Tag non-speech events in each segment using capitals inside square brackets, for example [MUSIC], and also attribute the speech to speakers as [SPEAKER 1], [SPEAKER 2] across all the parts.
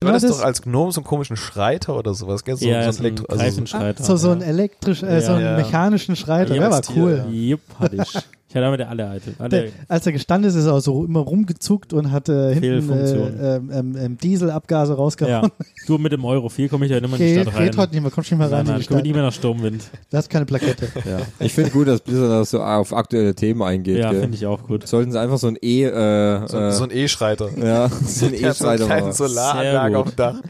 [SPEAKER 1] Du hattest
[SPEAKER 2] das-
[SPEAKER 1] doch als Gnome so einen komischen Schreiter oder sowas, gell? So,
[SPEAKER 3] ja,
[SPEAKER 1] so
[SPEAKER 3] so ein
[SPEAKER 1] Elektro- also so ein
[SPEAKER 3] Greifenschreiter.
[SPEAKER 2] Ah, so, so einen elektrisch, äh, so einen
[SPEAKER 1] Ja.
[SPEAKER 2] mechanischen Schreiter.
[SPEAKER 1] Ja,
[SPEAKER 2] der war
[SPEAKER 1] als Tier,
[SPEAKER 2] cool.
[SPEAKER 1] ja.
[SPEAKER 3] Jupp, hatte
[SPEAKER 2] [LAUGHS]
[SPEAKER 3] ich. Ich hatte damit alle alte.
[SPEAKER 2] Der,
[SPEAKER 3] Alle,
[SPEAKER 2] als er gestanden ist, ist er auch so immer rumgezuckt und hat äh, hinten
[SPEAKER 3] Fehlfunktion.
[SPEAKER 2] äh, ähm, ähm, ähm, Dieselabgase [LAUGHS] rausgehauen.
[SPEAKER 3] ja. Du mit dem Euro 4 komme ich ja immer in die
[SPEAKER 2] Geht,
[SPEAKER 3] Stadt rein.
[SPEAKER 2] geht heute nicht mehr, kommst nicht mehr rein
[SPEAKER 3] nein, nein,
[SPEAKER 2] in
[SPEAKER 3] ich
[SPEAKER 2] die
[SPEAKER 3] komme nicht
[SPEAKER 2] Stadt.
[SPEAKER 3] mehr nach Sturmwind.
[SPEAKER 2] Du hast keine Plakette.
[SPEAKER 3] Ja,
[SPEAKER 4] Ich finde gut, dass Blizzard das so auf aktuelle Themen eingeht.
[SPEAKER 3] ja
[SPEAKER 4] gell?
[SPEAKER 3] finde ich auch gut.
[SPEAKER 4] Sollten sie einfach so ein E, äh,
[SPEAKER 1] so,
[SPEAKER 4] äh,
[SPEAKER 1] so ein E-Schreiter. [LAUGHS]
[SPEAKER 4] ja, so ein
[SPEAKER 1] Der hat so einen
[SPEAKER 4] E-Schreiter
[SPEAKER 1] kleinen
[SPEAKER 4] machen.
[SPEAKER 3] Sehr
[SPEAKER 1] Solaranlage
[SPEAKER 3] gut.
[SPEAKER 1] auf dem Dach.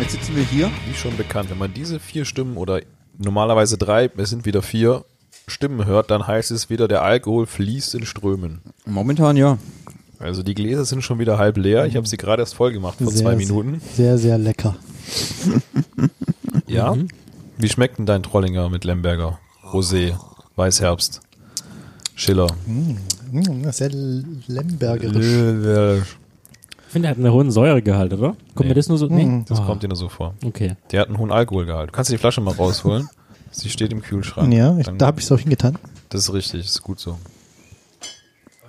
[SPEAKER 4] Jetzt sitzen wir hier.
[SPEAKER 1] Wie schon bekannt, wenn man diese vier Stimmen oder normalerweise drei, es sind wieder vier Stimmen hört, dann heißt es wieder, der Alkohol fließt in Strömen.
[SPEAKER 4] Momentan ja.
[SPEAKER 1] Also die Gläser sind schon wieder halb leer. Ich habe sie gerade erst voll gemacht vor
[SPEAKER 2] Sehr, Mhm.
[SPEAKER 1] zwei
[SPEAKER 2] sehr-
[SPEAKER 1] Minuten.
[SPEAKER 2] Sehr, sehr lecker.
[SPEAKER 1] Ja. Wie schmeckt denn dein Trollinger mit Lemberger? Rosé, Weißherbst, Schiller. Hm,
[SPEAKER 2] Mm, Sehr lembergerisch.
[SPEAKER 1] Das
[SPEAKER 3] Ich finde, er hat einen hohen Säuregehalt, oder? Kommt
[SPEAKER 1] Nee.
[SPEAKER 3] mir das nur so? Nee.
[SPEAKER 2] Mhm.
[SPEAKER 3] Ah,
[SPEAKER 1] kommt dir nur so vor.
[SPEAKER 3] Okay.
[SPEAKER 1] Der hat einen hohen Alkoholgehalt. Du kannst dir die Flasche mal rausholen. Sie steht im Kühlschrank.
[SPEAKER 2] Ja, ich,
[SPEAKER 1] Dann-
[SPEAKER 2] da habe ich es auch hingetan.
[SPEAKER 1] das ist richtig, ist gut so.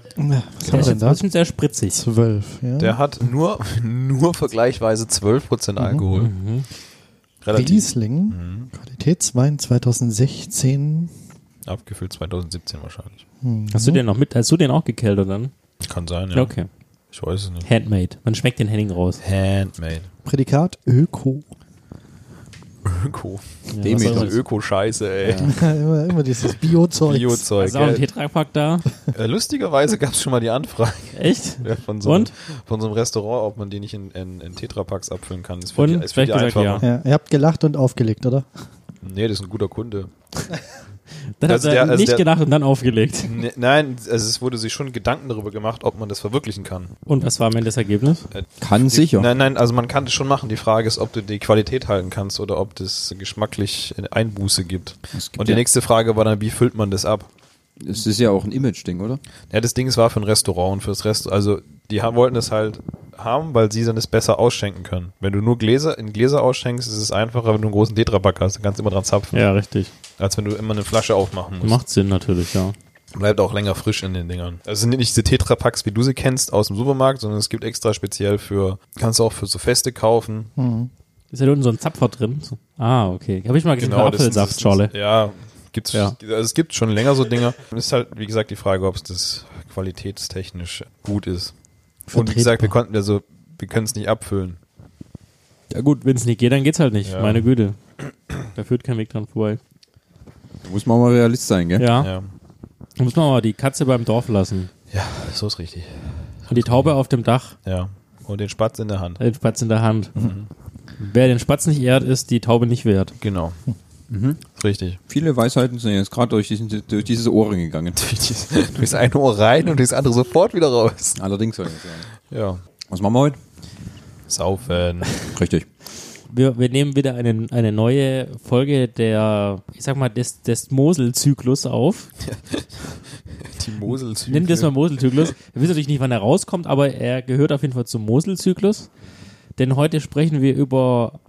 [SPEAKER 2] Ja, Was
[SPEAKER 3] Der
[SPEAKER 2] haben wir
[SPEAKER 3] ist
[SPEAKER 2] denn
[SPEAKER 3] jetzt
[SPEAKER 2] da?
[SPEAKER 3] trotzdem sehr spritzig.
[SPEAKER 2] Zwölf. Ja.
[SPEAKER 1] Der hat nur, [LAUGHS] nur vergleichweise
[SPEAKER 2] Mhm.
[SPEAKER 1] 12% Alkohol.
[SPEAKER 3] Mhm.
[SPEAKER 1] Relativ Mhm.
[SPEAKER 2] Riesling, Qualitätswein 2016.
[SPEAKER 1] abgefüllt 2017 wahrscheinlich.
[SPEAKER 2] Mhm.
[SPEAKER 3] Hast du den noch mit? Hast du den auch gekeltert dann?
[SPEAKER 1] Kann sein, ja.
[SPEAKER 3] Ja. Okay.
[SPEAKER 1] Ich weiß es nicht.
[SPEAKER 3] Handmade. Man schmeckt den Henning raus.
[SPEAKER 1] Handmade.
[SPEAKER 2] Prädikat Öko. [LAUGHS]
[SPEAKER 1] Öko.
[SPEAKER 3] Ja,
[SPEAKER 4] Dem
[SPEAKER 3] was
[SPEAKER 4] ist
[SPEAKER 3] soll
[SPEAKER 1] Also
[SPEAKER 3] das?
[SPEAKER 1] Öko-Scheiße, ey.
[SPEAKER 2] immer, immer dieses Bio-Zeug.
[SPEAKER 1] Bio-Zeug.
[SPEAKER 3] Hast du auch einen
[SPEAKER 1] gell? [LAUGHS]
[SPEAKER 3] Tetrapack da?
[SPEAKER 1] Äh, Lustigerweise gab es schon mal die Anfrage [LAUGHS]
[SPEAKER 3] Echt?
[SPEAKER 1] äh, von so, einem,
[SPEAKER 3] Und?
[SPEAKER 1] von so einem Restaurant, ob man die nicht in, in, in Tetrapacks abfüllen kann. Ist für
[SPEAKER 3] Und?
[SPEAKER 1] die, ist für die
[SPEAKER 3] Vielleicht gesagt,
[SPEAKER 1] einfacher.
[SPEAKER 2] ja, ihr habt gelacht und aufgelegt, oder?
[SPEAKER 1] Nee, das ist ein guter Kunde.
[SPEAKER 3] Dann
[SPEAKER 1] Also
[SPEAKER 3] hat er
[SPEAKER 1] der- also
[SPEAKER 3] nicht
[SPEAKER 1] der-
[SPEAKER 3] gedacht und dann aufgelegt.
[SPEAKER 1] Nee, nein, also es wurde sich schon Gedanken darüber gemacht, ob man das verwirklichen kann.
[SPEAKER 3] Und was war am Ende das Ergebnis?
[SPEAKER 4] Kann sicher.
[SPEAKER 1] Nein, nein, also man kann das schon machen. Die Frage ist, ob du die Qualität halten kannst oder ob das geschmacklich Einbuße gibt.
[SPEAKER 4] Es gibt
[SPEAKER 1] Und die
[SPEAKER 4] ja-
[SPEAKER 1] nächste Frage war dann, wie füllt man das ab?
[SPEAKER 4] Es ist ja auch ein Image-Ding, oder?
[SPEAKER 1] Ja, das Ding es war für ein Restaurant und fürs Rest, also die haben, wollten es halt haben, weil sie dann es besser ausschenken können. Wenn du nur Gläser in Gläser ausschenkst, ist es einfacher, wenn du einen großen Tetrapack hast, dann kannst du immer dran zapfen,
[SPEAKER 3] Ja, richtig.
[SPEAKER 1] als wenn du immer eine Flasche aufmachen musst.
[SPEAKER 3] Macht Sinn natürlich, ja.
[SPEAKER 1] Bleibt auch länger frisch in den Dingern. Also es sind nicht diese Tetrapacks, wie du sie kennst aus dem Supermarkt, sondern es gibt extra speziell für, kannst du auch für so Feste kaufen.
[SPEAKER 3] Mhm. Ist ja unten so ein Zapfer drin. So. Ah, okay. Habe ich mal gesehen, eine
[SPEAKER 1] Genau, das sind-
[SPEAKER 3] Apfelsaftschorle.
[SPEAKER 1] Ja, gibt's,
[SPEAKER 3] Ja.
[SPEAKER 1] Also es gibt schon länger so Dinger. Ist halt, wie gesagt, die Frage, ob es das qualitätstechnisch gut ist. Und wie gesagt, wir
[SPEAKER 2] Vertretbar.
[SPEAKER 1] konnten also, wir können es nicht abfüllen.
[SPEAKER 3] Ja gut, wenn es nicht geht, dann geht's halt nicht.
[SPEAKER 1] Ja.
[SPEAKER 3] Meine Güte. Da führt kein Weg dran vorbei.
[SPEAKER 4] Da muss man mal Realist sein, gell?
[SPEAKER 3] Ja,
[SPEAKER 1] Ja.
[SPEAKER 3] Da muss man aber die Katze beim Dorf lassen.
[SPEAKER 1] ja, so ist richtig.
[SPEAKER 3] Und die Taube auf dem Dach,
[SPEAKER 1] Ja. Und den Spatz in der Hand.
[SPEAKER 3] den Spatz in der Hand.
[SPEAKER 1] Mhm.
[SPEAKER 3] Wer den Spatz nicht ehrt, ist die Taube nicht wert.
[SPEAKER 1] Genau.
[SPEAKER 3] Hm.
[SPEAKER 1] Ist Richtig.
[SPEAKER 4] Viele Weisheiten sind jetzt gerade durch, diesen, durch dieses Ohrring gegangen.
[SPEAKER 1] [LAUGHS] Du bist ein Ohr rein und das andere sofort wieder raus.
[SPEAKER 4] Allerdings soll ich das sagen.
[SPEAKER 1] Ja.
[SPEAKER 4] Was machen wir heute?
[SPEAKER 1] Saufen.
[SPEAKER 4] Richtig.
[SPEAKER 3] Wir, wir nehmen wieder eine, eine neue Folge der, ich sag mal, des, des Mosel-Zyklus auf.
[SPEAKER 1] Die Mosel
[SPEAKER 3] Nimm das
[SPEAKER 1] [LAUGHS]
[SPEAKER 3] mal Mosel-Zyklus. Wir wissen natürlich nicht, wann er rauskommt, aber er gehört auf jeden Fall zum Mosel-Zyklus. Denn heute sprechen wir über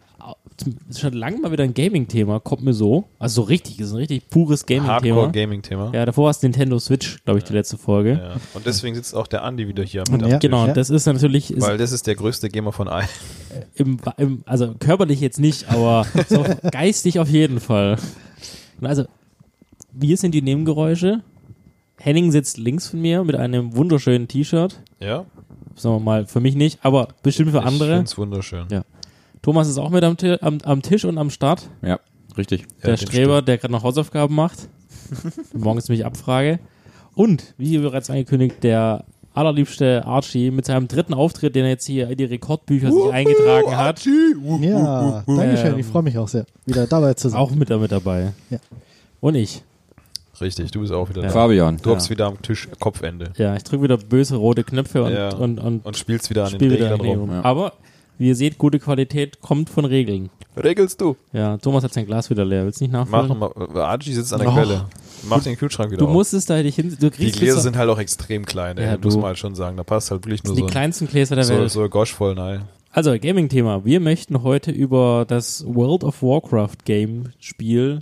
[SPEAKER 3] das ist schon lange mal wieder ein Gaming-Thema, kommt mir so. Also so richtig, ist ein richtig pures Gaming-Thema.
[SPEAKER 1] Hardcore-Gaming-Thema.
[SPEAKER 3] Ja, davor war es Nintendo Switch, glaube ich, die letzte Folge.
[SPEAKER 1] Ja. Und deswegen sitzt auch der Andi wieder hier mit
[SPEAKER 2] Ja.
[SPEAKER 1] am Tisch.
[SPEAKER 3] Genau, das ist natürlich ist
[SPEAKER 1] Weil das ist der größte Gamer von allen. [LAUGHS]
[SPEAKER 3] im, im, also körperlich jetzt nicht, aber
[SPEAKER 1] [LAUGHS]
[SPEAKER 3] so geistig auf jeden Fall. Und also, wir sind die Nebengeräusche. Henning sitzt links von mir mit einem wunderschönen T-Shirt.
[SPEAKER 1] Ja.
[SPEAKER 3] Sagen wir mal, für mich nicht, aber bestimmt für
[SPEAKER 1] Ich
[SPEAKER 3] andere.
[SPEAKER 1] find's wunderschön.
[SPEAKER 3] Ja. Thomas ist auch mit am, Ti- am, am Tisch und am Start.
[SPEAKER 4] Ja, richtig.
[SPEAKER 1] den
[SPEAKER 3] Der Streber, der gerade noch
[SPEAKER 1] [LAUGHS]
[SPEAKER 3] Hausaufgaben macht. Morgens mich abfrage. Und, wie hier bereits angekündigt, der allerliebste Archie mit seinem dritten Auftritt, den er jetzt hier in die Rekordbücher sich eingetragen hat,
[SPEAKER 2] Ja, Dankeschön.
[SPEAKER 3] Mhm, Ähm.
[SPEAKER 2] Ich freue mich auch sehr, wieder dabei zu sein.
[SPEAKER 3] auch mit, damit dabei.
[SPEAKER 2] Ja.
[SPEAKER 3] Und ich.
[SPEAKER 1] Richtig, du bist auch wieder da.
[SPEAKER 4] Fabian.
[SPEAKER 1] Du
[SPEAKER 3] Ja.
[SPEAKER 1] hockst wieder am Tisch Kopfende
[SPEAKER 3] Ja, ich drücke wieder böse rote Knöpfe und,
[SPEAKER 1] Ja.
[SPEAKER 3] und, und,
[SPEAKER 1] und spielst wieder an
[SPEAKER 3] spiele
[SPEAKER 1] den
[SPEAKER 3] wieder
[SPEAKER 1] Reglern
[SPEAKER 3] in die
[SPEAKER 1] rum.
[SPEAKER 3] Rum.
[SPEAKER 4] Ja.
[SPEAKER 3] Aber Wie ihr seht, gute Qualität kommt von Regeln.
[SPEAKER 1] Regelst du?
[SPEAKER 3] Ja, Thomas hat sein Glas wieder leer. Willst du nicht
[SPEAKER 1] Mach
[SPEAKER 3] nachfüllen?
[SPEAKER 1] mal. äh, Archie sitzt an der
[SPEAKER 2] Och.
[SPEAKER 1] Quelle. Mach den Kühlschrank wieder
[SPEAKER 3] Mhm. Oh. Du
[SPEAKER 1] auf.
[SPEAKER 3] musstest da dich hin. Du
[SPEAKER 1] die
[SPEAKER 3] kriegst
[SPEAKER 1] Gläser
[SPEAKER 3] bis-
[SPEAKER 1] sind halt auch extrem klein, ey,
[SPEAKER 3] Ja,
[SPEAKER 1] muss
[SPEAKER 3] du.
[SPEAKER 1] man halt schon sagen. Da passt halt wirklich nur
[SPEAKER 3] die
[SPEAKER 1] so, ein-
[SPEAKER 3] kleinsten Gläser der
[SPEAKER 1] so,
[SPEAKER 3] Welt.
[SPEAKER 1] so Gosch voll, nein.
[SPEAKER 3] Also, Gaming-Thema. Wir möchten heute über das World of Warcraft Game-Spiel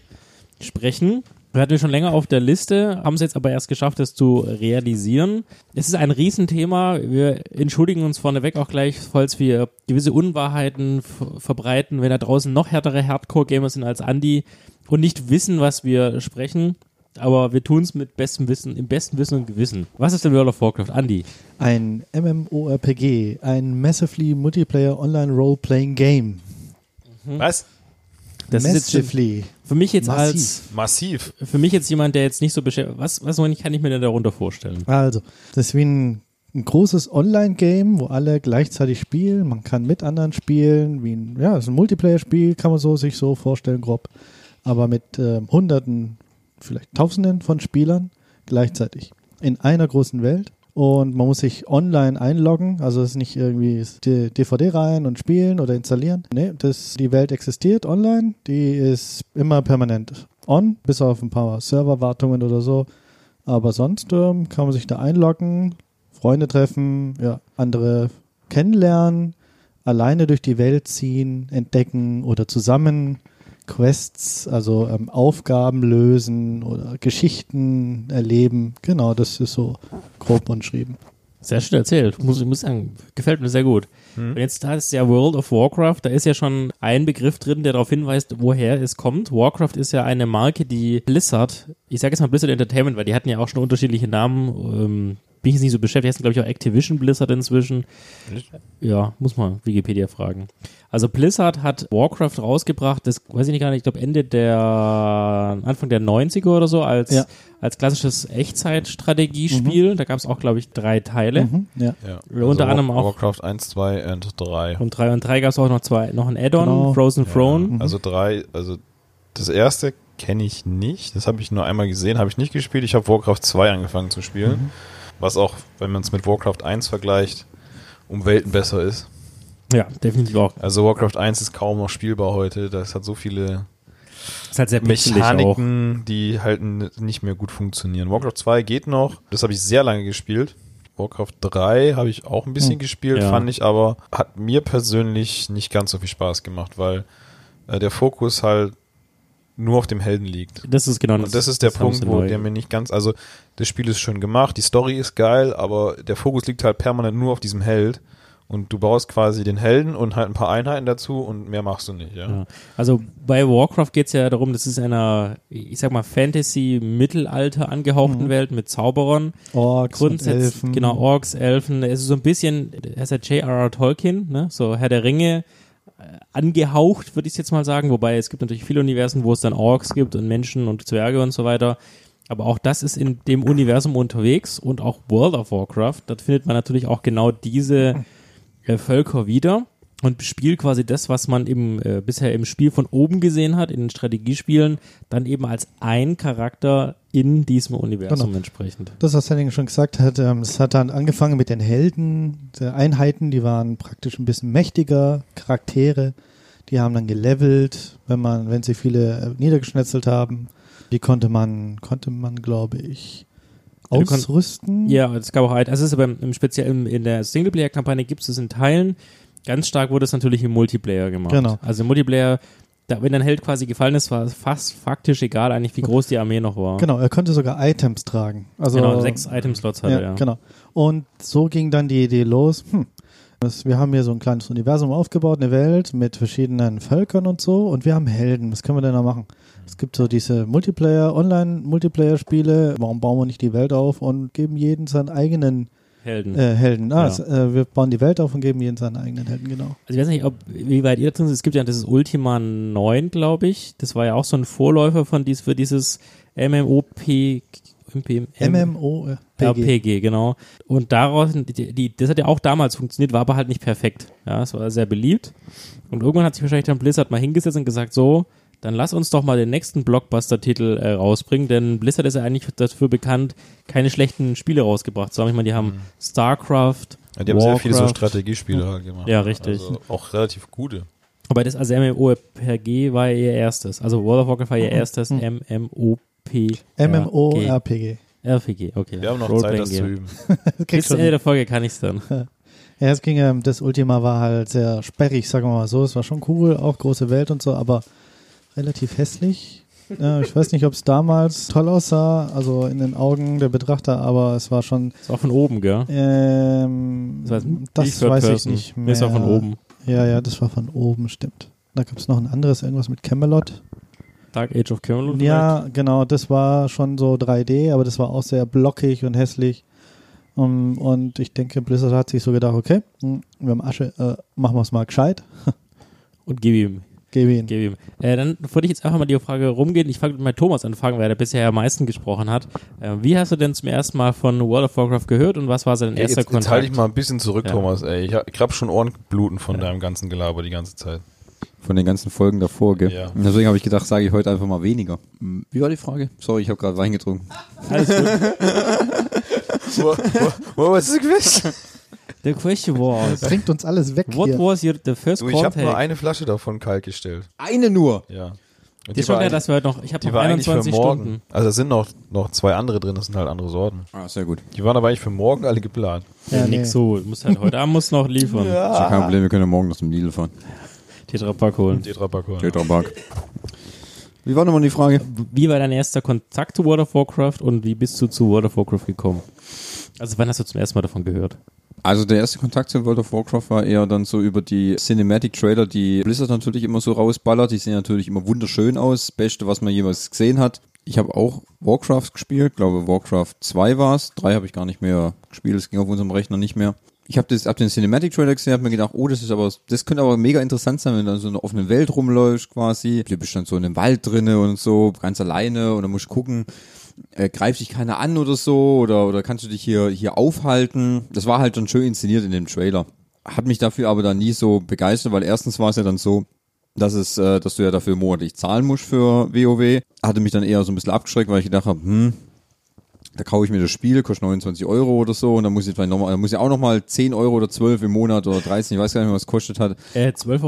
[SPEAKER 3] sprechen. Wir hatten wir schon länger auf der Liste, haben es jetzt aber erst geschafft, es zu realisieren. Es ist ein Riesenthema. Wir entschuldigen uns vorneweg auch gleich, falls wir gewisse Unwahrheiten f- verbreiten, wenn da draußen noch härtere Hardcore-Gamer sind als Andy und nicht wissen, was wir sprechen. Aber wir tun es mit bestem Wissen, im besten Wissen und Gewissen. Was ist denn World of Warcraft, Andy?
[SPEAKER 2] Ein MMORPG, ein massively multiplayer online role-playing game.
[SPEAKER 3] Mhm.
[SPEAKER 1] Was?
[SPEAKER 3] jetzt schon-
[SPEAKER 2] massively.
[SPEAKER 3] für mich jetzt
[SPEAKER 2] Massiv.
[SPEAKER 3] als
[SPEAKER 1] Massiv.
[SPEAKER 3] für mich jetzt jemand, der jetzt nicht so beschäftigt, was, was soll ich- kann ich mir denn darunter vorstellen?
[SPEAKER 2] Also, das ist wie ein, ein großes Online-Game, wo alle gleichzeitig spielen. Man kann mit anderen spielen. Wie ein, ja, es ist ein Multiplayer-Spiel, kann man so sich so vorstellen, grob. Aber mit ähm, Hunderten, vielleicht Tausenden von Spielern gleichzeitig in einer großen Welt. Und man muss sich online einloggen, also es ist nicht irgendwie das D- DVD rein und spielen oder installieren. Nee, das, die Welt existiert online, die ist immer permanent on, bis auf ein paar Serverwartungen oder so. Aber sonst ähm, kann man sich da einloggen, Freunde treffen, ja, andere kennenlernen, alleine durch die Welt ziehen, entdecken oder zusammen Quests, also ähm, Aufgaben lösen oder Geschichten erleben. Genau, das ist so grob umschrieben.
[SPEAKER 3] Sehr schön erzählt, muss ich muss sagen, gefällt mir sehr gut. Und jetzt da ist ja World of Warcraft, da ist ja schon ein Begriff drin, der darauf hinweist, woher es kommt. Warcraft ist ja eine Marke, die Blizzard, ich sage jetzt mal Blizzard Entertainment, weil die hatten ja auch schon unterschiedliche Namen, ähm, bin ich jetzt nicht so beschäftigt, jetzt glaube ich auch Activision Blizzard inzwischen. Ja, muss man Wikipedia fragen. Also Blizzard hat Warcraft rausgebracht, das weiß ich nicht gar nicht, ich glaube Ende der Anfang der 90er oder so als
[SPEAKER 2] Ja.
[SPEAKER 3] als klassisches Echtzeitstrategiespiel, da gab es auch glaube ich drei Teile.
[SPEAKER 2] Mhm, ja.
[SPEAKER 1] Ja. Also
[SPEAKER 3] unter anderem auch-
[SPEAKER 1] Warcraft 1, 2 und 3.
[SPEAKER 3] Und 3 und 3 gab es auch noch zwei, noch ein Add-on,
[SPEAKER 2] Genau.
[SPEAKER 3] Frozen Throne.
[SPEAKER 1] Also drei, also das erste kenne ich nicht. Das habe ich nur einmal gesehen, habe ich nicht gespielt. Ich habe Warcraft 2 angefangen zu spielen. Was auch, wenn man es mit Warcraft 1 vergleicht, um Welten besser ist.
[SPEAKER 3] Ja, definitiv auch.
[SPEAKER 1] Also Warcraft 1 ist kaum noch spielbar heute. Das hat so viele
[SPEAKER 3] Ist halt sehr pixelig auch.
[SPEAKER 1] Mechaniken, die halt n- nicht mehr gut funktionieren. Warcraft 2 geht noch. Das habe ich sehr lange gespielt. Warcraft 3 habe ich auch ein bisschen gespielt,
[SPEAKER 3] Ja.
[SPEAKER 1] fand ich aber, hat mir persönlich nicht ganz so viel Spaß gemacht, weil äh, der Fokus halt nur auf dem Helden liegt.
[SPEAKER 3] Das ist genau
[SPEAKER 1] Und das ist der
[SPEAKER 3] haben
[SPEAKER 1] Punkt,
[SPEAKER 3] sie
[SPEAKER 1] wo
[SPEAKER 3] neu.
[SPEAKER 1] der mir nicht ganz, also das Spiel ist schön gemacht, die Story ist geil, aber der Fokus liegt halt permanent nur auf diesem Held. Und du baust quasi den Helden und halt ein paar Einheiten dazu und mehr machst du nicht, ja.
[SPEAKER 3] Ja. Also bei Warcraft geht es ja darum, das ist einer, ich sag mal, Fantasy-Mittelalter
[SPEAKER 2] Mhm.
[SPEAKER 3] angehauchten Welt mit Zauberern.
[SPEAKER 2] Orks und
[SPEAKER 3] Grundsätzlich,
[SPEAKER 2] Elfen.
[SPEAKER 3] genau, Orks, Elfen. Es ist so ein bisschen, er ist ja J.R.R. Tolkien, ne? so Herr der Ringe äh, angehaucht, würde ich jetzt mal sagen. Wobei es gibt natürlich viele Universen, wo es dann Orks gibt und Menschen und Zwerge und so weiter. Aber auch das ist in dem Universum unterwegs und auch World of Warcraft. Dort findet man natürlich auch genau diese äh, Völker wieder und spielt quasi das, was man im, äh, bisher im Spiel von oben gesehen hat, in den Strategiespielen, dann eben als ein Charakter in diesem Universum
[SPEAKER 2] Genau.
[SPEAKER 3] entsprechend.
[SPEAKER 2] Das, was Henning schon gesagt hat, ähm, es hat dann angefangen mit den Helden, der Einheiten, die waren praktisch ein bisschen mächtiger, Charaktere, die haben dann gelevelt, wenn man, wenn sie viele äh, niedergeschnetzelt haben, die konnte man, konnte man, glaube ich,
[SPEAKER 3] Ja, du kon-
[SPEAKER 2] ausrüsten.
[SPEAKER 3] Ja, es gab auch ein, also es ist aber im, im speziellen in der Singleplayer-Kampagne gibt es es in Teilen. Ganz stark wurde es natürlich im Multiplayer gemacht.
[SPEAKER 2] Genau.
[SPEAKER 3] Also im Multiplayer, da, wenn dein Held quasi gefallen ist, war es fast faktisch egal eigentlich, wie groß die Armee noch war.
[SPEAKER 2] Genau, er konnte sogar Items tragen. Also
[SPEAKER 3] Genau, sechs Item-Slots hatte
[SPEAKER 2] ja,
[SPEAKER 3] er. Ja.
[SPEAKER 2] Genau. Und so ging dann die Idee los. Hm, das, wir haben hier so ein kleines Universum aufgebaut, eine Welt mit verschiedenen Völkern und so. Und wir haben Helden. Was können wir denn da machen? Es gibt so diese Multiplayer, Online-Multiplayer-Spiele. Warum bauen wir nicht die Welt auf und geben jedem seinen eigenen
[SPEAKER 3] Helden.
[SPEAKER 2] äh, Helden? Ah,
[SPEAKER 3] Ja.
[SPEAKER 2] es, äh, wir bauen die Welt auf und geben jedem seinen eigenen Helden, genau.
[SPEAKER 3] Also ich weiß nicht, ob, wie weit ihr da drin seid. Es gibt ja dieses Ultima 9, glaube ich. Das war ja auch so ein Vorläufer von dies, für dieses MMOP, MP,
[SPEAKER 2] MMORPG.
[SPEAKER 3] RPG, genau. Und daraus, die, die, das hat ja auch damals funktioniert, war aber halt nicht perfekt. Ja, es war sehr beliebt. Und irgendwann hat sich wahrscheinlich dann Blizzard mal hingesetzt und gesagt, so, dann lass uns doch mal den nächsten Blockbuster-Titel äh, rausbringen, denn Blizzard ist ja eigentlich dafür bekannt, keine schlechten Spiele rausgebracht zu haben. Ich meine, die haben StarCraft,
[SPEAKER 1] Ja, die haben sehr viele so
[SPEAKER 3] Warcraft.
[SPEAKER 1] Strategiespiele halt gemacht.
[SPEAKER 3] Ja, richtig.
[SPEAKER 1] Also auch relativ gute.
[SPEAKER 3] Aber das also MMORPG war ihr erstes. Also World of Warcraft war ihr erstes MMOP.
[SPEAKER 2] MMORPG.
[SPEAKER 3] RPG, okay.
[SPEAKER 1] Wir haben noch
[SPEAKER 3] Roleplaying
[SPEAKER 1] Zeit, das zu
[SPEAKER 3] Game.
[SPEAKER 1] üben.
[SPEAKER 2] Das kriegst
[SPEAKER 3] Bis
[SPEAKER 2] du
[SPEAKER 3] zum
[SPEAKER 2] schon hin.
[SPEAKER 3] Ende der Folge kann ich's dann.
[SPEAKER 2] Ja, es ging, ähm, das Ultima war halt sehr sperrig, sagen wir mal so. Es war schon cool, auch große Welt und so, aber relativ hässlich. Ja, ich weiß nicht, ob es damals toll aussah, also in den Augen der Betrachter, aber es war schon.
[SPEAKER 3] Ist auch von oben, gell?
[SPEAKER 2] Ähm,
[SPEAKER 3] Mhm, Das, heißt, die
[SPEAKER 2] das
[SPEAKER 3] Third
[SPEAKER 2] weiß
[SPEAKER 3] Person.
[SPEAKER 2] ich nicht
[SPEAKER 3] Nee,
[SPEAKER 2] mehr.
[SPEAKER 3] Ist auch von oben.
[SPEAKER 2] Ja, ja, das war von oben, stimmt. Da gab es noch ein anderes, irgendwas mit Camelot.
[SPEAKER 3] Dark Age of Camelot.
[SPEAKER 2] Ja, genau, das war schon so 3D, aber das war auch sehr blockig und hässlich. Um, und ich denke, Blizzard hat sich so gedacht, okay, hm, wir haben Asche, äh, machen wir es mal gescheit,
[SPEAKER 3] vielleicht? Und gib ihm.
[SPEAKER 2] gib ihn.
[SPEAKER 3] Gib ihm. Äh, dann wollte ich jetzt einfach mal die Frage rumgehen. Ich fange mit mal Thomas anfangen, weil er bisher am meisten gesprochen hat. Äh, wie hast du denn zum ersten Mal von World of Warcraft gehört und was war sein
[SPEAKER 1] Jetzt,
[SPEAKER 3] erster
[SPEAKER 1] jetzt
[SPEAKER 3] Kontakt?
[SPEAKER 1] halte ich mal ein bisschen zurück,
[SPEAKER 3] Ja.
[SPEAKER 1] Thomas. Ey. Ich, hab- ich hab schon Ohrenbluten von deinem ganzen Gelaber die ganze Zeit.
[SPEAKER 4] Von den ganzen Folgen davor, gell?
[SPEAKER 1] Ja.
[SPEAKER 4] Und Deswegen habe ich gedacht, sage ich heute einfach mal weniger. Hm, Wie war die Frage? Sorry, ich habe gerade Wein getrunken.
[SPEAKER 1] what, what, what was the question?
[SPEAKER 3] The question
[SPEAKER 1] [LAUGHS]
[SPEAKER 3] was,
[SPEAKER 2] Bringt uns alles weg
[SPEAKER 3] what
[SPEAKER 2] hier.
[SPEAKER 3] was your the first
[SPEAKER 1] Du, ich
[SPEAKER 3] contact?
[SPEAKER 1] habe nur eine Flasche davon kalt gestellt.
[SPEAKER 4] Eine nur!
[SPEAKER 1] Ja. Und
[SPEAKER 3] das ist schon klar, dass wir heute noch, ich habe
[SPEAKER 1] die
[SPEAKER 3] noch
[SPEAKER 1] war eigentlich für
[SPEAKER 3] 21
[SPEAKER 1] morgen.
[SPEAKER 3] Stunden.
[SPEAKER 1] Also es sind noch, noch zwei andere drin, das sind halt andere Sorten.
[SPEAKER 4] Ah, sehr gut.
[SPEAKER 1] Die waren aber eigentlich für morgen alle geplant.
[SPEAKER 3] Ja,
[SPEAKER 2] Ja, nee.
[SPEAKER 3] nix so. Du musst halt heute Abend musst noch
[SPEAKER 1] [LAUGHS]
[SPEAKER 3] liefern. Ja.
[SPEAKER 4] Ist ja
[SPEAKER 1] Ah.
[SPEAKER 4] kein Problem, wir können ja morgen noch zum Lidl fahren.
[SPEAKER 3] Tetrapack holen.
[SPEAKER 1] Tetrapack.
[SPEAKER 4] Tetra Pak. Wie war nochmal die Frage?
[SPEAKER 3] Wie war dein erster Kontakt zu World of Warcraft und wie bist du zu World of Warcraft gekommen? Also wann hast du zum ersten Mal davon gehört?
[SPEAKER 4] Also der erste Kontakt zu World of Warcraft war eher dann so über die Cinematic Trailer, die Blizzard natürlich immer so rausballert. Die sehen natürlich immer wunderschön aus. Das Beste, was man jemals gesehen hat. Ich habe auch Warcraft gespielt, glaube Warcraft 2 war es. 3 habe ich gar nicht mehr gespielt, es ging auf unserem Rechner nicht mehr. Ich habe hab den Cinematic Trailer gesehen, habe mir gedacht, oh, das ist aber, das könnte aber mega interessant sein, wenn du dann so in einer offenen Welt rumläufst quasi. Du bist dann so in einem Wald drinne und so, ganz alleine und dann musst du gucken, äh, greift dich keiner an oder so oder, oder kannst du dich hier, hier aufhalten. Das war halt dann schön inszeniert in dem Trailer. Hat mich dafür aber dann nie so begeistert, weil erstens war es ja dann so, dass es, äh, dass du ja dafür monatlich zahlen musst für WoW. Hatte mich dann eher so ein bisschen abgeschreckt, weil ich gedacht habe, hm, da kaufe ich mir das Spiel, kostet 29 Euro oder so und dann muss ich vielleicht noch mal, dann muss ich auch nochmal 10 Euro oder 12 im Monat oder 13, ich weiß gar nicht mehr, was es kostet hat.
[SPEAKER 3] Äh, 12,99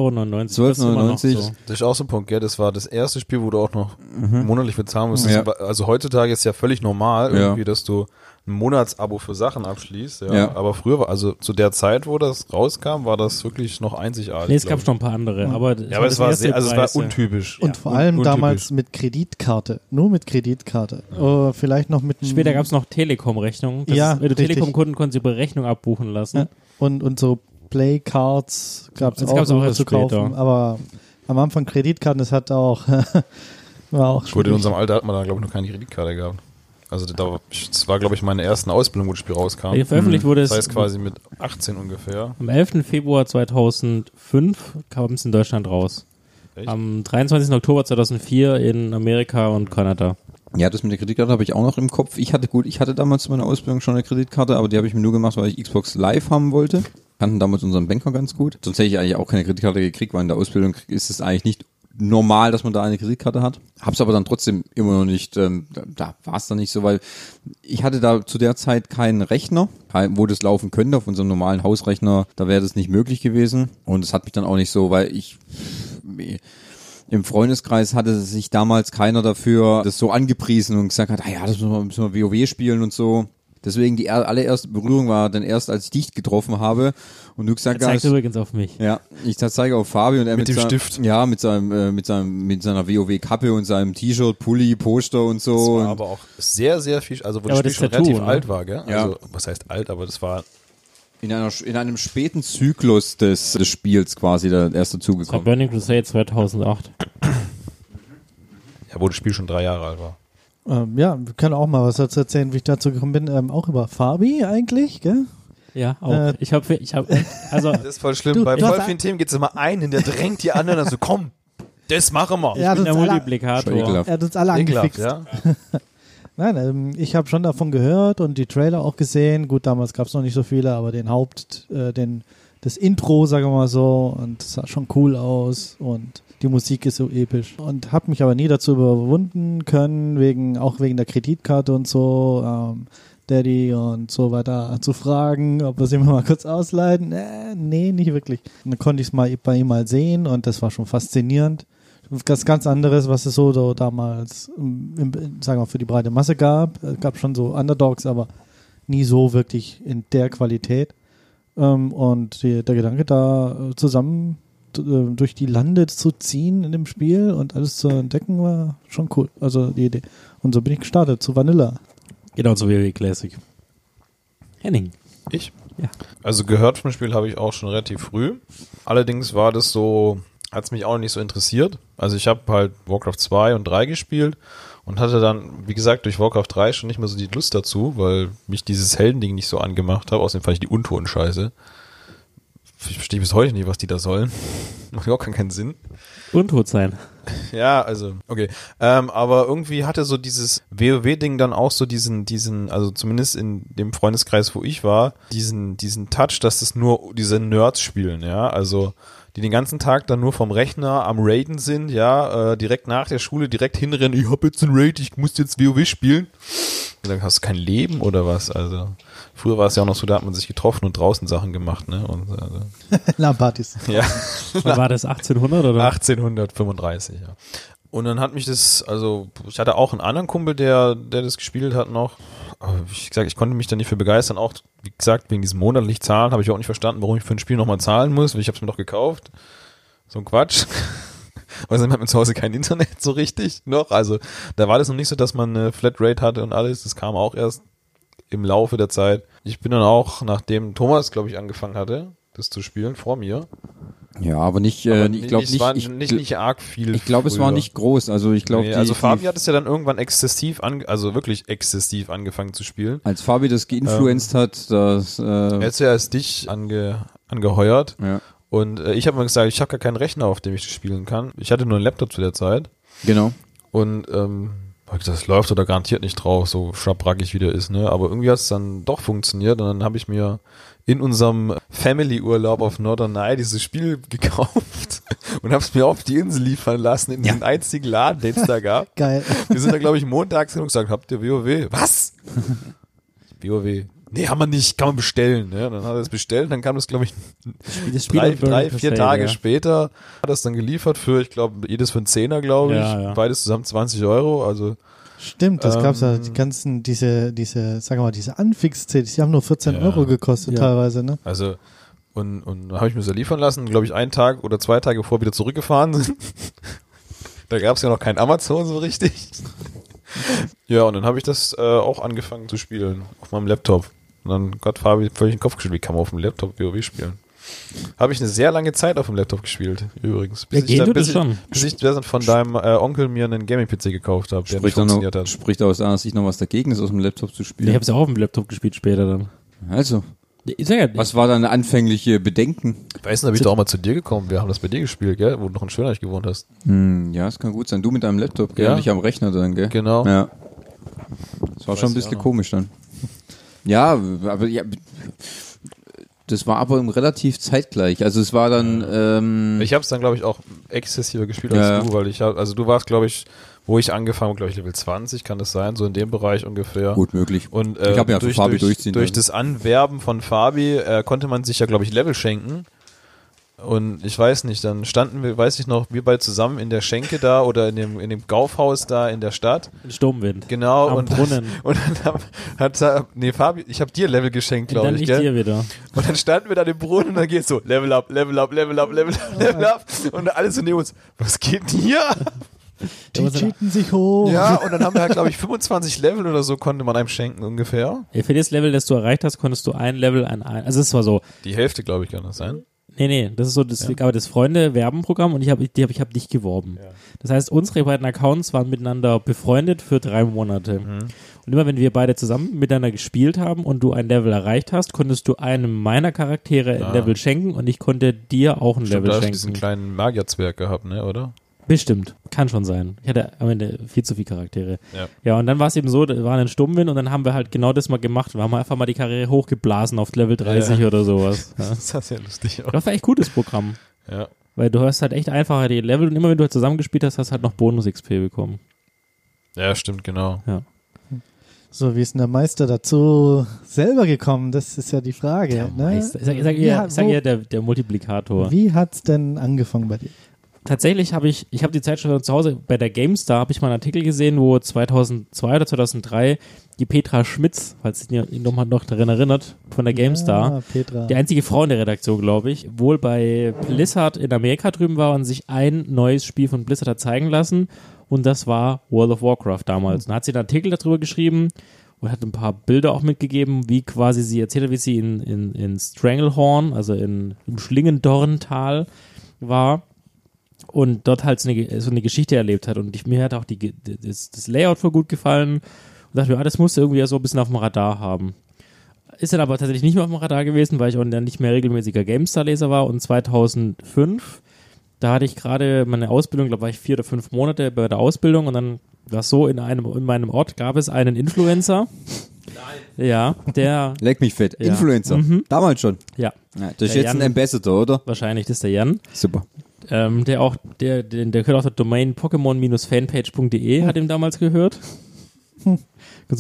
[SPEAKER 3] Euro.
[SPEAKER 4] 12,99
[SPEAKER 3] So.
[SPEAKER 1] Das ist auch so ein Punkt, gell? Das war das erste Spiel, wo du auch noch monatlich bezahlen musst.
[SPEAKER 4] Ja.
[SPEAKER 1] Also heutzutage ist Mhm. ja völlig normal,
[SPEAKER 4] Ja.
[SPEAKER 1] irgendwie, dass du ein Monatsabo für Sachen abschließt. Ja.
[SPEAKER 4] Ja.
[SPEAKER 1] Aber früher war, also zu der Zeit, wo das rauskam, war das wirklich noch einzigartig.
[SPEAKER 3] Nee, es gab
[SPEAKER 1] glaub ich.
[SPEAKER 3] schon ein paar andere, aber das
[SPEAKER 1] ja, aber es war,
[SPEAKER 3] erste
[SPEAKER 1] sehr, also es war
[SPEAKER 3] Preis, ja.
[SPEAKER 1] untypisch.
[SPEAKER 2] Und
[SPEAKER 1] Ja.
[SPEAKER 2] vor allem
[SPEAKER 1] Un- untypisch.
[SPEAKER 2] damals mit Kreditkarte. Nur mit Kreditkarte. Oh, vielleicht noch mit einem-
[SPEAKER 3] Später gab es noch Telekom-Rechnungen. Das
[SPEAKER 2] Ja,
[SPEAKER 3] ist- Wenn du
[SPEAKER 2] richtig.
[SPEAKER 3] Telekom-Kunden konntest du Berechnung abbuchen lassen.
[SPEAKER 2] Ja. und, und so Playcards gab es
[SPEAKER 3] ne? Das
[SPEAKER 2] auch,
[SPEAKER 3] gab's auch
[SPEAKER 2] um das
[SPEAKER 3] erst
[SPEAKER 2] zu
[SPEAKER 3] später.
[SPEAKER 2] kaufen. Aber am Anfang Kreditkarten, das hat auch, [LAUGHS] war auch
[SPEAKER 1] Gut, in
[SPEAKER 2] schwierig.
[SPEAKER 1] unserem Alter hat man da, glaube ich, noch keine Kreditkarte gehabt. Also da war, das war, glaube ich, meine ersten Ausbildung, wo das Spiel rauskam.
[SPEAKER 3] Äh, Veröffentlicht wurde es
[SPEAKER 1] Das heißt quasi mit 18 ungefähr.
[SPEAKER 3] am 11. Februar 2005 kam es in Deutschland raus.
[SPEAKER 1] Echt?
[SPEAKER 3] Am 23. Oktober 2004 in Amerika und Kanada.
[SPEAKER 4] Ja, das mit der Kreditkarte habe ich auch noch im Kopf. Ich hatte gut, ich hatte damals zu meiner Ausbildung schon eine Kreditkarte, aber die habe ich mir nur gemacht, weil ich Xbox Live haben wollte. Kannten damals unseren Banker ganz gut. Sonst hätte ich eigentlich auch keine Kreditkarte gekriegt, weil in der Ausbildung ist es eigentlich nicht normal, dass man da eine Kreditkarte hat. Hab's aber dann trotzdem immer noch nicht, ähm, da- da war es dann nicht so, weil ich hatte da zu der Zeit keinen Rechner, kein- wo das laufen könnte. Auf unserem normalen Hausrechner, da wäre das nicht möglich gewesen. Und es hat mich dann auch nicht so, weil ich im Freundeskreis hatte sich damals keiner dafür das so angepriesen und gesagt hat, ah ja, das müssen wir, müssen wir WoW spielen und so. Deswegen die er- allererste Berührung war dann erst, als ich dich getroffen habe und du gesagt
[SPEAKER 3] Zeigt
[SPEAKER 4] hast,
[SPEAKER 3] übrigens auf mich.
[SPEAKER 4] ja, ich zeige auf Fabi und er mit,
[SPEAKER 1] dem
[SPEAKER 4] seinem-
[SPEAKER 1] Stift.
[SPEAKER 4] Ja, mit seinem, äh, mit seinem, mit seiner WoW-Kappe und seinem T-Shirt, Pulli, Poster und so.
[SPEAKER 1] Das war
[SPEAKER 4] und
[SPEAKER 1] aber auch sehr, sehr viel, also wo
[SPEAKER 3] Ja,
[SPEAKER 1] das
[SPEAKER 3] aber
[SPEAKER 1] Spiel
[SPEAKER 3] das
[SPEAKER 1] schon relativ
[SPEAKER 3] Tattoo, ne?
[SPEAKER 1] alt war, gell?
[SPEAKER 4] Ja.
[SPEAKER 1] Also, was heißt alt, aber das war,
[SPEAKER 4] in, einer, in einem späten Zyklus des, des Spiels quasi der erst
[SPEAKER 3] Bei
[SPEAKER 4] dazugekommen.
[SPEAKER 3] Burning Crusade 2008.
[SPEAKER 1] ja, wo das Spiel schon drei Jahre alt war.
[SPEAKER 2] Ähm, ja, wir können auch mal was dazu erzählen, wie ich dazu gekommen bin. Ähm, auch über Fabi eigentlich, gell?
[SPEAKER 3] Ja, auch.
[SPEAKER 2] Äh,
[SPEAKER 3] ich habe, ich hab, also
[SPEAKER 1] Das ist voll schlimm.
[SPEAKER 2] Du,
[SPEAKER 1] Bei
[SPEAKER 2] du
[SPEAKER 1] voll
[SPEAKER 2] hast-
[SPEAKER 1] vielen Themen geht es immer einen, der drängt die anderen, also komm, das machen wir.
[SPEAKER 2] Ja,
[SPEAKER 3] ich bin der
[SPEAKER 2] das ist alle-
[SPEAKER 4] Schon ekelhaft.
[SPEAKER 3] Multiplikator.
[SPEAKER 2] Er hat uns alle
[SPEAKER 1] Ekelhaft,
[SPEAKER 2] angefixt.
[SPEAKER 1] ja.
[SPEAKER 2] Nein, ähm, ich habe schon davon gehört und die Trailer auch gesehen. Gut, damals gab es noch nicht so viele, aber den Haupt, äh, den, das Intro, sagen wir mal so, und es sah schon cool aus und die Musik ist so episch. Und habe mich aber nie dazu überwunden können, wegen, auch wegen der Kreditkarte und so. Ähm, Daddy und so weiter zu fragen, ob wir sie mir mal kurz ausleihen. Äh, nee, nicht wirklich. Und dann konnte ich es mal bei ihm mal sehen und das war schon faszinierend. Was ganz anderes, was es so, so damals, ähm, im, sagen wir mal, für die breite Masse gab. Es gab schon so Underdogs, aber nie so wirklich in der Qualität. Ähm, und die, der Gedanke, da äh, zusammen äh, durch die Lande zu ziehen in dem Spiel und alles zu entdecken, war schon cool. Also die Idee. Und so bin ich gestartet zu Vanilla. [LAUGHS]
[SPEAKER 3] Genau, zu WoW Classic. Henning.
[SPEAKER 1] Ich?
[SPEAKER 3] Ja.
[SPEAKER 1] Also gehört vom Spiel habe ich auch schon relativ früh. Allerdings war das so, hat es mich auch nicht so interessiert. Also ich habe halt Warcraft 2 und 3 gespielt und hatte dann, wie gesagt, durch Warcraft 3 schon nicht mehr so die Lust dazu, weil mich dieses Heldending nicht so angemacht hat. Außerdem fand ich die Untoten scheiße. Ich verstehe bis heute nicht, was die da sollen. [LAUGHS] Macht überhaupt gar keinen Sinn.
[SPEAKER 3] Untot sein.
[SPEAKER 1] Ja, also, okay. Ähm, aber irgendwie hatte so dieses WoW-Ding dann auch so diesen, diesen, also zumindest in dem Freundeskreis, wo ich war, diesen, diesen Touch, dass es nur diese Nerds spielen, ja. Also, die den ganzen Tag dann nur vom Rechner am Raiden sind, ja, äh, direkt nach der Schule direkt hinrennen, ich hab jetzt einen Raid, ich muss jetzt WoW spielen. Und dann hast du kein Leben oder was, also. Früher war es ja auch noch so, da hat man sich getroffen und draußen Sachen gemacht, ne? Und, also,
[SPEAKER 2] LAN-Partys.
[SPEAKER 1] ja.
[SPEAKER 3] Wann war das 1800 oder?
[SPEAKER 1] 1835, ja. Und dann hat mich das, also ich hatte auch einen anderen Kumpel, der, der das gespielt hat noch. Aber ich gesagt, ich konnte mich da nicht für begeistern. Auch, wie gesagt, wegen diesen monatlichen Zahlen habe ich auch nicht verstanden, warum ich für ein Spiel nochmal zahlen muss, weil ich habe es mir doch gekauft. So ein Quatsch. [LAUGHS] Außerdem hat man zu Hause kein Internet so richtig noch. Also da war das noch nicht so, dass man eine Flatrate hatte und alles. Das kam auch erst im Laufe der Zeit. Ich bin dann auch, nachdem Thomas, glaube ich, angefangen hatte, das zu spielen, vor mir.
[SPEAKER 4] Ja, aber nicht, äh,
[SPEAKER 1] Aber
[SPEAKER 4] ich glaube
[SPEAKER 1] es war
[SPEAKER 4] nicht, ich,
[SPEAKER 1] nicht, nicht arg viel.
[SPEAKER 4] ich glaube, es war
[SPEAKER 1] früher.
[SPEAKER 4] nicht groß. Also ich glaube,
[SPEAKER 1] nee,
[SPEAKER 4] die-
[SPEAKER 1] also
[SPEAKER 4] die-
[SPEAKER 1] Fabi hat es ja dann irgendwann exzessiv, an, also wirklich exzessiv angefangen zu spielen.
[SPEAKER 4] als Fabi das geinfluenced
[SPEAKER 1] Ähm,
[SPEAKER 4] hat, das
[SPEAKER 1] Er
[SPEAKER 4] äh,
[SPEAKER 1] hat ja erst dich ange, angeheuert
[SPEAKER 4] ja,
[SPEAKER 1] und äh, ich habe mal gesagt, ich habe gar keinen Rechner, auf dem ich das spielen kann. Ich hatte nur einen Laptop zu der Zeit
[SPEAKER 4] genau.
[SPEAKER 1] und ähm, hab ich gesagt, das läuft oder garantiert nicht drauf, so schabrackig wie der ist, ne? Aber irgendwie hat es dann doch funktioniert und dann habe ich mir in unserem Family-Urlaub auf Norderney dieses Spiel [LAUGHS] gekauft und habe es mir auf die Insel liefern lassen, in den einzigen Laden, den es da gab.
[SPEAKER 2] Geil.
[SPEAKER 1] Wir sind da, glaube ich, montags hin und gesagt, habt ihr WoW? Was? WoW. Nee, haben wir nicht, kann man bestellen. Ne? Und Dann hat er es bestellt, dann kam das, glaube ich,
[SPEAKER 3] Das Spiel
[SPEAKER 1] drei,
[SPEAKER 3] hat Burning
[SPEAKER 1] drei
[SPEAKER 3] for
[SPEAKER 1] vier
[SPEAKER 3] Sale,
[SPEAKER 1] Tage
[SPEAKER 3] ja.
[SPEAKER 1] später, hat er es dann geliefert für, ich glaube, jedes für einen Zehner, glaube ich.
[SPEAKER 3] Ja, ja.
[SPEAKER 1] Beides zusammen 20 Euro. Also
[SPEAKER 2] Stimmt, das
[SPEAKER 1] Ähm,
[SPEAKER 2] gab's ja die ganzen, diese, diese, sagen wir mal, diese Anfix-CDs, die haben nur 14
[SPEAKER 1] Ja.
[SPEAKER 2] Euro gekostet
[SPEAKER 3] Ja.
[SPEAKER 2] teilweise, ne?
[SPEAKER 1] Also, und, und habe ich mir so liefern lassen, glaube ich, einen Tag oder zwei Tage bevor wir wieder zurückgefahren sind. [LAUGHS] da gab es ja noch kein Amazon so richtig. [LAUGHS] ja, und dann habe ich das äh, auch angefangen zu spielen auf meinem Laptop. Und dann Gott Fabi völlig den Kopf geschüttelt, wie kann man auf dem Laptop WoW spielen? Habe ich eine sehr lange Zeit auf dem Laptop gespielt, übrigens.
[SPEAKER 3] Ja, geht tut
[SPEAKER 1] bis,
[SPEAKER 3] es
[SPEAKER 1] ich,
[SPEAKER 3] schon.
[SPEAKER 1] bis ich dann von deinem äh, Onkel mir einen Gaming-PC gekauft habe, der nicht
[SPEAKER 4] Spricht, da
[SPEAKER 1] funktioniert
[SPEAKER 4] noch,
[SPEAKER 1] hat.
[SPEAKER 4] spricht aus einer Sicht noch was dagegen ist, aus dem Laptop zu
[SPEAKER 3] Ich
[SPEAKER 4] spielen.
[SPEAKER 3] hab's ja auch auf dem Laptop gespielt später dann.
[SPEAKER 4] Also,
[SPEAKER 3] Ich sag ja,
[SPEAKER 4] was war deine anfängliche Bedenken?
[SPEAKER 1] Ich weiß nicht, ob ich da auch mal zu dir gekommen Wir haben das bei dir gespielt, gell? Wo du noch in Schönreich gewohnt hast.
[SPEAKER 4] Hm, ja, es kann gut sein. Du mit deinem Laptop, gell?
[SPEAKER 1] Ja.
[SPEAKER 4] Und ich am Rechner dann, gell?
[SPEAKER 1] Genau.
[SPEAKER 4] Ja. Das war schon ein
[SPEAKER 1] ich auch
[SPEAKER 4] bisschen
[SPEAKER 1] noch.
[SPEAKER 4] komisch dann. Ja, aber ja, das war aber im relativ zeitgleich. Also es war dann, ähm,
[SPEAKER 1] Ich habe es dann, glaube ich, auch exzessiver gespielt
[SPEAKER 4] Ja, ja.
[SPEAKER 1] als du, weil ich hab, also du warst, glaube ich, wo ich angefangen habe, glaube ich, Level 20, kann das sein, so in dem Bereich ungefähr.
[SPEAKER 4] gut möglich.
[SPEAKER 1] Und äh,
[SPEAKER 4] Ich hab ja für
[SPEAKER 1] durch,
[SPEAKER 4] Fabi
[SPEAKER 1] durch,
[SPEAKER 4] durchziehen
[SPEAKER 1] durch
[SPEAKER 4] lassen.
[SPEAKER 1] das Anwerben von Fabi äh, konnte man sich ja, glaube ich, Level schenken. Und ich weiß nicht, dann standen wir, weiß ich noch, wir beide zusammen in der Schenke da oder in dem, in dem Gaufhaus da in der Stadt.
[SPEAKER 3] Sturmwind.
[SPEAKER 1] Genau.
[SPEAKER 3] Am
[SPEAKER 1] und [LAUGHS]
[SPEAKER 3] Brunnen.
[SPEAKER 1] und dann hab, hat, hab- nee, Fabi, ich habe dir Level geschenkt,
[SPEAKER 3] Und
[SPEAKER 1] glaube
[SPEAKER 3] dann
[SPEAKER 1] ich,
[SPEAKER 3] ich
[SPEAKER 1] gell?
[SPEAKER 3] dir wieder.
[SPEAKER 1] Und dann standen wir da im Brunnen und dann geht's so, Level up, Level up, Level up, Level up, Level up. Und alles so neben uns, was geht denn hier?
[SPEAKER 2] Die cheaten sich hoch.
[SPEAKER 1] Ja, und dann haben wir halt, glaube ich, 25 Level oder so konnte man einem schenken ungefähr.
[SPEAKER 3] Ja, Für das Level, das du erreicht hast, konntest du ein Level an ein. Also es war so,
[SPEAKER 1] Die Hälfte, glaube ich, kann das sein.
[SPEAKER 3] Nee, nee, das ist so das, aber das Freunde-Werben-Programm und ich habe die hab, ich hab dich geworben. Das heißt, unsere beiden Accounts waren miteinander befreundet für drei Monate.
[SPEAKER 1] Mhm.
[SPEAKER 3] Und immer wenn wir beide zusammen miteinander gespielt haben und du ein Level erreicht hast, konntest du einem meiner Charaktere ein Level schenken und ich konnte dir auch ein
[SPEAKER 1] Ah. Stimmt, da
[SPEAKER 3] Level
[SPEAKER 1] hast du diesen
[SPEAKER 3] schenken.
[SPEAKER 1] kleinen Magierzwerg gehabt, ne, oder?
[SPEAKER 3] Bestimmt, kann schon sein. Ich hatte am Ende viel zu viele Charaktere.
[SPEAKER 1] Ja.
[SPEAKER 3] und dann war es eben so, da war ein Sturmwind und dann haben wir halt genau das mal gemacht. Wir haben einfach mal die Karriere hochgeblasen auf Level 30 oder sowas. Ja.
[SPEAKER 1] Das sah sehr lustig aus.
[SPEAKER 3] Das war echt gutes Programm.
[SPEAKER 1] Ja.
[SPEAKER 3] Weil du hast halt echt einfacher die Level und immer wenn du halt zusammengespielt hast, hast du halt noch Bonus-XP bekommen.
[SPEAKER 1] ja, stimmt, genau.
[SPEAKER 2] So, wie ist denn der Meister dazu selber gekommen? Das ist ja die Frage.
[SPEAKER 3] Der
[SPEAKER 2] ne?
[SPEAKER 3] Meister. Ich sag, ich sag,
[SPEAKER 2] Wie
[SPEAKER 3] ja,
[SPEAKER 2] hat-
[SPEAKER 3] ich sag
[SPEAKER 2] wo-
[SPEAKER 3] ja der, der Multiplikator.
[SPEAKER 2] Wie hat's denn angefangen bei dir?
[SPEAKER 3] Tatsächlich habe ich, ich habe die Zeitschrift zu Hause, bei der GameStar habe ich mal einen Artikel gesehen, wo 2002 oder 2003 die Petra Schmitz, falls ihr ihn noch, noch daran erinnert, von der GameStar,
[SPEAKER 2] Ja, Ah, Petra.
[SPEAKER 3] die einzige Frau in der Redaktion, glaube ich, wohl bei Blizzard in Amerika drüben war und sich ein neues Spiel von Blizzard hat zeigen lassen. Und das war World of Warcraft damals. Und hat sie einen Artikel darüber geschrieben und hat ein paar Bilder auch mitgegeben, wie quasi sie erzählt hat, wie sie in, in, in Stranglehorn, also in, im Schlingendorntal war und dort halt so eine, so eine Geschichte erlebt hat. Und ich, mir hat auch die, Ge- das, das Layout voll gut gefallen und dachte mir, ah, das musst du irgendwie so ein bisschen auf dem Radar haben. Ist dann aber tatsächlich nicht mehr auf dem Radar gewesen, weil ich auch dann nicht mehr regelmäßiger GameStar-Leser war. Und 2005, da hatte ich gerade meine Ausbildung, glaube war ich vier oder fünf Monate bei der Ausbildung und dann war es so, in, einem, in meinem Ort gab es einen Influencer. Nein. Ja, der,
[SPEAKER 4] Leck mich fett.
[SPEAKER 3] Ja. Mhm.
[SPEAKER 4] Influencer. Damals schon.
[SPEAKER 3] ja,
[SPEAKER 4] Ja, das ist
[SPEAKER 3] Der
[SPEAKER 4] jetzt
[SPEAKER 3] Jan-
[SPEAKER 4] ein Ambassador, oder?
[SPEAKER 3] wahrscheinlich das ist der Jan.
[SPEAKER 4] Super.
[SPEAKER 3] Ähm, der auch, der, der, der gehört auch der Domain Pokémon-Fanpage.de, hat ihm damals gehört. Kannst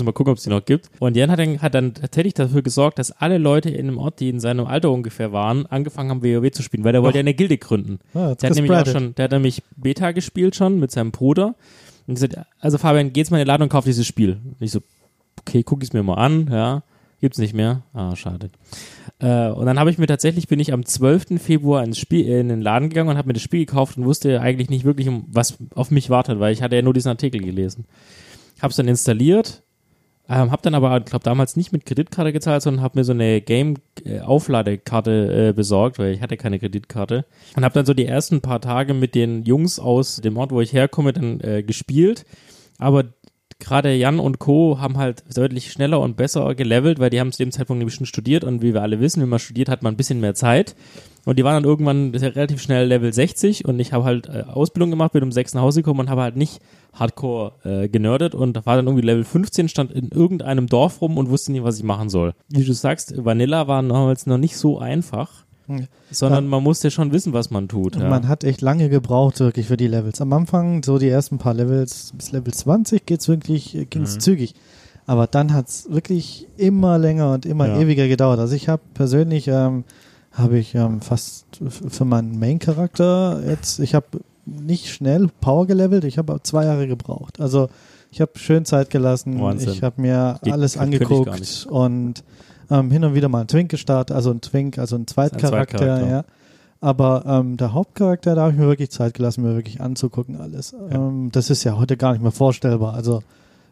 [SPEAKER 3] du mal gucken, ob es die noch gibt. Und Jan hat dann, hat dann tatsächlich dafür gesorgt, dass alle Leute in dem Ort, die in seinem Alter ungefähr waren, angefangen haben, WoW zu spielen, weil der wollte ja eine Gilde gründen.
[SPEAKER 2] Ah, hat's
[SPEAKER 3] Der hat nämlich auch
[SPEAKER 2] gespreadet.
[SPEAKER 3] schon, der hat nämlich Beta gespielt schon mit seinem Bruder. Und gesagt, also Fabian, geht's mal in den Laden und kauf dieses Spiel. Und ich so, okay, guck ich's mir mal an, ja. Gibt's nicht mehr. Ah, schade. Äh, und dann habe ich mir tatsächlich, bin ich am 12. Februar ins Spiel, äh, in den Laden gegangen und habe mir das Spiel gekauft und wusste eigentlich nicht wirklich, um- was auf mich wartet, weil ich hatte ja nur diesen Artikel gelesen. Hab's dann installiert, ähm, hab dann aber, glaube damals nicht mit Kreditkarte gezahlt, sondern hab mir so eine Game-Aufladekarte äh, besorgt, weil ich hatte keine Kreditkarte. Und hab dann so die ersten paar Tage mit den Jungs aus dem Ort, wo ich herkomme, dann äh, gespielt. Aber gerade Jan und Co. haben halt deutlich schneller und besser gelevelt, weil die haben zu dem Zeitpunkt nämlich schon studiert und wie wir alle wissen, wenn man studiert, hat man ein bisschen mehr Zeit. Und die waren dann irgendwann sehr- relativ schnell Level 60 und ich habe halt äh, Ausbildung gemacht, bin um 6 nach Hause gekommen und habe halt nicht hardcore äh, generdet und war dann irgendwie Level 15, stand in irgendeinem Dorf rum und wusste nicht, was ich machen soll. Wie du sagst, Vanilla war damals noch nicht so einfach, sondern man musste schon wissen, was man tut.
[SPEAKER 2] Hm. Und
[SPEAKER 3] Ja.
[SPEAKER 2] Man hat echt lange gebraucht, wirklich, für die Levels. Am Anfang, so die ersten paar Levels, bis Level 20 geht's wirklich, äh, ging's
[SPEAKER 3] Mhm.
[SPEAKER 2] zügig. Aber dann hat's wirklich immer länger und immer
[SPEAKER 3] Ja.
[SPEAKER 2] ewiger gedauert. Also ich habe persönlich, ähm, habe ich ähm, fast f- für meinen Main-Charakter jetzt, ich habe nicht schnell Power gelevelt, ich habe zwei Jahre gebraucht. Also ich habe schön Zeit gelassen,
[SPEAKER 3] Wahnsinn.
[SPEAKER 2] ich habe mir
[SPEAKER 3] Geht-
[SPEAKER 2] alles
[SPEAKER 3] kann- könnte ich gar
[SPEAKER 2] angeguckt
[SPEAKER 3] nicht.
[SPEAKER 2] und ähm, hin und wieder mal ein Twink gestartet, also ein Twink, also ein Zweitcharakter,
[SPEAKER 3] Zweitcharakter.
[SPEAKER 2] ja. Aber ähm, der Hauptcharakter, da habe ich mir wirklich Zeit gelassen, mir wirklich anzugucken alles. Ähm, das ist ja heute gar nicht mehr vorstellbar. Also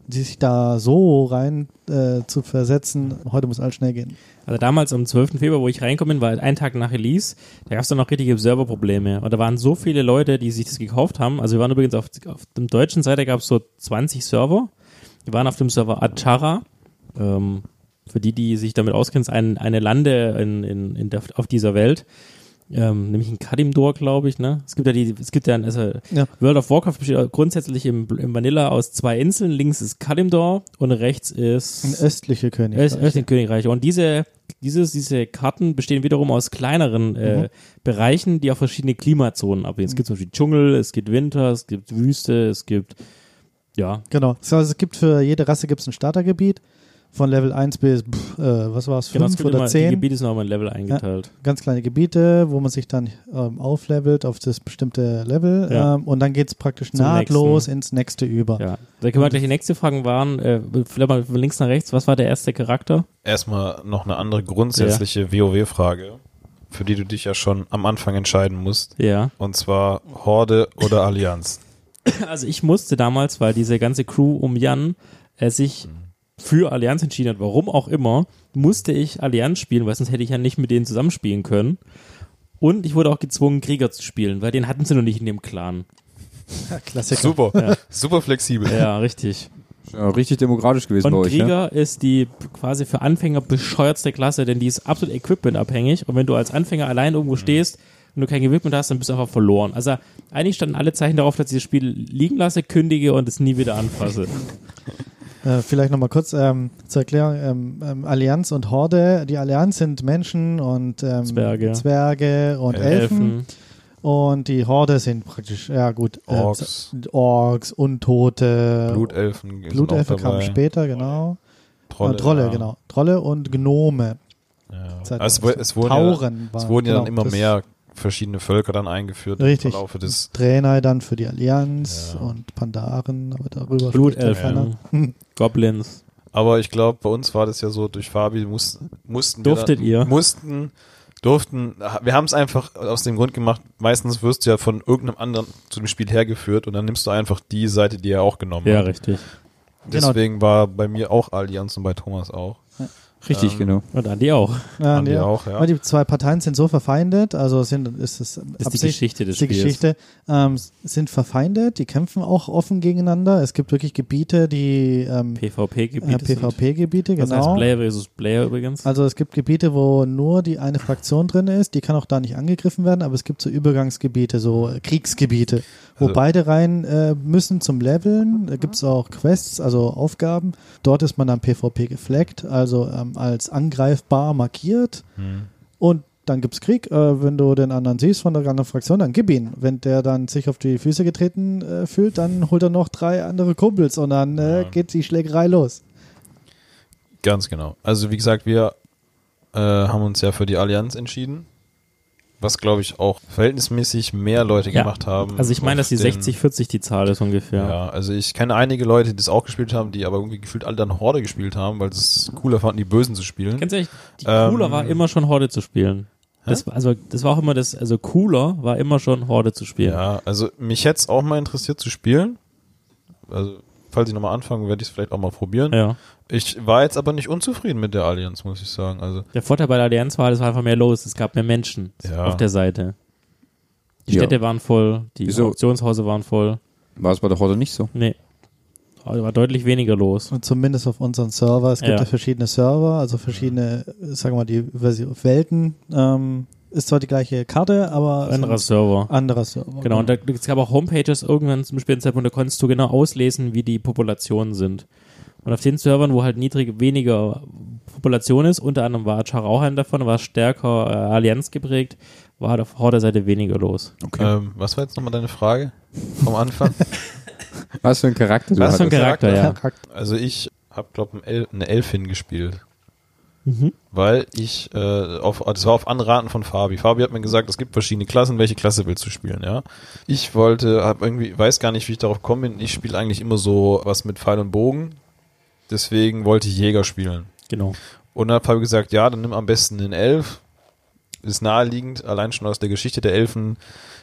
[SPEAKER 2] die sich da so rein äh, zu versetzen, heute muss alles schnell gehen.
[SPEAKER 3] Also damals am 12. Februar, wo ich reinkommen bin, war halt ein Tag nach Release, da gab es dann noch richtige Serverprobleme. Und da waren so viele Leute, die sich das gekauft haben. Also wir waren übrigens auf, auf dem deutschen Seite gab es so 20 Server. Wir waren auf dem Server Achara. Ähm, für die, die sich damit auskennen, ist ein, eine Lande in, in, in der, auf dieser Welt. Ähm, nämlich in Kadimdor, glaube ich, ne? Es gibt ja die, es gibt ja, ein- also
[SPEAKER 2] Ja.
[SPEAKER 3] World of Warcraft besteht grundsätzlich im, im Vanilla aus zwei Inseln. Links ist Kadimdor und rechts ist
[SPEAKER 2] Ein östliche König.
[SPEAKER 3] Öst, östlichen Königreich. Und diese, dieses, diese Karten bestehen wiederum aus kleineren äh, Bereichen, die auf verschiedene Klimazonen abgehen. Es gibt zum Beispiel Dschungel, es gibt Winter, es gibt Wüste, es gibt ja,
[SPEAKER 2] Genau. So, Also es gibt für jede Rasse gibt es ein Startergebiet von Level 1 bis pff, äh, was war es,
[SPEAKER 3] genau, es
[SPEAKER 2] 5
[SPEAKER 3] gibt
[SPEAKER 2] oder
[SPEAKER 3] immer, die
[SPEAKER 2] 10.
[SPEAKER 3] Gebiete sind nochmal in Level eingeteilt.
[SPEAKER 2] Ganz kleine Gebiete, wo man sich dann ähm, auflevelt auf das bestimmte Level
[SPEAKER 3] Ja.
[SPEAKER 2] ähm, und dann geht es praktisch
[SPEAKER 3] Zum
[SPEAKER 2] nahtlos ins nächste über.
[SPEAKER 3] Ja. Da können wir gleich die nächste Frage waren, äh, vielleicht mal von links nach rechts, was war der erste Charakter?
[SPEAKER 1] Erstmal noch eine andere grundsätzliche WoW-Frage, für die du dich ja schon am Anfang entscheiden musst.
[SPEAKER 3] Ja.
[SPEAKER 1] Und zwar Horde oder Allianz.
[SPEAKER 3] Also ich musste damals, weil diese ganze Crew um Jan äh, sich für Allianz entschieden hat, warum auch immer, musste ich Allianz spielen, weil sonst hätte ich ja nicht mit denen zusammenspielen können. Und ich wurde auch gezwungen, Krieger zu spielen, weil den hatten sie noch nicht in dem Clan.
[SPEAKER 2] Klassiker.
[SPEAKER 1] Super, super flexibel.
[SPEAKER 3] Ja, richtig.
[SPEAKER 4] Ja, richtig demokratisch gewesen bei
[SPEAKER 3] Und
[SPEAKER 4] euch. Ne?
[SPEAKER 3] Krieger ist die quasi für Anfänger bescheuertste Klasse, denn die ist absolut equipmentabhängig. Und wenn du als Anfänger allein irgendwo
[SPEAKER 4] Mhm.
[SPEAKER 3] stehst und du kein Equipment hast, dann bist du einfach verloren. Also eigentlich standen alle Zeichen darauf, dass ich das Spiel liegen lasse, kündige und es nie wieder anfasse.
[SPEAKER 2] Äh, vielleicht nochmal kurz ähm, zur Erklärung. Ähm, ähm, Allianz und Horde. Die Allianz sind Menschen und ähm,
[SPEAKER 3] Zwerge.
[SPEAKER 2] Zwerge und Elfen. Und die Horde sind praktisch, ja gut, äh,
[SPEAKER 1] Orks.
[SPEAKER 2] Z- Orks, Untote.
[SPEAKER 1] Blutelfen sind auch
[SPEAKER 2] Blutelfe kamen
[SPEAKER 1] dabei.
[SPEAKER 2] später, genau.
[SPEAKER 1] Trolle.
[SPEAKER 2] äh, Trolle,
[SPEAKER 1] ja.
[SPEAKER 2] genau. Trolle und Gnome.
[SPEAKER 1] Ja.
[SPEAKER 2] Zeit-
[SPEAKER 1] Also es, es wurden,
[SPEAKER 2] Tauren
[SPEAKER 1] ja, es
[SPEAKER 2] waren-
[SPEAKER 1] wurden ja dann
[SPEAKER 2] genau,
[SPEAKER 1] immer
[SPEAKER 2] das-
[SPEAKER 1] mehr verschiedene Völker dann eingeführt
[SPEAKER 2] Richtig.
[SPEAKER 1] im Verlaufe des
[SPEAKER 2] Draenei dann für die Allianz
[SPEAKER 1] Ja.
[SPEAKER 2] und Pandaren, aber darüber spricht dann keiner.
[SPEAKER 3] Blutelfen, [LAUGHS] Goblins.
[SPEAKER 1] Aber ich glaube, bei uns war das ja so, durch Fabi muss, mussten
[SPEAKER 3] Durftet
[SPEAKER 1] wir
[SPEAKER 3] ihr?
[SPEAKER 1] dann, Mussten, durften. Wir haben es einfach aus dem Grund gemacht, meistens wirst du ja von irgendeinem anderen zu dem Spiel hergeführt und dann nimmst du einfach die Seite, die er auch genommen
[SPEAKER 3] Ja,
[SPEAKER 1] hat.
[SPEAKER 3] richtig.
[SPEAKER 2] genau.
[SPEAKER 1] Deswegen war bei mir auch Allianz und bei Thomas auch.
[SPEAKER 4] Richtig,
[SPEAKER 1] Ähm,
[SPEAKER 4] genau.
[SPEAKER 3] Und Andi auch.
[SPEAKER 2] Ja,
[SPEAKER 1] Haben
[SPEAKER 2] nee,
[SPEAKER 1] wir auch, ja.
[SPEAKER 2] aber die zwei Parteien sind so verfeindet, also sind, ist es
[SPEAKER 3] Das ist die
[SPEAKER 2] absicht-
[SPEAKER 3] Geschichte des
[SPEAKER 2] ist die
[SPEAKER 3] Spiels.
[SPEAKER 2] Geschichte, ähm, s- sind verfeindet, die kämpfen auch offen gegeneinander. Es gibt wirklich Gebiete, die ähm, äh,
[SPEAKER 3] PvP-Gebiete.
[SPEAKER 2] PvP-Gebiete,
[SPEAKER 3] Das
[SPEAKER 2] genau.
[SPEAKER 3] heißt Player versus Player übrigens.
[SPEAKER 2] Also es gibt Gebiete, wo nur die eine Fraktion drin ist, die kann auch da nicht angegriffen werden, aber es gibt so Übergangsgebiete, so äh, Kriegsgebiete, wo
[SPEAKER 1] Also-
[SPEAKER 2] beide rein äh, müssen zum Leveln. Da gibt es auch Quests, also Aufgaben. Dort ist man dann PvP gefleckt, also ähm, als angreifbar markiert.
[SPEAKER 1] Hm.
[SPEAKER 2] Und dann gibt's Krieg. Äh, wenn du den anderen siehst von der anderen Fraktion, dann gib ihn. Wenn der dann sich auf die Füße getreten äh, fühlt, dann holt er noch drei andere Kumpels und dann äh,
[SPEAKER 1] Ja.
[SPEAKER 2] geht die Schlägerei los.
[SPEAKER 1] Ganz genau. Also wie gesagt, wir äh, haben uns ja für die Allianz entschieden. Was, glaube ich, auch verhältnismäßig mehr Leute
[SPEAKER 3] Ja.
[SPEAKER 1] gemacht haben.
[SPEAKER 3] Also ich meine, dass
[SPEAKER 1] auf
[SPEAKER 3] die
[SPEAKER 1] den-
[SPEAKER 3] 60, 40 die Zahl ist ungefähr.
[SPEAKER 1] Ja. also ich kenne einige Leute, die das auch gespielt haben, die aber irgendwie gefühlt alle dann Horde gespielt haben, weil sie es cooler fanden, die Bösen zu spielen.
[SPEAKER 3] Ganz ehrlich, die
[SPEAKER 1] Ähm,
[SPEAKER 3] cooler war immer schon Horde zu spielen. Das, war- also das war auch immer das, also cooler war immer schon Horde zu spielen.
[SPEAKER 1] Ja, also mich hätte es auch mal interessiert zu spielen. Also, falls ich nochmal anfange, werde ich es vielleicht auch mal probieren.
[SPEAKER 3] Ja.
[SPEAKER 1] Ich war jetzt aber nicht unzufrieden mit der Allianz, muss ich sagen. Also,
[SPEAKER 3] Der Vorteil bei der Allianz war, es war einfach mehr los, es gab mehr Menschen
[SPEAKER 1] Ja.
[SPEAKER 3] auf der Seite. Die
[SPEAKER 4] Ja.
[SPEAKER 3] Städte waren voll, die
[SPEAKER 4] Wieso?
[SPEAKER 3] Auktionshäuser waren voll.
[SPEAKER 4] War es bei der Horde nicht so?
[SPEAKER 3] Nee. Also war deutlich weniger los.
[SPEAKER 2] Und zumindest auf unseren Server. Es gibt
[SPEAKER 3] Ja.
[SPEAKER 2] ja, verschiedene Server, also verschiedene, äh, sagen wir mal, die Versi- Welten. Ähm, ist zwar die gleiche Karte, aber
[SPEAKER 3] Anderer
[SPEAKER 2] sonst-
[SPEAKER 3] Server.
[SPEAKER 2] anderer Server.
[SPEAKER 3] Genau, und da, es gab auch Homepages irgendwann zum späten Zeitpunkt, da konntest du genau auslesen, wie die Populationen sind. Und auf den Servern, wo halt niedrig weniger Population ist, unter anderem war Charauheim davon, war stärker äh, Allianz geprägt, war halt auf Horde-Seite weniger los.
[SPEAKER 4] Äh,
[SPEAKER 1] ähm, was war jetzt nochmal deine Frage vom Anfang?
[SPEAKER 4] Was für ein Charakter du
[SPEAKER 1] Was
[SPEAKER 3] Was für ein
[SPEAKER 1] das
[SPEAKER 3] Charakter,
[SPEAKER 1] sagt-
[SPEAKER 3] ja.
[SPEAKER 1] [LAUGHS] also ich habe, glaube ich, El eine Elfin gespielt.
[SPEAKER 3] Mhm.
[SPEAKER 1] Weil ich, äh, auf, das war auf Anraten von Fabi. Fabi hat mir gesagt, es gibt verschiedene Klassen, welche Klasse willst du spielen, ja? Ich wollte, hab irgendwie, weiß gar nicht, wie ich darauf gekommen bin. Ich spiele eigentlich immer so was mit Pfeil und Bogen. Deswegen wollte ich Jäger spielen.
[SPEAKER 3] Genau.
[SPEAKER 1] Und dann hat Fabi gesagt, ja, dann nimm am besten den Elf. Ist naheliegend, allein schon aus der Geschichte der Elfen.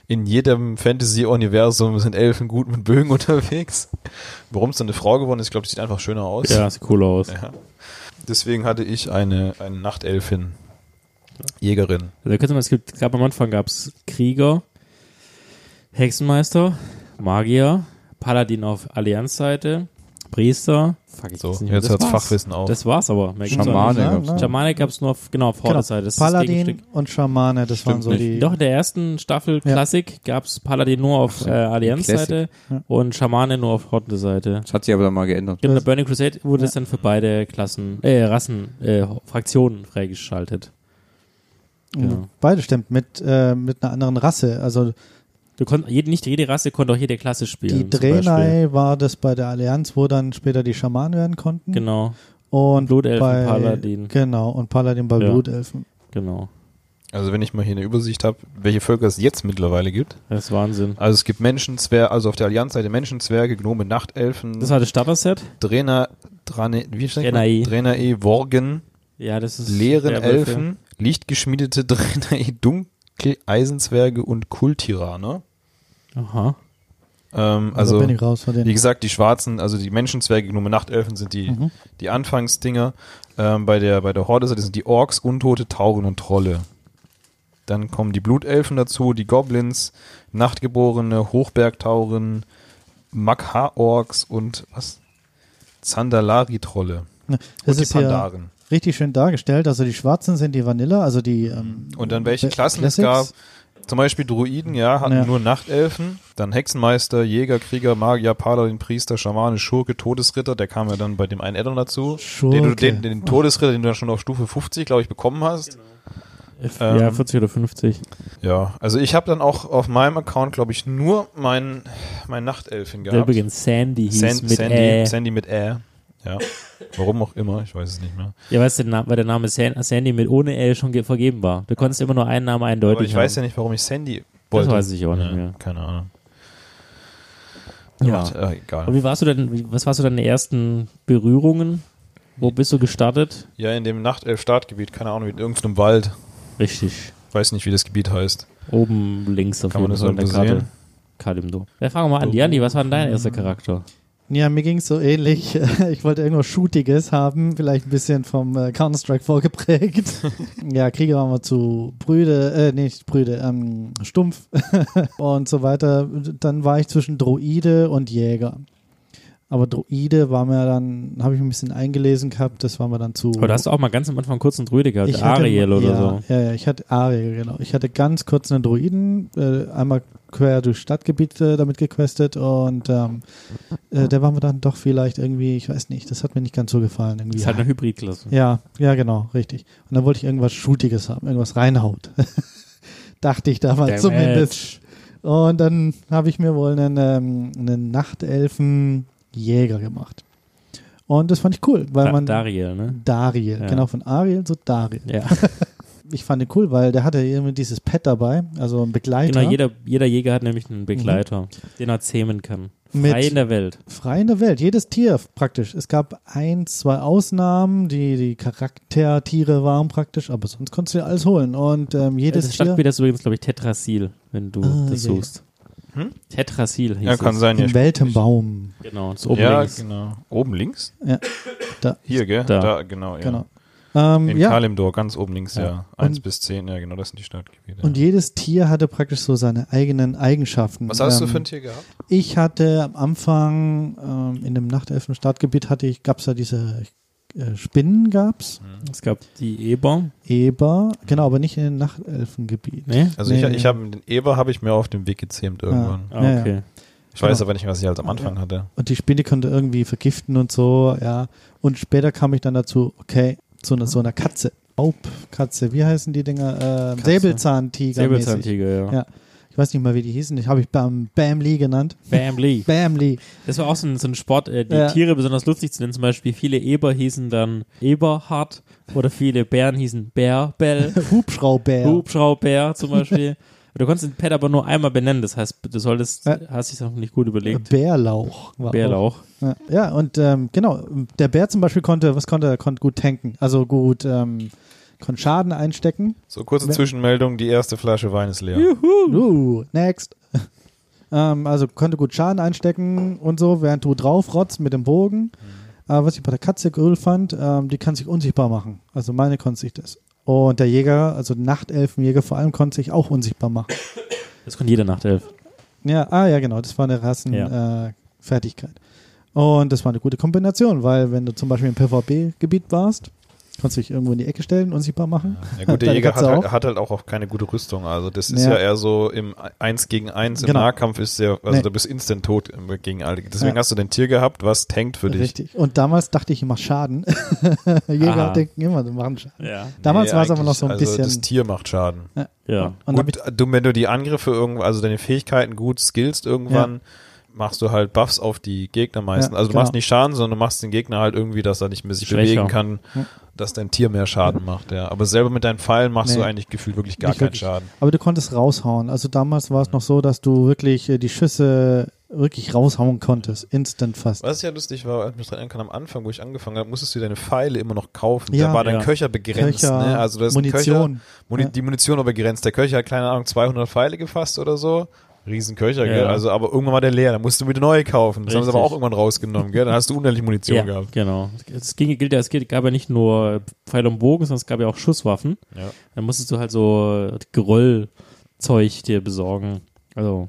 [SPEAKER 1] In jedem Fantasy-Universum sind Elfen gut mit Bögen [LAUGHS] unterwegs. Warum es dann eine Frau geworden ist, ich glaube, die sieht einfach schöner aus.
[SPEAKER 3] Ja, sieht cool aus.
[SPEAKER 1] Ja. Deswegen hatte ich eine, eine Nachtelfin. Jägerin.
[SPEAKER 3] Also könnte man, es gibt, es gab am Anfang gab es Krieger, Hexenmeister, Magier, Paladin auf Allianz-Seite, Priester. Fuck, ich
[SPEAKER 1] So,
[SPEAKER 3] weiß
[SPEAKER 1] jetzt
[SPEAKER 3] mehr. Das
[SPEAKER 1] hört's
[SPEAKER 3] war's.
[SPEAKER 1] Fachwissen auf.
[SPEAKER 3] Das war's aber. Mehr gibt's auch
[SPEAKER 4] Schamane
[SPEAKER 3] nicht.
[SPEAKER 4] gab's.
[SPEAKER 2] ne?
[SPEAKER 3] Schamane gab es nur auf, genau, auf Vorderseite. Das ist das
[SPEAKER 2] Paladin
[SPEAKER 3] Gegenstück.
[SPEAKER 2] und Schamane, das waren
[SPEAKER 4] Stimmt
[SPEAKER 2] so
[SPEAKER 4] nicht.
[SPEAKER 2] die.
[SPEAKER 3] Doch, in der ersten Staffel
[SPEAKER 2] Ja.
[SPEAKER 3] Klassik gab's gab es Paladin nur auf äh, Allianz-Seite
[SPEAKER 2] Ja.
[SPEAKER 3] und Schamane nur auf Horde-Seite.
[SPEAKER 4] Das hat sich aber dann mal geändert.
[SPEAKER 3] In der Burning Crusade wurde es dann für beide Klassen, äh, Rassen, äh, Fraktionen freigeschaltet.
[SPEAKER 2] Mhm.
[SPEAKER 3] Ja.
[SPEAKER 2] Beide stimmt, mit, äh, mit einer anderen Rasse. Also
[SPEAKER 3] Du konnt, jede, nicht jede Rasse konnte auch jede Klasse
[SPEAKER 2] die
[SPEAKER 3] spielen. zum Beispiel.
[SPEAKER 2] Draenei war das bei der Allianz, wo dann später die Schamanen werden konnten.
[SPEAKER 3] Genau,
[SPEAKER 2] Und
[SPEAKER 3] Blutelfen,
[SPEAKER 2] bei,
[SPEAKER 3] Paladin.
[SPEAKER 2] Genau, und Paladin bei
[SPEAKER 3] Ja.
[SPEAKER 2] Blutelfen.
[SPEAKER 3] genau.
[SPEAKER 1] Also wenn ich mal hier eine Übersicht habe, welche Völker es jetzt mittlerweile gibt.
[SPEAKER 3] Das ist Wahnsinn.
[SPEAKER 1] Also es gibt Menschenzwerge, also auf der Allianzseite Menschenzwerge, Gnome, Nachtelfen,
[SPEAKER 3] Das war das Starter-Set?
[SPEAKER 1] Drena, Drane, wie steht
[SPEAKER 3] Drenae.
[SPEAKER 1] Drenae, Worgen,
[SPEAKER 3] Ja, das ist.
[SPEAKER 1] leeren
[SPEAKER 3] der Wölfe.
[SPEAKER 1] Elfen, lichtgeschmiedete [LAUGHS] Drenae, dunkle Eisenzwerge und Kultiraner.
[SPEAKER 3] Aha.
[SPEAKER 1] Ähm,
[SPEAKER 2] Also
[SPEAKER 1] also
[SPEAKER 2] bin ich raus von
[SPEAKER 1] Wie
[SPEAKER 2] denen.
[SPEAKER 1] gesagt, die schwarzen, also die Menschenzwerge, Gnome, Nachtelfen sind die,
[SPEAKER 2] Mhm.
[SPEAKER 1] die Anfangsdinger. Ähm, bei der, bei der Horde-Seite sind die Orks, Untote, Tauren und Trolle. Dann kommen die Blutelfen dazu, die Goblins, Nachtgeborene, Hochbergtauren, Makha-Orks und was? Zandalari-Trolle.
[SPEAKER 2] Das
[SPEAKER 1] Und die
[SPEAKER 2] ist ja
[SPEAKER 1] Pandaren.
[SPEAKER 2] richtig schön dargestellt. Also die Schwarzen sind die Vanilla, also die. Ähm,
[SPEAKER 1] Und dann
[SPEAKER 3] Äh,
[SPEAKER 1] welche
[SPEAKER 2] Be-
[SPEAKER 1] Klassen es gab.
[SPEAKER 2] Classics?
[SPEAKER 1] Zum Beispiel Druiden, ja, hatten
[SPEAKER 2] Ja.
[SPEAKER 1] nur Nachtelfen, dann Hexenmeister, Jäger, Krieger, Magier, Paladin, Priester, Schamane, Schurke, Todesritter, der kam ja dann bei dem einen Addon dazu.
[SPEAKER 2] Schurke.
[SPEAKER 1] Den, du- den, den Todesritter, den du dann schon auf Stufe 50, glaube ich, bekommen hast.
[SPEAKER 3] F-
[SPEAKER 1] Ähm.
[SPEAKER 3] ja, 40 oder 50.
[SPEAKER 1] Ja, also ich habe dann auch auf meinem Account, glaube ich, nur meinen mein Nachtelfin
[SPEAKER 3] Der
[SPEAKER 1] gehabt.
[SPEAKER 3] übrigens Sandy hieß
[SPEAKER 1] San-
[SPEAKER 3] mit
[SPEAKER 1] Sandy,
[SPEAKER 3] Ä.
[SPEAKER 1] Sandy mit Ä. Ja. Warum auch immer, ich weiß es nicht mehr.
[SPEAKER 3] Ja, weißt du, weil der Name San- Sandy mit ohne L schon ge- vergeben war. Du konntest immer nur einen Namen eindeutig
[SPEAKER 1] Aber ich
[SPEAKER 3] haben.
[SPEAKER 1] weiß ja nicht, warum ich Sandy
[SPEAKER 3] das
[SPEAKER 1] wollte.
[SPEAKER 3] weiß ich auch nicht
[SPEAKER 1] Ja,
[SPEAKER 3] mehr.
[SPEAKER 1] Keine Ahnung.
[SPEAKER 3] Ja.
[SPEAKER 1] Gott, äh,
[SPEAKER 3] Und
[SPEAKER 1] egal.
[SPEAKER 3] wie warst du denn, wie- was warst du deine ersten Berührungen? Wo bist du gestartet?
[SPEAKER 1] Ja, in dem Nachtelf-Startgebiet, keine Ahnung, in irgendeinem Wald.
[SPEAKER 3] Richtig.
[SPEAKER 1] Weiß nicht, wie das Gebiet heißt.
[SPEAKER 3] Oben links auf
[SPEAKER 1] Kann man
[SPEAKER 3] jeden
[SPEAKER 1] das
[SPEAKER 3] Fall an der
[SPEAKER 1] irgendwo
[SPEAKER 3] Karte.
[SPEAKER 1] sehen?
[SPEAKER 3] Kalimdo. Ja, fangen wir mal an. Janni, was war denn dein erster Charakter?
[SPEAKER 2] Ja, mir ging's so ähnlich. [LAUGHS] Ich wollte irgendwas Shootiges haben, vielleicht ein bisschen vom äh,
[SPEAKER 1] [LAUGHS]
[SPEAKER 2] Counter-Strike vorgeprägt. ja, Krieger waren wir zu Brüde, äh, nicht Brüde, ähm, Stumpf [LAUGHS] und so weiter. Dann war ich zwischen Droide und Jäger. Aber Droide war mir dann, habe ich ein bisschen eingelesen gehabt, das war mir dann zu.
[SPEAKER 3] Aber da hast du auch mal ganz am Anfang kurz einen Druide gehabt,
[SPEAKER 2] Oh. Ich hatte-
[SPEAKER 3] Ariel oder
[SPEAKER 2] ja,
[SPEAKER 3] so.
[SPEAKER 2] Ja, ja, ich hatte Ariel, genau. Ich hatte ganz kurz einen Druiden, äh, einmal quer durch Stadtgebiete damit gequestet und ähm, äh, der war mir dann doch vielleicht irgendwie, ich weiß nicht, das hat mir nicht ganz so gefallen. Irgendwie.
[SPEAKER 3] Das ist halt eine Hybridklasse.
[SPEAKER 2] ja, ja, genau, richtig. Und dann wollte ich irgendwas Shootiges haben, irgendwas reinhaut. [LAUGHS] Dachte ich damals
[SPEAKER 3] Damn
[SPEAKER 2] zumindest. Und dann habe ich mir wohl einen, ähm, einen Nachtelfenjäger gemacht. Und das fand ich cool, weil
[SPEAKER 3] Da,
[SPEAKER 2] man.
[SPEAKER 3] Dariel, ne?
[SPEAKER 2] Dariel,
[SPEAKER 3] Ja.
[SPEAKER 2] genau, von Ariel zu Dariel [LAUGHS]
[SPEAKER 3] Ja.
[SPEAKER 2] ich fand ihn cool, weil der hatte irgendwie dieses Pad dabei, also ein Begleiter.
[SPEAKER 3] Genau, jeder, jeder Jäger hat nämlich einen Begleiter, den er zähmen kann.
[SPEAKER 2] Mhm. Mit-
[SPEAKER 3] Frei in der Welt.
[SPEAKER 2] Frei in der Welt, jedes Tier praktisch. Es gab ein, zwei Ausnahmen, die die Charaktertiere waren praktisch, aber sonst konntest du dir alles holen. Und ähm, jedes
[SPEAKER 3] Äh, das
[SPEAKER 2] Tier
[SPEAKER 3] Stadtgebiet ist übrigens, glaube ich, Tetrasil, wenn du
[SPEAKER 2] Ah,
[SPEAKER 3] das
[SPEAKER 2] ja, ja.
[SPEAKER 3] suchst. Tetrasil hieß
[SPEAKER 1] Hm? Ja, kann
[SPEAKER 3] es.
[SPEAKER 1] sein.
[SPEAKER 2] im
[SPEAKER 1] Ja,
[SPEAKER 2] Weltenbaum.
[SPEAKER 3] Genau, das oben
[SPEAKER 1] ja
[SPEAKER 3] links.
[SPEAKER 1] genau. Oben links?
[SPEAKER 2] Ja, da.
[SPEAKER 1] Hier, gell?
[SPEAKER 3] Da.
[SPEAKER 1] Da, genau, ja.
[SPEAKER 2] Genau. Ähm,
[SPEAKER 1] In
[SPEAKER 2] ja.
[SPEAKER 1] Kalimdor, ganz oben links, ja.
[SPEAKER 3] Ja.
[SPEAKER 1] Eins
[SPEAKER 2] Und-
[SPEAKER 1] bis zehn, ja, genau, das sind die Startgebiete.
[SPEAKER 2] Und
[SPEAKER 1] ja.
[SPEAKER 2] jedes Tier hatte praktisch so seine eigenen Eigenschaften.
[SPEAKER 1] Was hast
[SPEAKER 2] ähm,
[SPEAKER 1] du für ein Tier gehabt?
[SPEAKER 2] Ich hatte am Anfang ähm, in dem Nachtelfen-Stadtgebiet hatte ich, gab's da diese äh, Spinnen gab's,
[SPEAKER 1] genau.
[SPEAKER 3] Es gab die Eber.
[SPEAKER 2] Eber, genau, aber nicht in dem Nachtelfengebiet.
[SPEAKER 3] Ne?
[SPEAKER 1] Also
[SPEAKER 2] Nee,
[SPEAKER 1] ich,
[SPEAKER 2] nee.
[SPEAKER 1] ich habe den Eber habe ich mir auf dem Weg gezähmt irgendwann.
[SPEAKER 3] Ah,
[SPEAKER 2] Ja,
[SPEAKER 3] okay.
[SPEAKER 1] Ich weiß
[SPEAKER 2] Genau.
[SPEAKER 1] aber nicht, was ich halt am Anfang hatte.
[SPEAKER 2] Und die Spinne konnte irgendwie vergiften und so, ja. Und später kam ich dann dazu, okay, zu einer, so einer Katze. Raubkatze, wie heißen die Dinger? Ähm,
[SPEAKER 3] Katze.
[SPEAKER 2] Säbelzahntiger.
[SPEAKER 3] Säbelzahntiger, ja.
[SPEAKER 2] Ja. Ich weiß nicht mal, wie die hießen. Ich habe ich Bam, Bam Lee genannt.
[SPEAKER 3] Bam Lee.
[SPEAKER 2] Bam Lee.
[SPEAKER 3] Das war auch so ein, so ein Sport, äh, die
[SPEAKER 2] Ja.
[SPEAKER 3] Tiere besonders lustig zu nennen. Zum Beispiel viele Eber hießen dann Eberhard oder viele Bären hießen
[SPEAKER 2] [LAUGHS]
[SPEAKER 3] Bärbell,
[SPEAKER 2] Hubschrauber.
[SPEAKER 3] Hubschrauber zum Beispiel. Du konntest den Pet aber nur einmal benennen, das heißt, du solltest,
[SPEAKER 2] Ja.
[SPEAKER 3] hast dich auch nicht gut überlegt.
[SPEAKER 2] Äh, Bärlauch. war auch-
[SPEAKER 3] Bärlauch.
[SPEAKER 2] Ja, ja und ähm, genau, der Bär zum Beispiel konnte, was konnte er? Konnte gut tanken. Also gut, ähm, konnte Schaden einstecken.
[SPEAKER 1] So kurze
[SPEAKER 2] Wer-
[SPEAKER 1] Zwischenmeldung, die erste Flasche Wein ist leer.
[SPEAKER 2] Uh, next. [LAUGHS] ähm, also konnte gut Schaden einstecken und so, während du draufrotzt mit dem Bogen.
[SPEAKER 1] Mhm.
[SPEAKER 2] Äh, was ich bei der Katze cool fand, ähm, die kann sich unsichtbar machen. Also meine konnte sich das. Und der Jäger, also Nachtelfenjäger vor allem, konnte sich auch
[SPEAKER 1] [LAUGHS]
[SPEAKER 2] unsichtbar machen.
[SPEAKER 3] Das konnte jeder Nachtelf.
[SPEAKER 2] Ja, ah ja, genau, das war eine
[SPEAKER 3] Ja.
[SPEAKER 2] Rassenfertigkeit. und das war eine gute Kombination, weil wenn du zum Beispiel im PvP-Gebiet warst, konntest du dich irgendwo in die Ecke stellen, unsichtbar machen.
[SPEAKER 1] Ja gut, der
[SPEAKER 2] [LAUGHS] Deine
[SPEAKER 1] Jäger hat
[SPEAKER 2] Katze
[SPEAKER 1] halt,
[SPEAKER 2] auch?
[SPEAKER 1] hat halt auch, auch keine gute Rüstung. Also das ist
[SPEAKER 2] Ja.
[SPEAKER 1] ja, eher so im 1 gegen 1 im
[SPEAKER 2] Genau.
[SPEAKER 1] Nahkampf ist der, also
[SPEAKER 2] Nee.
[SPEAKER 1] du bist instant tot im- gegen alle. Deswegen
[SPEAKER 2] Ja.
[SPEAKER 1] hast du den Tier gehabt, was tankt für dich.
[SPEAKER 2] Richtig. Und damals dachte ich immer Schaden. [LAUGHS] Jäger
[SPEAKER 3] Aha.
[SPEAKER 2] denken immer, sie machen Schaden.
[SPEAKER 3] Ja.
[SPEAKER 2] Damals war es aber
[SPEAKER 1] Ah. eigentlich,
[SPEAKER 2] noch so ein
[SPEAKER 1] also
[SPEAKER 2] bisschen.
[SPEAKER 1] Das Tier macht Schaden.
[SPEAKER 3] Ja.
[SPEAKER 2] und hab
[SPEAKER 1] Gut, du, wenn du die Angriffe irgendwo, also deine Fähigkeiten gut skillst irgendwann, machst du halt Buffs auf die Gegner meistens.
[SPEAKER 2] Ja,
[SPEAKER 1] also du
[SPEAKER 2] genau.
[SPEAKER 1] machst nicht Schaden, sondern du machst den Gegner halt irgendwie, dass er nicht mehr sich
[SPEAKER 3] Schwächer.
[SPEAKER 1] bewegen kann, dass dein Tier mehr Schaden macht, ja. Aber selber mit deinen Pfeilen machst du
[SPEAKER 2] Nee.
[SPEAKER 1] eigentlich gefühlt wirklich gar
[SPEAKER 2] Nicht
[SPEAKER 1] keinen
[SPEAKER 2] wirklich.
[SPEAKER 1] Schaden.
[SPEAKER 2] Aber du konntest raushauen. Also damals war es noch so, dass du wirklich äh, die Schüsse wirklich raushauen konntest. Instant fast.
[SPEAKER 1] Was ja lustig war, als ich mich dran erinnern kann, am Anfang, wo ich angefangen habe, musstest du deine Pfeile immer noch kaufen.
[SPEAKER 2] Ja.
[SPEAKER 1] da war dein
[SPEAKER 3] Ja.
[SPEAKER 1] Köcher begrenzt.
[SPEAKER 2] Köcher,
[SPEAKER 1] ne? also da ist ein
[SPEAKER 2] Munition.
[SPEAKER 1] Köcher, Muni
[SPEAKER 2] Ja.
[SPEAKER 1] Die Munition war begrenzt. Der Köcher hat, keine Ahnung, 200 Pfeile gefasst oder so. Riesenköcher,
[SPEAKER 3] Ja.
[SPEAKER 1] gell? Also, aber irgendwann war der leer, dann musst du wieder neue kaufen. Das haben sie
[SPEAKER 3] Richtig.
[SPEAKER 1] aber auch irgendwann rausgenommen, gell? Dann hast du unendlich Munition
[SPEAKER 3] Ja,
[SPEAKER 1] gehabt.
[SPEAKER 3] genau. Es, ging, gilt ja, es gilt- gab ja nicht nur Pfeil und Bogen, sondern es gab ja auch Schusswaffen.
[SPEAKER 1] Ja.
[SPEAKER 3] Dann musstest du halt so Geröllzeug dir besorgen. Also,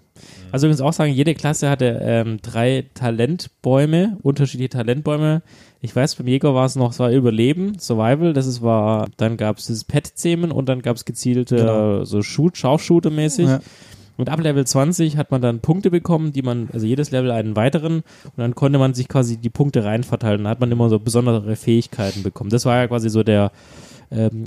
[SPEAKER 3] also übrigens auch sagen, jede Klasse hatte ähm, drei Talentbäume, unterschiedliche Talentbäume. Ich weiß, beim Jäger war es noch, es war Überleben, Survival, das ist war, dann gab es dieses Pet-Zähmen und dann gab es gezielte
[SPEAKER 2] Genau.
[SPEAKER 3] so Shoot, Scharfshooter-mäßig.
[SPEAKER 2] Ja.
[SPEAKER 3] Und ab Level 20 hat man dann Punkte bekommen, die man, also jedes Level einen weiteren, und dann konnte man sich quasi die Punkte reinverteilen. Dann hat man immer so besondere Fähigkeiten bekommen. Das war ja quasi so der ähm,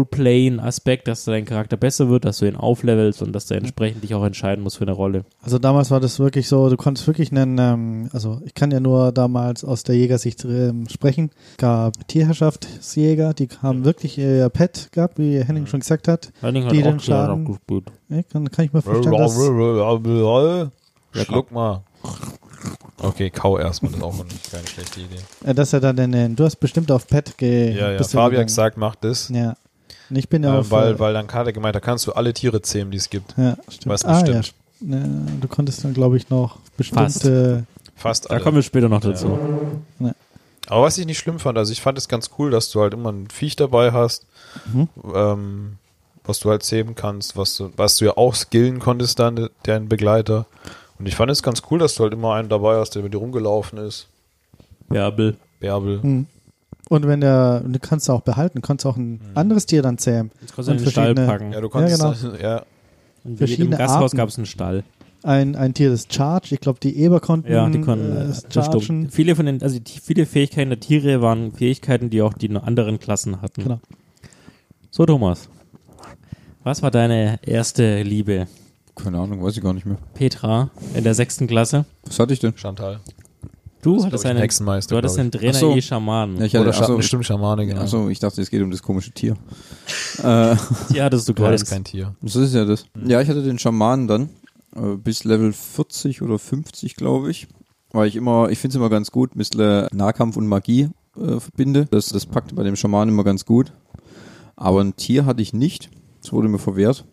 [SPEAKER 3] RPG-Roleplay-Aspekt, dass dein Charakter besser wird, dass du ihn auflevelst und dass du entsprechend dich auch entscheiden musst für eine Rolle.
[SPEAKER 2] Also damals war das wirklich so, du konntest wirklich einen, ähm, also ich kann ja nur damals aus der Jägersicht ähm, sprechen, gab Tierherrschaftsjäger, die haben wirklich ihr Pet gehabt, wie Henning
[SPEAKER 1] Mhm.
[SPEAKER 2] schon gesagt hat.
[SPEAKER 3] Henning
[SPEAKER 2] Die den Schaden-
[SPEAKER 3] gespielt.
[SPEAKER 2] Ja, Kann, kann ich mir vorstellen, dass,
[SPEAKER 1] Schluck mal. Okay, kau erstmal, das ist auch keine schlechte Idee.
[SPEAKER 2] äh, dass er dann den, den, du hast bestimmt auf Pet ge...
[SPEAKER 1] Ja, ja.
[SPEAKER 2] bist du
[SPEAKER 1] Fabian
[SPEAKER 2] gegangen.
[SPEAKER 1] gesagt, mach das.
[SPEAKER 2] Ja. Und ich bin ja
[SPEAKER 1] Äh,
[SPEAKER 2] auf...
[SPEAKER 1] weil,
[SPEAKER 2] äh,
[SPEAKER 1] weil dann hat er gemeint, da kannst du alle Tiere zähmen, die es gibt.
[SPEAKER 2] ja, stimmt.
[SPEAKER 1] was
[SPEAKER 2] ah, ja,
[SPEAKER 1] bestimmt.
[SPEAKER 2] st- ne, du konntest dann, glaube ich, noch äh, bestimmte...
[SPEAKER 1] Fast
[SPEAKER 3] Da
[SPEAKER 1] alle.
[SPEAKER 3] kommen wir später noch dazu.
[SPEAKER 1] Aber was ich nicht schlimm fand, also ich fand es ganz cool, dass du halt immer ein Viech dabei hast,
[SPEAKER 2] Mhm.
[SPEAKER 1] ähm, was du halt zähmen kannst, was du, was du ja auch skillen konntest, dann deinen Begleiter. Und ich fand es ganz cool, dass du halt immer einen dabei hast, der mit dir rumgelaufen ist.
[SPEAKER 3] Bärbel.
[SPEAKER 1] Bärbel.
[SPEAKER 2] Hm. Und wenn der, und du kannst auch behalten, du kannst auch ein
[SPEAKER 1] Mhm.
[SPEAKER 2] anderes Tier dann zähmen.
[SPEAKER 3] Jetzt kannst du
[SPEAKER 2] Und
[SPEAKER 3] in den Stall
[SPEAKER 2] verschiedene-
[SPEAKER 3] packen.
[SPEAKER 1] Ja, genau. du konntest
[SPEAKER 2] Ja,
[SPEAKER 1] dann, ja,
[SPEAKER 3] In jedem
[SPEAKER 2] verschiedene
[SPEAKER 3] Gasthaus
[SPEAKER 2] Arten.
[SPEAKER 3] gab es einen Stall.
[SPEAKER 2] Ein, ein Tier des Charge, ich glaube, die Eber konnten,
[SPEAKER 3] Ja, die konnten
[SPEAKER 2] äh,
[SPEAKER 3] äh,
[SPEAKER 2] es
[SPEAKER 3] das stimmt.
[SPEAKER 2] chargen.
[SPEAKER 3] Viele von den, also die, viele Fähigkeiten der Tiere waren Fähigkeiten, die auch die anderen Klassen hatten.
[SPEAKER 2] Genau.
[SPEAKER 3] So, Thomas. Was war deine erste Liebe?
[SPEAKER 4] Keine Ahnung, weiß ich gar nicht mehr.
[SPEAKER 3] Petra in der sechsten Klasse.
[SPEAKER 4] Was hatte ich denn?
[SPEAKER 1] Chantal.
[SPEAKER 3] Du
[SPEAKER 1] Das ist, glaub
[SPEAKER 3] hattest
[SPEAKER 1] ich, ein
[SPEAKER 3] einen,
[SPEAKER 1] Hexenmeister,
[SPEAKER 3] du hattest
[SPEAKER 1] glaub
[SPEAKER 3] einen Trainer
[SPEAKER 4] Ach so.
[SPEAKER 3] E Schamanen.
[SPEAKER 4] Ja, ich
[SPEAKER 1] Oder
[SPEAKER 4] hatte,
[SPEAKER 1] Scha
[SPEAKER 3] also-
[SPEAKER 4] achso,
[SPEAKER 1] stimmt, Schamane, genau.
[SPEAKER 4] achso, ich dachte, es geht um das komische Tier. äh,
[SPEAKER 3] Hier hattest du,
[SPEAKER 1] du hattest
[SPEAKER 3] keins.
[SPEAKER 1] kein Tier.
[SPEAKER 4] das ist ja das.
[SPEAKER 1] Mhm.
[SPEAKER 4] Ja, ich hatte den Schamanen dann äh, bis Level 40 oder 50, glaube ich. Weil ich immer, ich finde es immer ganz gut, ein bisschen äh, Nahkampf und Magie äh, verbinde. Das, das packt bei dem Schamanen immer ganz gut. Aber ein Tier hatte ich nicht. Das wurde mir verwehrt.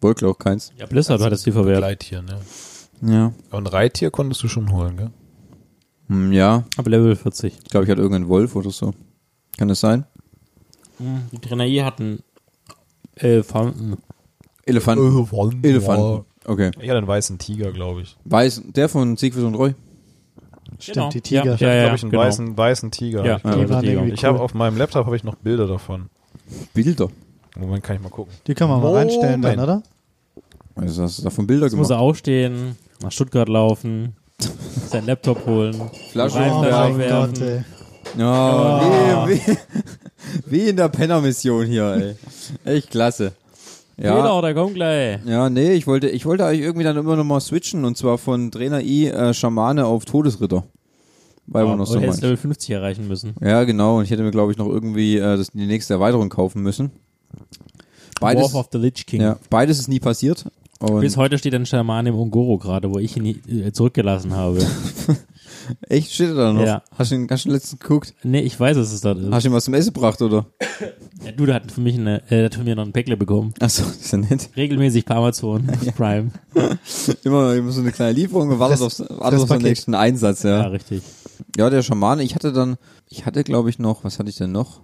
[SPEAKER 4] Wollte auch keins.
[SPEAKER 3] Ja, Blizzard also, hattest du verwehrt.
[SPEAKER 1] Gleittier, ne?
[SPEAKER 4] Ja.
[SPEAKER 1] Aber ein Reittier konntest du schon holen, gell?
[SPEAKER 4] Hm, ja,
[SPEAKER 3] Ab Level 40.
[SPEAKER 4] ich glaube, ich hatte irgendeinen Wolf oder so. Kann das sein?
[SPEAKER 2] Mhm.
[SPEAKER 3] Die Trainer E hatten äh, hm, Elefanten.
[SPEAKER 4] Elefanten.
[SPEAKER 1] Elefant.
[SPEAKER 4] Elefanten. Okay.
[SPEAKER 1] Ich hatte einen weißen Tiger, glaube ich.
[SPEAKER 4] Weiß, der von Siegfried und Roy.
[SPEAKER 2] Stimmt, die Tiger.
[SPEAKER 3] Genau. Ja,
[SPEAKER 1] Ich
[SPEAKER 3] ja,
[SPEAKER 1] glaube,
[SPEAKER 3] ja,
[SPEAKER 1] ich einen
[SPEAKER 3] genau.
[SPEAKER 1] weißen, weißen Tiger.
[SPEAKER 3] Ja,
[SPEAKER 1] Ich,
[SPEAKER 3] ja,
[SPEAKER 2] Die waren
[SPEAKER 3] Tiger.
[SPEAKER 2] irgendwie-
[SPEAKER 1] ich habe auf meinem Laptop habe ich noch Bilder davon.
[SPEAKER 4] Bilder.
[SPEAKER 1] Moment, kann ich mal gucken.
[SPEAKER 2] Die kann man mal reinstellen dann,
[SPEAKER 1] Moment.
[SPEAKER 2] oder?
[SPEAKER 4] Also hast du davon Bilder
[SPEAKER 3] Jetzt muss
[SPEAKER 4] gemacht?
[SPEAKER 3] er aufstehen, nach Stuttgart laufen, seinen Laptop holen.
[SPEAKER 4] Flasche
[SPEAKER 3] Rein-
[SPEAKER 4] oh,
[SPEAKER 3] Ja,
[SPEAKER 4] ja.
[SPEAKER 3] Rein- werden.
[SPEAKER 2] ey.
[SPEAKER 4] ja. Wie, wie, wie [LAUGHS] in der Penner-Mission hier, ey. Echt klasse. Ja.
[SPEAKER 3] Peter, da kommt gleich.
[SPEAKER 4] Ja, nee, ich wollte, ich wollte eigentlich irgendwie dann immer noch mal switchen und zwar von Trainer I äh, Schamane auf Todesritter. Weil wir noch so
[SPEAKER 3] Ah, Und hättest
[SPEAKER 4] meint.
[SPEAKER 3] Level 50 erreichen müssen.
[SPEAKER 4] Ja, genau. Und ich hätte mir, glaube ich, noch irgendwie äh, das, die nächste Erweiterung kaufen müssen. Beides,
[SPEAKER 3] Wolf of the Lich King.
[SPEAKER 4] Ah, ja, beides ist nie passiert. Und
[SPEAKER 3] Bis heute steht ein Schaman im Ungoro gerade, wo ich ihn äh, zurückgelassen
[SPEAKER 4] [LAUGHS]
[SPEAKER 3] habe.
[SPEAKER 4] echt steht er da noch.
[SPEAKER 3] Ja.
[SPEAKER 4] Hast du ihn ganz schön letztens geguckt?
[SPEAKER 3] nee, ich weiß, dass es das ist.
[SPEAKER 4] Hast du ihm was zum Essen gebracht, oder?
[SPEAKER 3] Ja, du, der hat für mich eine, äh, der hat von mir noch ein Päckle bekommen.
[SPEAKER 4] Achso, ist ja nett.
[SPEAKER 3] Regelmäßig per
[SPEAKER 4] [LAUGHS]
[SPEAKER 3] Amazon, Prime.
[SPEAKER 4] Immer, immer so eine kleine Lieferung und wartet auf, wartet auf den
[SPEAKER 2] Paket.
[SPEAKER 4] nächsten Einsatz,
[SPEAKER 3] Ja,
[SPEAKER 4] ja.
[SPEAKER 3] richtig.
[SPEAKER 4] Ja, der Schamane, ich hatte dann, ich hatte glaube ich noch, was hatte ich denn noch?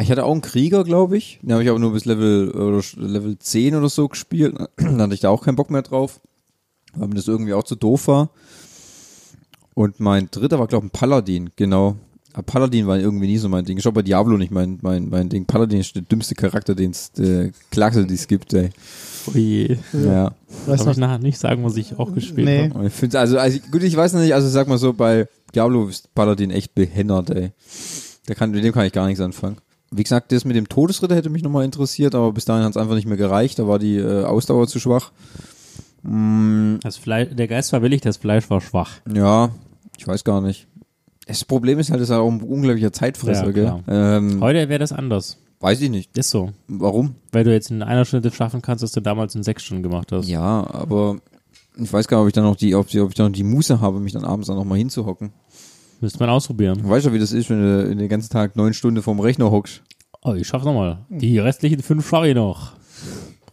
[SPEAKER 4] Ich hatte auch einen Krieger, glaube ich. Den habe ich aber nur bis Level, oder sch- Level 10 oder so gespielt. [CLEARS THROAT] Dann hatte ich da auch keinen Bock mehr drauf, weil mir das irgendwie auch zu doof war. Und mein dritter war, glaube ich, ein Paladin, genau. Aber Paladin war irgendwie nie so mein Ding. Ist auch bei Diablo nicht mein, mein, mein Ding. Paladin ist der dümmste Charakter, den es, äh, Klasse, die es gibt, ey.
[SPEAKER 3] Ui.
[SPEAKER 4] Ja.
[SPEAKER 2] Weißt
[SPEAKER 3] Oh Darf ich
[SPEAKER 2] du noch?
[SPEAKER 3] nachher nicht sagen, was ich auch gespielt
[SPEAKER 2] Nee.
[SPEAKER 3] habe?
[SPEAKER 4] Aber Ich find's also, also, gut, ich weiß noch nicht, also sag mal so, bei Diablo ist Paladin echt behämmert, ey. Der kann, mit dem kann ich gar nichts anfangen. Wie gesagt, das mit dem Todesritter hätte mich nochmal interessiert, aber bis dahin hat es einfach nicht mehr gereicht, da war die äh, Ausdauer zu schwach. Mm,
[SPEAKER 3] Das Fleisch, der Geist war willig, das Fleisch war schwach.
[SPEAKER 4] ja, ich weiß gar nicht. Das Problem ist halt, das ist halt auch ein unglaublicher Zeitfresser,
[SPEAKER 3] Ja,
[SPEAKER 4] gell?
[SPEAKER 3] klar.
[SPEAKER 4] Ähm,
[SPEAKER 3] Heute wäre das anders.
[SPEAKER 4] weiß ich nicht.
[SPEAKER 3] Ist so.
[SPEAKER 4] Warum?
[SPEAKER 3] Weil du jetzt in einer Stunde schaffen kannst, was du damals in sechs Stunden gemacht hast.
[SPEAKER 4] Ja, aber ich weiß gar nicht, ob ich dann noch die, ob, ob ich dann noch die Muße habe, mich dann abends dann nochmal hinzuhocken.
[SPEAKER 3] Müsste man ausprobieren.
[SPEAKER 4] Weißt du, wie das ist, wenn du den ganzen Tag neun Stunden vorm Rechner hockst?
[SPEAKER 3] Oh, ich schaff's nochmal. Die restlichen fünf schaffe ich noch.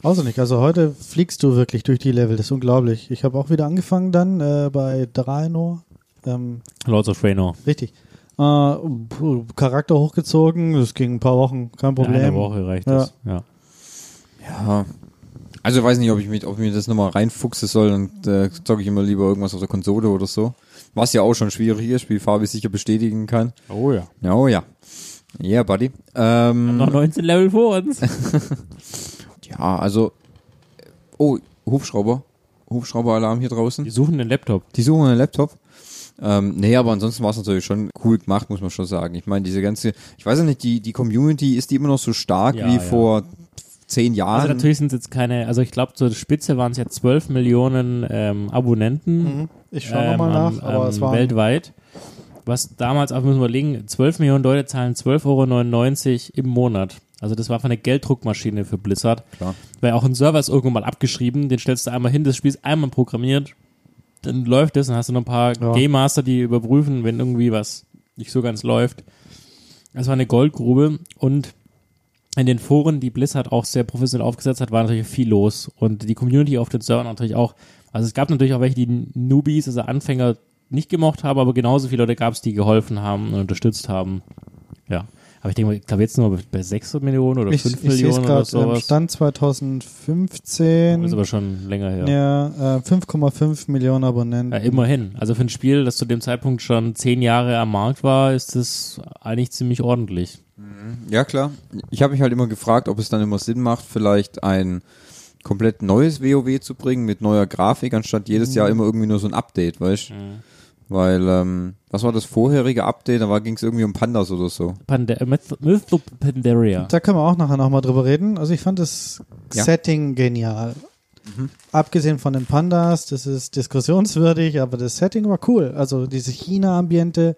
[SPEAKER 2] Außer nicht. Also heute fliegst du wirklich durch die Level, das ist unglaublich. Ich habe auch wieder angefangen dann äh, bei Draenor. Ähm,
[SPEAKER 3] Lords of Raynor.
[SPEAKER 2] richtig. Äh, puh, Charakter hochgezogen, das ging ein paar Wochen, kein Problem.
[SPEAKER 3] Eine Woche reicht das. Ja.
[SPEAKER 4] Ja. Also weiß nicht, ob ich mich, ob ich mir das nochmal reinfuchsen soll, dann äh, zocke ich immer lieber irgendwas auf der Konsole oder so. Was ja auch schon schwierig ist, wie Fabi sicher bestätigen kann.
[SPEAKER 3] Oh ja.
[SPEAKER 4] Ja, oh ja. Yeah, buddy. Ähm,
[SPEAKER 3] Noch 19 Level vor uns.
[SPEAKER 4] ja, also. äh, Oh, Hubschrauber. Hubschrauberalarm hier
[SPEAKER 3] [LAUGHS]
[SPEAKER 4] draußen.
[SPEAKER 3] Die suchen den Laptop.
[SPEAKER 4] Die suchen einen Laptop. Ähm, nee, aber ansonsten war es natürlich schon cool gemacht, muss man schon sagen. Ich meine, diese ganze, ich weiß ja nicht, die, die Community ist die immer noch so stark
[SPEAKER 3] Ja,
[SPEAKER 4] wie
[SPEAKER 3] ja.
[SPEAKER 4] vor zehn Jahren.
[SPEAKER 3] Also natürlich sind es jetzt keine, also ich glaube zur Spitze waren es ja 12 Millionen ähm, Abonnenten.
[SPEAKER 2] Hm?
[SPEAKER 3] ähm,
[SPEAKER 2] Ich schaue nochmal nach,
[SPEAKER 3] am-
[SPEAKER 2] aber
[SPEAKER 3] am
[SPEAKER 2] es war.
[SPEAKER 3] Weltweit. Was damals, auch müssen wir überlegen, 12 Millionen Leute zahlen 12,99 Euro im Monat. Also das war einfach eine Gelddruckmaschine für Blizzard.
[SPEAKER 4] Klar.
[SPEAKER 3] Weil auch ein Server ist irgendwann mal abgeschrieben, den stellst du einmal hin, das Spiel ist einmal programmiert, dann läuft es, dann hast du noch ein paar
[SPEAKER 2] Ja.
[SPEAKER 3] Game Master, die überprüfen, wenn irgendwie was nicht so ganz läuft. Das war eine Goldgrube und in den Foren, die Blizzard auch sehr professionell aufgesetzt hat, war natürlich viel los. Und die Community auf den Servern natürlich auch. Also es gab natürlich auch welche, die Newbies, also Anfänger, nicht gemocht haben, aber genauso viele Leute gab es, die geholfen haben und unterstützt haben. Ja. Aber ich denke mal, ich glaube jetzt nur bei 6 Millionen oder
[SPEAKER 2] Ich,
[SPEAKER 3] 5
[SPEAKER 2] ich sehe es
[SPEAKER 3] Millionen oder
[SPEAKER 2] gerade,
[SPEAKER 3] sowas.
[SPEAKER 2] Stand 2015.
[SPEAKER 3] Ist aber schon länger her. Ja.
[SPEAKER 2] Ja, äh, 5,5 Millionen Abonnenten.
[SPEAKER 3] immerhin. Also für ein Spiel, das zu dem Zeitpunkt schon zehn Jahre am Markt war, ist das eigentlich ziemlich ordentlich.
[SPEAKER 4] Ja, klar. Ich habe mich halt immer gefragt, ob es dann immer Sinn macht, vielleicht ein komplett neues WoW zu bringen mit neuer Grafik, anstatt jedes
[SPEAKER 3] Mhm.
[SPEAKER 4] Jahr immer irgendwie nur so ein Update, weißt Weil, ähm, was war das vorherige Update? Da ging es irgendwie um Pandas oder so.
[SPEAKER 3] Pande Myth Mytho Pandaria.
[SPEAKER 2] Da können wir auch nachher nochmal drüber reden. Also ich fand das
[SPEAKER 4] Ja.
[SPEAKER 2] Setting genial. Abgesehen von den Pandas, das ist diskussionswürdig, aber das Setting war cool. Also diese China-Ambiente,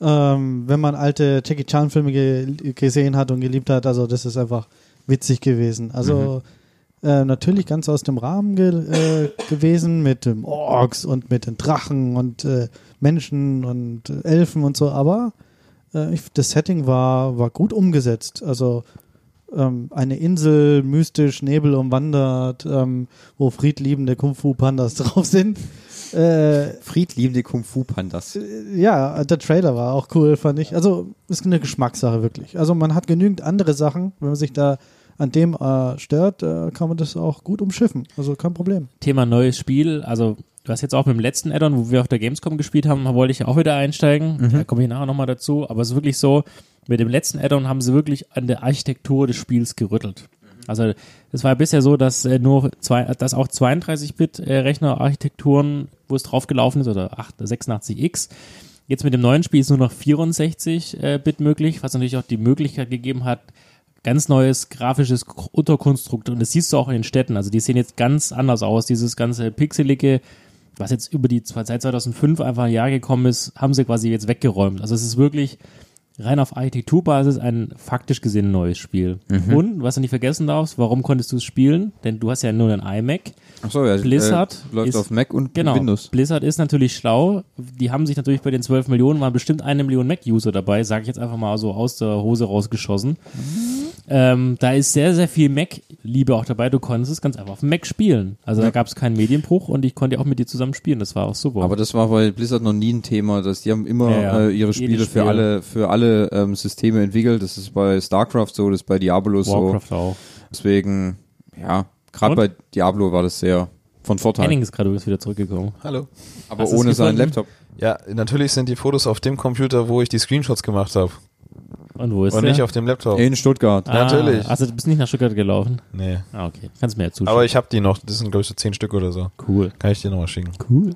[SPEAKER 2] ähm, wenn man alte Jackie Chan-Filme ge gesehen hat und geliebt hat, also das ist einfach witzig gewesen. Also äh, natürlich ganz aus dem Rahmen ge äh, gewesen mit dem Orks und mit den Drachen und äh, Menschen und äh, Elfen und so, aber äh, ich, das Setting war, war gut umgesetzt. Also ähm, eine Insel mystisch Nebel umwandert, ähm, wo friedliebende Kung-Fu-Pandas [LAUGHS] drauf sind. Äh,
[SPEAKER 4] Friedliebende Kung-Fu-Pandas.
[SPEAKER 2] ja, der Trailer war auch cool, fand ich. Also ist eine Geschmackssache wirklich. Also man hat genügend andere Sachen, wenn man sich da an dem äh, stört, äh, kann man das auch gut umschiffen. Also kein Problem.
[SPEAKER 3] Thema neues Spiel. Also du hast jetzt auch mit dem letzten Add-on, wo wir auf der Gamescom gespielt haben, wollte ich ja auch wieder einsteigen. Da komme ich nachher nochmal dazu. Aber es ist wirklich so, mit dem letzten Add-on haben sie wirklich an der Architektur des Spiels gerüttelt. Also es war bisher so, dass äh, nur zwei, dass auch 32-Bit-Rechner-Architekturen, wo es draufgelaufen ist, oder 8, 86X, Jetzt mit dem neuen Spiel ist nur noch 64-Bit möglich, was natürlich auch die Möglichkeit gegeben hat, ganz neues grafisches K- Unterkonstrukt. Und das siehst du auch in den Städten. Also die sehen jetzt ganz anders aus. Dieses ganze pixelige, was jetzt über die zwei- seit 2005 einfach ein Jahr gekommen ist, haben sie quasi jetzt weggeräumt. Also es ist wirklich rein auf Architekturbasis ein faktisch gesehen neues Spiel. Und was du nicht vergessen darfst, warum konntest du es spielen? Denn du hast ja nur einen iMac.
[SPEAKER 4] Achso, ja.
[SPEAKER 3] Blizzard
[SPEAKER 4] Äh, läuft
[SPEAKER 3] ist-
[SPEAKER 4] auf Mac und
[SPEAKER 3] Genau.
[SPEAKER 4] Windows.
[SPEAKER 3] Blizzard ist natürlich schlau. Die haben sich natürlich bei den 12 Millionen, waren bestimmt eine Million Mac-User dabei, sage ich jetzt einfach mal so aus der Hose rausgeschossen. Ähm, da ist sehr, sehr viel Mac-Liebe auch dabei. Du konntest es ganz einfach auf dem Mac spielen. Also da gab es keinen Medienbruch und ich konnte ja auch mit dir zusammen spielen. Das war auch super.
[SPEAKER 4] Aber das war bei Blizzard noch nie ein Thema, dass die haben immer
[SPEAKER 3] Ja, ja.
[SPEAKER 4] Äh, ihre
[SPEAKER 3] Jedes
[SPEAKER 4] Spiele
[SPEAKER 3] Spiel.
[SPEAKER 4] für alle für alle ähm, Systeme entwickelt. Das ist bei StarCraft so, das ist bei Diablo so.
[SPEAKER 3] Warcraft auch.
[SPEAKER 4] Deswegen, ja, gerade
[SPEAKER 3] Und?
[SPEAKER 4] bei Diablo war das sehr von Vorteil.
[SPEAKER 3] Henning ist gerade übrigens wieder zurückgekommen.
[SPEAKER 1] Hallo.
[SPEAKER 4] aber
[SPEAKER 3] Hast du's
[SPEAKER 4] ohne seinen
[SPEAKER 3] gefunden?
[SPEAKER 4] Laptop.
[SPEAKER 1] Ja, natürlich sind die Fotos auf dem Computer, wo ich die Screenshots gemacht habe.
[SPEAKER 3] Und wo ist
[SPEAKER 1] Und
[SPEAKER 3] der?
[SPEAKER 1] nicht auf dem Laptop.
[SPEAKER 4] In Stuttgart.
[SPEAKER 3] ah,
[SPEAKER 1] natürlich.
[SPEAKER 3] Also du bist nicht nach Stuttgart gelaufen.
[SPEAKER 1] Nee.
[SPEAKER 3] Ah, okay. Kannst mir ja zuschauen.
[SPEAKER 1] Aber ich habe die noch. Das sind, glaube ich, so zehn Stück oder so.
[SPEAKER 3] cool.
[SPEAKER 1] Kann ich dir nochmal schicken.
[SPEAKER 3] Cool.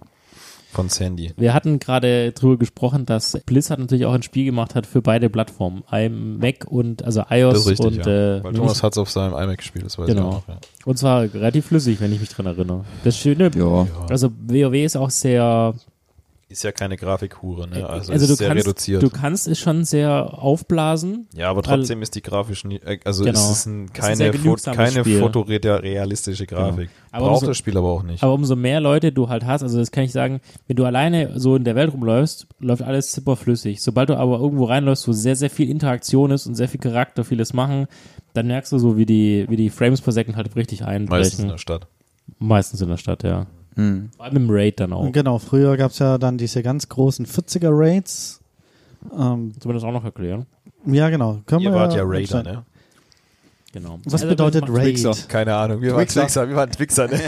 [SPEAKER 1] Von Sandy.
[SPEAKER 3] Wir hatten gerade drüber gesprochen, dass Blizzard natürlich auch ein Spiel gemacht hat für beide Plattformen, im Mac und also iOS
[SPEAKER 1] Das ist richtig,
[SPEAKER 3] und
[SPEAKER 1] ja.
[SPEAKER 3] äh,
[SPEAKER 1] Weil Thomas hat es auf seinem iMac gespielt, das weiß
[SPEAKER 3] Genau.
[SPEAKER 1] ich auch. Ja.
[SPEAKER 3] und zwar relativ flüssig, wenn ich mich dran erinnere. Das Schöne,
[SPEAKER 4] Ja.
[SPEAKER 3] also WoW ist auch sehr,
[SPEAKER 1] Ist ja keine Grafikhure, ne? Also,
[SPEAKER 3] also,
[SPEAKER 1] ist
[SPEAKER 3] du
[SPEAKER 1] sehr
[SPEAKER 3] kannst,
[SPEAKER 1] reduziert.
[SPEAKER 3] du kannst es schon sehr aufblasen.
[SPEAKER 1] ja, aber trotzdem ist die grafisch nie, äh, also
[SPEAKER 3] Genau.
[SPEAKER 1] es ist ein,
[SPEAKER 3] Es ist ein sehr
[SPEAKER 1] keine, Fo
[SPEAKER 3] genügsames
[SPEAKER 1] keine
[SPEAKER 3] Spiel. Genau.
[SPEAKER 1] fotorealistische Grafik.
[SPEAKER 3] Aber
[SPEAKER 1] Braucht
[SPEAKER 3] umso-
[SPEAKER 1] das Spiel aber auch nicht.
[SPEAKER 3] Aber umso mehr Leute du halt hast, also das kann ich sagen, wenn du alleine so in der Welt rumläufst, läuft alles superflüssig. Sobald du aber irgendwo reinläufst, wo sehr, sehr viel Interaktion ist und sehr viel Charakter, vieles machen, dann merkst du so, wie die, wie die Frames per Second halt richtig einbrechen.
[SPEAKER 1] Meistens ne? in der Stadt.
[SPEAKER 3] Meistens in der Stadt, ja.
[SPEAKER 4] Hm.
[SPEAKER 3] Vor allem im Raid dann
[SPEAKER 1] Oh.
[SPEAKER 3] auch.
[SPEAKER 2] Und genau, früher gab es ja dann diese ganz großen 40er-Raids. Ähm,
[SPEAKER 3] Sollen wir das auch noch erklären?
[SPEAKER 2] ja, genau. Können
[SPEAKER 1] Ihr
[SPEAKER 2] wir
[SPEAKER 1] wart ja
[SPEAKER 2] ja
[SPEAKER 1] Raider, ne?
[SPEAKER 3] Genau.
[SPEAKER 2] Was bedeutet
[SPEAKER 3] macht-
[SPEAKER 2] Raid?
[SPEAKER 4] Twixer.
[SPEAKER 1] Keine Ahnung, wir waren Twixer, wir waren Twixer,
[SPEAKER 3] [LAUGHS]
[SPEAKER 1] ne?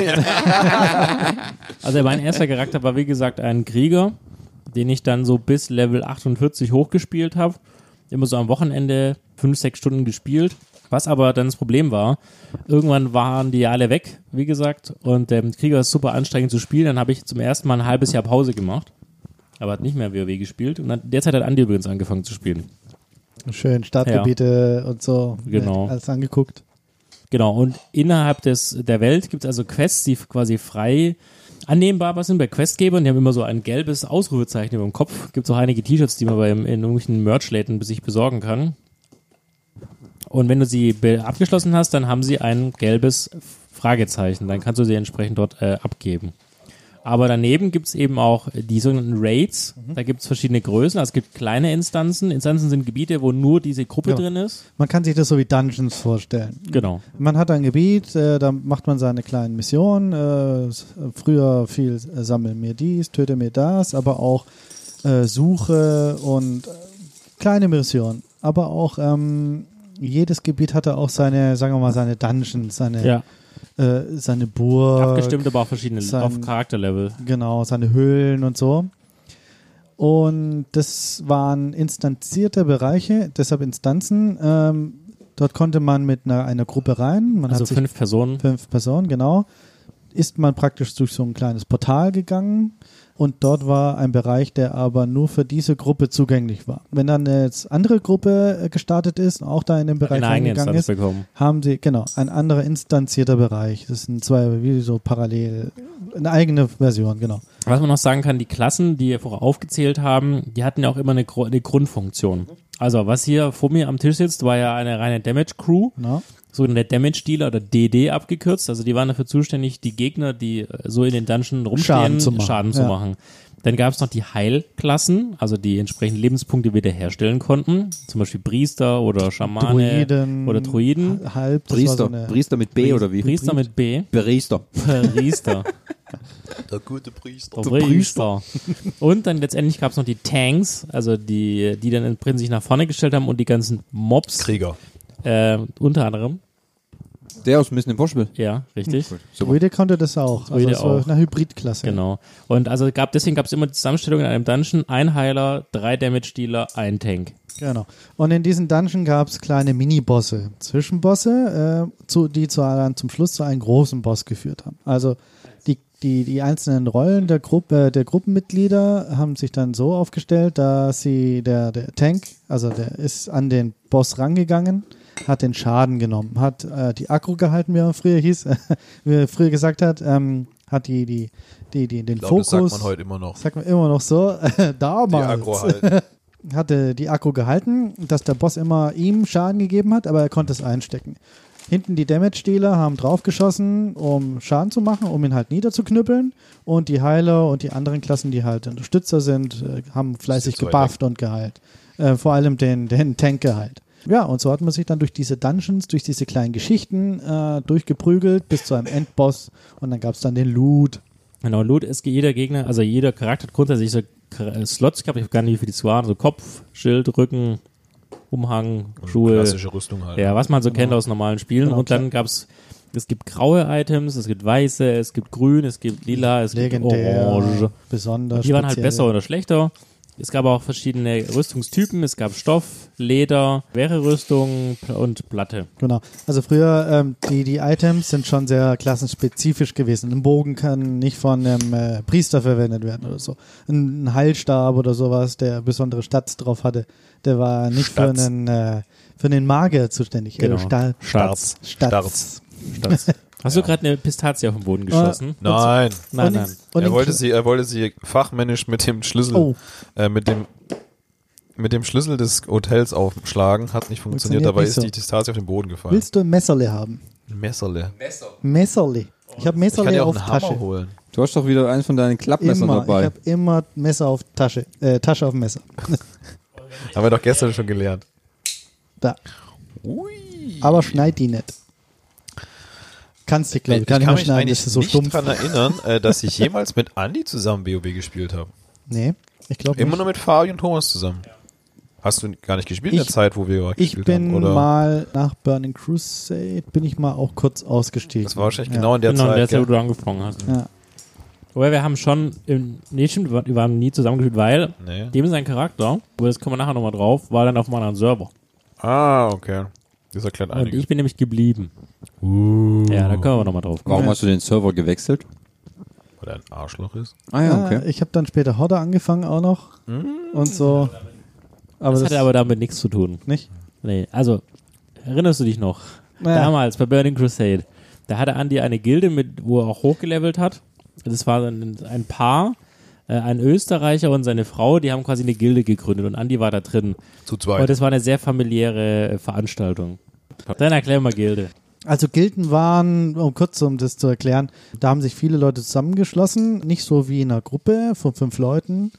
[SPEAKER 3] Also mein erster Charakter war wie gesagt ein Krieger, den ich dann so bis Level 48 hochgespielt habe. Immer so am Wochenende fünf, sechs Stunden gespielt. Was aber dann das Problem war, irgendwann waren die ja alle weg, wie gesagt. Und der Krieger ist super anstrengend zu spielen. Dann habe ich zum ersten Mal ein halbes Jahr Pause gemacht. aber hat nicht mehr WoW gespielt. Und hat, derzeit hat Andi übrigens angefangen zu spielen.
[SPEAKER 2] Schön Startgebiete und so.
[SPEAKER 3] Genau.
[SPEAKER 2] Alles angeguckt.
[SPEAKER 3] Genau, und innerhalb des, der Welt gibt es also Quests, die quasi frei annehmbar sind bei Questgebern. Die haben immer so ein gelbes Ausrufezeichen über dem Kopf. Gibt auch einige T-Shirts, die man bei, in irgendwelchen Merchläden sich besorgen kann. Und wenn du sie be- abgeschlossen hast, dann haben sie ein gelbes Fragezeichen. Dann kannst du sie entsprechend dort äh, abgeben. Aber daneben gibt's eben auch die sogenannten Raids. Da gibt's verschiedene Größen. Also es gibt kleine Instanzen. Instanzen sind Gebiete, wo nur diese Gruppe
[SPEAKER 2] Ja.
[SPEAKER 3] drin ist.
[SPEAKER 2] Man kann sich das so wie Dungeons vorstellen.
[SPEAKER 3] Genau.
[SPEAKER 2] Man hat ein Gebiet, äh, da macht man seine kleinen Missionen. Äh, s- früher viel äh, sammel mir dies, töte mir das, aber auch äh, Suche und äh, kleine Missionen. Aber auch ähm, jedes Gebiet hatte auch seine, sagen wir mal, seine Dungeons, seine,
[SPEAKER 3] Ja.
[SPEAKER 2] äh, seine Burg.
[SPEAKER 3] Abgestimmt, aber auch verschiedene
[SPEAKER 2] sein-
[SPEAKER 3] auf Charakterlevel.
[SPEAKER 2] Genau, seine Höhlen und so. Und das waren instanzierte Bereiche, deshalb Instanzen. Ähm, dort konnte man mit einer, einer Gruppe rein. Man
[SPEAKER 3] Also
[SPEAKER 2] hat sich
[SPEAKER 3] fünf Personen.
[SPEAKER 2] fünf Personen, genau, ist man praktisch durch so ein kleines Portal gegangen und dort war ein Bereich, der aber nur für diese Gruppe zugänglich war. Wenn dann jetzt andere Gruppe äh, gestartet ist und auch da in den Bereich
[SPEAKER 3] eine eigene
[SPEAKER 2] reingegangen
[SPEAKER 3] Instanz
[SPEAKER 2] ist,
[SPEAKER 3] bekommen.
[SPEAKER 2] haben sie, genau, ein anderer instanzierter Bereich. Das sind zwei, wie so parallel, eine eigene Version, genau.
[SPEAKER 3] Was man noch sagen kann, die Klassen, die wir vorher aufgezählt haben, die hatten ja auch immer eine, Gru- eine Grundfunktion. Also, was hier vor mir am Tisch sitzt, war ja eine reine Damage Crew,
[SPEAKER 2] genau.
[SPEAKER 3] sogenannte Damage Dealer oder DD abgekürzt. Also, die waren dafür zuständig, die Gegner, die äh, so in den Dungeon rumstehen,
[SPEAKER 2] Schaden zu machen,
[SPEAKER 3] Schaden zu
[SPEAKER 2] ja.
[SPEAKER 3] machen. Dann gab es noch die Heilklassen, also die entsprechenden Lebenspunkte wiederherstellen konnten. Zum Beispiel Priester oder Schamane
[SPEAKER 2] Druiden.
[SPEAKER 3] oder Druiden.
[SPEAKER 2] Halb, das war so
[SPEAKER 4] Priester.
[SPEAKER 2] eine,
[SPEAKER 4] Priester mit B oder wie?
[SPEAKER 3] Priester mit B.
[SPEAKER 4] Priester.
[SPEAKER 3] Priester.
[SPEAKER 1] Der gute Priester.
[SPEAKER 3] Der Priester. Und dann letztendlich gab es noch die Tanks, also die, die dann im Prinzip sich nach vorne gestellt haben und die ganzen Mobs,
[SPEAKER 1] Krieger.
[SPEAKER 3] äh, unter anderem.
[SPEAKER 4] Der aus Mission Impossible.
[SPEAKER 3] Ja, richtig.
[SPEAKER 4] Super.
[SPEAKER 2] Druide konnte das auch. Also
[SPEAKER 3] Druide
[SPEAKER 2] das war
[SPEAKER 3] auch.
[SPEAKER 2] eine Hybridklasse.
[SPEAKER 3] Genau. Und also gab, deswegen gab es immer die Zusammenstellung in einem Dungeon, ein Heiler, drei Damage-Dealer, ein Tank.
[SPEAKER 2] Genau. Und in diesen Dungeon gab es kleine Mini-Bosse, Zwischenbosse, äh, zu, die zu, dann zum Schluss zu einem großen Boss geführt haben. Also die, die, die einzelnen Rollen der, Gruppe, der Gruppenmitglieder haben sich dann so aufgestellt, dass sie der, der Tank, also der ist an den Boss rangegangen, hat den Schaden genommen, hat äh, die Akku gehalten, wie er früher hieß, [LAUGHS] wie er früher gesagt hat, ähm, hat die, die, die, die, den
[SPEAKER 1] Ich glaube, das
[SPEAKER 2] Fokus.
[SPEAKER 1] sagt man heute immer noch.
[SPEAKER 2] sagt man immer noch so. [LAUGHS] Damals
[SPEAKER 1] Die Agro halt.
[SPEAKER 2] hatte die Akku gehalten, dass der Boss immer ihm Schaden gegeben hat, aber er konnte es einstecken. Hinten die Damage-Dealer haben draufgeschossen, um Schaden zu machen, um ihn halt niederzuknüppeln. Und die Heiler und die anderen Klassen, die halt Unterstützer sind, äh, haben fleißig
[SPEAKER 1] Ist jetzt
[SPEAKER 2] gebufft und geheilt. Äh, vor allem den, den Tank geheilt. Ja, und so hat man sich dann durch diese Dungeons, durch diese kleinen Geschichten äh, durchgeprügelt bis zu einem Endboss. Und dann gab es dann den Loot.
[SPEAKER 3] Genau, Loot ist jeder Gegner, also jeder Charakter hat grundsätzlich so Kr- äh, Slots gehabt, ich weiß gar nicht, wie viele das waren, so Kopf, Schild, Rücken, Umhang, Schuhe.
[SPEAKER 1] Klassische Rüstung halt.
[SPEAKER 3] Ja, was man so kennt aus normalen Spielen.
[SPEAKER 2] Genau,
[SPEAKER 3] und dann gab's, es gibt graue Items, es gibt weiße, es gibt grün, es gibt lila, es
[SPEAKER 2] Legendär,
[SPEAKER 3] gibt orange.
[SPEAKER 2] besonders.
[SPEAKER 3] Die waren halt
[SPEAKER 2] speziell.
[SPEAKER 3] besser oder schlechter. Es gab auch verschiedene Rüstungstypen. Es gab Stoff, Leder, schwere Rüstung pl- und Platte.
[SPEAKER 2] Genau. Also früher, ähm, die, die Items sind schon sehr klassenspezifisch gewesen. Ein Bogen kann nicht von einem äh, Priester verwendet werden oder so. Ein, ein Heilstab oder sowas, der besondere Statz drauf hatte, der war nicht
[SPEAKER 1] Statz.
[SPEAKER 2] für einen äh, für den Magier zuständig.
[SPEAKER 3] Genau.
[SPEAKER 2] Äh, Stahl,
[SPEAKER 3] Starz.
[SPEAKER 2] Statz.
[SPEAKER 1] Starz.
[SPEAKER 2] [LAUGHS]
[SPEAKER 3] Hast du gerade eine Pistazie auf den
[SPEAKER 2] Äh,
[SPEAKER 3] Boden geschossen?
[SPEAKER 1] Nein.
[SPEAKER 3] Nein,
[SPEAKER 2] Und-
[SPEAKER 3] nein.
[SPEAKER 2] Und
[SPEAKER 1] er,
[SPEAKER 2] in-
[SPEAKER 1] wollte sie, er wollte sie fachmännisch mit dem Schlüssel,
[SPEAKER 2] Oh.
[SPEAKER 1] äh, mit dem mit dem Schlüssel des Hotels aufschlagen, hat nicht funktioniert,
[SPEAKER 2] Funktioniert
[SPEAKER 1] dabei
[SPEAKER 2] nicht
[SPEAKER 1] ist
[SPEAKER 2] so.
[SPEAKER 1] die Distanz auf den Boden gefallen.
[SPEAKER 2] Willst du ein Messerle haben?
[SPEAKER 1] Messerle.
[SPEAKER 2] Messerle. Ich habe
[SPEAKER 1] Ich kann
[SPEAKER 2] Messerle
[SPEAKER 1] dir auch
[SPEAKER 2] auf
[SPEAKER 1] einen
[SPEAKER 2] Tasche.
[SPEAKER 1] Hammer holen.
[SPEAKER 4] Du hast doch wieder eins von deinen Klappmessern
[SPEAKER 2] Immer. Ich
[SPEAKER 4] dabei.
[SPEAKER 2] habe immer Messer auf Tasche. Äh, Tasche auf Messer. [LAUGHS]
[SPEAKER 1] Haben wir doch gestern schon gelernt.
[SPEAKER 2] Da.
[SPEAKER 1] Ui.
[SPEAKER 2] Aber schneid die nicht. Kannst du, glaube ich,
[SPEAKER 1] kann
[SPEAKER 2] gar nicht
[SPEAKER 1] mich
[SPEAKER 2] mehr schneiden.
[SPEAKER 1] eigentlich
[SPEAKER 2] Das ist so
[SPEAKER 1] nicht
[SPEAKER 2] stumpf.
[SPEAKER 1] daran erinnern, äh, dass ich jemals mit Andi zusammen WoW gespielt habe.
[SPEAKER 2] Nee, ich glaube
[SPEAKER 1] Immer
[SPEAKER 2] nicht.
[SPEAKER 1] nur mit Fabi und Thomas zusammen. Hast du gar nicht gespielt in
[SPEAKER 2] Ich-
[SPEAKER 1] der Zeit, wo wir
[SPEAKER 2] Ich
[SPEAKER 1] gespielt
[SPEAKER 2] bin
[SPEAKER 1] haben? Oder?
[SPEAKER 2] mal nach Burning Crusade, bin ich mal auch kurz ausgestiegen.
[SPEAKER 1] das war wahrscheinlich
[SPEAKER 2] Ja.
[SPEAKER 1] genau in der
[SPEAKER 3] Genau, in
[SPEAKER 1] Zeit.
[SPEAKER 3] der Zeit, wo
[SPEAKER 1] gell?
[SPEAKER 3] du angefangen hast.
[SPEAKER 2] Ja.
[SPEAKER 3] Aber wir haben schon, im, nee, stimmt, wir wir haben nie zusammengespielt, weil
[SPEAKER 1] Nee.
[SPEAKER 3] dem sein Charakter, aber das kommen wir nachher nochmal drauf, war dann auf meinem anderen Server.
[SPEAKER 1] Ah, okay. Das erklärt
[SPEAKER 3] Und
[SPEAKER 1] einiges.
[SPEAKER 3] ich bin nämlich geblieben. Ja, da können wir nochmal drauf kommen.
[SPEAKER 4] Warum hast du den Server gewechselt?
[SPEAKER 1] Weil er ein Arschloch ist.
[SPEAKER 4] Ah
[SPEAKER 2] Ja, Ich habe dann später Horde angefangen auch noch
[SPEAKER 1] Mm.
[SPEAKER 2] und so. Aber
[SPEAKER 3] Das,
[SPEAKER 2] das,
[SPEAKER 3] hatte aber damit nichts zu tun.
[SPEAKER 2] nicht.
[SPEAKER 3] Nee, also, erinnerst du dich noch?
[SPEAKER 2] Naja.
[SPEAKER 3] Damals bei Burning Crusade. Da hatte Andy eine Gilde, mit, wo er auch hochgelevelt hat. Das war ein, ein Paar, äh, ein Österreicher und seine Frau, die haben quasi eine Gilde gegründet und Andy war da drin.
[SPEAKER 1] Zu
[SPEAKER 3] Und
[SPEAKER 1] zweit.
[SPEAKER 3] das war eine sehr familiäre äh, Veranstaltung. Dann erklär mal Gilde.
[SPEAKER 2] Also Gilden waren, um kurz um das zu erklären, da haben sich viele Leute zusammengeschlossen, nicht so wie in einer Gruppe von fünf Leuten,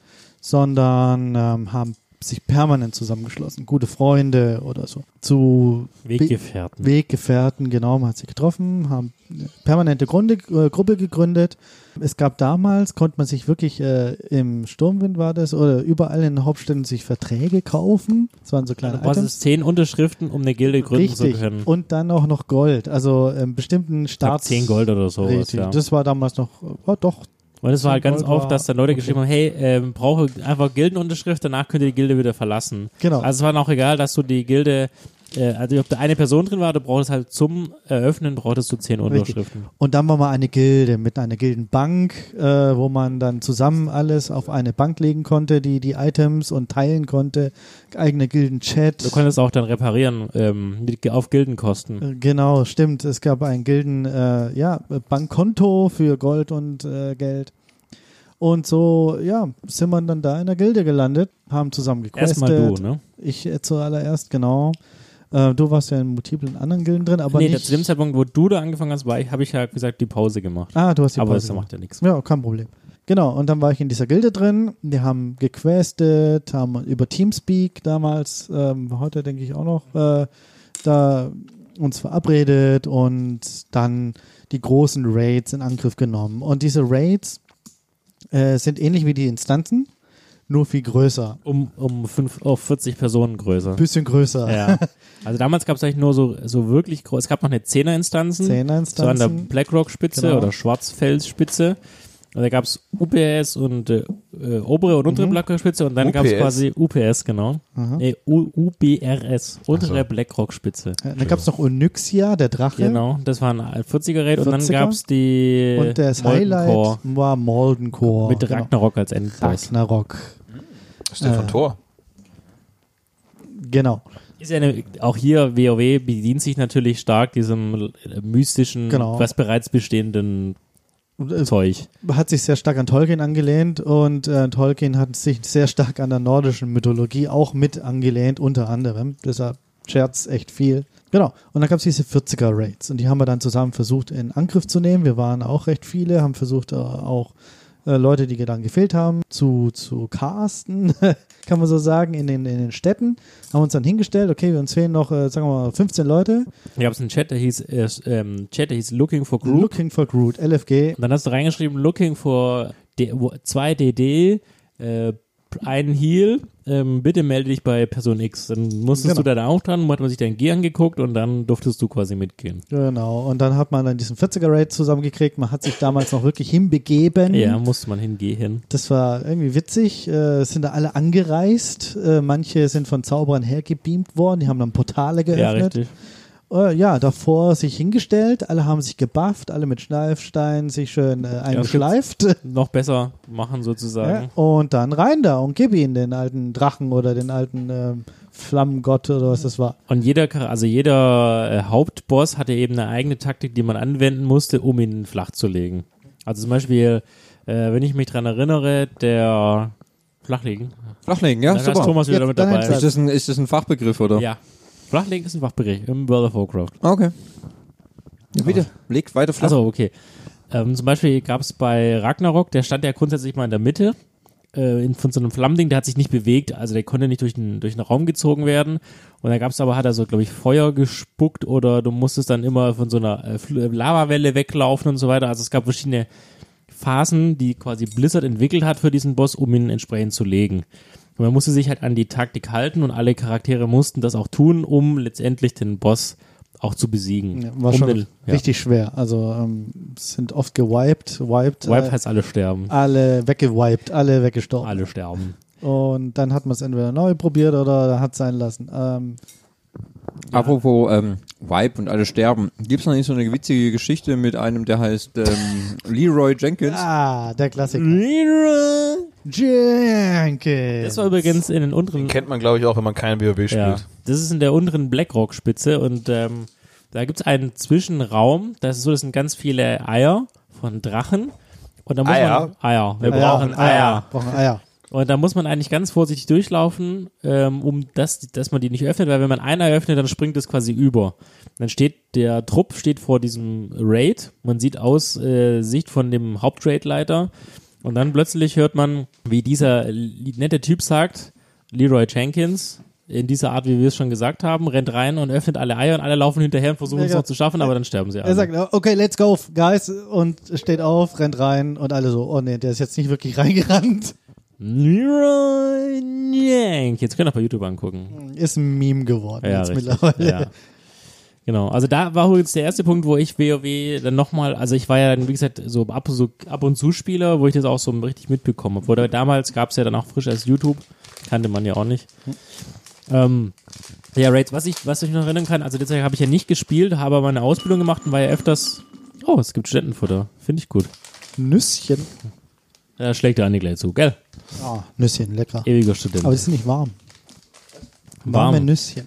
[SPEAKER 2] sondern ähm, haben sich permanent zusammengeschlossen, gute Freunde oder so. Zu
[SPEAKER 3] Weggefährten.
[SPEAKER 2] Weggefährten, genau, man hat sie getroffen, haben eine permanente Grunde, äh, Gruppe gegründet. Es gab damals, konnte man sich wirklich äh, im Sturmwind war das, oder überall in den Hauptstädten sich Verträge kaufen. Das waren so kleine
[SPEAKER 3] Also, Du brauchst
[SPEAKER 2] Items.
[SPEAKER 3] es zehn Unterschriften, um eine Gilde gründen zu können.
[SPEAKER 2] Und dann auch noch Gold. Also ähm, bestimmten
[SPEAKER 3] Ich hab
[SPEAKER 2] Staats.
[SPEAKER 3] zehn Gold oder so.
[SPEAKER 2] Richtig. Das war damals noch, äh, war doch.
[SPEAKER 3] Und es war halt ganz
[SPEAKER 2] Gold war-
[SPEAKER 3] oft, dass dann Leute geschrieben haben, hey, ähm, brauche einfach Gildenunterschrift, danach könnt ihr die Gilde wieder verlassen.
[SPEAKER 2] Genau.
[SPEAKER 3] Also es war dann auch egal, dass du die Gilde, äh, also ob da eine Person drin war, du brauchst halt zum Eröffnen, brauchtest du zehn Unterschriften.
[SPEAKER 2] Und dann war mal eine Gilde mit einer Gildenbank, äh, wo man dann zusammen alles auf eine Bank legen konnte, die die Items und teilen konnte. Eigene Gilden-Chat.
[SPEAKER 3] Du konntest auch dann reparieren ähm, mit- auf Gildenkosten.
[SPEAKER 2] Äh, Genau, stimmt. Es gab ein Gilden, äh, ja, Bankkonto für Gold und äh, Geld. Und so, ja, sind wir dann da in der Gilde gelandet, haben zusammen gequestet.
[SPEAKER 3] Erstmal du, ne?
[SPEAKER 2] Ich äh, zuallererst, genau. Äh, du warst ja in multiplen anderen Gilden drin, aber
[SPEAKER 3] nee,
[SPEAKER 2] nicht.
[SPEAKER 3] zu dem Zeitpunkt, wo du da angefangen hast, war ich, habe ich ja gesagt, die Pause gemacht.
[SPEAKER 2] ah, du hast die
[SPEAKER 3] Aber
[SPEAKER 2] Pause
[SPEAKER 3] das
[SPEAKER 2] gemacht.
[SPEAKER 3] macht ja nichts.
[SPEAKER 2] Ja, kein Problem. Genau, und dann war ich in dieser Gilde drin. Wir haben gequestet, haben über Teamspeak damals, ähm, heute denke ich auch noch, äh, da uns verabredet und dann die großen Raids in Angriff genommen. Und diese Raids äh, sind ähnlich wie die Instanzen, nur viel größer.
[SPEAKER 3] Um, um fünf, auf 40 Personen größer.
[SPEAKER 2] Bisschen größer.
[SPEAKER 3] Ja. Also damals gab es eigentlich nur so, so wirklich groß. Es gab noch eine Zehner-Instanzen. So an der
[SPEAKER 2] Zehnerinstanzen.
[SPEAKER 3] Blackrock-Spitze
[SPEAKER 2] Genau.
[SPEAKER 3] oder Schwarzfels-Spitze. Und da gab's UPS und äh, äh, obere und
[SPEAKER 2] Mhm.
[SPEAKER 3] untere Blackrock-Spitze und dann gab's
[SPEAKER 1] UPS?
[SPEAKER 3] quasi UPS, genau.
[SPEAKER 2] Aha.
[SPEAKER 3] Nee, U UBRS, untere Blackrock-Spitze.
[SPEAKER 2] Ja, Äh, Dann gab es noch Onyxia, der Drache.
[SPEAKER 3] Genau, das war ein 40er-Raid und dann
[SPEAKER 2] 40er?
[SPEAKER 3] gab's die
[SPEAKER 2] Und das
[SPEAKER 3] Molten
[SPEAKER 2] Highlight
[SPEAKER 3] Core
[SPEAKER 2] war Moldencore.
[SPEAKER 3] mit
[SPEAKER 2] genau.
[SPEAKER 3] Ragnarok als Endboss.
[SPEAKER 2] Ragnarok.
[SPEAKER 1] Stefan
[SPEAKER 2] Äh.
[SPEAKER 1] Tor.
[SPEAKER 2] Genau.
[SPEAKER 3] Ist ja eine, auch hier WoW bedient sich natürlich stark diesem äh, mystischen,
[SPEAKER 2] Genau.
[SPEAKER 3] was bereits bestehenden
[SPEAKER 2] Und, äh,
[SPEAKER 3] Zeug.
[SPEAKER 2] Hat sich sehr stark an Tolkien angelehnt und äh, Tolkien hat sich sehr stark an der nordischen Mythologie auch mit angelehnt, unter anderem. Deshalb Scherz echt viel. Genau. Und dann gab es diese 40er-Raids und die haben wir dann zusammen versucht in Angriff zu nehmen. Wir waren auch recht viele, haben versucht äh, auch äh, Leute, die dann gefehlt haben, zu, zu casten, [LAUGHS] kann man so sagen, in den, in den Städten. Haben uns dann hingestellt, okay, wir uns fehlen noch, äh, sagen wir mal, 15 Leute.
[SPEAKER 3] Da gab's einen Chat, der hieß, äh, ähm, Chat, der hieß Looking for Group.
[SPEAKER 2] Looking for Groot, LFG.
[SPEAKER 3] Und dann hast du reingeschrieben, looking for 2DD, äh, einen Heal, ähm, bitte melde dich bei Person X. Dann musstest
[SPEAKER 2] Genau.
[SPEAKER 3] du da auch dran, hat man sich dein G angeguckt und dann durftest du quasi mitgehen.
[SPEAKER 2] Genau, und dann hat man dann diesen 40er-Raid zusammengekriegt. Man hat sich damals noch wirklich hinbegeben.
[SPEAKER 3] Ja, musste man hingehen.
[SPEAKER 2] Das war irgendwie witzig. Äh, es sind da alle angereist. Äh, manche sind von Zauberern hergebeamt worden. Die haben dann Portale
[SPEAKER 3] Ja,
[SPEAKER 2] geöffnet.
[SPEAKER 3] richtig.
[SPEAKER 2] Ja, äh, ja davor sich hingestellt. Alle haben sich gebufft, alle mit Schleifstein sich schön äh, eingeschleift.
[SPEAKER 3] Noch besser
[SPEAKER 2] [LAUGHS]
[SPEAKER 3] machen
[SPEAKER 2] Ja,
[SPEAKER 3] sozusagen.
[SPEAKER 2] und dann rein da und gib ihn den alten Drachen oder den alten ähm, Flammengott oder was das war.
[SPEAKER 3] Und jeder, Char- also jeder äh, Hauptboss hatte eben eine eigene Taktik, die man anwenden musste, um ihn flach zu legen. Also zum Beispiel, äh, wenn ich mich dran erinnere, der Flachlegen.
[SPEAKER 4] Flachlegen, ja,
[SPEAKER 3] Da ist
[SPEAKER 4] super.
[SPEAKER 3] Thomas wieder
[SPEAKER 2] Jetzt
[SPEAKER 3] mit dabei.
[SPEAKER 2] dein
[SPEAKER 4] Ist das, ein, ist das ein Fachbegriff, oder?
[SPEAKER 3] Ja. Flachlegen ist ein Fachbegriff im World of Warcraft.
[SPEAKER 4] Ah, Okay. Ja, bitte, legt weiter flach.
[SPEAKER 3] Also okay. Ähm, zum Beispiel gab es bei Ragnarok, der stand ja grundsätzlich mal in der Mitte äh, in, von so einem Flammending, der hat sich nicht bewegt, also der konnte nicht durch den, durch den Raum gezogen werden. Und da gab es aber, hat er so, glaube ich, Feuer gespuckt oder du musstest dann immer von so einer äh, Fl- äh, Lavawelle weglaufen und so weiter. Also es gab verschiedene Phasen, die quasi Blizzard entwickelt hat für diesen Boss, um ihn entsprechend zu legen. Und man musste sich halt an die Taktik halten und alle Charaktere mussten das auch tun, um letztendlich den Boss auch zu besiegen.
[SPEAKER 2] Ja, war
[SPEAKER 3] um
[SPEAKER 2] schon
[SPEAKER 3] den, ja.
[SPEAKER 2] richtig schwer. Also ähm, sind oft gewiped. Wiped,
[SPEAKER 3] Wipe
[SPEAKER 2] äh,
[SPEAKER 3] heißt alle sterben.
[SPEAKER 2] alle weggewiped, alle weggestorben.
[SPEAKER 3] Alle sterben.
[SPEAKER 2] Und dann hat man es entweder neu probiert oder hat sein lassen. Ähm,
[SPEAKER 4] Apropos ähm, Vibe und alle sterben. Gibt es noch nicht so eine witzige Geschichte mit einem, der heißt ähm, Leroy Jenkins?
[SPEAKER 2] Ah, der Klassiker. Jenkins.
[SPEAKER 3] Das war übrigens in den unteren.
[SPEAKER 1] Den kennt man, glaube ich, auch, wenn man kein BOB spielt.
[SPEAKER 3] Ja, das ist in der unteren Blackrock-Spitze und ähm, da gibt's einen Zwischenraum. Das ist so, das sind ganz viele Eier von Drachen. Und da muss man
[SPEAKER 1] Eier?
[SPEAKER 3] Eier.
[SPEAKER 2] Ah
[SPEAKER 3] Wir brauchen Eier.
[SPEAKER 2] Eier. Brauchen Eier.
[SPEAKER 3] Und da muss man eigentlich ganz vorsichtig durchlaufen, ähm, um das, dass man die nicht öffnet, weil wenn man einer öffnet, dann springt es quasi über. Dann steht der Trupp steht vor diesem Raid. Man sieht aus äh, Sicht von dem Hauptraidleiter und dann plötzlich hört man, wie dieser li- nette Typ sagt, Leroy Jenkins. In dieser Art, wie wir es schon gesagt haben, rennt rein und öffnet alle Eier und alle laufen hinterher und versuchen es
[SPEAKER 2] Ja, ja.
[SPEAKER 3] noch zu schaffen, aber dann sterben sie alle.
[SPEAKER 2] Er sagt, okay, let's go, guys. Und steht auf, rennt rein und alle so. Oh nee, der ist jetzt nicht wirklich [LAUGHS] reingerannt.
[SPEAKER 3] Leroy Jenkins. Jetzt könnt ihr bei YouTube angucken.
[SPEAKER 2] Ist ein Meme geworden jetzt
[SPEAKER 3] richtig.
[SPEAKER 2] mittlerweile.
[SPEAKER 3] Ja. Genau, also da war übrigens der erste Punkt, wo ich WoW dann nochmal, also ich war ja dann, wie gesagt, so ab, so ab und zu Spieler, wo ich das auch so richtig mitbekommen habe. Oder damals gab es ja dann auch frisch als YouTube, kannte man ja auch nicht. Ähm, ja, Raids, was ich, was ich noch erinnern kann, also deshalb habe ich ja nicht gespielt, habe aber meine Ausbildung gemacht und war ja öfters, oh, es gibt Studentenfutter, finde ich gut.
[SPEAKER 2] Nüsschen.
[SPEAKER 3] Da schlägt der Andi gleich zu, gell?
[SPEAKER 2] Ah, Nüsschen, lecker.
[SPEAKER 3] Ewiger Student.
[SPEAKER 2] Aber es ist nicht warm.
[SPEAKER 3] Warm.
[SPEAKER 2] Warme Nüsschen.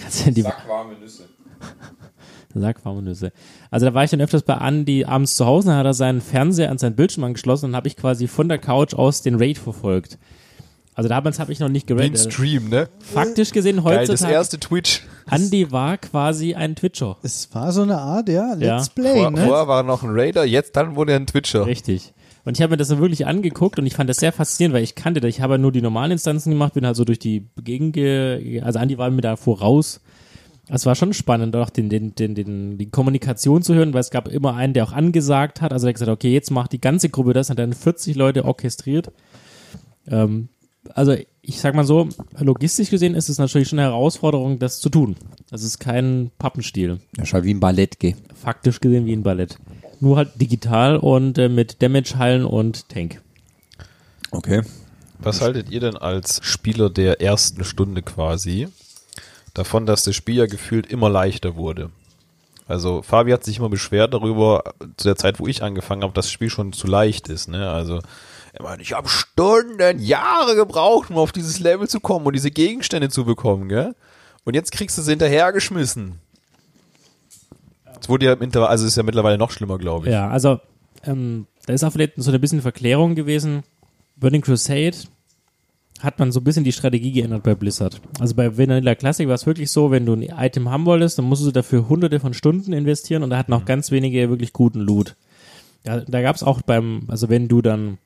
[SPEAKER 3] Kannst du die
[SPEAKER 4] warme Nüsse.
[SPEAKER 3] Sackwarme Nüsse. Also da war ich dann öfters bei Andy abends zu Hause, dann hat er seinen Fernseher an seinen Bildschirm angeschlossen und habe ich quasi von der Couch aus den Raid verfolgt. Also damals habe ich noch nicht
[SPEAKER 1] Den
[SPEAKER 3] geradet.
[SPEAKER 1] Stream, ne?
[SPEAKER 3] Faktisch gesehen
[SPEAKER 1] Geil, das
[SPEAKER 3] heutzutage,
[SPEAKER 1] erste Twitch.
[SPEAKER 3] Andy war quasi ein Twitcher.
[SPEAKER 2] Es war so eine Art, ja,
[SPEAKER 3] Ja.
[SPEAKER 2] Let's Play,
[SPEAKER 1] Vor,
[SPEAKER 2] ne?
[SPEAKER 1] Vorher war er noch ein Raider, jetzt dann wurde er ein Twitcher.
[SPEAKER 3] Richtig. Und ich habe mir das dann wirklich angeguckt und ich fand das sehr faszinierend, weil ich kannte das. Ich habe ja nur die normalen Instanzen gemacht, bin halt so durch die Gegend, ge also Andi war mir da voraus. Es war schon spannend, auch den, den, den, den, die Kommunikation zu hören, weil es gab immer einen, der auch angesagt hat. Also der hat gesagt, okay, jetzt macht die ganze Gruppe das, hat dann 40 Leute orchestriert. Ähm, also ich sag mal so, logistisch gesehen ist es natürlich schon eine Herausforderung, das zu tun. Das ist kein Pappenstiel
[SPEAKER 4] Ja, schau, wie ein Ballett geh.
[SPEAKER 3] faktisch gesehen wie ein Ballett. Nur halt digital und äh, mit Damage-Hallen und Tank.
[SPEAKER 4] Okay.
[SPEAKER 1] Was haltet ihr denn als Spieler der ersten Stunde quasi davon, dass das Spiel ja gefühlt immer leichter wurde? Also Fabi hat sich immer beschwert darüber, zu der Zeit, wo ich angefangen habe, dass das Spiel schon zu leicht ist. Ne? Also er meint, ich habe Stunden, Jahre gebraucht, um auf dieses Level zu kommen und diese Gegenstände zu bekommen. Gell? Und jetzt kriegst du sie hinterhergeschmissen. Es wurde ja im Intervall, also ist ja mittlerweile noch schlimmer, glaube ich.
[SPEAKER 3] Ja, also ähm, da ist auch vielleicht so ein bisschen Verklärung gewesen. Burning Crusade hat man so ein bisschen die Strategie geändert bei Blizzard. Also bei Vanilla Classic war es wirklich so, wenn du ein Item haben wolltest, dann musstest du dafür hunderte von Stunden investieren und da hatten auch ganz wenige wirklich guten Loot. Da, da gab es auch beim, also wenn du dann,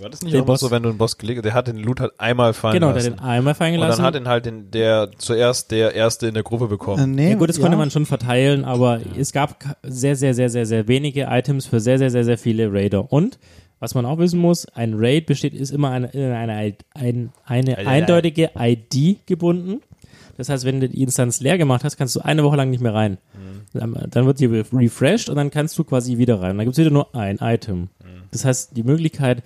[SPEAKER 1] War das nicht
[SPEAKER 3] Den
[SPEAKER 1] auch immer
[SPEAKER 3] Boss-
[SPEAKER 1] so, wenn du einen Boss gelegt hast, der hat den Loot halt einmal fallen
[SPEAKER 3] genau, der
[SPEAKER 1] lassen.
[SPEAKER 3] den einmal fallen
[SPEAKER 1] Und
[SPEAKER 3] gelassen
[SPEAKER 1] dann hat ihn halt den, der zuerst der Erste in der Gruppe
[SPEAKER 2] Äh,
[SPEAKER 1] bekommen.
[SPEAKER 2] nee,
[SPEAKER 3] Ja, gut, das konnte man schon verteilen, aber es gab ka- sehr, sehr, sehr, sehr, sehr wenige Items für sehr, sehr, sehr, sehr viele Raider. Und was man auch wissen muss, ein Raid besteht, ist immer an in eine, ein, eine, eindeutige ID gebunden. Das heißt, wenn du die Instanz leer gemacht hast, kannst du eine Woche lang nicht mehr rein. Dann- Dann wird sie re- refreshed und dann kannst du quasi wieder rein. Dann gibt es wieder nur ein Item. Das heißt, die Möglichkeit,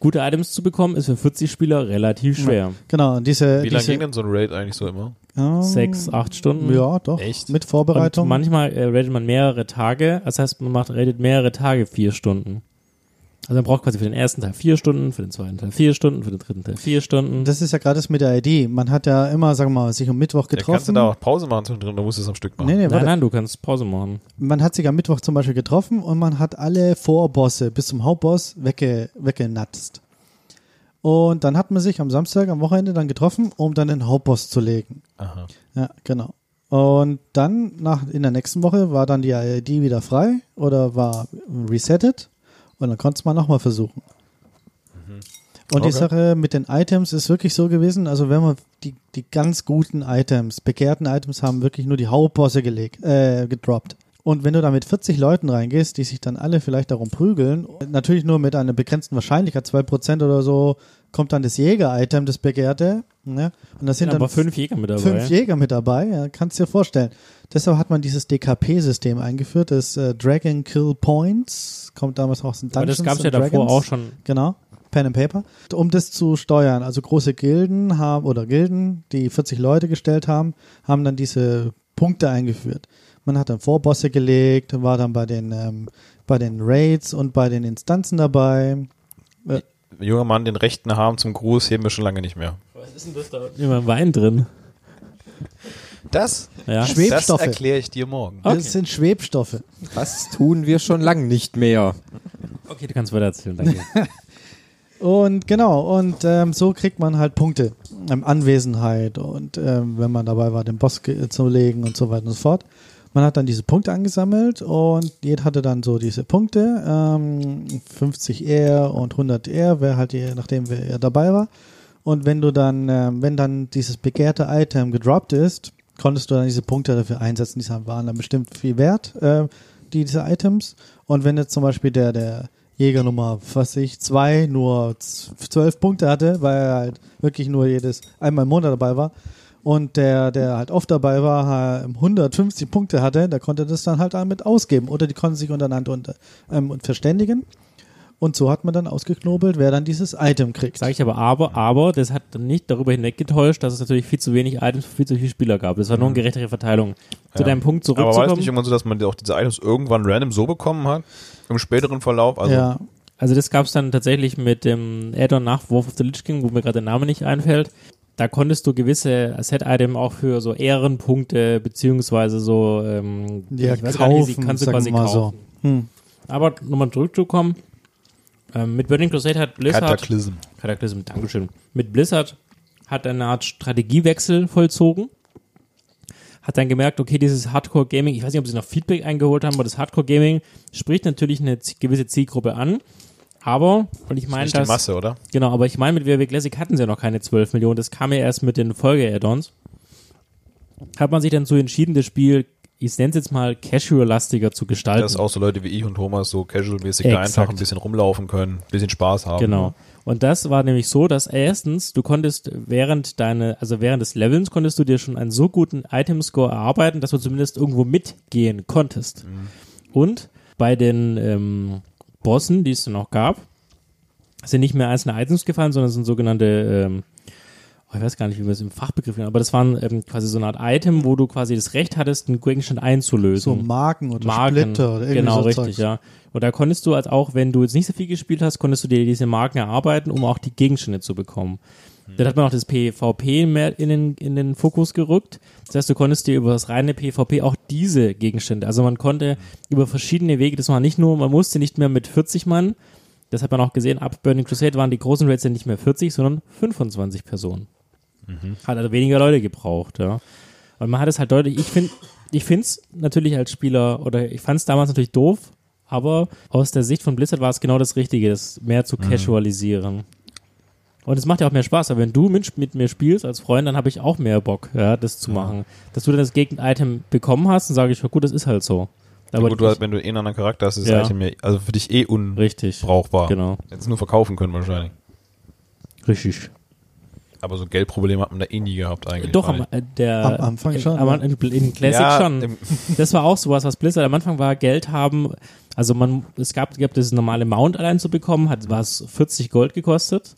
[SPEAKER 3] gute Items zu bekommen, ist für 40 Spieler relativ schwer.
[SPEAKER 2] Genau, und diese.
[SPEAKER 1] Wie lange
[SPEAKER 2] diese,
[SPEAKER 1] ging denn so ein Raid eigentlich so immer?
[SPEAKER 2] ähm,
[SPEAKER 3] Sechs, acht Stunden.
[SPEAKER 2] Ja, doch.
[SPEAKER 1] Echt?
[SPEAKER 2] Mit Vorbereitung.
[SPEAKER 3] Und manchmal äh, raidet man mehrere Tage, das heißt, man macht raidet mehrere Tage vier Stunden. Also man braucht quasi für den ersten Teil vier Stunden, für den zweiten Teil vier Stunden, für den dritten Teil vier Stunden.
[SPEAKER 2] das ist ja gerade das mit der ID. Man hat ja immer, sagen wir mal, sich am Mittwoch
[SPEAKER 1] Ja, kannst du
[SPEAKER 2] getroffen.
[SPEAKER 1] da auch Pause machen zwischendrin, du musst es am Stück machen.
[SPEAKER 2] nee, nee,
[SPEAKER 3] nein,
[SPEAKER 2] warte.
[SPEAKER 3] nein, du kannst Pause machen.
[SPEAKER 2] Man hat sich am Mittwoch zum Beispiel getroffen und man hat alle Vorbosse bis zum Hauptboss wegge, weggenatzt. Und dann hat man sich am Samstag, am Wochenende dann getroffen, um dann den Hauptboss zu legen.
[SPEAKER 1] Aha.
[SPEAKER 2] Ja, genau. Und dann nach, in der nächsten Woche war dann die ID wieder frei oder war resettet und dann konnte es man nochmal versuchen. Und die
[SPEAKER 1] Okay.
[SPEAKER 2] Sache mit den Items ist wirklich so gewesen, also wenn man die, die ganz guten Items, begehrten Items haben wirklich nur die Hauptbosse gelegt, äh, gedroppt. Und wenn du da mit 40 Leuten reingehst, die sich dann alle vielleicht darum prügeln, natürlich nur mit einer begrenzten Wahrscheinlichkeit, 2% oder so, kommt dann das Jäger-Item, das begehrte. Ne? Und das sind
[SPEAKER 3] Sind
[SPEAKER 2] dann
[SPEAKER 3] aber fünf Jäger mit dabei.
[SPEAKER 2] fünf Jäger mit dabei, ja, kannst dir vorstellen. Deshalb hat man dieses DKP-System eingeführt, das äh, Dragon Kill Points, kommt damals auch aus den
[SPEAKER 3] aber
[SPEAKER 2] Dungeons
[SPEAKER 3] das gab es ja
[SPEAKER 2] and
[SPEAKER 3] davor
[SPEAKER 2] Dragons.
[SPEAKER 3] auch schon.
[SPEAKER 2] Genau, Pen and Paper. Um das zu steuern, also große Gilden haben, oder Gilden, die 40 Leute gestellt haben, haben dann diese Punkte eingeführt. Man hat dann Vorbosse gelegt, war dann bei den, ähm, bei den Raids und bei den Instanzen dabei.
[SPEAKER 1] Junger Mann, den rechten Arm zum Gruß heben wir schon lange nicht mehr.
[SPEAKER 3] Was ist denn das da? Immer Wein drin.
[SPEAKER 1] Das,
[SPEAKER 3] Ja. Ah,
[SPEAKER 2] Schweb- Schwebstoffe.
[SPEAKER 1] das erkläre ich dir morgen.
[SPEAKER 3] Okay.
[SPEAKER 2] Das sind Schwebstoffe.
[SPEAKER 4] Das tun wir schon lang nicht mehr.
[SPEAKER 3] Okay, du kannst weiter erzählen, [LAUGHS] danke.
[SPEAKER 2] Und genau, und ähm, so kriegt man halt Punkte. Ähm, Anwesenheit und ähm, wenn man dabei war, den Boss ge- äh, zu legen und so weiter und so fort. Man hat dann diese Punkte angesammelt und jeder hatte dann so diese Punkte. Ähm, 50 R und 100 R, wer halt je nachdem, wer eher dabei war. Und wenn du dann, ähm, wenn dann dieses begehrte Item gedroppt ist, konntest du dann diese Punkte dafür einsetzen, die haben- waren dann bestimmt viel wert, äh, die, diese Items. Und wenn jetzt zum Beispiel der, der Jäger Nummer, was weiß ich, zwei nur z- zwölf Punkte hatte, weil er halt wirklich nur jedes einmal im Monat dabei war. Und der, der halt oft dabei war, äh, 150 Punkte hatte, der konnte das dann halt damit ausgeben. Oder die konnten sich untereinander unter, ähm, und verständigen. Und so hat man dann ausgeknobelt, wer dann dieses Item kriegt.
[SPEAKER 3] Sage ich aber, aber, aber, das hat dann nicht darüber hinweggetäuscht, dass es natürlich viel zu wenig Items für viel zu viele Spieler gab. Das war nur eine gerechtere Verteilung. Zu deinem Punkt
[SPEAKER 1] Aber war es nicht
[SPEAKER 3] zurückzukommen.
[SPEAKER 1] irgendwann so, dass man auch diese Items irgendwann random so bekommen hat? Im späteren Verlauf? Also,
[SPEAKER 2] ja.
[SPEAKER 3] Also das gab es dann tatsächlich mit dem Add-on nach Wolf of the Lich King, wo mir gerade der Name nicht einfällt. Da konntest du gewisse Set-Item auch für so Ehrenpunkte beziehungsweise so ähm,
[SPEAKER 2] Ja,
[SPEAKER 3] ich weiß gar nicht, wie sie-
[SPEAKER 2] kaufen,
[SPEAKER 3] kannst du
[SPEAKER 2] sagen
[SPEAKER 3] quasi
[SPEAKER 2] wir mal so.
[SPEAKER 3] kaufen. Aber nochmal zurückzukommen. Ähm, mit Burning Crusade hat Blizzard
[SPEAKER 1] Cataclysm.
[SPEAKER 3] Cataclysm, Dankeschön. Mit Blizzard hat eine Art Strategiewechsel vollzogen. Hat dann gemerkt, okay, dieses Hardcore Gaming, ich weiß nicht, ob sie noch Feedback eingeholt haben, aber das Hardcore Gaming spricht natürlich eine z- gewisse Zielgruppe an. Aber, und ich meine,
[SPEAKER 1] Nicht die
[SPEAKER 3] das,
[SPEAKER 1] Masse, oder?
[SPEAKER 3] genau, aber ich meine, mit WoW Classic hatten sie ja noch keine 12 Millionen, das kam ja erst mit den Folge-Add-ons. Hat man sich dann so entschieden, das Spiel, ich nenne es jetzt mal casual-lastiger zu gestalten.
[SPEAKER 1] Dass auch so Leute wie ich und Thomas so casual-mäßig da
[SPEAKER 3] Äh, Exakt.
[SPEAKER 1] einfach ein bisschen rumlaufen können, ein bisschen Spaß haben.
[SPEAKER 3] Genau. Und das war nämlich so, dass erstens, du konntest während deine, also während des Levelns konntest du dir schon einen so guten Item-Score erarbeiten, dass du zumindest irgendwo mitgehen konntest. Und bei den ähm, Bossen, die es dann noch gab, sind nicht mehr einzelne Items gefallen, sondern es sind sogenannte, ähm, oh, ich weiß gar nicht, wie man es im Fachbegriff nennt, aber das waren ähm, quasi so eine Art Item, wo du quasi das Recht hattest, einen Gegenstand einzulösen.
[SPEAKER 2] So Marken oder Splitter oder irgendwie
[SPEAKER 3] Hm. Genau,
[SPEAKER 2] so
[SPEAKER 3] richtig,
[SPEAKER 2] Zeugs.
[SPEAKER 3] ja. Und da konntest du als auch, wenn du jetzt nicht so viel gespielt hast, konntest du dir diese Marken erarbeiten, um auch die Gegenstände zu bekommen. Dann hat man auch das PvP mehr in den, in den Fokus gerückt. Das heißt, du konntest dir über das reine PvP auch diese Gegenstände, also man konnte über verschiedene Wege, das war nicht nur, man musste nicht mehr mit 40 Mann, das hat man auch gesehen, ab Burning Crusade waren die großen Raids ja nicht mehr 40, sondern 25 Personen. Hat also weniger Leute gebraucht, ja. Und man hat es halt deutlich, ich finde, ich finde es natürlich als Spieler, oder ich fand es damals natürlich doof, aber aus der Sicht von Blizzard war es genau das Richtige, das mehr zu
[SPEAKER 1] Mhm.
[SPEAKER 3] casualisieren. Und es macht ja auch mehr Spaß, aber wenn du mit, mit mir spielst als Freund, dann habe ich auch mehr Bock, ja, das zu machen. Dass du dann das Gegend-Item bekommen hast, dann sage ich, ja gut, das ist halt so. Aber
[SPEAKER 1] Aber Gut, du hast, wenn du eh einen anderen Charakter hast, ist
[SPEAKER 3] Ja.
[SPEAKER 1] das Item ja also für dich eh unbrauchbar.
[SPEAKER 3] richtig, genau,
[SPEAKER 1] Jetzt nur verkaufen können wahrscheinlich.
[SPEAKER 3] richtig.
[SPEAKER 1] Aber so Geldprobleme hat man da eh nie gehabt eigentlich.
[SPEAKER 3] Doch,
[SPEAKER 1] fand
[SPEAKER 3] am, äh, der,
[SPEAKER 2] Am Anfang schon,
[SPEAKER 3] Am,
[SPEAKER 2] ja.
[SPEAKER 3] in, in
[SPEAKER 1] ich.
[SPEAKER 3] Classic
[SPEAKER 1] ne? ja,
[SPEAKER 2] [LAUGHS]
[SPEAKER 3] schon.
[SPEAKER 1] im-
[SPEAKER 3] das war auch sowas, was Blizzard am Anfang war, Geld haben, also man, es gab, gab das normale Mount allein zu bekommen, hat, war es 40 Gold gekostet.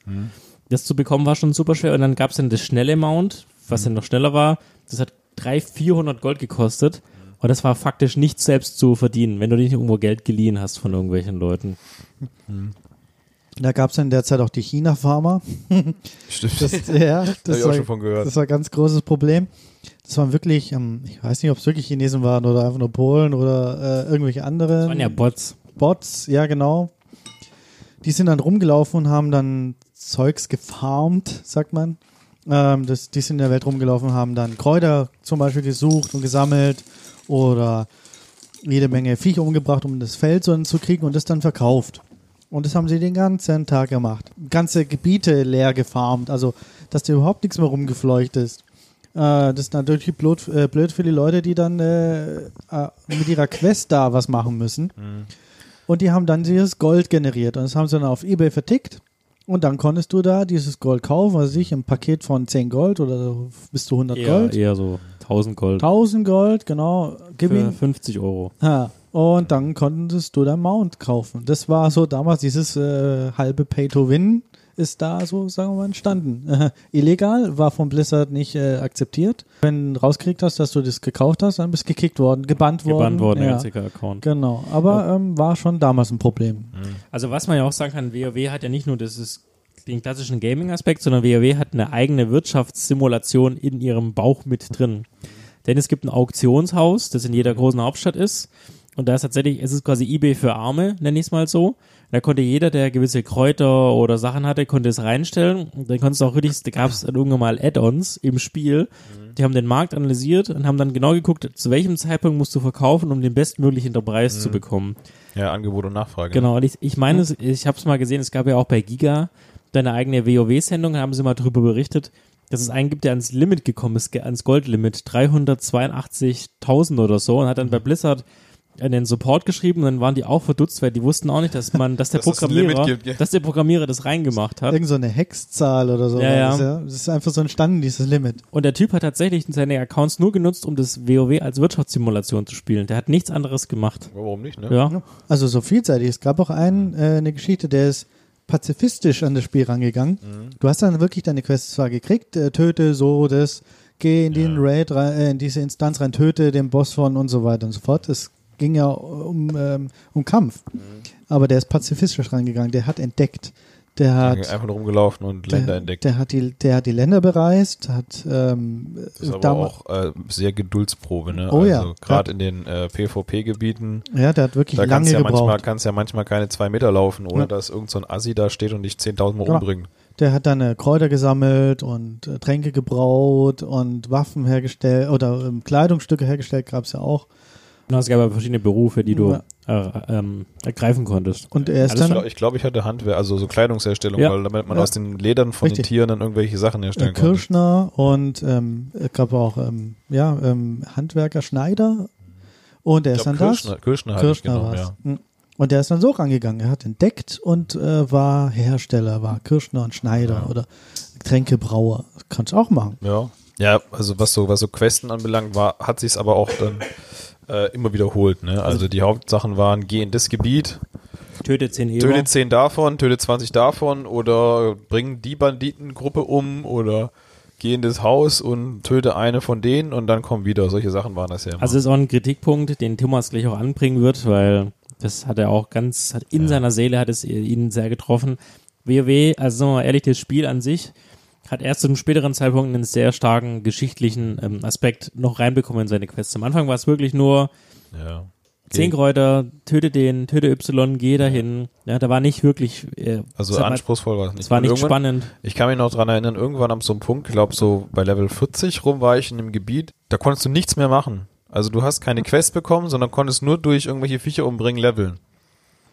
[SPEAKER 3] Das zu bekommen war schon super schwer und dann gab es dann das schnelle Mount, was dann noch schneller war, das hat 300, 400 Gold gekostet und das war faktisch nicht selbst zu verdienen, wenn du nicht irgendwo Geld geliehen hast von irgendwelchen Leuten.
[SPEAKER 2] Da gab es in der Zeit auch die China-Farmer.
[SPEAKER 1] Stimmt.
[SPEAKER 3] [LAUGHS]
[SPEAKER 2] Das, ja,
[SPEAKER 1] Hab
[SPEAKER 2] das,
[SPEAKER 1] ich auch
[SPEAKER 2] war,
[SPEAKER 1] schon von gehört.
[SPEAKER 2] das war ein ganz großes Problem. Das waren wirklich, ähm, ich weiß nicht, ob es wirklich Chinesen waren oder einfach nur Polen oder äh, irgendwelche anderen.
[SPEAKER 3] Das waren ja Bots.
[SPEAKER 2] Bots, ja genau. Die sind dann rumgelaufen und haben dann Zeugs gefarmt, sagt man. Ähm, das, die sind in der Welt rumgelaufen, haben dann Kräuter zum Beispiel gesucht und gesammelt oder jede Menge Viecher umgebracht, um das Feld so hinzukriegen und das dann verkauft. Und das haben sie den ganzen Tag gemacht. Ganze Gebiete leer gefarmt, also dass da überhaupt nichts mehr rumgefleucht ist. Äh, das ist natürlich blöd, äh, blöd für die Leute, die dann äh, äh, mit ihrer Quest da was machen müssen. Und die haben dann dieses Gold generiert und das haben sie dann auf Ebay vertickt. Und dann konntest du da dieses Gold kaufen, was weiß ich, im Paket von 10 Gold oder so bis zu 100
[SPEAKER 3] Eher,
[SPEAKER 2] Gold.
[SPEAKER 3] eher so 1000 Gold.
[SPEAKER 2] 1000 Gold, genau. Gib
[SPEAKER 3] Für
[SPEAKER 2] ihm
[SPEAKER 3] 50 Euro.
[SPEAKER 2] Ha. Und dann konntest du dein Mount kaufen. Das war so damals dieses äh, halbe Pay-to-Win ist da so, sagen wir mal, entstanden. [LAUGHS] Äh, illegal, war von Blizzard nicht äh, akzeptiert. Wenn du rauskriegt hast, dass du das gekauft hast, dann bist du gekickt worden, gebannt worden.
[SPEAKER 3] gebannt worden, der
[SPEAKER 2] ja.
[SPEAKER 3] ganze Account.
[SPEAKER 2] Genau, aber ähm, war schon damals ein Problem.
[SPEAKER 3] Also was man ja auch sagen kann, WoW hat ja nicht nur dieses, den klassischen Gaming-Aspekt, sondern WoW hat eine eigene Wirtschaftssimulation in ihrem Bauch mit drin. Denn es gibt ein Auktionshaus, das in jeder großen Hauptstadt ist. Und da ist tatsächlich, es ist quasi eBay für Arme, nenne ich es mal so. Da konnte jeder, der gewisse Kräuter oder Sachen hatte, konnte es reinstellen. Und dann konntest du auch richtig, da gab es dann irgendwann mal Add-ons im Spiel. Die haben den Markt analysiert und haben dann genau geguckt, zu welchem Zeitpunkt musst du verkaufen, um den bestmöglichen Preis zu bekommen.
[SPEAKER 1] Ja, Angebot und Nachfrage. ne?
[SPEAKER 3] Genau, und ich, ich meine, es- ich habe es mal gesehen, es gab ja auch bei Giga deine eigene WoW-Sendung, haben sie mal drüber berichtet, dass es einen gibt, der ans Limit gekommen ist, ge- ans Goldlimit, 382.000 oder so, und hat dann bei Blizzard an den Support geschrieben, und dann waren die auch verdutzt, weil die wussten auch nicht, dass man, dass der
[SPEAKER 1] Dass es ein Limit
[SPEAKER 3] Programmierer,
[SPEAKER 1] gibt, gell?
[SPEAKER 3] dass der Programmierer das reingemacht hat.
[SPEAKER 2] Irgend so eine Hexzahl oder so.
[SPEAKER 3] Ja, ja.
[SPEAKER 2] Das, ist das ist einfach so entstanden, dieses Limit.
[SPEAKER 3] Und der Typ hat tatsächlich seine Accounts nur genutzt, um das WoW als Wirtschaftssimulation zu spielen. Der hat nichts anderes gemacht.
[SPEAKER 1] Aber Warum nicht, ne?
[SPEAKER 3] Ja.
[SPEAKER 2] Also so vielseitig. Es gab auch einen,
[SPEAKER 1] Mhm.
[SPEAKER 2] äh, eine Geschichte, der ist pazifistisch an das Spiel rangegangen.
[SPEAKER 1] Mhm.
[SPEAKER 2] Du hast dann wirklich deine Quests zwar gekriegt, äh, töte so das, geh in den Raid rein, äh, in diese Instanz rein, töte den Boss von und so weiter und so fort. Es ging ja um, ähm, um Kampf.
[SPEAKER 1] Mhm.
[SPEAKER 2] Aber der ist pazifistisch rangegangen, der hat entdeckt. Der hat
[SPEAKER 1] Einfach nur rumgelaufen und Länder
[SPEAKER 2] der,
[SPEAKER 1] entdeckt.
[SPEAKER 2] Der hat die, der hat die Länder bereist, hat ähm,
[SPEAKER 1] Das ist aber
[SPEAKER 2] dam-
[SPEAKER 1] auch äh, sehr Geduldsprobe, ne?
[SPEAKER 2] Oh ja.
[SPEAKER 1] also gerade in den äh, PvP-Gebieten,
[SPEAKER 2] ja, der hat wirklich
[SPEAKER 1] da
[SPEAKER 2] lange
[SPEAKER 1] kannst ja
[SPEAKER 2] gebraucht.
[SPEAKER 1] manchmal kannst ja manchmal keine zwei Meter laufen, ohne
[SPEAKER 2] Ja. Genau.
[SPEAKER 1] dass irgend so ein Assi da steht und dich 10.000 Mal
[SPEAKER 2] Ja.
[SPEAKER 1] umbringt.
[SPEAKER 2] Der hat dann äh, Kräuter gesammelt und äh, Tränke gebraut und Waffen hergestellt oder ähm, Kleidungsstücke hergestellt, gab's ja auch.
[SPEAKER 3] Genau, es gab ja verschiedene Berufe, die du
[SPEAKER 2] Ja.
[SPEAKER 3] äh, ähm, ergreifen konntest.
[SPEAKER 2] Und er ist
[SPEAKER 3] Alles
[SPEAKER 1] Ich
[SPEAKER 2] dann
[SPEAKER 1] glaube, ich, glaub, ich hatte Handwerk, also so Kleidungserstellung,
[SPEAKER 3] Ja.
[SPEAKER 1] weil damit man
[SPEAKER 2] Ja.
[SPEAKER 1] aus den Ledern von
[SPEAKER 2] Richtig.
[SPEAKER 1] den Tieren dann irgendwelche Sachen
[SPEAKER 2] äh,
[SPEAKER 1] herstellen kann.
[SPEAKER 2] Kirschner und ähm, es gab auch ähm, ja, ähm, Handwerker, Schneider und er
[SPEAKER 1] Ich
[SPEAKER 2] ist dann
[SPEAKER 1] glaub,
[SPEAKER 2] das.
[SPEAKER 1] Kirschner, Kirschner hatte ich
[SPEAKER 2] Kirschner
[SPEAKER 1] genommen,
[SPEAKER 2] war's.
[SPEAKER 1] ja.
[SPEAKER 2] Mhm. Und der ist dann so rangegangen. Er hat entdeckt und äh, war Hersteller, war Kirschner und Schneider oder Tränkebrauer. Kannst auch machen.
[SPEAKER 1] Ja. Ja, also was so, was so Questen anbelangt, war, hat sich's aber auch dann äh, immer wiederholt, ne? Also die Hauptsachen waren, geh in das Gebiet,
[SPEAKER 3] Tötet zehn Eber.
[SPEAKER 1] töte 10 davon, töte 20 davon oder bring die Banditengruppe um oder geh in das Haus und töte eine von denen und dann komm wieder. Solche Sachen waren das ja immer.
[SPEAKER 3] Also ist auch ein Kritikpunkt, den Thomas gleich auch anbringen wird, weil das hat er auch ganz, hat in seiner Seele hat es ihn sehr getroffen. WoW, also sagen wir mal ehrlich, das Spiel an sich hat erst zu einem späteren Zeitpunkt einen sehr starken geschichtlichen ähm, Aspekt noch reinbekommen in seine Quests. Am Anfang war es wirklich nur
[SPEAKER 1] ja.
[SPEAKER 3] zehn Kräuter, töte den, töte Y, geh dahin. Ja, da war nicht wirklich, äh,
[SPEAKER 1] also
[SPEAKER 3] es hat-
[SPEAKER 1] anspruchsvoll war es nicht.
[SPEAKER 3] es war
[SPEAKER 1] Und
[SPEAKER 3] nicht
[SPEAKER 1] irgendwann-
[SPEAKER 3] spannend.
[SPEAKER 1] Ich kann mich noch dran erinnern, irgendwann am so einem Punkt, glaube so bei Level 40 rum war ich in einem Gebiet, da konntest du nichts mehr machen. Also du hast keine Quest bekommen, sondern konntest nur durch irgendwelche Viecher umbringen leveln.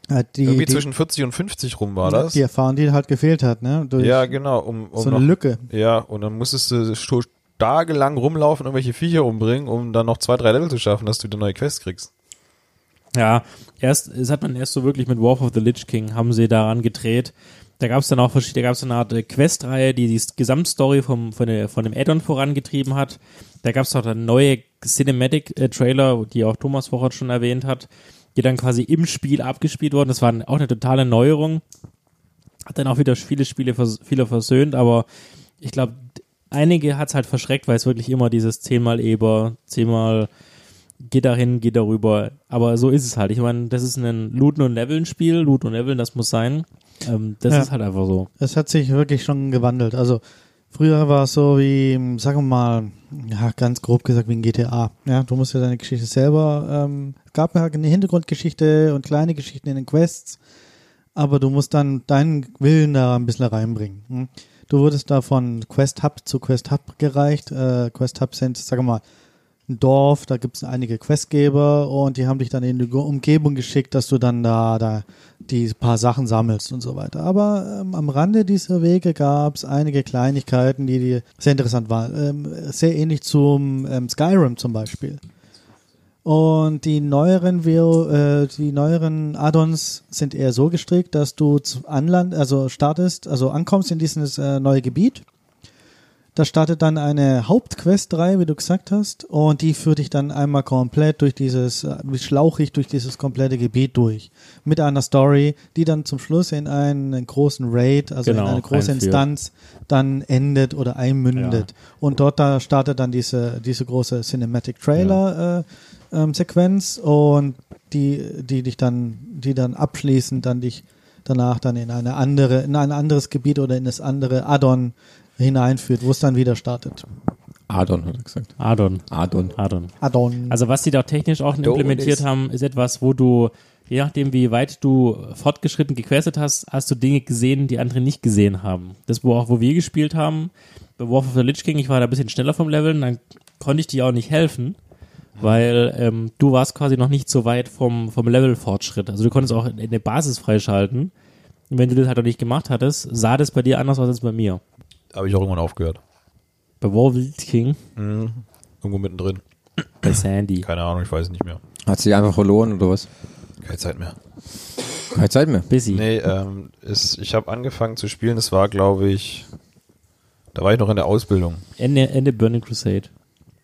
[SPEAKER 2] Äh, die,
[SPEAKER 1] Irgendwie
[SPEAKER 2] die,
[SPEAKER 1] zwischen 40 und 50 rum war das.
[SPEAKER 2] die Erfahrung, die halt gefehlt hat, ne? Durch
[SPEAKER 1] Ja, genau. Um, um
[SPEAKER 2] so eine
[SPEAKER 1] noch-
[SPEAKER 2] Lücke.
[SPEAKER 1] Ja, und dann musstest du stu- tagelang rumlaufen, irgendwelche Viecher umbringen, um dann noch zwei, drei Level zu schaffen, dass du wieder neue Quests kriegst.
[SPEAKER 3] Ja, erst, es hat man erst so wirklich mit War of the Lich King haben sie daran gedreht. Da gab's dann auch verschiedene, da gab's so eine Art äh, Questreihe, die die Gesamtstory vom, von, der, von dem Add-on vorangetrieben hat. Da gab's auch dann neue Cinematic-Trailer, die auch Thomas Wochert schon erwähnt hat, die dann quasi im Spiel abgespielt wurden. Das war ein- auch eine totale Neuerung. Hat dann auch wieder viele Spiele vers viele versöhnt, aber ich glaube, einige hat's halt verschreckt, weil es wirklich immer dieses zehnmal Eber, zehnmal geh dahin, geh darüber. Aber so ist es halt. Ich meine, das ist ein Looten und Leveln Spiel. Looten und Leveln, das muss sein. Ähm, das
[SPEAKER 2] Ja.
[SPEAKER 3] ist halt einfach so.
[SPEAKER 2] Es hat sich wirklich schon gewandelt. Also früher war es so wie, sagen wir mal, ja, ganz grob gesagt wie ein GTA. Ja, du musst ja deine Geschichte selber, ähm, es gab ja eine Hintergrundgeschichte und kleine Geschichten in den Quests, aber du musst dann deinen Willen da ein bisschen reinbringen. Hm? Du wurdest da von Quest Hub zu Quest Hub gereicht. Äh, Quest Hub sind, sagen wir mal, ein Dorf, da gibt es einige Questgeber und die haben dich dann in die Ge- Umgebung geschickt, dass du dann da, da die paar Sachen sammelst und so weiter. Aber ähm, am Rande dieser Wege gab es einige Kleinigkeiten, die, die sehr interessant waren. Ähm, sehr ähnlich zum ähm, Skyrim zum Beispiel. Und die neueren, WO, äh, die neueren Add-ons sind eher so gestrickt, dass du zu Anland, also startest, also ankommst in dieses äh, neue Gebiet Da startet dann eine Hauptquest 3, wie du gesagt hast, und die führt dich dann einmal komplett durch dieses, äh, schlauchig durch dieses komplette Gebiet durch. Mit einer Story, die dann zum Schluss in einen großen Raid, also
[SPEAKER 3] Genau,
[SPEAKER 2] in eine große
[SPEAKER 3] einführt.
[SPEAKER 2] Instanz, dann endet oder einmündet. Und dort da startet dann diese, diese große Cinematic Trailer äh, ähm, Sequenz und die, die dich dann, die dann abschließend dann dich danach dann in eine andere, in ein anderes Gebiet oder in das andere Add-on hineinführt, wo es dann wieder startet.
[SPEAKER 4] Adon, hat er gesagt.
[SPEAKER 3] Adon.
[SPEAKER 4] Adon.
[SPEAKER 3] Adon.
[SPEAKER 2] Add-on.
[SPEAKER 3] Also was sie da technisch auch
[SPEAKER 4] Adobe
[SPEAKER 3] implementiert
[SPEAKER 4] ist-
[SPEAKER 3] haben, ist etwas, wo du, je nachdem wie weit du fortgeschritten gequestet hast, hast du Dinge gesehen, die andere nicht gesehen haben. Das wo auch, wo wir gespielt haben, bei War of the Lich King, ich war da ein bisschen schneller vom Leveln, dann konnte ich dir auch nicht helfen, weil ähm, du warst quasi noch nicht so weit vom, vom Levelfortschritt. Also du konntest auch eine Basis freischalten. Und wenn du das halt noch nicht gemacht hattest, sah das bei dir anders aus als bei mir.
[SPEAKER 1] Habe ich auch irgendwann aufgehört.
[SPEAKER 3] Bei War of the Lich King,
[SPEAKER 1] Irgendwo mittendrin.
[SPEAKER 3] bei Sandy.
[SPEAKER 1] Keine Ahnung, ich weiß es nicht mehr.
[SPEAKER 4] Hat sie einfach verloren oder was?
[SPEAKER 1] Keine Zeit mehr.
[SPEAKER 4] Keine Zeit mehr.
[SPEAKER 3] Busy.
[SPEAKER 1] Nee, ähm, ist, ich habe angefangen zu spielen, das war, glaube ich, da war ich noch in der Ausbildung.
[SPEAKER 3] Ende, Ende Burning Crusade.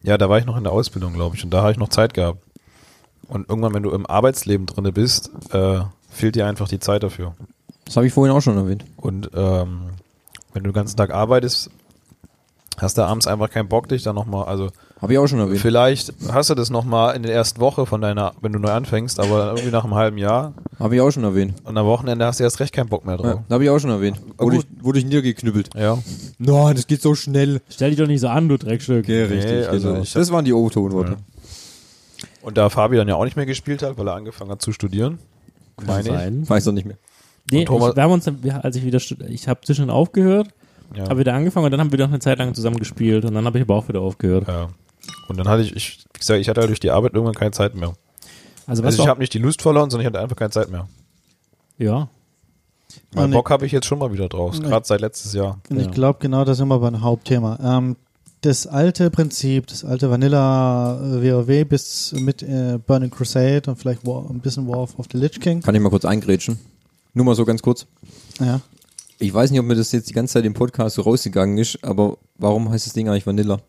[SPEAKER 1] Ja, da war ich noch in der Ausbildung, glaube ich, und da habe ich noch Zeit gehabt. Und irgendwann, wenn du im Arbeitsleben drinne bist, äh, fehlt dir einfach die Zeit dafür.
[SPEAKER 4] Das habe ich vorhin auch schon erwähnt.
[SPEAKER 1] Und ähm, wenn du den ganzen Tag arbeitest, hast du abends einfach keinen Bock, dich dann nochmal, also
[SPEAKER 4] Habe ich auch schon erwähnt.
[SPEAKER 1] vielleicht hast du das nochmal in der ersten Woche von deiner, wenn du neu anfängst, aber irgendwie nach einem halben Jahr
[SPEAKER 4] Habe ich auch schon erwähnt.
[SPEAKER 1] und am Wochenende hast du erst recht keinen Bock mehr drauf.
[SPEAKER 4] Ja, habe ich auch schon erwähnt. Wurde ich, wurde ich niedergeknüppelt.
[SPEAKER 1] Ja.
[SPEAKER 4] Nein, das geht so schnell.
[SPEAKER 3] Stell dich doch nicht so an, du Dreckstück.
[SPEAKER 4] Ja,
[SPEAKER 1] Nee,
[SPEAKER 4] richtig,
[SPEAKER 1] also
[SPEAKER 4] genau.
[SPEAKER 1] ich hab-
[SPEAKER 4] Das waren die O-Ton-Worte.
[SPEAKER 1] Und da Fabi dann ja auch nicht mehr gespielt hat, weil er angefangen hat zu studieren,
[SPEAKER 3] Kann
[SPEAKER 1] meine
[SPEAKER 3] sein.
[SPEAKER 4] Weiß doch nicht mehr.
[SPEAKER 3] Nee,
[SPEAKER 1] Und
[SPEAKER 3] ich,
[SPEAKER 1] Thomas-
[SPEAKER 3] wir haben uns, dann- wir- als ich wieder, stud- ich habe zwischen aufgehört,
[SPEAKER 1] ich. Ja.
[SPEAKER 3] habe wieder angefangen und dann haben wir noch eine Zeit lang zusammen gespielt und dann habe ich aber auch wieder aufgehört.
[SPEAKER 1] ja. Und dann hatte ich, ich, wie gesagt, ich hatte halt durch die Arbeit irgendwann keine Zeit mehr.
[SPEAKER 3] Also was
[SPEAKER 1] Also ich
[SPEAKER 3] du
[SPEAKER 1] habe nicht die Lust verloren, sondern ich hatte einfach keine Zeit mehr.
[SPEAKER 3] ja,
[SPEAKER 1] Weil
[SPEAKER 2] Und ich-
[SPEAKER 1] Bock habe ich jetzt schon mal wieder drauf, gerade seit letztes Jahr.
[SPEAKER 2] Und
[SPEAKER 3] Ja.
[SPEAKER 2] ich glaube, genau das sind wir beim Hauptthema. Ähm, das alte Prinzip, das alte Vanilla äh, WoW bis mit äh, Burning Crusade und vielleicht War, ein bisschen War of the Lich King.
[SPEAKER 4] Kann ich mal kurz eingrätschen? Nur mal so ganz kurz.
[SPEAKER 2] Ja.
[SPEAKER 4] Ich weiß nicht, ob mir das jetzt die ganze Zeit im Podcast so rausgegangen ist, aber warum heißt das Ding eigentlich Vanilla?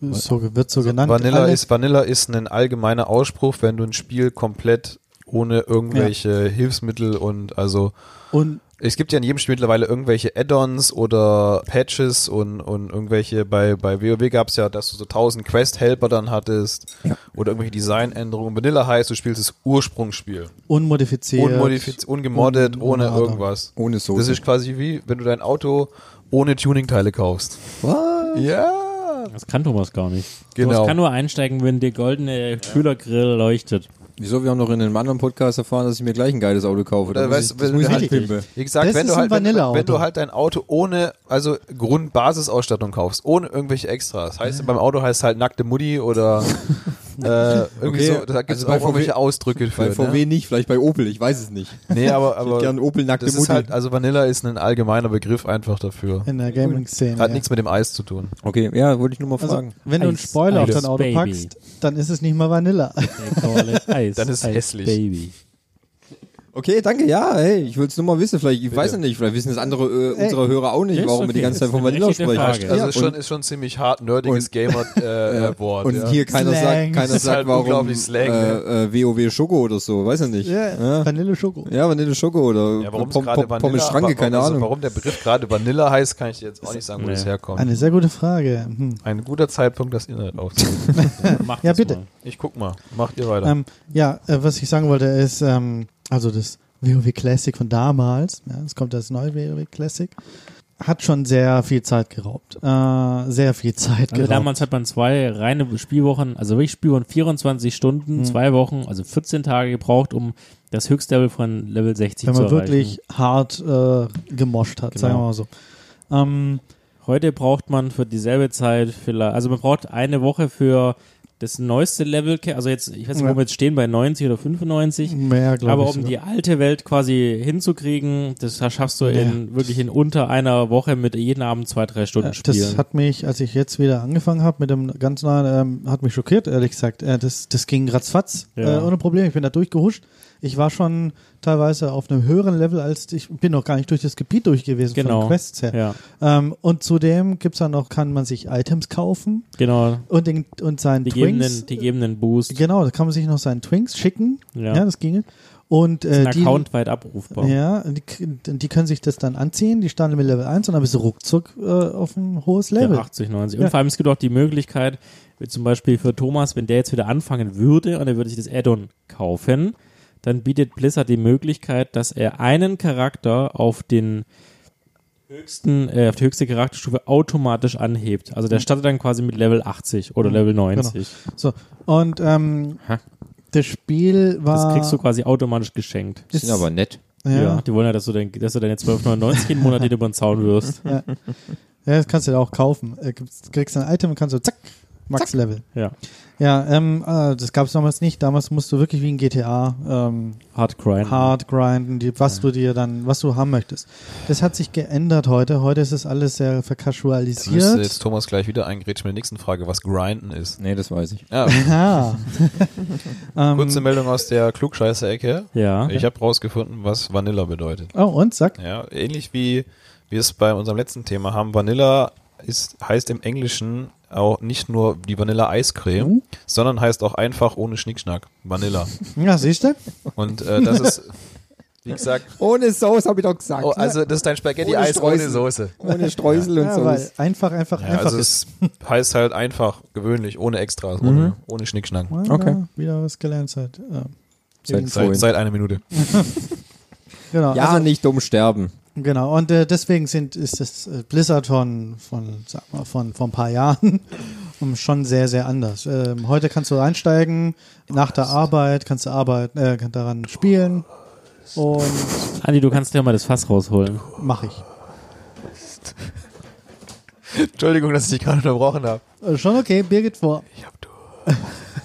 [SPEAKER 2] So wird so genannt.
[SPEAKER 1] Vanilla
[SPEAKER 2] Alle-
[SPEAKER 1] ist, Vanilla ist ein allgemeiner Ausspruch, wenn du ein Spiel komplett ohne irgendwelche Hilfsmittel und also
[SPEAKER 2] und
[SPEAKER 1] es gibt ja in jedem Spiel mittlerweile irgendwelche Add-ons oder Patches und, und irgendwelche, bei, bei WoW gab es ja, dass du so 1000 Quest-Helper dann hattest oder irgendwelche Designänderungen. Vanilla heißt, du spielst das Ursprungsspiel.
[SPEAKER 2] unmodifiziert.
[SPEAKER 1] Unmodifiz ungemoddet,
[SPEAKER 2] Un-
[SPEAKER 1] ohne
[SPEAKER 2] ohne
[SPEAKER 1] irgendwas.
[SPEAKER 4] Ohne Soße.
[SPEAKER 1] Das ist quasi wie, wenn du dein Auto ohne Tuningteile kaufst.
[SPEAKER 4] Was?
[SPEAKER 1] Ja,
[SPEAKER 3] das kann Thomas gar nicht.
[SPEAKER 1] genau.
[SPEAKER 3] Thomas kann nur einsteigen, wenn der goldene Kühlergrill leuchtet.
[SPEAKER 4] Wieso? Wir haben noch in einem anderen Podcast erfahren, dass ich mir gleich ein geiles Auto kaufe. Da
[SPEAKER 1] Oder Äh,
[SPEAKER 4] muss
[SPEAKER 1] weißt
[SPEAKER 4] ich,
[SPEAKER 1] du,
[SPEAKER 4] das
[SPEAKER 1] wenn
[SPEAKER 4] muss ich
[SPEAKER 1] du
[SPEAKER 4] halt
[SPEAKER 1] halt-
[SPEAKER 4] pimpen.
[SPEAKER 1] Wie gesagt,
[SPEAKER 2] Das
[SPEAKER 1] wenn
[SPEAKER 2] ist
[SPEAKER 1] du,
[SPEAKER 2] ein
[SPEAKER 1] halt, wenn, du-
[SPEAKER 2] Vanilleauto.
[SPEAKER 1] wenn du halt dein Auto ohne, also Grundbasisausstattung kaufst, ohne irgendwelche Extras. Heißt, beim Auto heißt halt nackte Mutti
[SPEAKER 2] [LAUGHS]
[SPEAKER 1] oder äh, irgendwie
[SPEAKER 4] Okay,
[SPEAKER 1] so, da gibt es
[SPEAKER 4] also bei
[SPEAKER 1] auch irgendwelche
[SPEAKER 4] VW
[SPEAKER 1] Ausdrücke für.
[SPEAKER 4] Bei VW
[SPEAKER 1] ne?
[SPEAKER 4] nicht, vielleicht bei Opel, ich weiß es nicht.
[SPEAKER 1] Nee, aber,
[SPEAKER 4] Ich hätte
[SPEAKER 1] aber
[SPEAKER 4] gern Opel nackte
[SPEAKER 1] das ist
[SPEAKER 4] Mutti.
[SPEAKER 1] halt, also Vanilla ist ein allgemeiner Begriff einfach dafür.
[SPEAKER 2] In der Gaming-Szene.
[SPEAKER 1] Hat
[SPEAKER 2] ja.
[SPEAKER 1] nichts mit dem Eis zu tun.
[SPEAKER 4] [LAUGHS] okay, ja, wollte ich nur mal
[SPEAKER 2] Also,
[SPEAKER 4] fragen.
[SPEAKER 2] wenn du einen
[SPEAKER 3] Eis,
[SPEAKER 2] Spoiler auf
[SPEAKER 3] Eis,
[SPEAKER 2] dein Auto
[SPEAKER 3] Baby.
[SPEAKER 2] packst, dann ist es nicht mal
[SPEAKER 3] [LAUGHS]
[SPEAKER 2] Vanilla.
[SPEAKER 3] Eis,
[SPEAKER 1] Dann ist
[SPEAKER 3] Eis,
[SPEAKER 1] hässlich.
[SPEAKER 3] Baby.
[SPEAKER 4] Okay, danke, ja, hey, ich will es nur mal wissen, vielleicht, ich weiß es nicht, vielleicht wissen das andere, äh,
[SPEAKER 2] Ey.
[SPEAKER 4] unsere Hörer auch nicht,
[SPEAKER 3] Ist
[SPEAKER 4] warum wir die
[SPEAKER 3] okay,
[SPEAKER 4] ganze Zeit
[SPEAKER 3] ist
[SPEAKER 4] von
[SPEAKER 3] eine
[SPEAKER 4] Vanilla
[SPEAKER 3] berechtigte
[SPEAKER 4] sprechen.
[SPEAKER 3] Frage.
[SPEAKER 1] Also
[SPEAKER 4] Ja,
[SPEAKER 1] ist schon,
[SPEAKER 4] und-
[SPEAKER 1] ist schon ein ziemlich hart nerdiges
[SPEAKER 4] [LAUGHS]
[SPEAKER 1] Gamer-Wort. Äh, äh, Wort,
[SPEAKER 4] Und
[SPEAKER 1] ja.
[SPEAKER 4] hier keiner
[SPEAKER 2] Slang.
[SPEAKER 4] sagt, keiner
[SPEAKER 1] Ist
[SPEAKER 4] sagt,
[SPEAKER 1] halt
[SPEAKER 4] warum
[SPEAKER 1] unglaublich Slang,
[SPEAKER 4] äh, äh, WoW Schoko oder so, weiß ich
[SPEAKER 2] [LAUGHS]
[SPEAKER 4] nicht.
[SPEAKER 2] ja,
[SPEAKER 4] Ja,
[SPEAKER 2] Vanille Schoko.
[SPEAKER 4] ja Vanille Schoko oder äh,
[SPEAKER 1] ja, warum es
[SPEAKER 4] Pom-
[SPEAKER 1] gerade
[SPEAKER 4] Pom- Pommes
[SPEAKER 1] Vanilla,
[SPEAKER 4] Schranke, keine
[SPEAKER 1] also
[SPEAKER 4] Ahnung.
[SPEAKER 1] warum der Begriff gerade Vanilla heißt, kann ich dir jetzt auch nicht sagen, wo
[SPEAKER 3] Nee.
[SPEAKER 1] das herkommt.
[SPEAKER 2] Eine sehr gute Frage. Hm.
[SPEAKER 1] Ein guter Zeitpunkt, das Internet aufzunehmen.
[SPEAKER 3] Macht
[SPEAKER 2] Ja,
[SPEAKER 3] das
[SPEAKER 2] bitte.
[SPEAKER 3] mal.
[SPEAKER 1] Ich guck mal. Macht ihr weiter.
[SPEAKER 2] Ähm, ja, äh, was ich sagen wollte ist, ähm, also das WoW Classic von damals, ja, es kommt das neue WoW Classic, hat schon sehr viel Zeit geraubt. Äh, sehr viel Zeit
[SPEAKER 3] Also
[SPEAKER 2] geraubt.
[SPEAKER 3] damals hat man zwei reine Spielwochen, also wirklich Spielwochen 24 Stunden, zwei Wochen, also 14 Tage gebraucht, um das Höchstlevel von Level 60
[SPEAKER 2] wenn
[SPEAKER 3] zu
[SPEAKER 2] man
[SPEAKER 3] erreichen.
[SPEAKER 2] wirklich hart äh, gemoscht hat,
[SPEAKER 3] Genau.
[SPEAKER 2] sagen wir mal so. Ähm,
[SPEAKER 3] Heute braucht man für dieselbe Zeit vielleicht, also man braucht eine Woche für das neueste Level, also jetzt, ich weiß nicht, wo
[SPEAKER 2] Ja.
[SPEAKER 3] wir jetzt stehen, bei 90 oder 95,
[SPEAKER 2] mehr, glaube
[SPEAKER 3] aber
[SPEAKER 2] ich.
[SPEAKER 3] um
[SPEAKER 2] sogar.
[SPEAKER 3] die alte Welt quasi hinzukriegen, das schaffst du in, wirklich in unter einer Woche mit jeden Abend zwei, drei Stunden
[SPEAKER 2] Äh,
[SPEAKER 3] spielen.
[SPEAKER 2] Das hat mich, als ich jetzt wieder angefangen habe mit dem ganz neuen, ähm, hat mich schockiert, ehrlich gesagt. Äh, das, das ging ratzfatz,
[SPEAKER 3] Ja.
[SPEAKER 2] äh, ohne Probleme. Ich bin da durchgehuscht. ich war schon teilweise auf einem höheren Level, als ich bin noch gar nicht durch das Gebiet durch gewesen
[SPEAKER 3] Genau.
[SPEAKER 2] von Quests her.
[SPEAKER 3] Ja,
[SPEAKER 2] Ähm, und zudem gibt's dann noch, kann man sich Items kaufen
[SPEAKER 3] genau.
[SPEAKER 2] und, den, und seinen
[SPEAKER 3] Die geben,
[SPEAKER 2] Twinks.
[SPEAKER 3] den, die geben den Boost.
[SPEAKER 2] Genau, da kann man sich noch seinen Twinks schicken.
[SPEAKER 3] Ja.
[SPEAKER 2] Ja, das ginge. Und äh,
[SPEAKER 3] Ein
[SPEAKER 2] die,
[SPEAKER 3] Account weit abrufbar.
[SPEAKER 2] ja, die, k- die können sich das dann anziehen. Die standen mit Level 1 und dann bist du ruckzuck äh, auf ein hohes
[SPEAKER 3] Ja,
[SPEAKER 2] Level.
[SPEAKER 3] 80, 90.
[SPEAKER 2] Ja.
[SPEAKER 3] Und vor allem, es gibt auch die Möglichkeit, wie zum Beispiel für Thomas, wenn der jetzt wieder anfangen würde und er würde sich das Add-on kaufen, dann bietet Blizzard die Möglichkeit, dass er einen Charakter auf den höchsten, äh, auf die höchste Charakterstufe automatisch anhebt. Also der startet dann quasi mit Level 80 oder Level 90.
[SPEAKER 2] So, und ähm,
[SPEAKER 4] Ha.
[SPEAKER 2] das Spiel war.
[SPEAKER 3] Das kriegst du quasi automatisch geschenkt.
[SPEAKER 4] Die sind aber nett.
[SPEAKER 2] ja, ja.
[SPEAKER 3] Die wollen ja, dass du, dein, dass du deine 12,99 im Monat über den Zaun [LAUGHS] wirst.
[SPEAKER 2] das kannst du ja auch kaufen. Äh, gibst- Kriegst ein Item und kannst so zack, Max-Level.
[SPEAKER 3] Ja.
[SPEAKER 2] Ja, ähm, äh, das gab es damals nicht. Damals musst du wirklich wie in GTA ähm,
[SPEAKER 3] Hard grind.
[SPEAKER 2] hard grinden, die, was du dir dann, was du haben möchtest. Das hat sich geändert heute. Heute ist es alles sehr
[SPEAKER 1] Da müsste
[SPEAKER 2] verkasualisiert.
[SPEAKER 1] jetzt Thomas gleich wieder eingrätschen mit der nächsten Frage, was Grinden ist.
[SPEAKER 4] Nee, das weiß ich.
[SPEAKER 1] Ja,
[SPEAKER 2] Ja. ähm,
[SPEAKER 1] kurze Meldung aus der Klugscheiße-Ecke.
[SPEAKER 3] Ja.
[SPEAKER 1] Ich habe rausgefunden, was Vanilla bedeutet.
[SPEAKER 2] oh, und sag.
[SPEAKER 1] Ja, ähnlich wie wir es bei unserem letzten Thema haben. Vanilla ist, heißt im Englischen auch nicht nur die Vanille-Eiscreme,
[SPEAKER 2] Mhm.
[SPEAKER 1] sondern heißt auch einfach ohne Schnickschnack. Vanilla.
[SPEAKER 2] Ja, siehst du?
[SPEAKER 1] Und äh, das ist, wie
[SPEAKER 2] [LAUGHS]
[SPEAKER 1] gesagt,
[SPEAKER 4] [LAUGHS] Ohne Sauce habe ich doch gesagt.
[SPEAKER 1] oh, also das ist dein Spaghetti-Eis
[SPEAKER 4] Ohne
[SPEAKER 1] ohne,
[SPEAKER 4] Streusel.
[SPEAKER 1] Soße.
[SPEAKER 4] Ohne Streusel und
[SPEAKER 2] Ja, weil
[SPEAKER 4] Sauce.
[SPEAKER 2] einfach, einfach,
[SPEAKER 1] Ja,
[SPEAKER 2] einfach
[SPEAKER 1] also
[SPEAKER 2] ist.
[SPEAKER 1] es heißt halt einfach, gewöhnlich, ohne Extras, ohne, ohne Schnickschnack.
[SPEAKER 2] Ah,
[SPEAKER 4] Okay.
[SPEAKER 2] Wieder was gelernt seit. Äh,
[SPEAKER 4] Seit
[SPEAKER 2] Info.
[SPEAKER 1] Seit, seit einer Minute.
[SPEAKER 2] genau.
[SPEAKER 4] Ja,
[SPEAKER 1] Also-
[SPEAKER 4] nicht dumm sterben.
[SPEAKER 2] Genau, und äh, deswegen sind, ist das äh, Blizzard von, von, sag mal, von, von ein paar Jahren [LAUGHS] um, schon sehr, sehr anders. Ähm, heute kannst du einsteigen, nach der Arbeit kannst du arbeiten, äh, kannst daran spielen und
[SPEAKER 3] Andi, du kannst ja mal das Fass rausholen.
[SPEAKER 2] mache ich.
[SPEAKER 1] Entschuldigung, dass ich dich gerade unterbrochen habe.
[SPEAKER 2] Äh, schon okay, Birgit vor.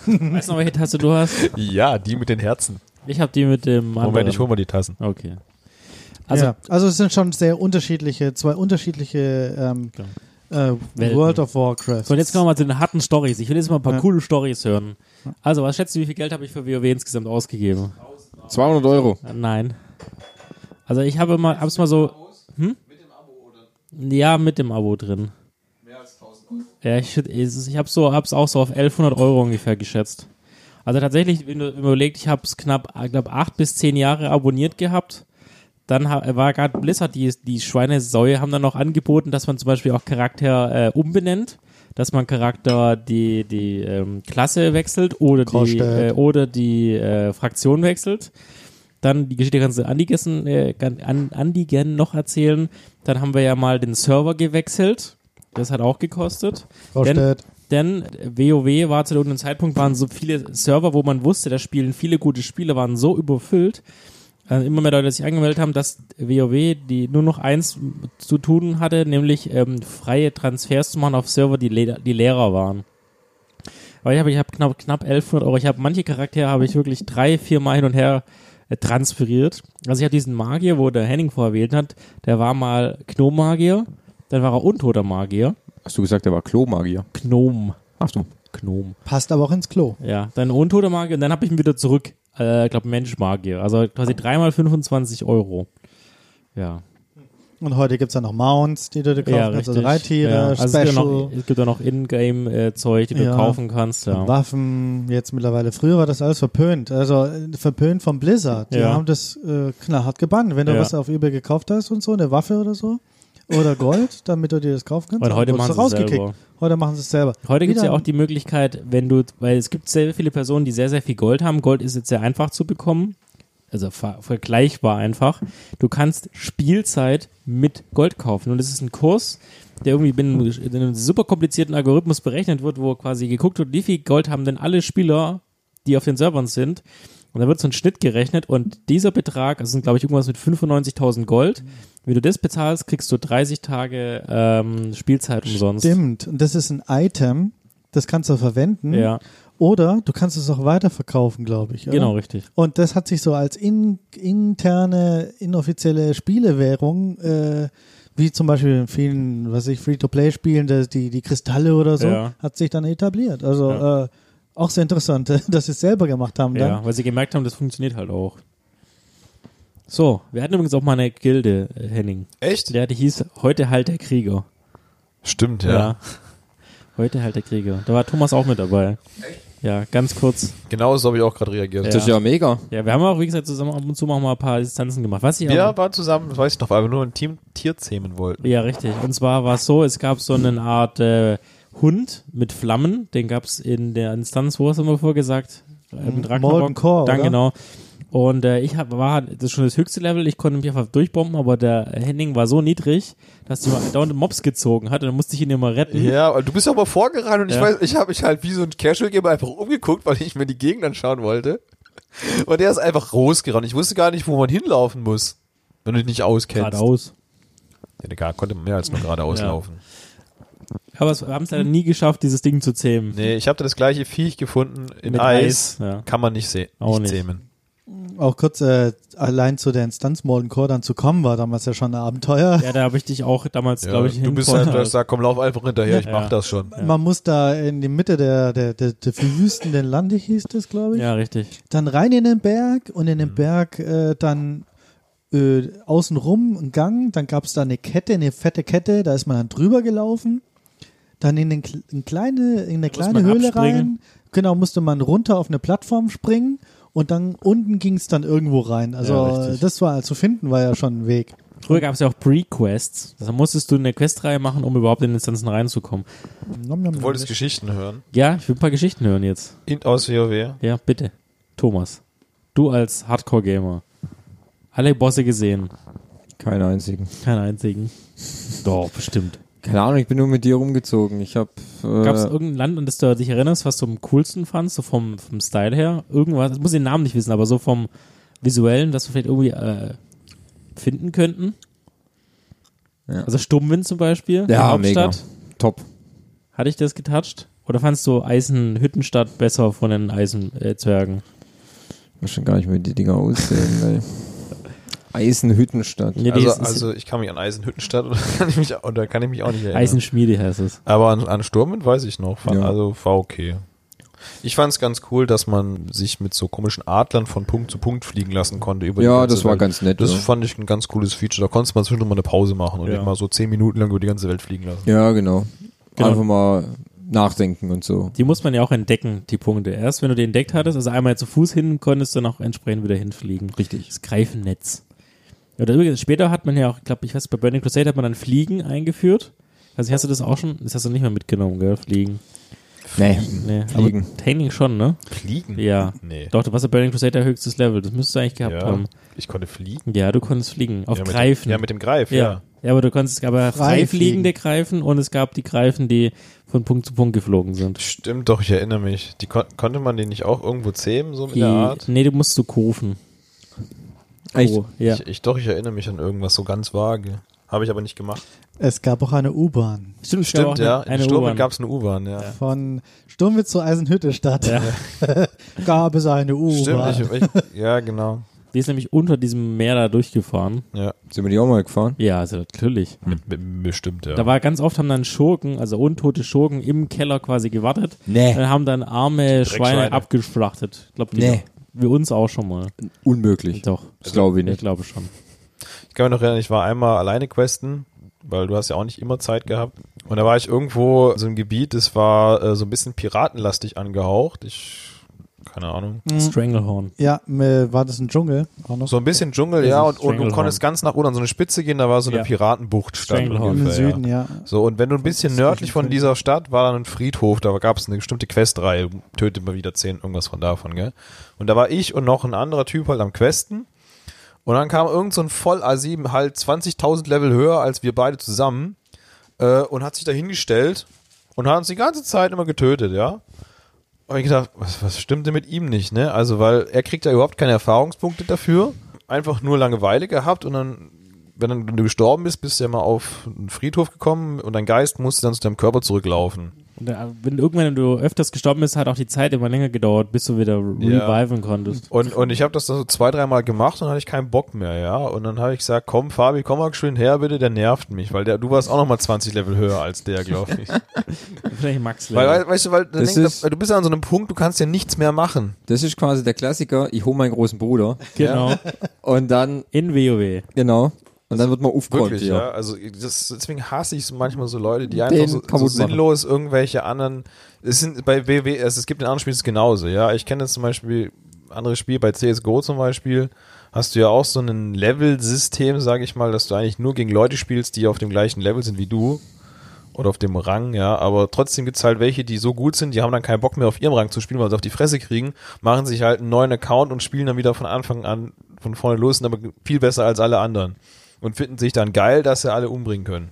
[SPEAKER 3] Weißt du noch, welche Tasse du hast?
[SPEAKER 1] Ja, die mit den Herzen.
[SPEAKER 3] Ich habe die mit dem anderen.
[SPEAKER 1] Moment, ich hole mal die Tassen.
[SPEAKER 3] Okay. Also,
[SPEAKER 2] ja. also es sind schon sehr unterschiedliche, zwei unterschiedliche ähm, äh,
[SPEAKER 3] Welten.
[SPEAKER 2] World of Warcraft.
[SPEAKER 3] so und jetzt kommen wir mal zu den harten Stories. Ich will jetzt mal ein paar
[SPEAKER 2] Ja.
[SPEAKER 3] coole Stories hören. Also, was schätzt du, wie viel Geld habe ich für WoW insgesamt ausgegeben?
[SPEAKER 4] 200 Euro.
[SPEAKER 3] Äh, Nein. Also, ich habe mal, hab's mal so. Hm? Ja, mit dem Abo drin. Mehr als 1000 Euro. Ja, ich, ich- ich habe so, hab's auch so auf 1100 Euro ungefähr geschätzt. Also tatsächlich, wenn du wenn man überlegt, ich habe es knapp, ich glaube, acht bis zehn Jahre abonniert gehabt. Dann ha- war gerade Blizzard, die, die Schweinesäue haben dann noch angeboten, dass man zum Beispiel auch Charakter äh, umbenennt, dass man Charakter die, die ähm, Klasse wechselt oder die,
[SPEAKER 2] Kostet.
[SPEAKER 3] äh, oder die äh, Fraktion wechselt. Dann die Geschichte kannst du Andi, gestern, äh, gan- an, Andi gern noch erzählen. Dann haben wir ja mal den Server gewechselt. Das hat auch gekostet.
[SPEAKER 2] Rostedt.
[SPEAKER 3] Denn WoW war zu irgendeinem Zeitpunkt, waren so viele Server, wo man wusste, da spielen viele gute Spieler, waren so überfüllt, äh, immer mehr Leute sich angemeldet haben, dass WoW die nur noch eins zu tun hatte, nämlich ähm, freie Transfers zu machen auf Server, die, le die Lehrer waren. Aber ich habe ich hab knapp, knapp 1100 Euro. Ich habe manche Charaktere habe ich wirklich drei, vier Mal hin und her äh, transferiert. Also ich habe diesen Magier, wo der Henning vorher erwähnt hat, der war mal Gnom-Magier, dann war er untoter Magier.
[SPEAKER 4] Hast du gesagt, der war Klomagier?
[SPEAKER 3] Gnom.
[SPEAKER 4] Ach du.
[SPEAKER 3] Gnom.
[SPEAKER 2] passt aber auch ins Klo.
[SPEAKER 3] Ja, dann untoter Magier und dann habe ich ihn wieder zurück. Äh, ich glaube, Mensch Magier. Also quasi dreimal 25 Euro. Ja.
[SPEAKER 2] Und heute gibt's dann noch Mounts, die du dir kaufen
[SPEAKER 3] ja,
[SPEAKER 2] kannst,
[SPEAKER 3] richtig.
[SPEAKER 2] also Reittiere,
[SPEAKER 3] ja. also es gibt ja
[SPEAKER 2] Special.
[SPEAKER 3] noch, es gibt ja noch Ingame-Zeug, die du
[SPEAKER 2] Ja.
[SPEAKER 3] kaufen kannst. Ja.
[SPEAKER 2] Waffen jetzt mittlerweile. Früher war das alles verpönt. Also äh, verpönt von Blizzard. Die
[SPEAKER 3] Ja.
[SPEAKER 2] haben das äh, knallhart gebannt. Wenn du
[SPEAKER 3] Ja.
[SPEAKER 2] was auf eBay gekauft hast und so, eine Waffe oder so. Oder Gold, [LAUGHS] damit du dir das kaufen kannst.
[SPEAKER 3] Weil
[SPEAKER 2] dann
[SPEAKER 3] heute
[SPEAKER 2] wurdest du
[SPEAKER 3] machen sie es selber.
[SPEAKER 2] Heute machen sie es selber.
[SPEAKER 3] Heute gibt es
[SPEAKER 2] Wieder-
[SPEAKER 3] ja auch die Möglichkeit, wenn du, weil es gibt sehr viele Personen, die sehr, sehr viel Gold haben. Gold ist jetzt sehr einfach zu bekommen. Also ver vergleichbar einfach. Du kannst Spielzeit mit Gold kaufen. Und es ist ein Kurs, der irgendwie in einem, in einem super komplizierten Algorithmus berechnet wird, wo quasi geguckt wird, wie viel Gold haben denn alle Spieler, die auf den Servern sind. Und da wird so ein Schnitt gerechnet und dieser Betrag, das sind glaube ich irgendwas mit 95.000 Gold. Wenn du das bezahlst, kriegst du 30 Tage ähm, Spielzeit umsonst.
[SPEAKER 2] Stimmt. Und das ist ein Item, das kannst du verwenden.
[SPEAKER 3] Ja,
[SPEAKER 2] Oder du kannst es auch weiterverkaufen, glaube ich. Oder?
[SPEAKER 3] genau, richtig.
[SPEAKER 2] Und das hat sich so als in, interne, inoffizielle Spielewährung, äh, wie zum Beispiel in vielen, was weiß ich, Free-to-Play-Spielen, das- die, die Kristalle oder so,
[SPEAKER 3] Ja.
[SPEAKER 2] hat sich dann etabliert. Also
[SPEAKER 3] Ja.
[SPEAKER 2] äh, auch sehr interessant, [LAUGHS] dass sie es selber gemacht haben. Dann.
[SPEAKER 3] Ja, weil sie gemerkt haben, das funktioniert halt auch. So, wir hatten übrigens auch mal eine Gilde, äh, Henning.
[SPEAKER 1] Echt?
[SPEAKER 3] Der die hieß Heute halt der Krieger.
[SPEAKER 1] Stimmt, ja.
[SPEAKER 3] Heute halt der Krieger. Da war Thomas auch mit dabei. Ja, ganz kurz.
[SPEAKER 1] Genau so habe ich auch gerade reagiert.
[SPEAKER 4] Das ist ja mega.
[SPEAKER 3] Ja, wir haben auch, wie gesagt, zusammen ab und zu auch mal ein paar Distanzen gemacht. Was ich
[SPEAKER 1] Wir
[SPEAKER 3] aber,
[SPEAKER 1] waren zusammen, das weiß ich noch, weil wir nur ein Team Tier zähmen wollten.
[SPEAKER 3] ja, richtig. Und zwar war es so, es gab so eine Art äh, Hund mit Flammen. Den gab es in der Instanz, wo hast du mal vorgesagt? Äh, mit
[SPEAKER 2] Molten Core,
[SPEAKER 3] Dann
[SPEAKER 2] oder?
[SPEAKER 3] genau. Und äh, ich hab, war, das ist schon das höchste Level, ich konnte mich einfach durchbomben, aber der Henning war so niedrig, dass die mal dauernd Mobs gezogen hat und dann musste ich ihn immer retten.
[SPEAKER 1] Ja, aber du bist ja aber vorgerannt und ich
[SPEAKER 3] Mhm. Ja.
[SPEAKER 1] weiß, ich habe mich halt wie so ein Casual-Gamer einfach umgeguckt, weil ich mir die Gegend anschauen wollte. Und der ist einfach losgerannt. Ich wusste gar nicht, wo man hinlaufen muss, wenn du dich nicht auskennst.
[SPEAKER 3] Geradeaus.
[SPEAKER 1] Ja, egal, konnte mehr als nur geradeaus
[SPEAKER 3] Ja.
[SPEAKER 1] laufen.
[SPEAKER 3] Aber es- wir haben es leider nie geschafft, dieses Ding zu zähmen.
[SPEAKER 1] Nee, ich habe da das gleiche Viech gefunden in
[SPEAKER 3] Mit
[SPEAKER 1] Eis.
[SPEAKER 3] Eis, ja.
[SPEAKER 1] Kann man nicht sehen.
[SPEAKER 3] Auch nicht.
[SPEAKER 1] zähmen.
[SPEAKER 2] Auch kurz äh, allein zu der Instanz Molten Core dann zu kommen, war damals ja schon ein Abenteuer.
[SPEAKER 3] Ja, da habe ich dich auch damals, glaube ich,
[SPEAKER 1] du bist
[SPEAKER 3] hinfordert.
[SPEAKER 1] halt, du hast gesagt, komm, lauf einfach hinterher, ich
[SPEAKER 3] Ja.
[SPEAKER 1] mach das schon.
[SPEAKER 2] Man muss da in die Mitte der, der, der, der verwüstenden Lande, hieß das, glaube ich.
[SPEAKER 3] Ja, richtig.
[SPEAKER 2] Dann rein in den Berg und in den
[SPEAKER 1] Mhm.
[SPEAKER 2] Berg äh, dann äh, außenrum einen Gang. Dann gab es da eine Kette, eine fette Kette, da ist man dann drüber gelaufen. Dann in, den, kl- in, kleine, in eine kleine
[SPEAKER 3] man
[SPEAKER 2] Höhle rein.
[SPEAKER 3] abspringen.
[SPEAKER 2] Genau, musste man runter auf eine Plattform springen und dann unten ging es dann irgendwo rein. Also
[SPEAKER 3] Ja, richtig.
[SPEAKER 2] das war zu finden, war ja schon ein Weg.
[SPEAKER 3] Früher gab es ja auch Pre-Quests. Da musstest du eine Questreihe machen, um überhaupt in Instanzen reinzukommen.
[SPEAKER 2] Nom, nom,
[SPEAKER 1] Du
[SPEAKER 2] nom.
[SPEAKER 1] wolltest Geschichten hören.
[SPEAKER 3] Ja, ich will ein paar Geschichten hören jetzt.
[SPEAKER 1] In, aus WoW.
[SPEAKER 3] Ja, bitte. Thomas, du als Hardcore-Gamer. Alle Bosse gesehen.
[SPEAKER 4] Keinen einzigen.
[SPEAKER 3] Keinen einzigen. Doch, bestimmt.
[SPEAKER 4] Keine Ahnung, ich bin nur mit dir rumgezogen. Ich habe
[SPEAKER 3] Gab es
[SPEAKER 4] äh,
[SPEAKER 3] irgendein Land, an das du dich erinnerst, was du am coolsten fandst, so vom, vom Style her? Irgendwas, ich muss den Namen nicht wissen, aber so vom Visuellen, das wir vielleicht irgendwie äh, finden könnten?
[SPEAKER 4] Ja.
[SPEAKER 3] Also Sturmwind zum Beispiel,
[SPEAKER 4] Ja,
[SPEAKER 3] Hauptstadt.
[SPEAKER 4] top.
[SPEAKER 3] Hatte ich das getatscht? Oder fandst du Eisenhüttenstadt besser von den Eisenzwergen? Äh, Zwergen?
[SPEAKER 4] Ich weiß schon gar nicht, wie die Dinger aussehen. ey. Eisenhüttenstadt.
[SPEAKER 3] Nee, die
[SPEAKER 1] Also,
[SPEAKER 3] hießen-
[SPEAKER 1] also ich kann mich an Eisenhüttenstadt [LAUGHS] oder kann ich mich, oder kann ich mich auch nicht erinnern.
[SPEAKER 3] Eisenschmiede heißt es.
[SPEAKER 1] Aber an, an Sturmwind weiß ich noch. Fand,
[SPEAKER 4] Ja.
[SPEAKER 1] Also war okay. Ich fand es ganz cool, dass man sich mit so komischen Adlern von Punkt zu Punkt fliegen lassen konnte. Über die
[SPEAKER 4] Ja,
[SPEAKER 1] ganze
[SPEAKER 4] das war
[SPEAKER 1] Welt.
[SPEAKER 4] ganz nett,
[SPEAKER 1] Das
[SPEAKER 4] ja.
[SPEAKER 1] fand ich ein ganz cooles Feature. Da konntest du mal zwischendurch mal eine Pause machen und
[SPEAKER 3] Ja.
[SPEAKER 1] immer so zehn Minuten lang über die ganze Welt fliegen lassen.
[SPEAKER 4] Ja, genau.
[SPEAKER 3] Genau.
[SPEAKER 4] Einfach mal nachdenken und so.
[SPEAKER 3] Die muss man ja auch entdecken, die Punkte. Erst wenn du die entdeckt hattest, also einmal zu Fuß hin, konntest du dann auch entsprechend wieder hinfliegen.
[SPEAKER 4] Richtig.
[SPEAKER 3] Das Greifennetz. Oder übrigens, später hat man ja auch, ich glaube, ich weiß, bei Burning Crusade hat man dann Fliegen eingeführt. Also hast du das auch schon, das hast du nicht mehr mitgenommen, gell? Fliegen.
[SPEAKER 4] Nee.
[SPEAKER 3] Nee,
[SPEAKER 4] Fliegen.
[SPEAKER 3] aber Training schon, ne?
[SPEAKER 1] Fliegen?
[SPEAKER 3] Ja.
[SPEAKER 1] Nee.
[SPEAKER 3] Doch, du warst ja Burning Crusade der höchstes Level. Das müsstest du eigentlich gehabt
[SPEAKER 1] ja.
[SPEAKER 3] haben.
[SPEAKER 1] Ich konnte fliegen.
[SPEAKER 3] Ja, du konntest fliegen. Auf
[SPEAKER 1] ja, mit,
[SPEAKER 3] Greifen.
[SPEAKER 1] Ja, mit dem Greif, ja.
[SPEAKER 3] Ja. ja, aber du konntest, es gab ja
[SPEAKER 2] Frei
[SPEAKER 3] freifliegende Greifen und es gab die Greifen, die von Punkt zu Punkt geflogen sind.
[SPEAKER 1] Stimmt doch, ich erinnere mich. Die kon konnte man den nicht auch irgendwo zähmen, so mit
[SPEAKER 3] Die,
[SPEAKER 1] der Art?
[SPEAKER 3] nee, du musst zu Kofen.
[SPEAKER 4] Echt?
[SPEAKER 3] Oh, ja.
[SPEAKER 1] Ich, ich doch, ich erinnere mich an irgendwas so ganz vage. Habe ich aber nicht gemacht.
[SPEAKER 2] Es gab auch eine U-Bahn.
[SPEAKER 3] Stimmt, es gab auch
[SPEAKER 1] Stimmt, ja.
[SPEAKER 3] Eine, eine
[SPEAKER 1] In Sturmwind
[SPEAKER 3] U-Bahn.
[SPEAKER 1] gab es eine U-Bahn, ja.
[SPEAKER 2] Von Sturmwitz zur Eisenhüttestadt
[SPEAKER 3] Ja.
[SPEAKER 2] gab es eine
[SPEAKER 1] Stimmt,
[SPEAKER 2] U-Bahn.
[SPEAKER 1] ich, ich, ja, genau.
[SPEAKER 3] Die ist nämlich unter diesem Meer da durchgefahren.
[SPEAKER 1] Ja,
[SPEAKER 4] Sind wir die auch mal gefahren?
[SPEAKER 3] Ja, also natürlich.
[SPEAKER 1] mit, mit, bestimmt, ja.
[SPEAKER 3] Da war ganz oft haben dann Schurken, also untote Schurken im Keller quasi gewartet.
[SPEAKER 4] Nee.
[SPEAKER 3] Dann haben dann arme Schweine
[SPEAKER 1] Dreckschweine.
[SPEAKER 3] abgeschlachtet. Ich glaube,
[SPEAKER 4] Nee.
[SPEAKER 3] wir uns auch schon mal.
[SPEAKER 4] Unmöglich.
[SPEAKER 3] Doch.
[SPEAKER 4] Das glaube ich
[SPEAKER 3] Ich
[SPEAKER 4] nicht.
[SPEAKER 3] glaube schon.
[SPEAKER 1] ich kann mich noch erinnern, ich war einmal alleine questen, weil du hast ja auch nicht immer Zeit gehabt. Und da war ich irgendwo in so einem Gebiet, das war äh, so ein bisschen piratenlastig angehaucht. Ich, keine Ahnung.
[SPEAKER 3] Mhm. Stranglehorn.
[SPEAKER 2] Ja, m- war das ein Dschungel? Auch noch
[SPEAKER 1] So ein bisschen Dschungel,
[SPEAKER 3] Das
[SPEAKER 1] ja,
[SPEAKER 3] ist
[SPEAKER 1] und, und du
[SPEAKER 3] Stranglehorn.
[SPEAKER 1] konntest ganz nach unten an so eine Spitze gehen, da war so eine
[SPEAKER 3] Ja.
[SPEAKER 1] Piratenbucht stand
[SPEAKER 3] Stranglehorn.
[SPEAKER 2] im
[SPEAKER 1] ungefähr,
[SPEAKER 2] Süden,
[SPEAKER 1] ja.
[SPEAKER 2] ja.
[SPEAKER 1] So, und wenn du ein bisschen nördlich von dieser Stadt war dann ein Friedhof, da gab es eine bestimmte Questreihe, tötet mal wieder zehn, irgendwas von davon, gell? Und da war ich und noch ein anderer Typ halt am Questen. Und dann kam irgend so ein Voll-A7 halt 20.000 Level höher als wir beide zusammen äh, und hat sich da hingestellt und hat uns die ganze Zeit immer getötet, ja? Und ich gedacht, was, was stimmt denn mit ihm nicht, ne? Also, weil er kriegt ja überhaupt keine Erfahrungspunkte dafür. Einfach nur Langeweile gehabt und dann, wenn dann- wenn du gestorben bist, bist du ja mal auf einen Friedhof gekommen und dein Geist musste dann zu deinem Körper zurücklaufen.
[SPEAKER 3] Und da, wenn irgendwann du öfters gestorben bist, hat auch die Zeit immer länger gedauert, bis du wieder re-
[SPEAKER 1] Ja.
[SPEAKER 3] reviven konntest.
[SPEAKER 1] Und, und ich habe das dann so zwei, dreimal gemacht und dann hatte ich keinen Bock mehr, ja. Und dann habe ich gesagt, komm, Fabi, komm mal schön her, bitte, der nervt mich, weil der, du warst auch nochmal 20 Level höher als der, glaube
[SPEAKER 4] [LAUGHS]
[SPEAKER 1] ich.
[SPEAKER 3] Vielleicht Max
[SPEAKER 1] weil,
[SPEAKER 3] Level.
[SPEAKER 1] weil, weißt du, weil dann
[SPEAKER 4] Das
[SPEAKER 1] denk,
[SPEAKER 4] ist-
[SPEAKER 1] da- du bist ja an so einem Punkt, du kannst ja nichts mehr machen.
[SPEAKER 4] Das ist quasi der Klassiker, ich hole meinen großen Bruder
[SPEAKER 3] Genau.
[SPEAKER 4] und dann,
[SPEAKER 3] In WoW.
[SPEAKER 4] genau, und dann wird man aufgeräumt
[SPEAKER 1] Wirklich, ja.
[SPEAKER 4] hier.
[SPEAKER 1] Also das, deswegen hasse ich so manchmal so Leute, die
[SPEAKER 4] Den
[SPEAKER 1] einfach so,
[SPEAKER 4] kaputt
[SPEAKER 1] so
[SPEAKER 4] machen.
[SPEAKER 1] sinnlos irgendwelche anderen. Es sind bei WW, es, es gibt in anderen Spielen es genauso, ja. Ich kenne jetzt zum Beispiel andere Spiele, bei CSGO zum Beispiel, hast du ja auch so ein Level-System, sage ich mal, dass du eigentlich nur gegen Leute spielst, die auf dem gleichen Level sind wie du. Oder auf dem Rang, ja, aber trotzdem gibt's halt welche, die so gut sind, die haben dann keinen Bock mehr auf ihrem Rang zu spielen, weil sie auf die Fresse kriegen, machen sich halt einen neuen Account und spielen dann wieder von Anfang an von vorne los, sind aber viel besser als alle anderen. Und finden sich dann geil, dass sie alle umbringen können.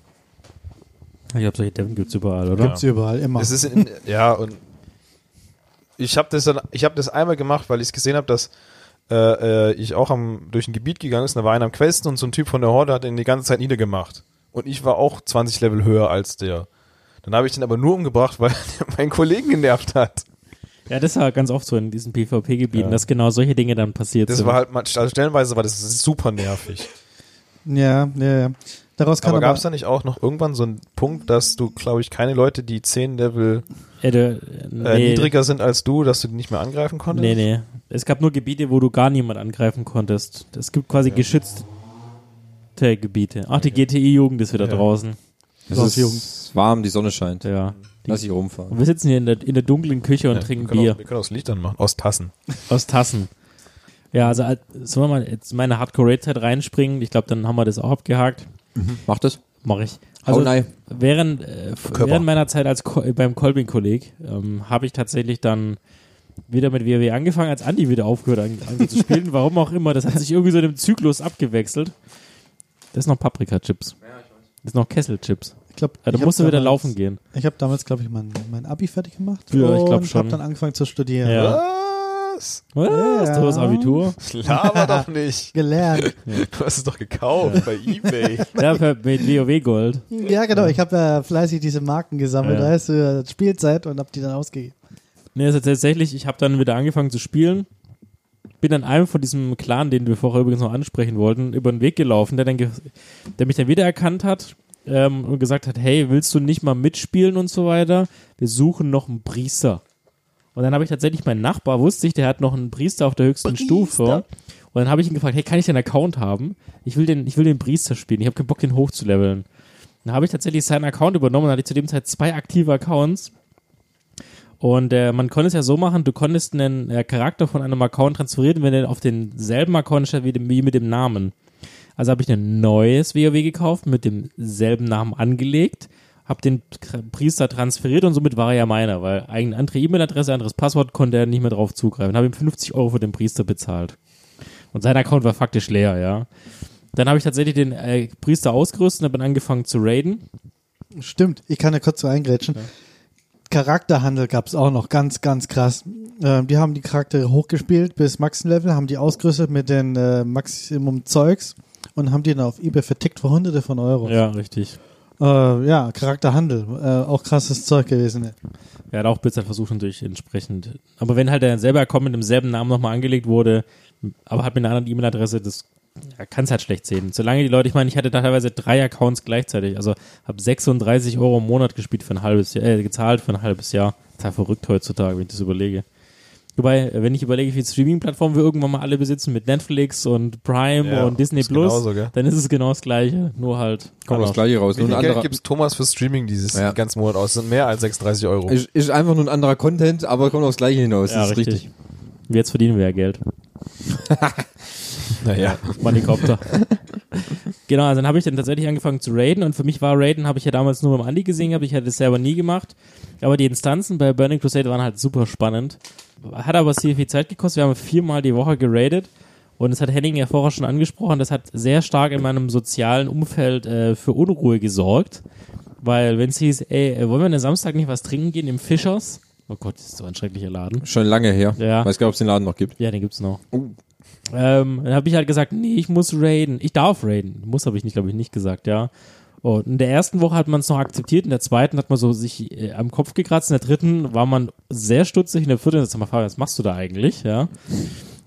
[SPEAKER 3] Ich glaube, solche Deppen gibt's überall, oder?
[SPEAKER 2] Gibt's überall, immer.
[SPEAKER 1] Es ist in, ja und ich habe das dann, ich habe das einmal gemacht, weil ich es gesehen habe, dass äh, äh, ich auch am, durch ein Gebiet gegangen ist, und da war einer am Questen und so ein Typ von der Horde hat ihn die ganze Zeit niedergemacht. Und ich war auch 20 Level höher als der. Dann habe ich den aber nur umgebracht, [LAUGHS] weil der meinen Kollegen genervt hat.
[SPEAKER 3] Ja, das war ganz oft so in diesen PvP-Gebieten,
[SPEAKER 1] Ja.
[SPEAKER 3] dass genau solche Dinge dann passiert
[SPEAKER 1] Das
[SPEAKER 3] sind.
[SPEAKER 1] war halt, mal- also stellenweise war das super nervig.
[SPEAKER 2] ja, ja, ja. Daraus kann
[SPEAKER 1] aber
[SPEAKER 2] aber,
[SPEAKER 1] gab es da nicht auch noch irgendwann so einen Punkt, dass du, glaube ich, keine Leute, die 10 Level
[SPEAKER 3] äh, der,
[SPEAKER 1] äh,
[SPEAKER 3] nee,
[SPEAKER 1] niedriger sind als du, dass du die nicht mehr angreifen konntest?
[SPEAKER 3] Nee, nee. Es gab nur Gebiete, wo du gar niemand angreifen konntest. Es gibt quasi geschützte Gebiete. Ach, die GTI-Jugend ist wieder
[SPEAKER 1] Ja. Mhm.
[SPEAKER 3] draußen.
[SPEAKER 4] Es
[SPEAKER 2] Jungs.
[SPEAKER 4] ist warm, die Sonne scheint.
[SPEAKER 3] Ja.
[SPEAKER 4] Lass ich rumfahren.
[SPEAKER 3] Und wir sitzen hier in der, in der dunklen Küche und
[SPEAKER 1] Ja,
[SPEAKER 3] trinken
[SPEAKER 1] wir können
[SPEAKER 3] Bier
[SPEAKER 1] Auch, wir können auch das Licht anmachen, aus Tassen.
[SPEAKER 3] aus Tassen. Ja, also äh, sollen wir mal jetzt in meine Hardcore-Raid-Zeit reinspringen? Ich glaube, dann haben wir das auch abgehakt.
[SPEAKER 4] Mach das.
[SPEAKER 3] Mach ich. Mhm.
[SPEAKER 4] Also,
[SPEAKER 3] Also,
[SPEAKER 4] Hau nein.
[SPEAKER 3] während, äh, f-
[SPEAKER 1] Körper.
[SPEAKER 3] während meiner Zeit als Ko beim Kolbing-Kolleg ähm, habe ich tatsächlich dann wieder mit WoW angefangen, als Andi wieder aufgehört an, an zu spielen.
[SPEAKER 2] [LAUGHS]
[SPEAKER 3] Warum auch immer, das hat sich irgendwie so in einem Zyklus abgewechselt. Das ist noch Paprika-Chips. Das ist noch Kessel-Chips.
[SPEAKER 2] ich glaube,
[SPEAKER 3] Ja, da musst du wieder laufen gehen.
[SPEAKER 2] Ich habe damals, glaube ich, mein, mein Abi fertig gemacht.
[SPEAKER 3] Ja, ich glaub
[SPEAKER 2] und
[SPEAKER 3] schon.
[SPEAKER 2] habe dann angefangen zu studieren.
[SPEAKER 3] Ja.
[SPEAKER 1] Was?
[SPEAKER 3] Was?
[SPEAKER 2] Ja.
[SPEAKER 3] Du
[SPEAKER 2] [LAUGHS]
[SPEAKER 3] hast Abitur?
[SPEAKER 1] [LAUGHS] Laber doch nicht.
[SPEAKER 3] [LAUGHS]
[SPEAKER 2] Gelernt.
[SPEAKER 1] Du hast es doch gekauft bei Ebay.
[SPEAKER 3] Ja, per- mit WoW Gold.
[SPEAKER 2] ja, genau. Ich habe ja fleißig diese Marken gesammelt.
[SPEAKER 3] Ja.
[SPEAKER 2] Da hast du ja Spielzeit und habe die dann ausgegeben.
[SPEAKER 3] Nee, also tatsächlich, ich habe dann wieder angefangen zu spielen. Bin dann einem von diesem Clan, den wir vorher übrigens noch ansprechen wollten, über den Weg gelaufen, der, dann ge der mich dann wiedererkannt hat ähm, und gesagt hat, hey, willst du nicht mal mitspielen und so weiter? Wir suchen noch einen Priester. Und dann habe ich tatsächlich meinen Nachbar, wusste ich, der hat noch einen Priester auf der höchsten Stufe. Und dann habe ich ihn gefragt, hey, kann ich den Account haben? Ich will den, ich will den Priester spielen. Ich habe keinen Bock, den hochzuleveln. Dann habe ich tatsächlich seinen Account übernommen und hatte zu dem Zeit zwei aktive Accounts. Und äh, man konnte es ja so machen, du konntest einen äh, Charakter von einem Account transferieren, wenn er auf denselben Account stand wie, dem, wie mit dem Namen. Also habe ich ein neues WoW gekauft, mit demselben Namen angelegt, habe den K- Priester transferiert und somit war er ja meiner, weil eine andere E-Mail-Adresse, anderes Passwort konnte er nicht mehr drauf zugreifen. Habe ihm 50 Euro für den Priester bezahlt. Und sein Account war faktisch leer, ja. Dann habe ich tatsächlich den äh, Priester ausgerüstet und habe dann angefangen zu raiden.
[SPEAKER 2] Stimmt, ich kann da kurz so eingrätschen. Charakterhandel gab's auch noch, ganz, ganz krass. Ähm, die haben die Charaktere hochgespielt bis Max-Level, haben die ausgerüstet mit den äh, Maximum-Zeugs und haben die dann auf Ebay vertickt für hunderte von Euro.
[SPEAKER 3] Ja, richtig.
[SPEAKER 2] äh, ja Charakterhandel, äh, auch krasses Zeug gewesen. Ne?
[SPEAKER 3] Er hat auch Blizzard versucht natürlich entsprechend. Aber wenn halt der selber Account mit demselben Namen nochmal angelegt wurde, aber hat mit einer anderen E-Mail-Adresse, das ja, kann es halt schlecht sehen. Solange die Leute, ich meine, ich hatte da teilweise drei Accounts gleichzeitig, also habe 36 Euro im Monat gespielt für ein halbes Jahr, äh, gezahlt für ein halbes Jahr. Das ist ja verrückt heutzutage, wenn ich das überlege. Wobei, äh, wenn ich überlege, wie viele Streaming-Plattformen wir irgendwann mal alle besitzen mit Netflix und Prime
[SPEAKER 1] Ja,
[SPEAKER 3] und Disney
[SPEAKER 1] ist
[SPEAKER 3] Plus,
[SPEAKER 1] genauso, gell?
[SPEAKER 3] dann ist es genau das Gleiche, nur halt.
[SPEAKER 4] Kommt das
[SPEAKER 3] anders.
[SPEAKER 4] gleiche raus.
[SPEAKER 1] Wie
[SPEAKER 4] Nur
[SPEAKER 1] viel
[SPEAKER 4] ein
[SPEAKER 1] Geld
[SPEAKER 4] anderer,
[SPEAKER 1] gibt's Thomas für Streaming dieses
[SPEAKER 4] Ja.
[SPEAKER 1] ganzen Monat aus? Das sind mehr als 36 Euro.
[SPEAKER 4] ist, ist einfach nur ein anderer Content, aber kommt aufs gleiche hinaus.
[SPEAKER 3] Ja,
[SPEAKER 4] das ist richtig.
[SPEAKER 3] richtig. Jetzt verdienen wir ja Geld.
[SPEAKER 1] naja.
[SPEAKER 3] Manikopter. genau, also dann habe ich dann tatsächlich angefangen zu raiden und für mich war Raiden, habe ich ja damals nur beim Andi gesehen gehabt, ich hatte es selber nie gemacht. Aber die Instanzen bei Burning Crusade waren halt super spannend. Hat aber sehr viel Zeit gekostet, wir haben viermal die Woche geradet und es hat Henning ja vorher schon angesprochen, das hat sehr stark in meinem sozialen Umfeld äh, für Unruhe gesorgt. Weil wenn es hieß, ey, äh, wollen wir denn Samstag nicht was trinken gehen im Fischers? Oh Gott, das ist so ein schrecklicher Laden.
[SPEAKER 4] Schon lange her.
[SPEAKER 3] Ja.
[SPEAKER 4] Weiß gar nicht, ob es den Laden noch gibt.
[SPEAKER 3] Ja, den gibt's noch.
[SPEAKER 4] Oh.
[SPEAKER 3] Ähm, dann habe ich halt gesagt, nee, ich muss raiden. Ich darf raiden. Muss habe ich nicht, glaube ich, nicht gesagt, ja. Und in der ersten Woche hat man es noch akzeptiert, in der zweiten hat man so sich äh, am Kopf gekratzt, in der dritten war man sehr stutzig, in der vierten, sag mal, Fabian, was machst du da eigentlich? Ja.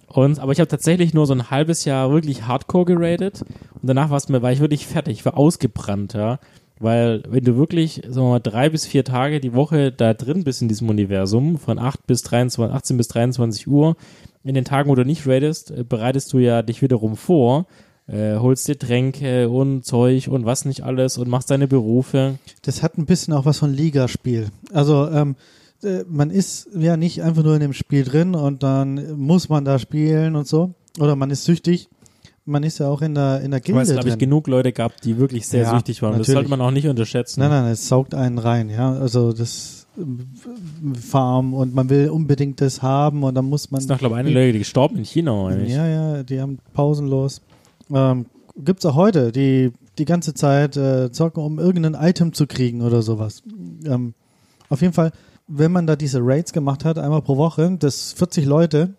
[SPEAKER 3] Und, aber ich habe tatsächlich nur so ein halbes Jahr wirklich hardcore geratet und danach war's mir, war ich wirklich fertig, ich war ausgebrannt, ja. Weil wenn du wirklich, sagen wir mal, drei bis vier Tage die Woche da drin bist in diesem Universum, von 8 bis 23, 18 bis 23 Uhr, in den Tagen, wo du nicht raidest, äh, bereitest du ja dich wiederum vor, äh, holst dir Tränke und Zeug und was nicht alles und machst deine Berufe.
[SPEAKER 2] Das hat ein bisschen auch was von Ligaspiel. Also ähm, äh, man ist ja nicht einfach nur in dem Spiel drin und dann muss man da spielen und so. Oder man ist süchtig. Man ist ja auch in der, in der
[SPEAKER 3] Weil
[SPEAKER 2] Gilde
[SPEAKER 3] es, glaube ich,
[SPEAKER 2] drin.
[SPEAKER 3] genug Leute gab, die wirklich sehr
[SPEAKER 2] Ja,
[SPEAKER 3] süchtig waren. Das
[SPEAKER 2] natürlich.
[SPEAKER 3] sollte man auch nicht unterschätzen.
[SPEAKER 2] Nein, nein, es saugt einen rein, ja. Also das ähm, Farm und man will unbedingt das haben und dann muss man.
[SPEAKER 3] Es ist noch, glaube ich, eine Leute die gestorben in China, oder nicht?
[SPEAKER 2] Ja, ja, die haben pausenlos. Ähm, gibt's auch heute, die die ganze Zeit äh, zocken, um irgendein Item zu kriegen oder sowas. Ähm, auf jeden Fall, wenn man da diese Raids gemacht hat, einmal pro Woche, das 40 Leute,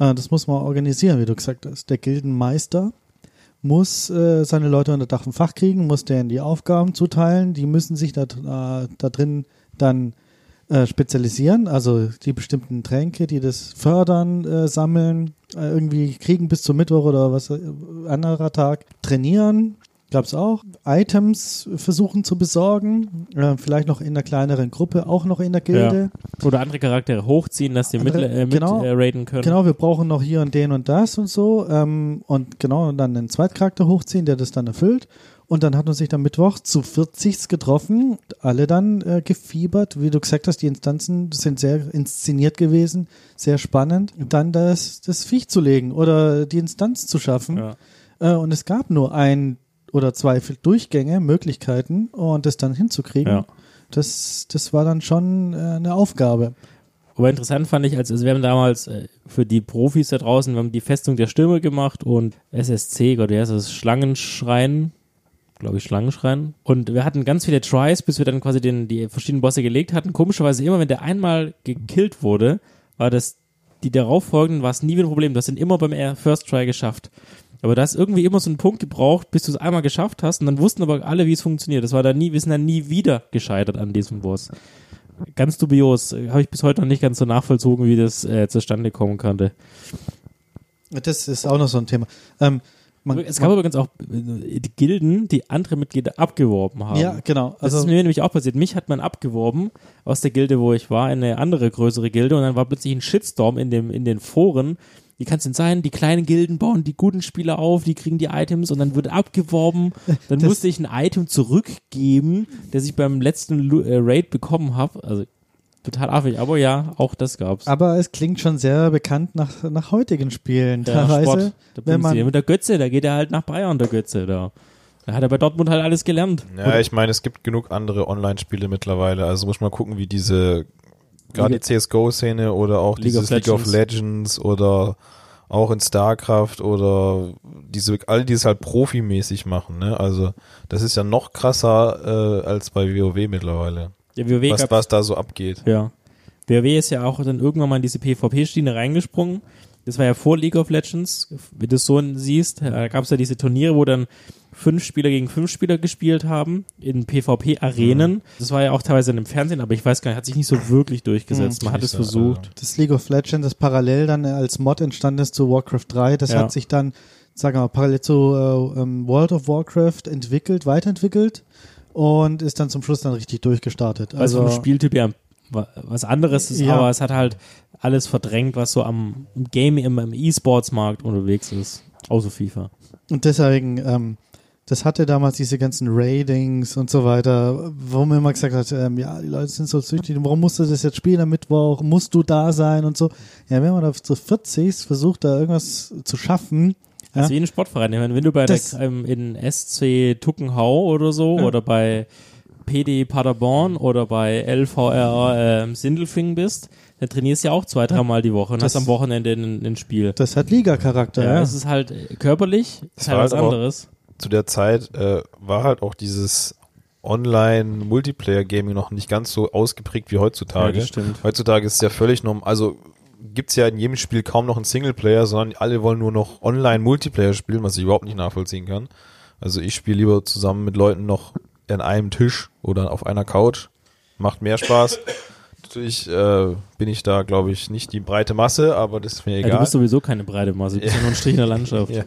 [SPEAKER 2] äh, das muss man organisieren, wie du gesagt hast. Der Gildenmeister muss äh, seine Leute unter Dach und Fach kriegen, muss denen die Aufgaben zuteilen, die müssen sich da, äh, da drin dann äh, spezialisieren, also die bestimmten Tränke, die das fördern, äh, sammeln, äh, irgendwie kriegen bis zum Mittwoch oder was äh, anderer Tag, trainieren, gab's auch, Items versuchen zu besorgen, äh, vielleicht noch in einer kleineren Gruppe, auch noch in der Gilde.
[SPEAKER 3] Oder andere Charaktere hochziehen, dass die
[SPEAKER 2] Andere-
[SPEAKER 3] mit, äh, mit
[SPEAKER 2] genau.
[SPEAKER 3] äh, raiden können.
[SPEAKER 2] Genau, wir brauchen noch hier und den und das und so ähm, und genau und dann einen Zweitcharakter hochziehen, der das dann erfüllt. Und dann hat man sich dann Mittwoch zu 40 getroffen, alle dann äh, gefiebert. Wie du gesagt hast, die Instanzen sind sehr inszeniert gewesen, sehr spannend. Dann das, das Viech zu legen oder die Instanz zu schaffen.
[SPEAKER 3] Ja.
[SPEAKER 2] Äh, und es gab nur ein oder zwei Durchgänge, Möglichkeiten und das dann hinzukriegen.
[SPEAKER 3] Ja.
[SPEAKER 2] Das, das war dann schon äh, eine Aufgabe.
[SPEAKER 3] Aber interessant fand ich, als also wir haben damals äh, für die Profis da draußen, wir haben die Festung der Stürme gemacht und SSC, Gott, wie heißt das? Schlangenschrein, glaube ich, Schlangenschrein. Und wir hatten ganz viele Tries, bis wir dann quasi den, die verschiedenen Bosse gelegt hatten. Komischerweise immer, wenn der einmal gekillt wurde, war das, die darauffolgenden war es nie wieder ein Problem. Du hast ihn immer beim er- First Try geschafft. Aber da hast irgendwie immer so einen Punkt gebraucht, bis du es einmal geschafft hast. Und dann wussten aber alle, wie es funktioniert. Das war dann nie, wir sind dann nie wieder gescheitert an diesem Boss ganz dubios. äh, Habe ich bis heute noch nicht ganz so nachvollzogen, wie das äh, zustande kommen konnte.
[SPEAKER 2] Das ist auch noch so ein Thema. Ähm, man,
[SPEAKER 3] es gab übrigens auch äh, die Gilden, die andere Mitglieder abgeworben haben.
[SPEAKER 2] Ja, genau.
[SPEAKER 3] Das
[SPEAKER 2] Also
[SPEAKER 3] ist mir nämlich auch passiert. Mich hat man abgeworben aus der Gilde, wo ich war, in eine andere größere Gilde und dann war plötzlich ein Shitstorm in, dem, in den Foren. Wie kann es denn sein? Die kleinen Gilden bauen die guten Spieler auf, die kriegen die Items und dann wird abgeworben. Dann
[SPEAKER 2] [LAUGHS] Das-
[SPEAKER 3] musste ich ein Item zurückgeben, das ich beim letzten Lu- äh, Raid bekommen habe. Also total affig, aber ja, auch das gab's.
[SPEAKER 2] aber es klingt schon sehr bekannt nach, nach heutigen Spielen
[SPEAKER 3] Ja,
[SPEAKER 2] teilweise.
[SPEAKER 3] Sport. Da
[SPEAKER 2] wenn man-
[SPEAKER 3] Bundesliga. mit der Götze, da geht er halt nach Bayern, der Götze da. Da hat er bei Dortmund halt alles gelernt.
[SPEAKER 1] Ja, ich meine, es gibt genug andere Online-Spiele mittlerweile. Also muss man gucken, wie diese gerade die CSGO-Szene oder auch
[SPEAKER 3] League
[SPEAKER 1] dieses
[SPEAKER 3] of
[SPEAKER 1] League of Legends oder auch in StarCraft oder diese, all die es halt profimäßig machen, ne? Also das ist ja noch krasser äh, als bei WoW mittlerweile.
[SPEAKER 3] Der WoW
[SPEAKER 1] Was,
[SPEAKER 3] gab's-
[SPEAKER 1] was da so abgeht.
[SPEAKER 3] Ja. WoW ist ja auch dann irgendwann mal in diese PvP-Schiene reingesprungen. Das war ja vor League of Legends, wenn du es so siehst. Da gab es ja diese Turniere, wo dann fünf Spieler gegen fünf Spieler gespielt haben in PvP-Arenen. Das war ja auch teilweise im Fernsehen, aber ich weiß gar nicht, hat sich nicht so wirklich durchgesetzt. Man hat es
[SPEAKER 1] Nicht so,
[SPEAKER 3] versucht.
[SPEAKER 2] Das League of Legends, das parallel dann als Mod entstanden ist zu Warcraft 3, das
[SPEAKER 3] Ja.
[SPEAKER 2] hat sich dann, sagen wir mal, parallel zu äh, ähm, World of Warcraft entwickelt, weiterentwickelt und ist dann zum Schluss dann richtig durchgestartet.
[SPEAKER 3] Weil also
[SPEAKER 2] Also
[SPEAKER 3] vom Spieltyp ja wa- was anderes ist,
[SPEAKER 2] Ja.
[SPEAKER 3] aber es hat halt alles verdrängt, was so am im Game, im, im E-Sports-Markt unterwegs ist. Außer FIFA.
[SPEAKER 2] Und deswegen, ähm, das hatte damals diese ganzen Ratings und so weiter, wo man immer gesagt hat, ähm, ja, die Leute sind so süchtig, warum musst du das jetzt spielen am Mittwoch, musst du da sein und so. Ja, wenn man da zu 40 versucht, da irgendwas zu schaffen,
[SPEAKER 3] Das
[SPEAKER 2] ja,
[SPEAKER 3] ist wie ein eh Sportverein. Ich meine, wenn du bei
[SPEAKER 2] Das-
[SPEAKER 3] der, ähm, in SC Tuckenhau oder so oder bei PD Paderborn oder bei LVR ähm, Sindelfingen bist, dann trainierst du ja auch zwei, dreimal die Woche und
[SPEAKER 2] Das-
[SPEAKER 3] hast am Wochenende ein, ein Spiel.
[SPEAKER 2] das hat Liga-Charakter.
[SPEAKER 3] ja,
[SPEAKER 2] Ja,
[SPEAKER 3] es ist halt äh, körperlich, ist
[SPEAKER 1] Das
[SPEAKER 3] halt
[SPEAKER 1] war
[SPEAKER 3] was
[SPEAKER 1] halt aber-
[SPEAKER 3] anderes.
[SPEAKER 1] zu der Zeit äh, war halt auch dieses Online-Multiplayer-Gaming noch nicht ganz so ausgeprägt wie heutzutage.
[SPEAKER 3] Ja, das stimmt.
[SPEAKER 1] Heutzutage ist es ja völlig normal. Also gibt's ja in jedem Spiel kaum noch einen Singleplayer, sondern alle wollen nur noch Online-Multiplayer spielen, was ich überhaupt nicht nachvollziehen kann. Also ich spiele lieber zusammen mit Leuten noch an einem Tisch oder auf einer Couch. Macht mehr
[SPEAKER 3] [LAUGHS]
[SPEAKER 1] Spaß. Natürlich äh, bin ich da, glaube ich, nicht die breite Masse, aber das ist mir
[SPEAKER 3] Ja, du
[SPEAKER 1] egal.
[SPEAKER 3] bist sowieso keine breite Masse, du bist ja, nur ein Strich in der Landschaft.
[SPEAKER 1] [LAUGHS] Ja.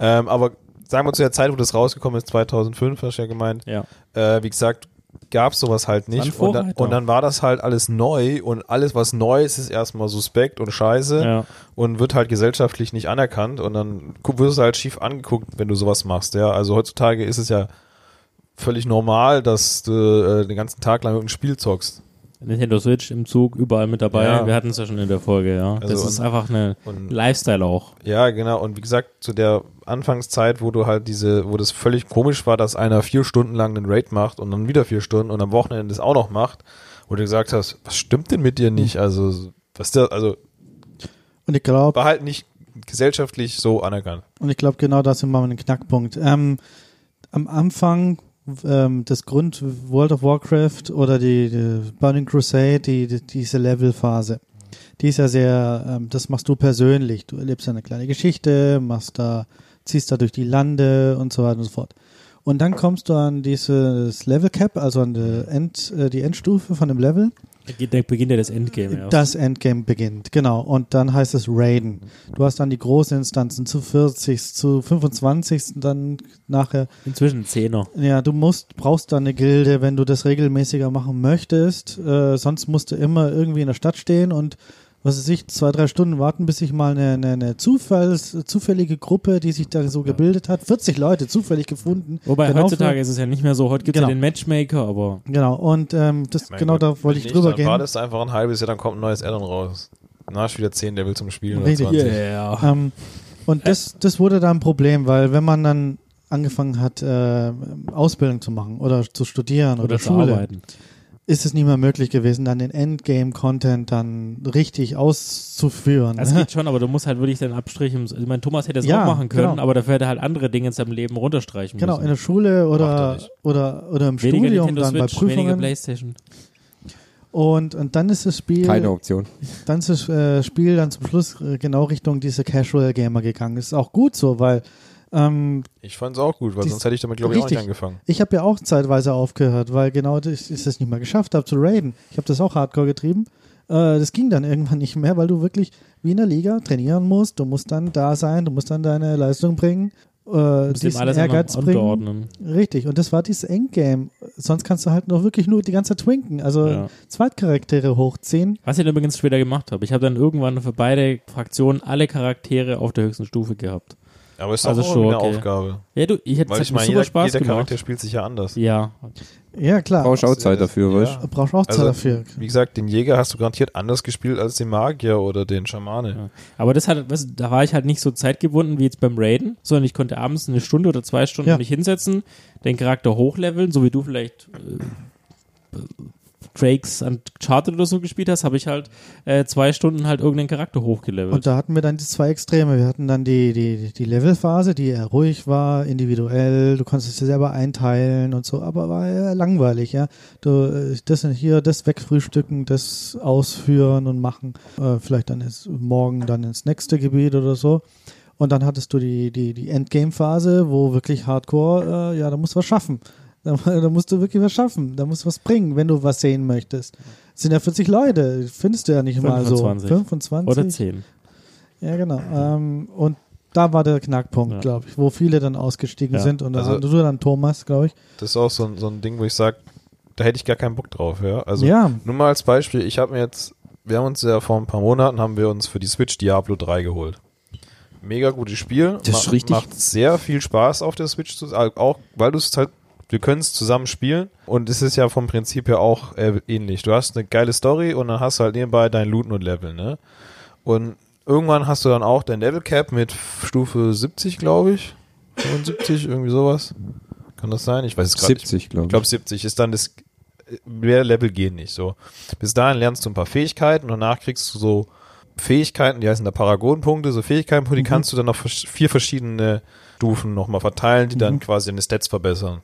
[SPEAKER 1] ähm, aber sagen wir zu der Zeit, wo das rausgekommen ist, 2005, hast du ja gemeint,
[SPEAKER 3] Ja.
[SPEAKER 1] äh, wie gesagt, gab es sowas halt
[SPEAKER 3] war ein
[SPEAKER 1] nicht. Und dann,
[SPEAKER 3] Vorreiter.
[SPEAKER 1] und dann war das halt alles neu und alles, was neu ist, ist erstmal suspekt und scheiße
[SPEAKER 3] Ja.
[SPEAKER 1] und wird halt gesellschaftlich nicht anerkannt und dann gu- wirst du halt schief angeguckt, wenn du sowas machst. Ja, also heutzutage ist es ja völlig normal, dass du äh, den ganzen Tag lang irgendein Spiel zockst.
[SPEAKER 3] Nintendo Switch im Zug, überall mit dabei.
[SPEAKER 1] Ja.
[SPEAKER 3] Wir hatten es ja schon in der Folge, ja.
[SPEAKER 1] Also
[SPEAKER 3] das ist
[SPEAKER 1] und-
[SPEAKER 3] einfach eine
[SPEAKER 1] und-
[SPEAKER 3] Lifestyle auch.
[SPEAKER 1] Ja, genau. Und wie gesagt, zu der Anfangszeit, wo du halt diese, wo das völlig komisch war, dass einer vier Stunden lang einen Raid macht und dann wieder vier Stunden und am Wochenende das auch noch macht, wo du gesagt hast, was stimmt denn mit dir nicht? Also, was da, also,
[SPEAKER 2] Und ich glaube,
[SPEAKER 1] war halt nicht gesellschaftlich so anerkannt.
[SPEAKER 2] Und ich glaube, genau das sind wir ein Knackpunkt. Ähm, am Anfang ähm, das Grund World of Warcraft oder die, die Burning Crusade, die, die, diese Levelphase, die ist ja sehr, ähm, das machst du persönlich. Du erlebst ja eine kleine Geschichte, machst da, ziehst da durch die Lande und so weiter und so fort. Und dann kommst du an dieses Level Cap, also an die, End, äh, die Endstufe von dem Level.
[SPEAKER 3] Da beginnt ja das Endgame. erst.
[SPEAKER 2] Das Endgame beginnt, genau. Und dann heißt es Raiden. Du hast dann die großen Instanzen zu 40, zu 25. Dann nachher.
[SPEAKER 3] Inzwischen Zehner.
[SPEAKER 2] Ja, du musst, brauchst dann eine Gilde, wenn du das regelmäßiger machen möchtest. Äh, sonst musst du immer irgendwie in der Stadt stehen und, was weiß ich, zwei, drei Stunden warten, bis sich mal eine, eine, eine Zufalls, zufällige Gruppe, die sich da so gebildet hat, 40 Leute zufällig gefunden.
[SPEAKER 3] Wobei
[SPEAKER 2] Genau
[SPEAKER 3] heutzutage
[SPEAKER 2] für-
[SPEAKER 3] ist es ja nicht mehr so. Heute gibt es
[SPEAKER 2] Genau.
[SPEAKER 3] ja den Matchmaker, aber
[SPEAKER 2] Genau, und ähm, das,
[SPEAKER 1] Mein
[SPEAKER 2] genau
[SPEAKER 1] Gott,
[SPEAKER 2] da wollte
[SPEAKER 1] wenn
[SPEAKER 2] ich
[SPEAKER 1] nicht,
[SPEAKER 2] drüber
[SPEAKER 1] dann
[SPEAKER 2] gehen.
[SPEAKER 1] war das einfach ein halbes Jahr, dann kommt ein neues Addon raus. Na, hast du wieder 10 Level zum Spielen oder
[SPEAKER 2] Richtig.
[SPEAKER 1] 20.
[SPEAKER 3] yeah.
[SPEAKER 2] Ähm, und das, das wurde da ein Problem, weil wenn man dann angefangen hat, äh, Ausbildung zu machen oder zu studieren oder,
[SPEAKER 3] oder zu
[SPEAKER 2] Schule,
[SPEAKER 3] arbeiten.
[SPEAKER 2] ist es nicht mehr möglich gewesen, dann den Endgame-Content dann richtig auszuführen. ne?
[SPEAKER 3] Das geht schon, aber du musst halt wirklich deinen Abstrich im. Ich meine, Thomas hätte es
[SPEAKER 2] Ja,
[SPEAKER 3] auch machen können,
[SPEAKER 2] genau.
[SPEAKER 3] aber dafür hätte er halt andere Dinge in seinem Leben runterstreichen
[SPEAKER 2] genau, in
[SPEAKER 3] müssen.
[SPEAKER 2] der Schule
[SPEAKER 1] er
[SPEAKER 2] oder,
[SPEAKER 1] nicht.
[SPEAKER 2] oder, oder im
[SPEAKER 3] weniger
[SPEAKER 2] Studium,
[SPEAKER 3] Nintendo
[SPEAKER 2] dann
[SPEAKER 3] Switch,
[SPEAKER 2] bei
[SPEAKER 3] weniger
[SPEAKER 2] Prüfungen.
[SPEAKER 3] Playstation.
[SPEAKER 2] Und, und dann ist das Spiel
[SPEAKER 4] Keine Option.
[SPEAKER 2] dann ist das äh, Spiel dann zum Schluss äh, genau Richtung diese Casual Gamer gegangen. Ist auch gut so, weil ähm,
[SPEAKER 1] Ich fand's auch gut, weil
[SPEAKER 2] Die-
[SPEAKER 1] sonst hätte ich damit, glaube ich, auch nicht
[SPEAKER 2] richtig.
[SPEAKER 1] angefangen.
[SPEAKER 2] Ich habe ja auch zeitweise aufgehört, weil genau das ich es nicht mehr geschafft habe zu raiden. Ich habe das auch hardcore getrieben. Äh, das ging dann irgendwann nicht mehr, weil du wirklich wie in der Liga trainieren musst. Du musst dann da sein, du musst dann deine Leistung bringen, äh,
[SPEAKER 3] Du musst dem
[SPEAKER 2] diesen
[SPEAKER 3] alles
[SPEAKER 2] Ehrgeiz
[SPEAKER 3] anderen
[SPEAKER 2] bringen.
[SPEAKER 3] unterordnen.
[SPEAKER 2] Richtig, und das war dieses Endgame. Sonst kannst du halt noch wirklich nur die ganze Zeit twinken, also
[SPEAKER 3] Ja.
[SPEAKER 2] Zweitcharaktere hochziehen.
[SPEAKER 3] Was ich dann übrigens später gemacht habe. Ich habe dann irgendwann für beide Fraktionen alle Charaktere auf der höchsten Stufe gehabt.
[SPEAKER 1] Aber es ist
[SPEAKER 3] Also
[SPEAKER 1] auch
[SPEAKER 3] schon,
[SPEAKER 1] eine
[SPEAKER 3] okay.
[SPEAKER 1] Aufgabe.
[SPEAKER 3] Ja, du, ich hätte
[SPEAKER 1] Weil
[SPEAKER 3] es
[SPEAKER 1] ich
[SPEAKER 3] mir
[SPEAKER 1] meine,
[SPEAKER 3] super
[SPEAKER 1] jeder,
[SPEAKER 3] Spaß
[SPEAKER 1] jeder
[SPEAKER 3] gemacht.
[SPEAKER 1] Charakter spielt sich ja anders.
[SPEAKER 3] Ja,
[SPEAKER 2] Ja, klar.
[SPEAKER 4] Brauchst auch Zeit dafür,
[SPEAKER 1] Ja.
[SPEAKER 4] weißt du?
[SPEAKER 2] Brauchst auch Zeit
[SPEAKER 1] Also,
[SPEAKER 2] dafür.
[SPEAKER 1] Wie gesagt, den Jäger hast du garantiert anders gespielt als den Magier oder den Schamane.
[SPEAKER 3] Ja. Aber das hat, weißt, du, da war ich halt nicht so zeitgebunden wie jetzt beim Raiden, sondern ich konnte abends eine Stunde oder zwei Stunden
[SPEAKER 2] Ja.
[SPEAKER 3] mich hinsetzen, den Charakter hochleveln, so wie du vielleicht äh, Drakes Uncharted oder so gespielt hast, habe ich halt äh, zwei Stunden halt irgendeinen Charakter
[SPEAKER 2] Und
[SPEAKER 3] hochgelevelt.
[SPEAKER 2] da hatten wir dann die zwei Extreme. Wir hatten dann die, die, die Levelphase, die eher ruhig war, individuell, du konntest es dir selber einteilen und so, aber war eher langweilig, ja. Du, äh, das und hier, das wegfrühstücken, das ausführen und machen. Äh, vielleicht dann jetzt morgen dann ins nächste Gebiet oder so. Und dann hattest du die, die, die Endgame-Phase, wo wirklich hardcore, äh, ja, da musst du was schaffen. Da, da musst du wirklich was schaffen. Da musst du was bringen, wenn du was sehen möchtest. Es sind ja 40 Leute, findest du ja nicht mal so.
[SPEAKER 3] 25.
[SPEAKER 2] 25.
[SPEAKER 3] Oder zehn.
[SPEAKER 2] Ja, genau. Ähm, und da war der Knackpunkt,
[SPEAKER 3] Ja.
[SPEAKER 2] glaube ich, wo viele dann ausgestiegen
[SPEAKER 3] Ja.
[SPEAKER 2] sind. Und
[SPEAKER 1] Also-
[SPEAKER 2] also, du dann Thomas, glaube ich.
[SPEAKER 1] Das ist auch so, ein- so ein Ding, wo ich sage, da hätte ich gar keinen Bock drauf. Ja? Also
[SPEAKER 2] ja,
[SPEAKER 1] nur mal als Beispiel, ich habe mir jetzt, wir haben uns ja vor ein paar Monaten, haben wir uns für die Switch Diablo 3 geholt. Mega gutes Spiel.
[SPEAKER 4] Das ist richtig-
[SPEAKER 1] Macht sehr viel Spaß auf der Switch, zu, auch weil du es halt, wir können es zusammen spielen und es ist ja vom Prinzip her auch äh, ähnlich. Du hast eine geile Story und dann hast du halt nebenbei dein Looten und Level, ne? Und irgendwann hast du dann auch dein Level Cap mit Stufe 70, glaube ich. 75, irgendwie sowas. Kann das sein? Ich weiß es gerade nicht.
[SPEAKER 4] 70, glaube
[SPEAKER 1] Ich
[SPEAKER 4] ich.
[SPEAKER 1] glaube 70 ist dann das mehr Level gehen nicht so. Bis dahin lernst du ein paar Fähigkeiten und danach kriegst du so Fähigkeiten, die heißen da Paragonpunkte, so Fähigkeiten, die kannst du dann auf versch- vier verschiedene Stufen nochmal verteilen, die dann quasi deine Stats verbessern.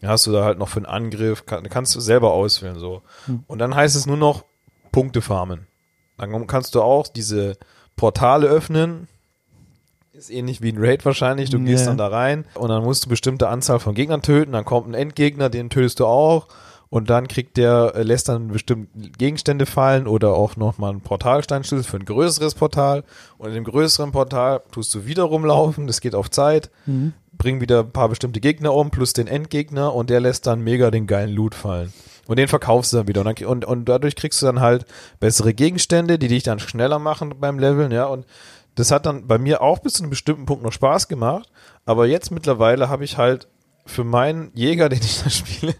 [SPEAKER 1] Dann hast du da halt noch für einen Angriff, kann, kannst du selber auswählen so. Und dann heißt es nur noch Punkte farmen. Dann kannst du auch diese Portale öffnen, Ist ähnlich wie ein Raid wahrscheinlich. Du gehst
[SPEAKER 2] Ja.
[SPEAKER 1] dann da rein und dann musst du bestimmte Anzahl von Gegnern töten. Dann kommt ein Endgegner, den tötest du auch. Und dann kriegt der, äh, lässt dann bestimmte Gegenstände fallen oder auch nochmal einen Portalsteinschlüssel für ein größeres Portal. Und in dem größeren Portal tust du wieder rumlaufen. Das geht auf Zeit. Bring wieder ein paar bestimmte Gegner um plus den Endgegner und der lässt dann mega den geilen Loot fallen. Und den verkaufst du dann wieder. Und, dann, und, und dadurch kriegst du dann halt bessere Gegenstände, die dich dann schneller machen beim Leveln, ja. Und das hat dann bei mir auch bis zu einem bestimmten Punkt noch Spaß gemacht. Aber jetzt mittlerweile habe ich halt für meinen Jäger, [LAUGHS] den ich da spiele,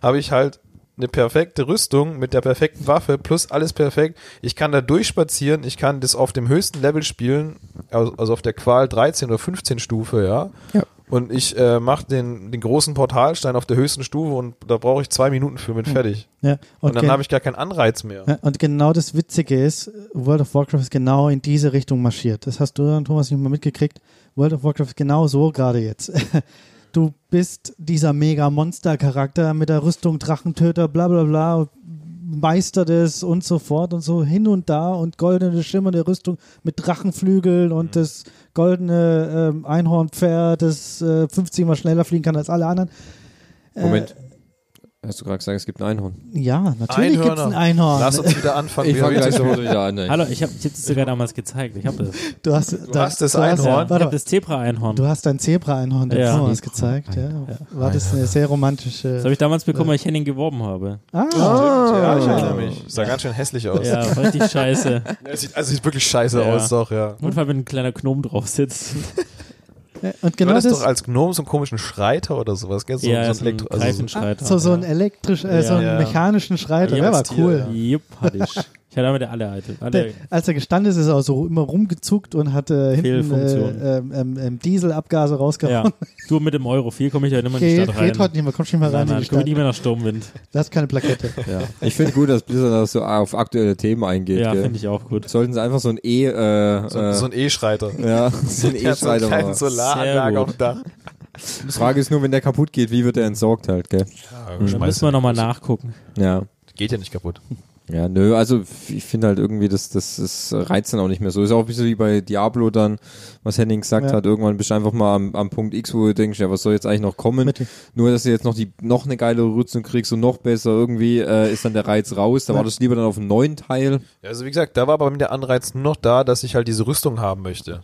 [SPEAKER 1] habe ich halt eine perfekte Rüstung mit der perfekten Waffe plus alles perfekt. Ich kann da durchspazieren, ich kann das auf dem höchsten Level spielen, also also auf der Qual 13 oder 15 Stufe, ja.
[SPEAKER 4] Ja.
[SPEAKER 1] Und ich äh, mache den, den großen Portalstein auf der höchsten Stufe und da brauche ich zwei Minuten für mit fertig.
[SPEAKER 2] Ja,
[SPEAKER 1] Und dann
[SPEAKER 2] gen-
[SPEAKER 1] habe ich gar keinen Anreiz mehr.
[SPEAKER 2] ja, und genau das Witzige ist, World of Warcraft ist genau in diese Richtung marschiert. Das hast du dann, Thomas, nicht mal mitgekriegt. World of Warcraft ist genau so gerade jetzt. [LAUGHS] Du bist dieser mega Monster-Charakter mit der Rüstung, Drachentöter, bla bla bla, Meister des und so fort und so hin und da und goldene schimmernde Rüstung mit Drachenflügeln und
[SPEAKER 1] Mhm.
[SPEAKER 2] das goldene ähm, Einhornpferd, das äh, 50 mal schneller fliegen kann als alle anderen. Äh,
[SPEAKER 4] Moment.
[SPEAKER 1] Äh.
[SPEAKER 4] Hast du gerade gesagt, es gibt ein Einhorn?
[SPEAKER 2] Ja, natürlich gibt es ein Einhorn.
[SPEAKER 1] Lass uns wieder anfangen.
[SPEAKER 4] Ich
[SPEAKER 1] wieder
[SPEAKER 4] fange
[SPEAKER 1] richtig
[SPEAKER 4] gleich
[SPEAKER 1] so-
[SPEAKER 4] wieder an. ey.
[SPEAKER 3] Hallo, ich habe ich hab das sogar damals gezeigt. Ich habe das. Ich
[SPEAKER 2] [LAUGHS] Du hast, da-
[SPEAKER 1] hast das
[SPEAKER 2] du
[SPEAKER 1] Einhorn.
[SPEAKER 2] warte
[SPEAKER 3] habe
[SPEAKER 2] mal,
[SPEAKER 3] das Zebra-Einhorn.
[SPEAKER 2] du hast dein Zebra-Einhorn der
[SPEAKER 3] Ja.
[SPEAKER 2] Thomas gezeigt. Ja. War das eine sehr
[SPEAKER 3] Das
[SPEAKER 2] romantische.
[SPEAKER 3] habe ich damals bekommen, weil ich Henning geworben habe.
[SPEAKER 2] Ah,
[SPEAKER 1] Ja, ich erinnere mich. Sah ganz schön hässlich aus.
[SPEAKER 3] Ja, war richtig scheiße.
[SPEAKER 1] Ja, sieht, also sieht wirklich scheiße
[SPEAKER 3] Ja.
[SPEAKER 1] aus, doch, ja.
[SPEAKER 3] Und weil wenn ein kleiner Gnom drauf sitzt.
[SPEAKER 1] Genau
[SPEAKER 2] und genau
[SPEAKER 1] war das,
[SPEAKER 2] das.
[SPEAKER 1] doch als Gnome so einen komischen Schreiter oder sowas, gell? So,
[SPEAKER 3] ja,
[SPEAKER 1] so ein Elektro.
[SPEAKER 3] ein
[SPEAKER 1] Also so,
[SPEAKER 3] Greifenschreiter.
[SPEAKER 2] so, so ein elektrisch, äh, so
[SPEAKER 3] Ja.
[SPEAKER 2] einen
[SPEAKER 1] Ja.
[SPEAKER 2] mechanischen Schreiter.
[SPEAKER 1] Ja,
[SPEAKER 2] der war
[SPEAKER 1] als Tier,
[SPEAKER 2] cool.
[SPEAKER 1] ja.
[SPEAKER 3] Jupp, hatte ich. Ich hatte damit alle alte.
[SPEAKER 2] Der,
[SPEAKER 3] Alle,
[SPEAKER 2] als er gestanden ist, ist er auch so immer rumgezuckt und hat äh, hinten
[SPEAKER 3] Fehlfunktion.
[SPEAKER 2] äh, ähm, ähm, ähm, Dieselabgase
[SPEAKER 3] ja.
[SPEAKER 2] [LAUGHS] rausgehauen.
[SPEAKER 3] Du mit dem Euro 4 komme ich ja nicht mehr in die
[SPEAKER 2] Geht,
[SPEAKER 3] Stadt rein.
[SPEAKER 2] geht heute nicht mehr, kommst nicht mehr rein
[SPEAKER 3] nein, nein,
[SPEAKER 2] in
[SPEAKER 3] ich komme
[SPEAKER 2] die
[SPEAKER 3] nicht
[SPEAKER 2] Stadt.
[SPEAKER 3] mehr nach Sturmwind.
[SPEAKER 2] Da hast keine Plakette.
[SPEAKER 3] [LAUGHS]
[SPEAKER 4] Ich finde gut, dass Blizzard da so auf aktuelle Themen eingeht.
[SPEAKER 3] Ja,
[SPEAKER 4] gell?
[SPEAKER 3] finde ich auch gut.
[SPEAKER 4] Sollten sie einfach so ein E, äh,
[SPEAKER 1] so,
[SPEAKER 4] äh,
[SPEAKER 1] so ein E-Schreiter.
[SPEAKER 4] ja, so
[SPEAKER 1] [LAUGHS]
[SPEAKER 4] ein
[SPEAKER 1] Der hat so einen
[SPEAKER 4] E-Schreiter
[SPEAKER 1] kleinen
[SPEAKER 4] machen.
[SPEAKER 1] Solaranlage
[SPEAKER 3] Sehr
[SPEAKER 1] auf
[SPEAKER 3] gut.
[SPEAKER 1] dem Dach.
[SPEAKER 4] Die Frage ist nur, wenn der kaputt geht, wie wird der entsorgt halt, gell?
[SPEAKER 3] Da müssen wir nochmal nachgucken.
[SPEAKER 4] Ja.
[SPEAKER 1] Geht ja nicht kaputt.
[SPEAKER 4] Ja, nö, also f- ich finde halt irgendwie, das, das, das reizt dann auch nicht mehr so. Ist auch ein bisschen wie bei Diablo dann, was Henning gesagt
[SPEAKER 2] Ja.
[SPEAKER 4] hat, irgendwann bist du einfach mal am, am Punkt X, wo du denkst, ja, was soll jetzt eigentlich noch kommen?
[SPEAKER 2] Mit-
[SPEAKER 4] Nur, dass du jetzt noch die noch eine geile Rüstung kriegst und noch besser, irgendwie äh, ist dann der Reiz raus, da wartest du lieber dann auf einen neuen Teil.
[SPEAKER 1] Ja, Also wie gesagt, da war bei mir der Anreiz nur noch da, dass ich halt diese Rüstung haben möchte.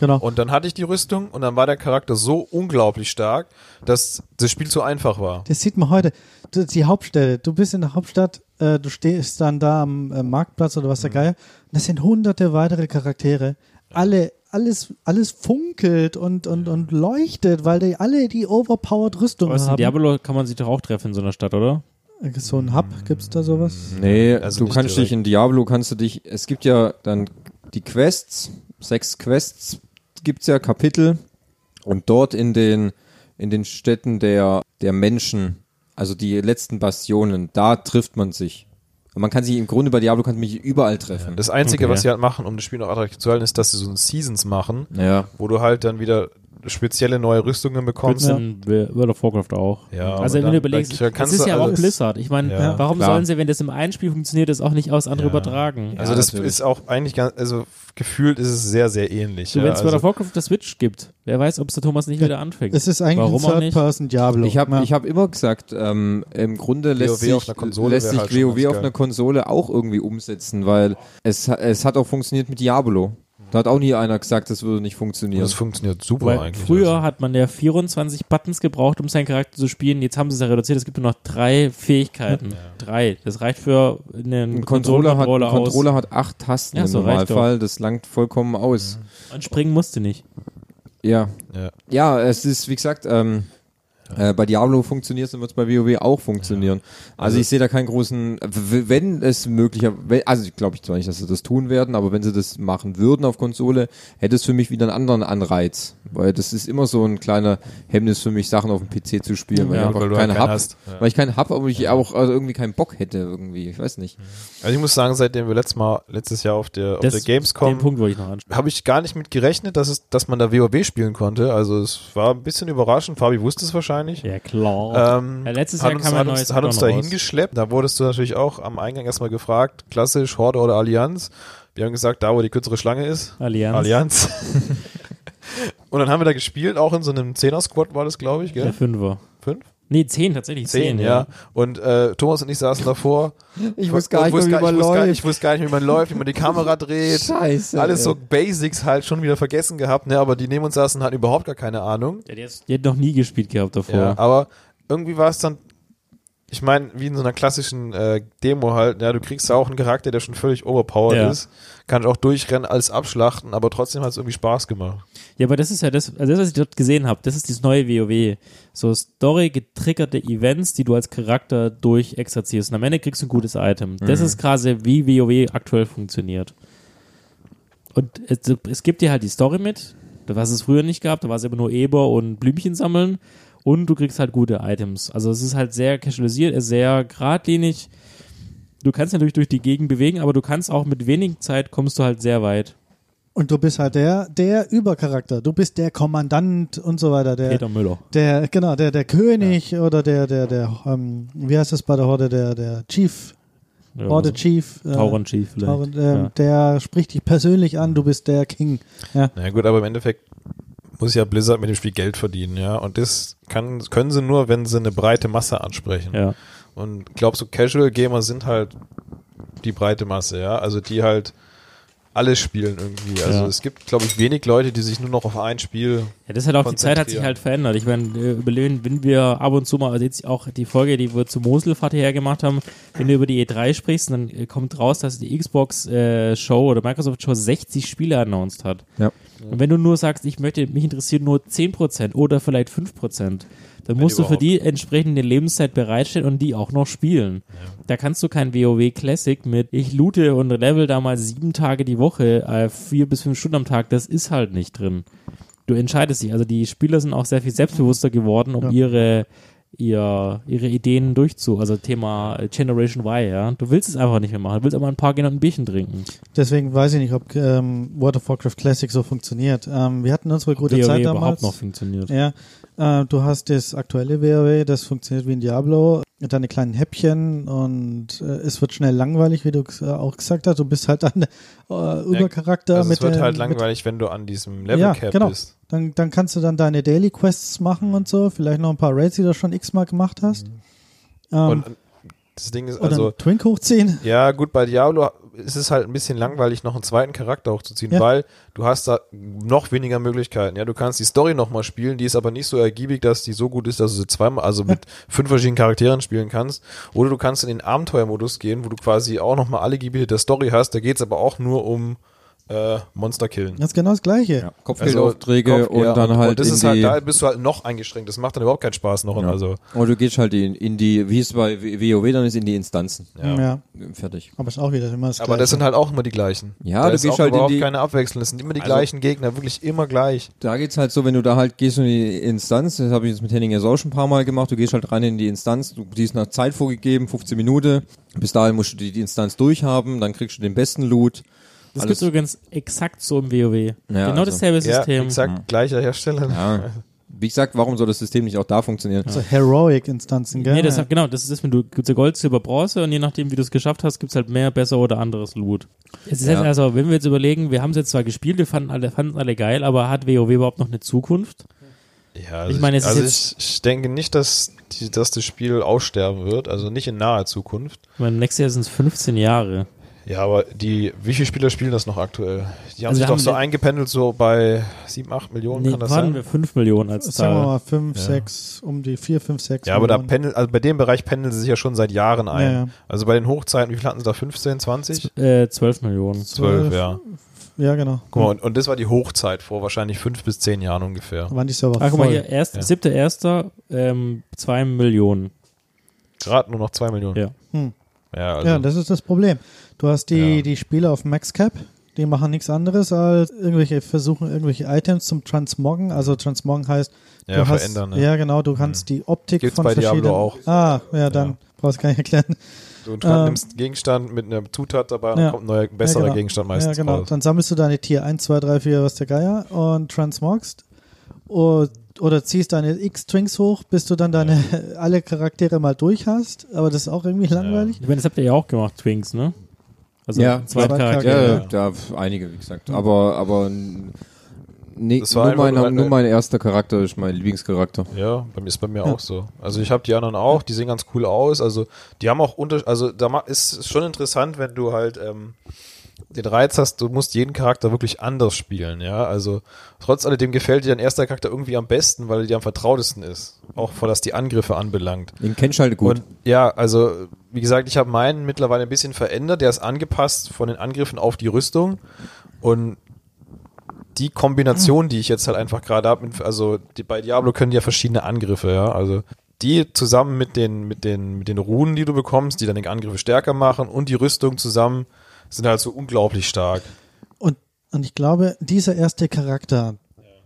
[SPEAKER 2] Genau.
[SPEAKER 1] Und dann hatte ich die Rüstung und dann war der Charakter so unglaublich stark, dass das Spiel zu einfach war.
[SPEAKER 2] Das sieht man heute. Du, die Hauptstädte. Du bist in der Hauptstadt, äh, du stehst dann da am äh, Marktplatz oder was
[SPEAKER 4] Mhm.
[SPEAKER 2] der Geier. Und das sind hunderte weitere Charaktere. Alle, alles, alles funkelt und, und, und leuchtet, weil die alle die overpowered Rüstung
[SPEAKER 3] Aber in
[SPEAKER 2] haben.
[SPEAKER 3] Diablo kann man sich doch auch treffen in so einer Stadt, oder?
[SPEAKER 2] Äh, So ein Hub, gibt's da sowas?
[SPEAKER 4] Nee,
[SPEAKER 1] Also
[SPEAKER 4] du
[SPEAKER 1] nicht
[SPEAKER 4] kannst
[SPEAKER 1] direkt.
[SPEAKER 4] dich in Diablo, kannst du dich, es gibt ja dann die Quests, sechs Quests gibt's ja, Kapitel und dort in den, in den Städten der, der Menschen, also die letzten Bastionen, da trifft man sich. Und man kann sich im Grunde bei Diablo kann man sich überall treffen.
[SPEAKER 1] Das Einzige,
[SPEAKER 3] Okay.
[SPEAKER 1] was sie halt machen, um das Spiel noch attraktiv zu halten, ist, dass sie so ein Seasons machen,
[SPEAKER 4] Ja.
[SPEAKER 1] wo du halt dann wieder spezielle neue Rüstungen bekommst.
[SPEAKER 3] Gibt's in World of Warcraft auch.
[SPEAKER 1] Ja, aber
[SPEAKER 3] also wenn
[SPEAKER 1] dann-
[SPEAKER 3] du überlegst,
[SPEAKER 1] dann
[SPEAKER 3] das
[SPEAKER 1] kannst
[SPEAKER 3] ist
[SPEAKER 1] du
[SPEAKER 3] ja aber auch
[SPEAKER 1] alles-
[SPEAKER 3] Blizzard. Ich meine,
[SPEAKER 1] Ja,
[SPEAKER 3] warum
[SPEAKER 4] klar.
[SPEAKER 3] sollen sie, wenn das im einen Spiel funktioniert, das auch nicht aufs andere
[SPEAKER 1] Ja.
[SPEAKER 3] übertragen?
[SPEAKER 1] Also
[SPEAKER 4] Ja,
[SPEAKER 1] das
[SPEAKER 4] natürlich.
[SPEAKER 1] ist auch eigentlich ganz, also gefühlt ist es sehr, sehr ähnlich.
[SPEAKER 3] So,
[SPEAKER 1] ja,
[SPEAKER 3] wenn es
[SPEAKER 1] also,
[SPEAKER 3] World of Warcraft das Switch gibt, wer weiß, ob es der Thomas nicht wieder anfängt.
[SPEAKER 2] Es ist eigentlich
[SPEAKER 3] Warum auch
[SPEAKER 2] ein
[SPEAKER 3] nicht?
[SPEAKER 2] Third-Person-Diablo.
[SPEAKER 4] Ich habe
[SPEAKER 2] Ja.
[SPEAKER 4] ich hab immer gesagt, ähm, im Grunde lässt
[SPEAKER 1] WoW
[SPEAKER 4] sich,
[SPEAKER 1] auf einer Konsole
[SPEAKER 4] lässt
[SPEAKER 1] wär
[SPEAKER 4] sich
[SPEAKER 1] halt schon
[SPEAKER 4] WoW
[SPEAKER 1] ganz
[SPEAKER 4] auf
[SPEAKER 1] geil.
[SPEAKER 4] einer Konsole auch irgendwie umsetzen, weil es, ha- es hat auch funktioniert mit Diablo. Da hat auch nie einer gesagt, das würde nicht funktionieren.
[SPEAKER 1] das funktioniert super
[SPEAKER 3] Weil
[SPEAKER 1] eigentlich. also.
[SPEAKER 3] früher hat man ja 24 Buttons gebraucht, um seinen Charakter zu spielen. Jetzt haben sie es ja reduziert. Es gibt nur noch drei Fähigkeiten. Drei. Das reicht für einen
[SPEAKER 4] Ein Controller, hat, ein
[SPEAKER 3] Konsolencontroller aus.
[SPEAKER 4] Controller hat acht Tasten
[SPEAKER 3] Ja,
[SPEAKER 4] im
[SPEAKER 3] so reicht
[SPEAKER 4] Normalfall. Das langt vollkommen aus.
[SPEAKER 3] Und springen musst du nicht.
[SPEAKER 4] Ja.
[SPEAKER 1] Also, Ja.
[SPEAKER 4] Ja, es ist, wie gesagt, ähm, äh, bei Diablo funktioniert es, dann wird es bei WoW auch funktionieren. Also, ich sehe da keinen großen, w- wenn es möglicher, wenn- also ich glaube ich zwar nicht, dass sie das tun werden, aber wenn sie das machen würden auf Konsole, hätte es für mich wieder einen anderen Anreiz. Weil das ist immer so ein kleiner Hemmnis für mich, Sachen auf dem PC zu spielen, weil
[SPEAKER 3] Ja,
[SPEAKER 4] ich einfach
[SPEAKER 1] weil du halt
[SPEAKER 4] keine
[SPEAKER 1] keinen
[SPEAKER 4] hab.
[SPEAKER 1] hast. Ja.
[SPEAKER 4] Weil ich keinen hab, aber ich auch also irgendwie keinen Bock hätte irgendwie. Ich weiß nicht.
[SPEAKER 1] Also ich muss sagen, seitdem wir letztes Mal, letztes Jahr auf der, auf der
[SPEAKER 3] Den
[SPEAKER 1] Gamescom,
[SPEAKER 3] Punkt wollte ich noch ansprechen.
[SPEAKER 1] habe ich gar nicht mit gerechnet, dass, es, dass man da WoW spielen konnte. Also es war ein bisschen überraschend. Fabi wusste es wahrscheinlich.
[SPEAKER 3] Ja, klar.
[SPEAKER 1] Ähm,
[SPEAKER 3] Ja, letztes
[SPEAKER 1] hat
[SPEAKER 3] Jahr
[SPEAKER 1] uns,
[SPEAKER 3] kam ja
[SPEAKER 1] hat
[SPEAKER 3] ein
[SPEAKER 1] uns,
[SPEAKER 3] neues
[SPEAKER 1] hat uns da
[SPEAKER 3] Add-on raus.
[SPEAKER 1] hingeschleppt. Da wurdest du natürlich auch am Eingang erstmal gefragt, klassisch Horde oder Allianz. [LAUGHS] Wir haben gesagt, da wo die kürzere Schlange ist,
[SPEAKER 3] Allianz.
[SPEAKER 1] Allianz. Und dann haben wir da gespielt, auch in so einem Zehner-Squad war das, glaube ich,
[SPEAKER 3] Der
[SPEAKER 1] gell?
[SPEAKER 3] Fünfer.
[SPEAKER 1] Fünf?
[SPEAKER 3] Nee, zehn tatsächlich.
[SPEAKER 1] Zehn, ja. Und äh, Thomas und ich saßen davor.
[SPEAKER 4] Ich wusste gar nicht,
[SPEAKER 1] wusste
[SPEAKER 4] wie
[SPEAKER 1] gar-
[SPEAKER 4] man
[SPEAKER 1] ich wusste gar nicht-
[SPEAKER 4] läuft.
[SPEAKER 1] Ich wusste gar nicht, wie man läuft, wie man die
[SPEAKER 4] [LAUGHS]
[SPEAKER 1] Kamera dreht.
[SPEAKER 4] Scheiße.
[SPEAKER 1] Alles so
[SPEAKER 4] ey.
[SPEAKER 1] Basics halt schon wieder vergessen gehabt, ne? Aber die neben uns saßen hatten überhaupt gar keine Ahnung.
[SPEAKER 3] Ja, die, hat's- die hat noch nie gespielt gehabt davor.
[SPEAKER 1] Ja. Aber irgendwie war es dann, ich meine, wie in so einer klassischen äh, Demo halt, ja, du kriegst da auch einen Charakter, der schon völlig overpowered
[SPEAKER 3] Ja.
[SPEAKER 1] ist. Kann auch durchrennen, alles abschlachten, aber trotzdem hat es irgendwie Spaß gemacht.
[SPEAKER 3] Ja, aber das ist ja das, also das, was ich dort gesehen habe, das ist dieses neue WoW. So Story-getriggerte Events, die du als Charakter durchexerzierst. Und am Ende kriegst du ein gutes Item. Das ist quasi, wie WoW aktuell funktioniert. Und es, es gibt dir halt die Story mit, was es früher nicht gab, da war es immer nur Eber und Blümchen sammeln. Und du kriegst halt gute Items. Also es ist halt sehr casualisiert, es ist sehr geradlinig. Du kannst natürlich durch die Gegend bewegen, aber du kannst auch mit wenig Zeit kommst du halt sehr weit.
[SPEAKER 2] Und du bist halt der, der Übercharakter. Du bist der Kommandant und so weiter. Der,
[SPEAKER 3] Peter Müller.
[SPEAKER 2] der genau, der, der König oder der, der, der, ähm, wie heißt das bei der Horde, der, der Chief,
[SPEAKER 3] Ja,
[SPEAKER 2] Horde
[SPEAKER 3] also-
[SPEAKER 2] Chief. Äh,
[SPEAKER 3] Tauren Chief vielleicht.
[SPEAKER 2] Tauren, ähm, Der spricht dich persönlich an, du bist der King. Ja.
[SPEAKER 1] Na ja, gut, aber im Endeffekt muss ja Blizzard mit dem Spiel Geld verdienen, ja. Und das kann, können sie nur, wenn sie eine breite Masse ansprechen.
[SPEAKER 3] ja. ja.
[SPEAKER 1] Und glaubst so Casual Gamer sind halt die breite Masse, ja. Also die halt alles spielen irgendwie. Also
[SPEAKER 3] Ja.
[SPEAKER 1] es gibt, glaube ich, wenig Leute, die sich nur noch auf ein Spiel.
[SPEAKER 3] Ja, das hat auch die Zeit hat sich
[SPEAKER 1] Konzentrieren.
[SPEAKER 3] halt verändert. Ich meine, äh, überlegen, wenn wir ab und zu mal, also jetzt auch die Folge, die wir zu Moselfahrt hierher gemacht haben, wenn du über die E3 sprichst, dann äh, kommt raus, dass die Xbox äh, Show oder Microsoft Show 60 Spiele announced hat.
[SPEAKER 4] Ja.
[SPEAKER 3] Und wenn du nur sagst, ich möchte, mich interessieren nur 10% oder vielleicht 5%, dann musst du für
[SPEAKER 1] überhaupt.
[SPEAKER 3] die entsprechende Lebenszeit bereitstellen und die auch noch spielen. Da kannst du kein WoW Classic mit ich loote und level da mal sieben Tage die Woche, äh, vier bis fünf Stunden am Tag, das ist halt nicht drin. Du entscheidest dich. Also die Spieler sind auch sehr viel selbstbewusster geworden, um
[SPEAKER 2] Ja.
[SPEAKER 3] ihre ihr, ihre Ideen durchzu, also Thema äh, Generation Y, ja. Du willst es einfach nicht mehr machen, du willst aber ein paar gehen und ein Bierchen trinken.
[SPEAKER 2] Deswegen weiß ich nicht, ob ähm, World of Warcraft Classic so funktioniert. Ähm, wir hatten unsere gute
[SPEAKER 3] WoW
[SPEAKER 2] Zeit damals.
[SPEAKER 3] überhaupt noch funktioniert.
[SPEAKER 2] Ja, äh, du hast das aktuelle WoW, das funktioniert wie in Diablo, deine kleinen Häppchen und äh, es wird schnell langweilig, wie du g- äh, auch gesagt hast. Du bist halt dann äh, Übercharakter
[SPEAKER 1] also
[SPEAKER 2] mit
[SPEAKER 1] es wird
[SPEAKER 2] den-
[SPEAKER 1] halt
[SPEAKER 2] mit-
[SPEAKER 1] langweilig, wenn du an diesem
[SPEAKER 2] ja,
[SPEAKER 1] Level Cap
[SPEAKER 2] genau.
[SPEAKER 1] bist.
[SPEAKER 2] Dann, dann kannst du dann deine Daily Quests machen und so, vielleicht noch ein paar Raids, die du schon x-mal gemacht hast. Ähm,
[SPEAKER 1] Und äh, das Ding ist
[SPEAKER 2] oder
[SPEAKER 1] Mhm. also.
[SPEAKER 2] einen Twink hochziehen.
[SPEAKER 1] Ja, gut, bei Diablo ist es halt ein bisschen langweilig, noch einen zweiten Charakter hochzuziehen,
[SPEAKER 2] Ja.
[SPEAKER 1] weil du hast da noch weniger Möglichkeiten. Ja, du kannst die Story nochmal spielen, die ist aber nicht so ergiebig, dass die so gut ist, dass du sie zweimal, also mit fünf verschiedenen Charakteren spielen kannst. Oder du kannst in den Abenteuermodus gehen, wo du quasi auch nochmal alle Gebiete der Story hast. Da geht's aber auch nur um äh, Monster killen.
[SPEAKER 2] Das ist genau das Gleiche.
[SPEAKER 4] Ja. Kopfgeldaufträge
[SPEAKER 1] Kopf-
[SPEAKER 4] und
[SPEAKER 1] ja,
[SPEAKER 4] dann halt
[SPEAKER 1] Und das
[SPEAKER 4] in
[SPEAKER 1] ist
[SPEAKER 4] die,
[SPEAKER 1] halt, da bist du halt noch eingeschränkt. Das macht dann überhaupt keinen Spaß noch.
[SPEAKER 4] ja.
[SPEAKER 1] Also,
[SPEAKER 4] Und du gehst halt in, in die, wie es bei WoW dann ist, in die Instanzen.
[SPEAKER 1] ja.
[SPEAKER 2] Ja,
[SPEAKER 4] Fertig.
[SPEAKER 2] aber ist auch wieder immer das
[SPEAKER 1] Aber das
[SPEAKER 2] Gleiche.
[SPEAKER 1] sind halt auch immer die gleichen.
[SPEAKER 4] Ja,
[SPEAKER 1] da
[SPEAKER 4] du
[SPEAKER 1] ist
[SPEAKER 4] gehst
[SPEAKER 1] auch
[SPEAKER 4] halt in
[SPEAKER 1] überhaupt
[SPEAKER 4] die-
[SPEAKER 1] keine Abwechslung. Das sind immer die
[SPEAKER 4] Also-
[SPEAKER 1] gleichen Gegner, wirklich immer gleich.
[SPEAKER 4] Da geht's halt so, wenn du da halt gehst in die Instanz, das habe ich jetzt mit Henning ja auch schon ein paar Mal gemacht, du gehst halt rein in die Instanz, du, die ist nach Zeit vorgegeben, 15 Minuten, bis dahin musst du die, die Instanz durchhaben, dann kriegst du den besten Loot.
[SPEAKER 3] Das
[SPEAKER 4] Alles-
[SPEAKER 3] gibt übrigens exakt so im WoW. genau
[SPEAKER 4] also-
[SPEAKER 3] dasselbe
[SPEAKER 1] Ja,
[SPEAKER 3] System.
[SPEAKER 1] exakt, gleicher Hersteller.
[SPEAKER 4] Ja. Wie gesagt, warum soll das System nicht auch da funktionieren?
[SPEAKER 2] so Heroic-Instanzen, gell?
[SPEAKER 3] Nee, das, genau, das ist das, wenn du gibt's ja Gold, Silber, Bronze und je nachdem, wie du es geschafft hast, gibt's halt mehr, besser oder anderes Loot. Es ist
[SPEAKER 4] Ja.
[SPEAKER 3] jetzt also, wenn wir jetzt überlegen, wir haben es jetzt zwar gespielt, wir fanden alle, fanden alle geil, aber hat WoW überhaupt noch eine Zukunft?
[SPEAKER 1] Ja, also
[SPEAKER 3] Ich meine, es ist
[SPEAKER 1] also
[SPEAKER 3] jetzt-
[SPEAKER 1] ich, ich denke nicht, dass, die, dass das Spiel aussterben wird, also nicht in naher Zukunft.
[SPEAKER 3] Ich meine, nächstes Jahr sind es 15 Jahre.
[SPEAKER 1] Ja, aber die, wie viele Spieler spielen das noch aktuell? Die haben
[SPEAKER 3] Also
[SPEAKER 1] sich
[SPEAKER 3] haben
[SPEAKER 1] doch so
[SPEAKER 3] wir-
[SPEAKER 1] eingependelt, so bei 7, 8 Millionen
[SPEAKER 3] Nee,
[SPEAKER 1] kann das
[SPEAKER 3] waren wir
[SPEAKER 1] sein.
[SPEAKER 3] 5 Millionen als
[SPEAKER 2] Sagen wir
[SPEAKER 3] Zahl.
[SPEAKER 2] mal 5, 6, um die 4, 5, 6.
[SPEAKER 1] Ja, aber da pendelt, also bei dem Bereich pendeln sie sich ja schon seit Jahren ein.
[SPEAKER 2] Ja, ja.
[SPEAKER 1] Also bei den Hochzeiten, wie viel hatten sie da? 15, 20?
[SPEAKER 3] Äh, 12 Millionen.
[SPEAKER 1] Zwölf, ja.
[SPEAKER 2] Ja, genau.
[SPEAKER 1] Guck mal, und, und das war die Hochzeit vor wahrscheinlich fünf bis zehn Jahren ungefähr.
[SPEAKER 2] Da waren die Server
[SPEAKER 3] Ah, guck
[SPEAKER 2] voll.
[SPEAKER 3] mal hier, erst,
[SPEAKER 1] Ja.
[SPEAKER 3] siebter, erster, ähm, 2 Millionen.
[SPEAKER 1] Gerade nur noch zwei Millionen.
[SPEAKER 3] Ja.
[SPEAKER 2] Hm.
[SPEAKER 1] Ja, also.
[SPEAKER 2] Ja, das ist das Problem. Du hast die,
[SPEAKER 1] Ja.
[SPEAKER 2] die Spieler auf MaxCap, die machen nichts anderes als irgendwelche versuchen, irgendwelche Items zum Transmoggen. Also Transmoggen heißt, du
[SPEAKER 1] Ja,
[SPEAKER 2] hast,
[SPEAKER 1] verändern, ne?
[SPEAKER 2] Ja, genau, du kannst die Optik
[SPEAKER 1] Gibt's
[SPEAKER 2] von
[SPEAKER 1] bei Diablo
[SPEAKER 2] verschiedenen.
[SPEAKER 1] auch.
[SPEAKER 2] Ah, ja, dann
[SPEAKER 1] Ja.
[SPEAKER 2] brauchst du gar nicht erklären.
[SPEAKER 1] Du tra-
[SPEAKER 2] Ähm,
[SPEAKER 1] nimmst einen Gegenstand mit einer Zutat dabei und
[SPEAKER 2] ja.
[SPEAKER 1] dann kommt ein neuer, besserer
[SPEAKER 2] Ja, genau.
[SPEAKER 1] Gegenstand meistens
[SPEAKER 2] Ja, genau.
[SPEAKER 1] raus.
[SPEAKER 2] Dann sammelst du deine Tier 1, 2, 3, 4, was der Geier und transmogst und, oder ziehst deine X-Strings hoch, bis du dann deine [LAUGHS] alle Charaktere mal durch hast. Aber das ist auch irgendwie langweilig.
[SPEAKER 3] Ich meine, das habt ihr ja auch gemacht, Twinks, ne? Also
[SPEAKER 4] Ja.
[SPEAKER 3] Zweitcharakter.
[SPEAKER 1] genau.
[SPEAKER 2] Ja,
[SPEAKER 4] Ja,
[SPEAKER 2] ja.
[SPEAKER 4] da f- einige, wie gesagt. Aber, aber n- Nee,
[SPEAKER 1] Das war
[SPEAKER 4] nur,
[SPEAKER 1] einfach
[SPEAKER 4] mein,
[SPEAKER 1] nur-
[SPEAKER 4] nur mein erster Charakter ist mein Lieblingscharakter.
[SPEAKER 1] Ja, bei mir ist bei mir auch so. Also ich habe die anderen auch, die sehen ganz cool aus. Also die haben auch unter, also da ma- ist es schon interessant, wenn du halt ähm, den Reiz hast, du musst jeden Charakter wirklich anders spielen, ja. Also trotz alledem gefällt dir dein erster Charakter irgendwie am besten, weil er dir am vertrautesten ist, auch vor was die Angriffe anbelangt.
[SPEAKER 4] Den kennst du halt gut.
[SPEAKER 1] Und ja, also wie gesagt, ich habe meinen mittlerweile ein bisschen verändert. Der ist angepasst von den Angriffen auf die Rüstung. Und die Kombination, die ich jetzt halt einfach gerade habe, mit- also die, bei Diablo können die ja verschiedene Angriffe, ja. Also die zusammen mit den, mit, den, mit den Runen, die du bekommst, die dann die Angriffe stärker machen und die Rüstung zusammen sind halt so unglaublich stark.
[SPEAKER 2] Und, und ich glaube, dieser erste Charakter,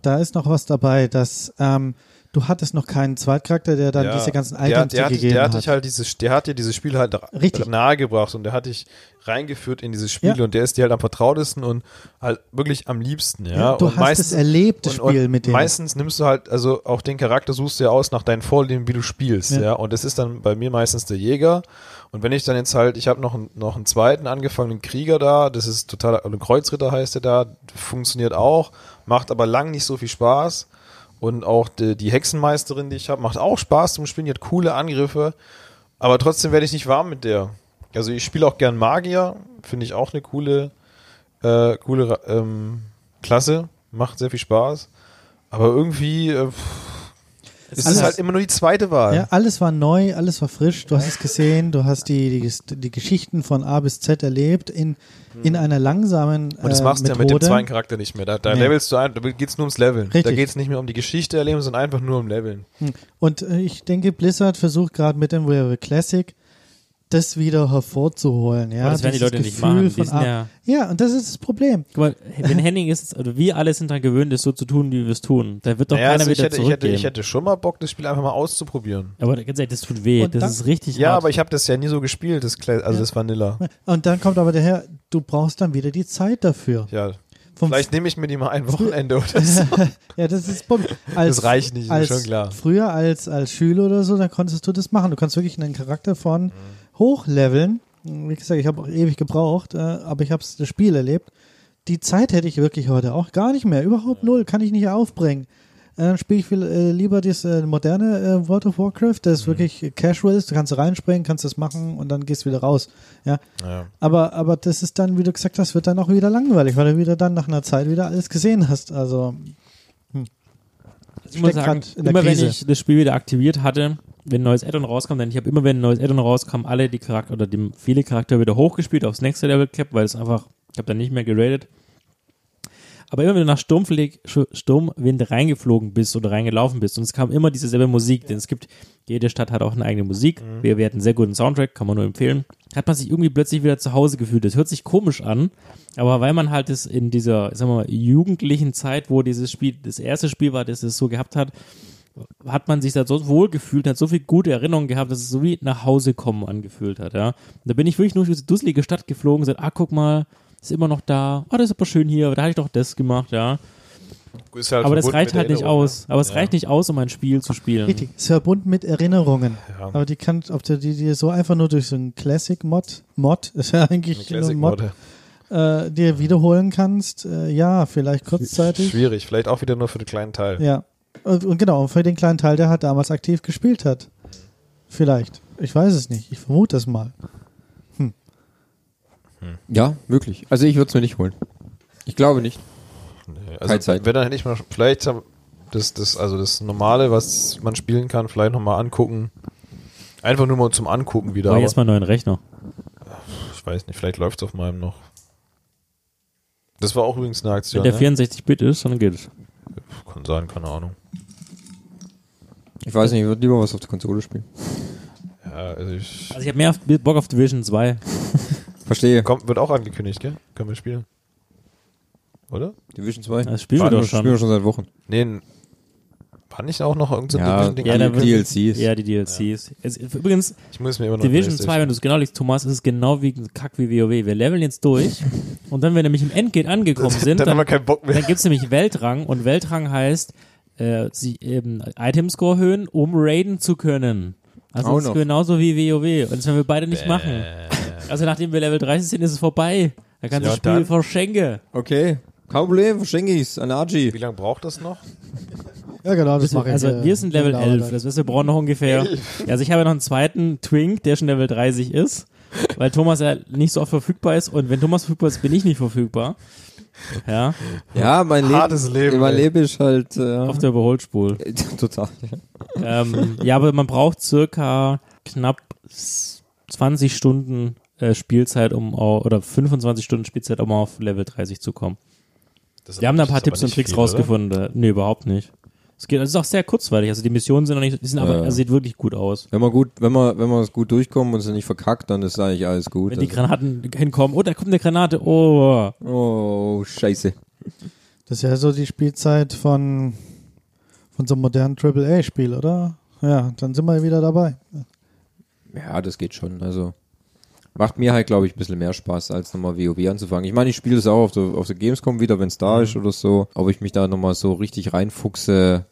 [SPEAKER 2] da ist noch was dabei, dass ähm, du hattest noch keinen Zweitcharakter, der dann
[SPEAKER 1] Ja,
[SPEAKER 2] diese ganzen
[SPEAKER 1] der,
[SPEAKER 2] Items
[SPEAKER 1] der,
[SPEAKER 2] dir
[SPEAKER 1] hat,
[SPEAKER 2] gegeben
[SPEAKER 1] der hat
[SPEAKER 2] hat.
[SPEAKER 1] dich halt dieses, der hat dir dieses Spiel halt
[SPEAKER 2] Richtig.
[SPEAKER 1] nahegebracht und der hat dich reingeführt in dieses Spiel
[SPEAKER 2] Ja.
[SPEAKER 1] und der ist dir halt am vertrautesten und halt wirklich am liebsten, ja.
[SPEAKER 2] Ja, du
[SPEAKER 1] und
[SPEAKER 2] hast es erlebt, das
[SPEAKER 1] und- und
[SPEAKER 2] Spiel mit dem.
[SPEAKER 1] Meistens nimmst du halt, also auch den Charakter suchst du ja aus nach deinen Vorlieben, wie du spielst, ja.
[SPEAKER 2] Ja.
[SPEAKER 1] Und das ist dann bei mir meistens der Jäger. Und wenn ich dann jetzt halt, ich habe noch, einen- noch einen zweiten angefangenen Krieger da, das ist total, ein Kreuzritter heißt der da, funktioniert auch, macht aber lang nicht so viel Spaß. Und auch die, die Hexenmeisterin, die ich habe, macht auch Spaß zum Spielen, die hat coole Angriffe, aber trotzdem werde ich nicht warm mit der. Also ich spiele auch gern Magier, finde ich auch eine coole, äh, coole Ra- ähm, Klasse, macht sehr viel Spaß. Aber irgendwie äh, pff, es ist
[SPEAKER 2] alles-
[SPEAKER 1] halt immer nur die zweite Wahl.
[SPEAKER 2] Ja, alles war neu, alles war frisch, du hast es gesehen, du hast die, die, Ges- die Geschichten von A bis Z erlebt in, in einer langsamen
[SPEAKER 1] Hm. Und das
[SPEAKER 2] äh,
[SPEAKER 1] machst du ja mit dem
[SPEAKER 2] Methode.
[SPEAKER 1] zweiten Charakter nicht mehr. Da, da
[SPEAKER 2] Nee.
[SPEAKER 1] levelst du ein, da geht's nur ums Leveln. Da
[SPEAKER 2] Richtig.
[SPEAKER 1] geht's nicht mehr um die Geschichte erleben, sondern einfach nur um Leveln.
[SPEAKER 2] Und äh, ich denke, Blizzard versucht gerade mit dem Wave Classic das wieder hervorzuholen. Ja?
[SPEAKER 3] Aber das werden die
[SPEAKER 2] Dieses
[SPEAKER 3] Leute nicht
[SPEAKER 2] Gefühl
[SPEAKER 3] machen, die
[SPEAKER 2] von
[SPEAKER 3] sind
[SPEAKER 2] A-
[SPEAKER 3] ja-
[SPEAKER 2] ja, und das ist das Problem.
[SPEAKER 3] Guck mal, wenn Henning ist, oder wir alle sind daran gewöhnt, es so zu tun, wie wir es tun. Da wird doch
[SPEAKER 1] Naja,
[SPEAKER 3] keiner
[SPEAKER 1] also ich,
[SPEAKER 3] wieder
[SPEAKER 1] hätte, ich, hätte,
[SPEAKER 3] zurückgehen.
[SPEAKER 1] ich hätte schon mal Bock, das Spiel einfach mal auszuprobieren.
[SPEAKER 3] aber ganz ehrlich, das tut weh.
[SPEAKER 2] Und
[SPEAKER 3] das
[SPEAKER 2] dann-
[SPEAKER 3] ist richtig
[SPEAKER 1] Ja,
[SPEAKER 3] hart.
[SPEAKER 1] aber ich habe das ja nie so gespielt, das, Cla- also das Vanilla.
[SPEAKER 2] Und dann kommt aber daher, du brauchst dann wieder die Zeit dafür.
[SPEAKER 1] Ja.
[SPEAKER 2] Vom
[SPEAKER 1] Vielleicht nehme ich mir die mal ein Wochenende oder so.
[SPEAKER 2] [LAUGHS] ja, das ist das Problem. Als,
[SPEAKER 1] Das reicht nicht, ist
[SPEAKER 2] als
[SPEAKER 1] schon klar.
[SPEAKER 2] Früher als, als Schüler oder so, dann konntest du das machen. Du kannst wirklich einen Charakter
[SPEAKER 1] Mhm.
[SPEAKER 2] von hochleveln. Wie gesagt, ich habe auch ewig gebraucht, äh, aber ich habe das Spiel erlebt. Die Zeit hätte ich wirklich heute auch gar nicht mehr. Überhaupt null, kann ich nicht aufbringen. Äh, Dann spiele ich viel, äh, lieber das äh, moderne äh, World of Warcraft,
[SPEAKER 1] Mhm.
[SPEAKER 2] das wirklich casual ist. Du kannst reinspringen, kannst das machen und dann gehst du wieder raus. Ja,
[SPEAKER 1] Ja.
[SPEAKER 2] aber, aber das ist dann, wie du gesagt hast, wird dann auch wieder langweilig, weil du wieder dann nach einer Zeit wieder alles gesehen hast. Also,
[SPEAKER 3] ich muss
[SPEAKER 2] steck
[SPEAKER 3] sagen,
[SPEAKER 2] grad in der
[SPEAKER 3] immer wenn
[SPEAKER 2] Krise.
[SPEAKER 3] ich das Spiel wieder aktiviert hatte, wenn ein neues Add-on rauskam, denn ich habe immer, wenn ein neues Add-on rauskam, alle die Charakter oder die, viele Charaktere wieder hochgespielt, aufs nächste Level gehabt, weil es einfach, ich habe dann nicht mehr geradet. Aber immer wenn du nach Sturmflieg, Sch- Sturmwind reingeflogen bist oder reingelaufen bist und es kam immer dieselbe Musik, denn es gibt, jede Stadt hat auch eine eigene Musik. Wir, wir hatten einen sehr guten Soundtrack, kann man nur empfehlen. Hat man sich irgendwie plötzlich wieder zu Hause gefühlt. Das hört sich komisch an, aber weil man halt es in dieser, sagen wir mal, jugendlichen Zeit, wo dieses Spiel, das erste Spiel war, das es so gehabt hat, hat man sich da so wohl gefühlt, hat so viel gute Erinnerungen gehabt, dass es so wie nach Hause kommen angefühlt hat, ja. Und da bin ich wirklich nur durch diese dusselige Stadt geflogen, gesagt, ah, guck mal, ist immer noch da, ah, das ist aber schön hier, da hatte ich doch das gemacht, ja.
[SPEAKER 1] Ist halt
[SPEAKER 3] aber das
[SPEAKER 1] verbunden
[SPEAKER 3] reicht
[SPEAKER 1] mit
[SPEAKER 3] halt nicht
[SPEAKER 1] Erinnerung, ne?
[SPEAKER 3] aus. Aber es
[SPEAKER 1] Ja.
[SPEAKER 3] reicht nicht aus, um ein Spiel zu spielen.
[SPEAKER 2] richtig, ist verbunden mit Erinnerungen.
[SPEAKER 1] Mhm. Ja.
[SPEAKER 2] Aber die kann, ob du die dir so einfach nur durch so einen Classic-Mod, Mod, [LAUGHS] ist ja eigentlich nur ein Mod,
[SPEAKER 1] Classic-Mode.
[SPEAKER 2] äh, dir wiederholen kannst, äh, ja, vielleicht kurzzeitig.
[SPEAKER 1] Schwierig, vielleicht auch wieder nur für den kleinen Teil.
[SPEAKER 2] Ja. Und, und genau, für den kleinen Teil, der hat damals aktiv gespielt hat. Vielleicht. Ich weiß es nicht. Ich vermute es mal.
[SPEAKER 4] Ja, wirklich. Also ich würde es mir nicht holen. Ich glaube nicht.
[SPEAKER 1] Nee,
[SPEAKER 4] Keine
[SPEAKER 1] Also,
[SPEAKER 4] Zeit.
[SPEAKER 1] wenn dann hätte ich mal, vielleicht hab- das, das, also das Normale, was man spielen kann, vielleicht nochmal angucken. Einfach nur mal zum Angucken wieder.
[SPEAKER 3] Brauch
[SPEAKER 1] Aber
[SPEAKER 3] ich erstmal einen neuen Rechner.
[SPEAKER 1] ich weiß nicht, vielleicht läuft es auf meinem noch. Das war auch übrigens eine
[SPEAKER 3] Wenn
[SPEAKER 1] Aktion.
[SPEAKER 3] der
[SPEAKER 1] Ne?
[SPEAKER 3] 64-Bit ist, dann geht es.
[SPEAKER 1] Kann sein, keine Ahnung.
[SPEAKER 4] Ich weiß nicht, ich würde lieber was auf der Konsole spielen.
[SPEAKER 1] Ja, also ich.
[SPEAKER 3] Also ich habe mehr auf, Bock auf Division 2.
[SPEAKER 4] Verstehe.
[SPEAKER 1] Kommt, wird auch angekündigt, gell? Können wir spielen. Oder?
[SPEAKER 4] Division 2.
[SPEAKER 3] Das spielen wir
[SPEAKER 4] Warte,
[SPEAKER 3] doch
[SPEAKER 4] das
[SPEAKER 3] schon.
[SPEAKER 4] Spielen wir schon seit Wochen.
[SPEAKER 1] Nee, n- war nicht auch noch irgendein Ding?
[SPEAKER 3] Ja, da wird-
[SPEAKER 4] DLCs.
[SPEAKER 3] Ja, die DLCs. Es, übrigens,
[SPEAKER 1] Ich muss mir immer noch
[SPEAKER 3] Division 2,
[SPEAKER 1] PlayStation- [LAUGHS]
[SPEAKER 3] wenn du es genau liest, Thomas, ist es genau wie Kack wie WoW. Wir leveln jetzt
[SPEAKER 1] [LAUGHS]
[SPEAKER 3] durch und dann, wenn wir nämlich im Endgate angekommen sind,
[SPEAKER 1] Dann haben
[SPEAKER 3] dann,
[SPEAKER 1] wir keinen Bock mehr.
[SPEAKER 3] dann [LAUGHS] gibt's nämlich Weltrang und Weltrang heißt, äh, sie eben Itemscore erhöhen, um raiden zu können. Also
[SPEAKER 4] Auch
[SPEAKER 3] das ist
[SPEAKER 4] noch.
[SPEAKER 3] genauso wie WoW. Und das werden wir beide nicht machen. Also nachdem wir Level 30 sind, ist es vorbei. Da kannst
[SPEAKER 1] Ja,
[SPEAKER 3] du das Spiel
[SPEAKER 1] dann-
[SPEAKER 3] verschenken.
[SPEAKER 4] Okay. Kein Problem, verschenke ich's an Archie.
[SPEAKER 1] Wie lange braucht das noch?
[SPEAKER 2] Ja, genau, das
[SPEAKER 3] Also,
[SPEAKER 2] mache ich.
[SPEAKER 3] also
[SPEAKER 2] äh,
[SPEAKER 3] wir sind Level
[SPEAKER 2] genau,
[SPEAKER 3] 11,
[SPEAKER 2] dann.
[SPEAKER 3] das heißt, wir brauchen noch ungefähr. Also ich habe ja noch einen zweiten Twink, der schon Level 30 ist, weil Thomas ja nicht so oft verfügbar ist und wenn Thomas verfügbar ist, bin ich nicht verfügbar. Ja,
[SPEAKER 4] Ja, mein Leben.
[SPEAKER 1] Hartes Leben,
[SPEAKER 4] Mein
[SPEAKER 1] ey.
[SPEAKER 4] Leben ist halt. Äh,
[SPEAKER 3] auf der Überholspur.
[SPEAKER 4] [LAUGHS] total.
[SPEAKER 3] ähm, ja, aber man braucht circa knapp s- 20 Stunden äh, Spielzeit, um au- oder 25 Stunden Spielzeit, um auf Level 30 zu kommen.
[SPEAKER 1] Das
[SPEAKER 3] Wir haben da ein paar
[SPEAKER 1] ist aber
[SPEAKER 3] Tipps und
[SPEAKER 1] nicht
[SPEAKER 3] Tricks
[SPEAKER 1] viel, oder?
[SPEAKER 3] rausgefunden. äh, Nee, überhaupt nicht. Es geht, es ist auch sehr kurzweilig. Also die Missionen sind noch nicht, die sind aber,
[SPEAKER 4] Ja.
[SPEAKER 3] also sieht wirklich gut aus.
[SPEAKER 4] Wenn man gut, wenn man, wenn man es gut durchkommt und es nicht verkackt, dann ist eigentlich alles gut.
[SPEAKER 3] Wenn die
[SPEAKER 1] also
[SPEAKER 3] Granaten hinkommen, oh, da kommt eine Granate, oh.
[SPEAKER 4] oh, scheiße.
[SPEAKER 2] Das ist ja so die Spielzeit von, von so einem modernen AAA-Spiel, oder? Ja, dann sind wir wieder dabei.
[SPEAKER 4] Ja, das geht schon. Also macht mir halt, glaube ich, ein bisschen mehr Spaß, als nochmal WoW anzufangen. Ich meine, ich spiele das auch auf der, auf der Gamescom wieder, wenn es da ist oder so. Aber ich mich da nochmal so richtig reinfuchse.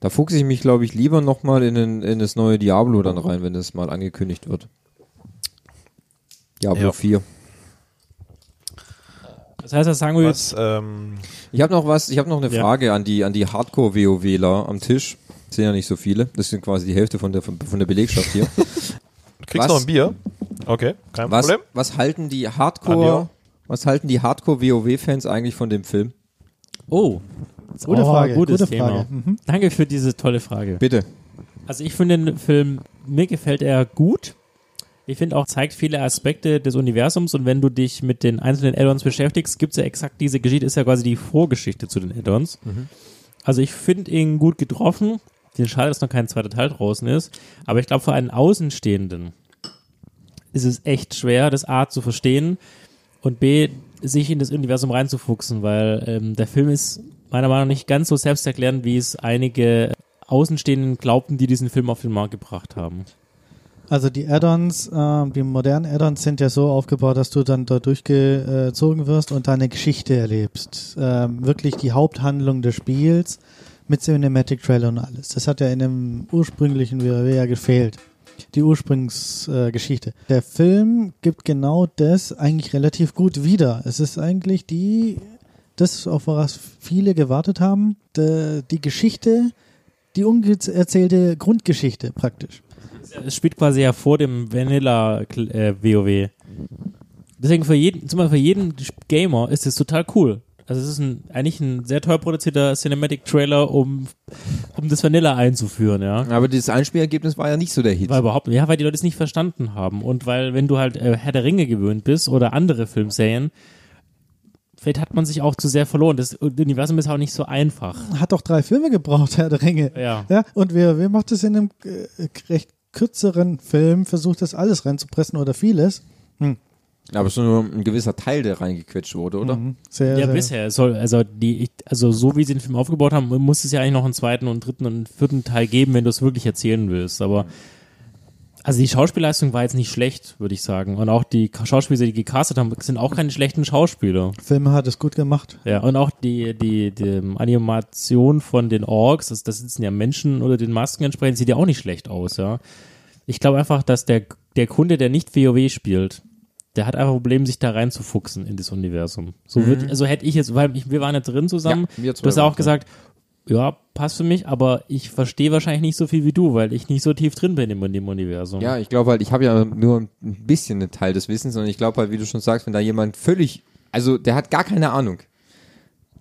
[SPEAKER 4] Da fuchse ich mich, glaube ich, lieber nochmal in, den- in das neue Diablo dann rein, wenn das mal angekündigt wird. Diablo
[SPEAKER 1] Ja.
[SPEAKER 4] 4.
[SPEAKER 3] Das heißt, das sagen wir jetzt,
[SPEAKER 1] Was, ähm,
[SPEAKER 4] Ich habe noch was, ich habe noch eine
[SPEAKER 3] Ja.
[SPEAKER 4] Frage an die an die Hardcore WoWler am Tisch. Das sind ja nicht so viele. Das sind quasi die Hälfte von der von der Belegschaft hier.
[SPEAKER 1] du kriegst
[SPEAKER 4] Was?
[SPEAKER 1] noch ein Bier? Okay, kein
[SPEAKER 4] was
[SPEAKER 1] Problem.
[SPEAKER 4] was halten die Hardcore
[SPEAKER 1] Anja.
[SPEAKER 4] was halten die Hardcore WoW Fans eigentlich von dem Film?
[SPEAKER 3] oh.
[SPEAKER 2] Gute
[SPEAKER 3] oh,
[SPEAKER 2] Frage,
[SPEAKER 3] gutes
[SPEAKER 2] gute
[SPEAKER 3] Thema.
[SPEAKER 2] Frage. Mhm.
[SPEAKER 3] Danke für diese tolle Frage.
[SPEAKER 4] Bitte.
[SPEAKER 3] Also ich finde den Film, mir gefällt er gut. Ich finde auch, zeigt viele Aspekte des Universums und wenn du dich mit den einzelnen Add-ons beschäftigst, gibt es ja exakt diese Geschichte, ist ja quasi die Vorgeschichte zu den Add-ons. Also ich finde ihn gut getroffen. Den Schade, dass noch kein zweiter Teil draußen ist. Aber ich glaube, für einen Außenstehenden ist es echt schwer, das A zu verstehen und B, sich in das Universum reinzufuchsen, weil ähm, der Film ist meiner Meinung nach nicht ganz so selbsterklärend, wie es einige Außenstehenden glaubten, die diesen Film auf den Markt gebracht haben.
[SPEAKER 2] Also die Add-ons, ähm, die modernen Add-ons sind ja so aufgebaut, dass du dann da durchgezogen wirst und deine Geschichte erlebst. Ähm, wirklich die Haupthandlung des Spiels mit Cinematic Trailer und alles. Das hat ja in dem ursprünglichen WoW ja gefehlt. Die Ursprungsgeschichte. Äh, Geschichte. Der Film gibt genau das eigentlich relativ gut wieder. Es ist eigentlich die, das auf was viele gewartet haben, de, die Geschichte, die ungeerzählte Grundgeschichte praktisch.
[SPEAKER 3] Es spielt quasi ja vor dem Vanilla äh, WoW. Deswegen für jeden, zum Beispiel für jeden Gamer ist es total cool. Also es ist ein, eigentlich ein sehr teuer produzierter Cinematic Trailer, um, um das Vanilla einzuführen, ja.
[SPEAKER 4] Aber dieses Einspielergebnis war ja nicht so der Hit.
[SPEAKER 3] Weil überhaupt, ja, weil die Leute es nicht verstanden haben. Und weil, wenn du halt äh, Herr der Ringe gewöhnt bist oder andere Filmserien, vielleicht hat man sich auch zu sehr verloren. Das Universum ist auch nicht so einfach.
[SPEAKER 2] hat doch drei Filme gebraucht, [LAUGHS] Herr der Ringe.
[SPEAKER 3] Ja.
[SPEAKER 2] Ja, und wer, wer macht es in einem äh, recht kürzeren Film, versucht das alles reinzupressen oder vieles.
[SPEAKER 4] Aber es ist nur ein gewisser Teil, der reingequetscht wurde, oder?
[SPEAKER 3] Mhm.
[SPEAKER 2] Sehr,
[SPEAKER 3] Hm. Ja,
[SPEAKER 2] sehr,
[SPEAKER 3] bisher. Es soll, also, die, ich- also, so wie sie den Film aufgebaut haben, muss es ja eigentlich noch einen zweiten und dritten und vierten Teil geben, wenn du es wirklich erzählen willst. Aber, also, die Schauspielleistung war jetzt nicht schlecht, würde ich sagen. Und auch die Ka- Schauspieler, die gecastet haben, sind auch keine schlechten Schauspieler.
[SPEAKER 2] Filme hat es gut gemacht.
[SPEAKER 3] Ja, und auch die, die, die ähm, Animation von den Orks, das, das sitzen ja Menschen oder den Masken entsprechend, sieht ja auch nicht schlecht aus, ja. Ich glaube einfach, dass der, der Kunde, der nicht WoW spielt, der hat einfach Probleme, sich da reinzufuchsen in das Universum. So würd, also hätte ich jetzt, weil ich, wir waren ja drin zusammen,
[SPEAKER 4] Mhm. Ja, wir zwei
[SPEAKER 3] du hast ja
[SPEAKER 4] waren
[SPEAKER 3] auch gesagt, ja, passt für mich, aber ich verstehe wahrscheinlich nicht so viel wie du, weil ich nicht so tief drin bin im- in dem Universum.
[SPEAKER 4] Ja, ich glaube halt, ich habe ja nur ein bisschen einen Teil des Wissens und ich glaube halt, wie du schon sagst, wenn da jemand völlig, also der hat gar keine Ahnung,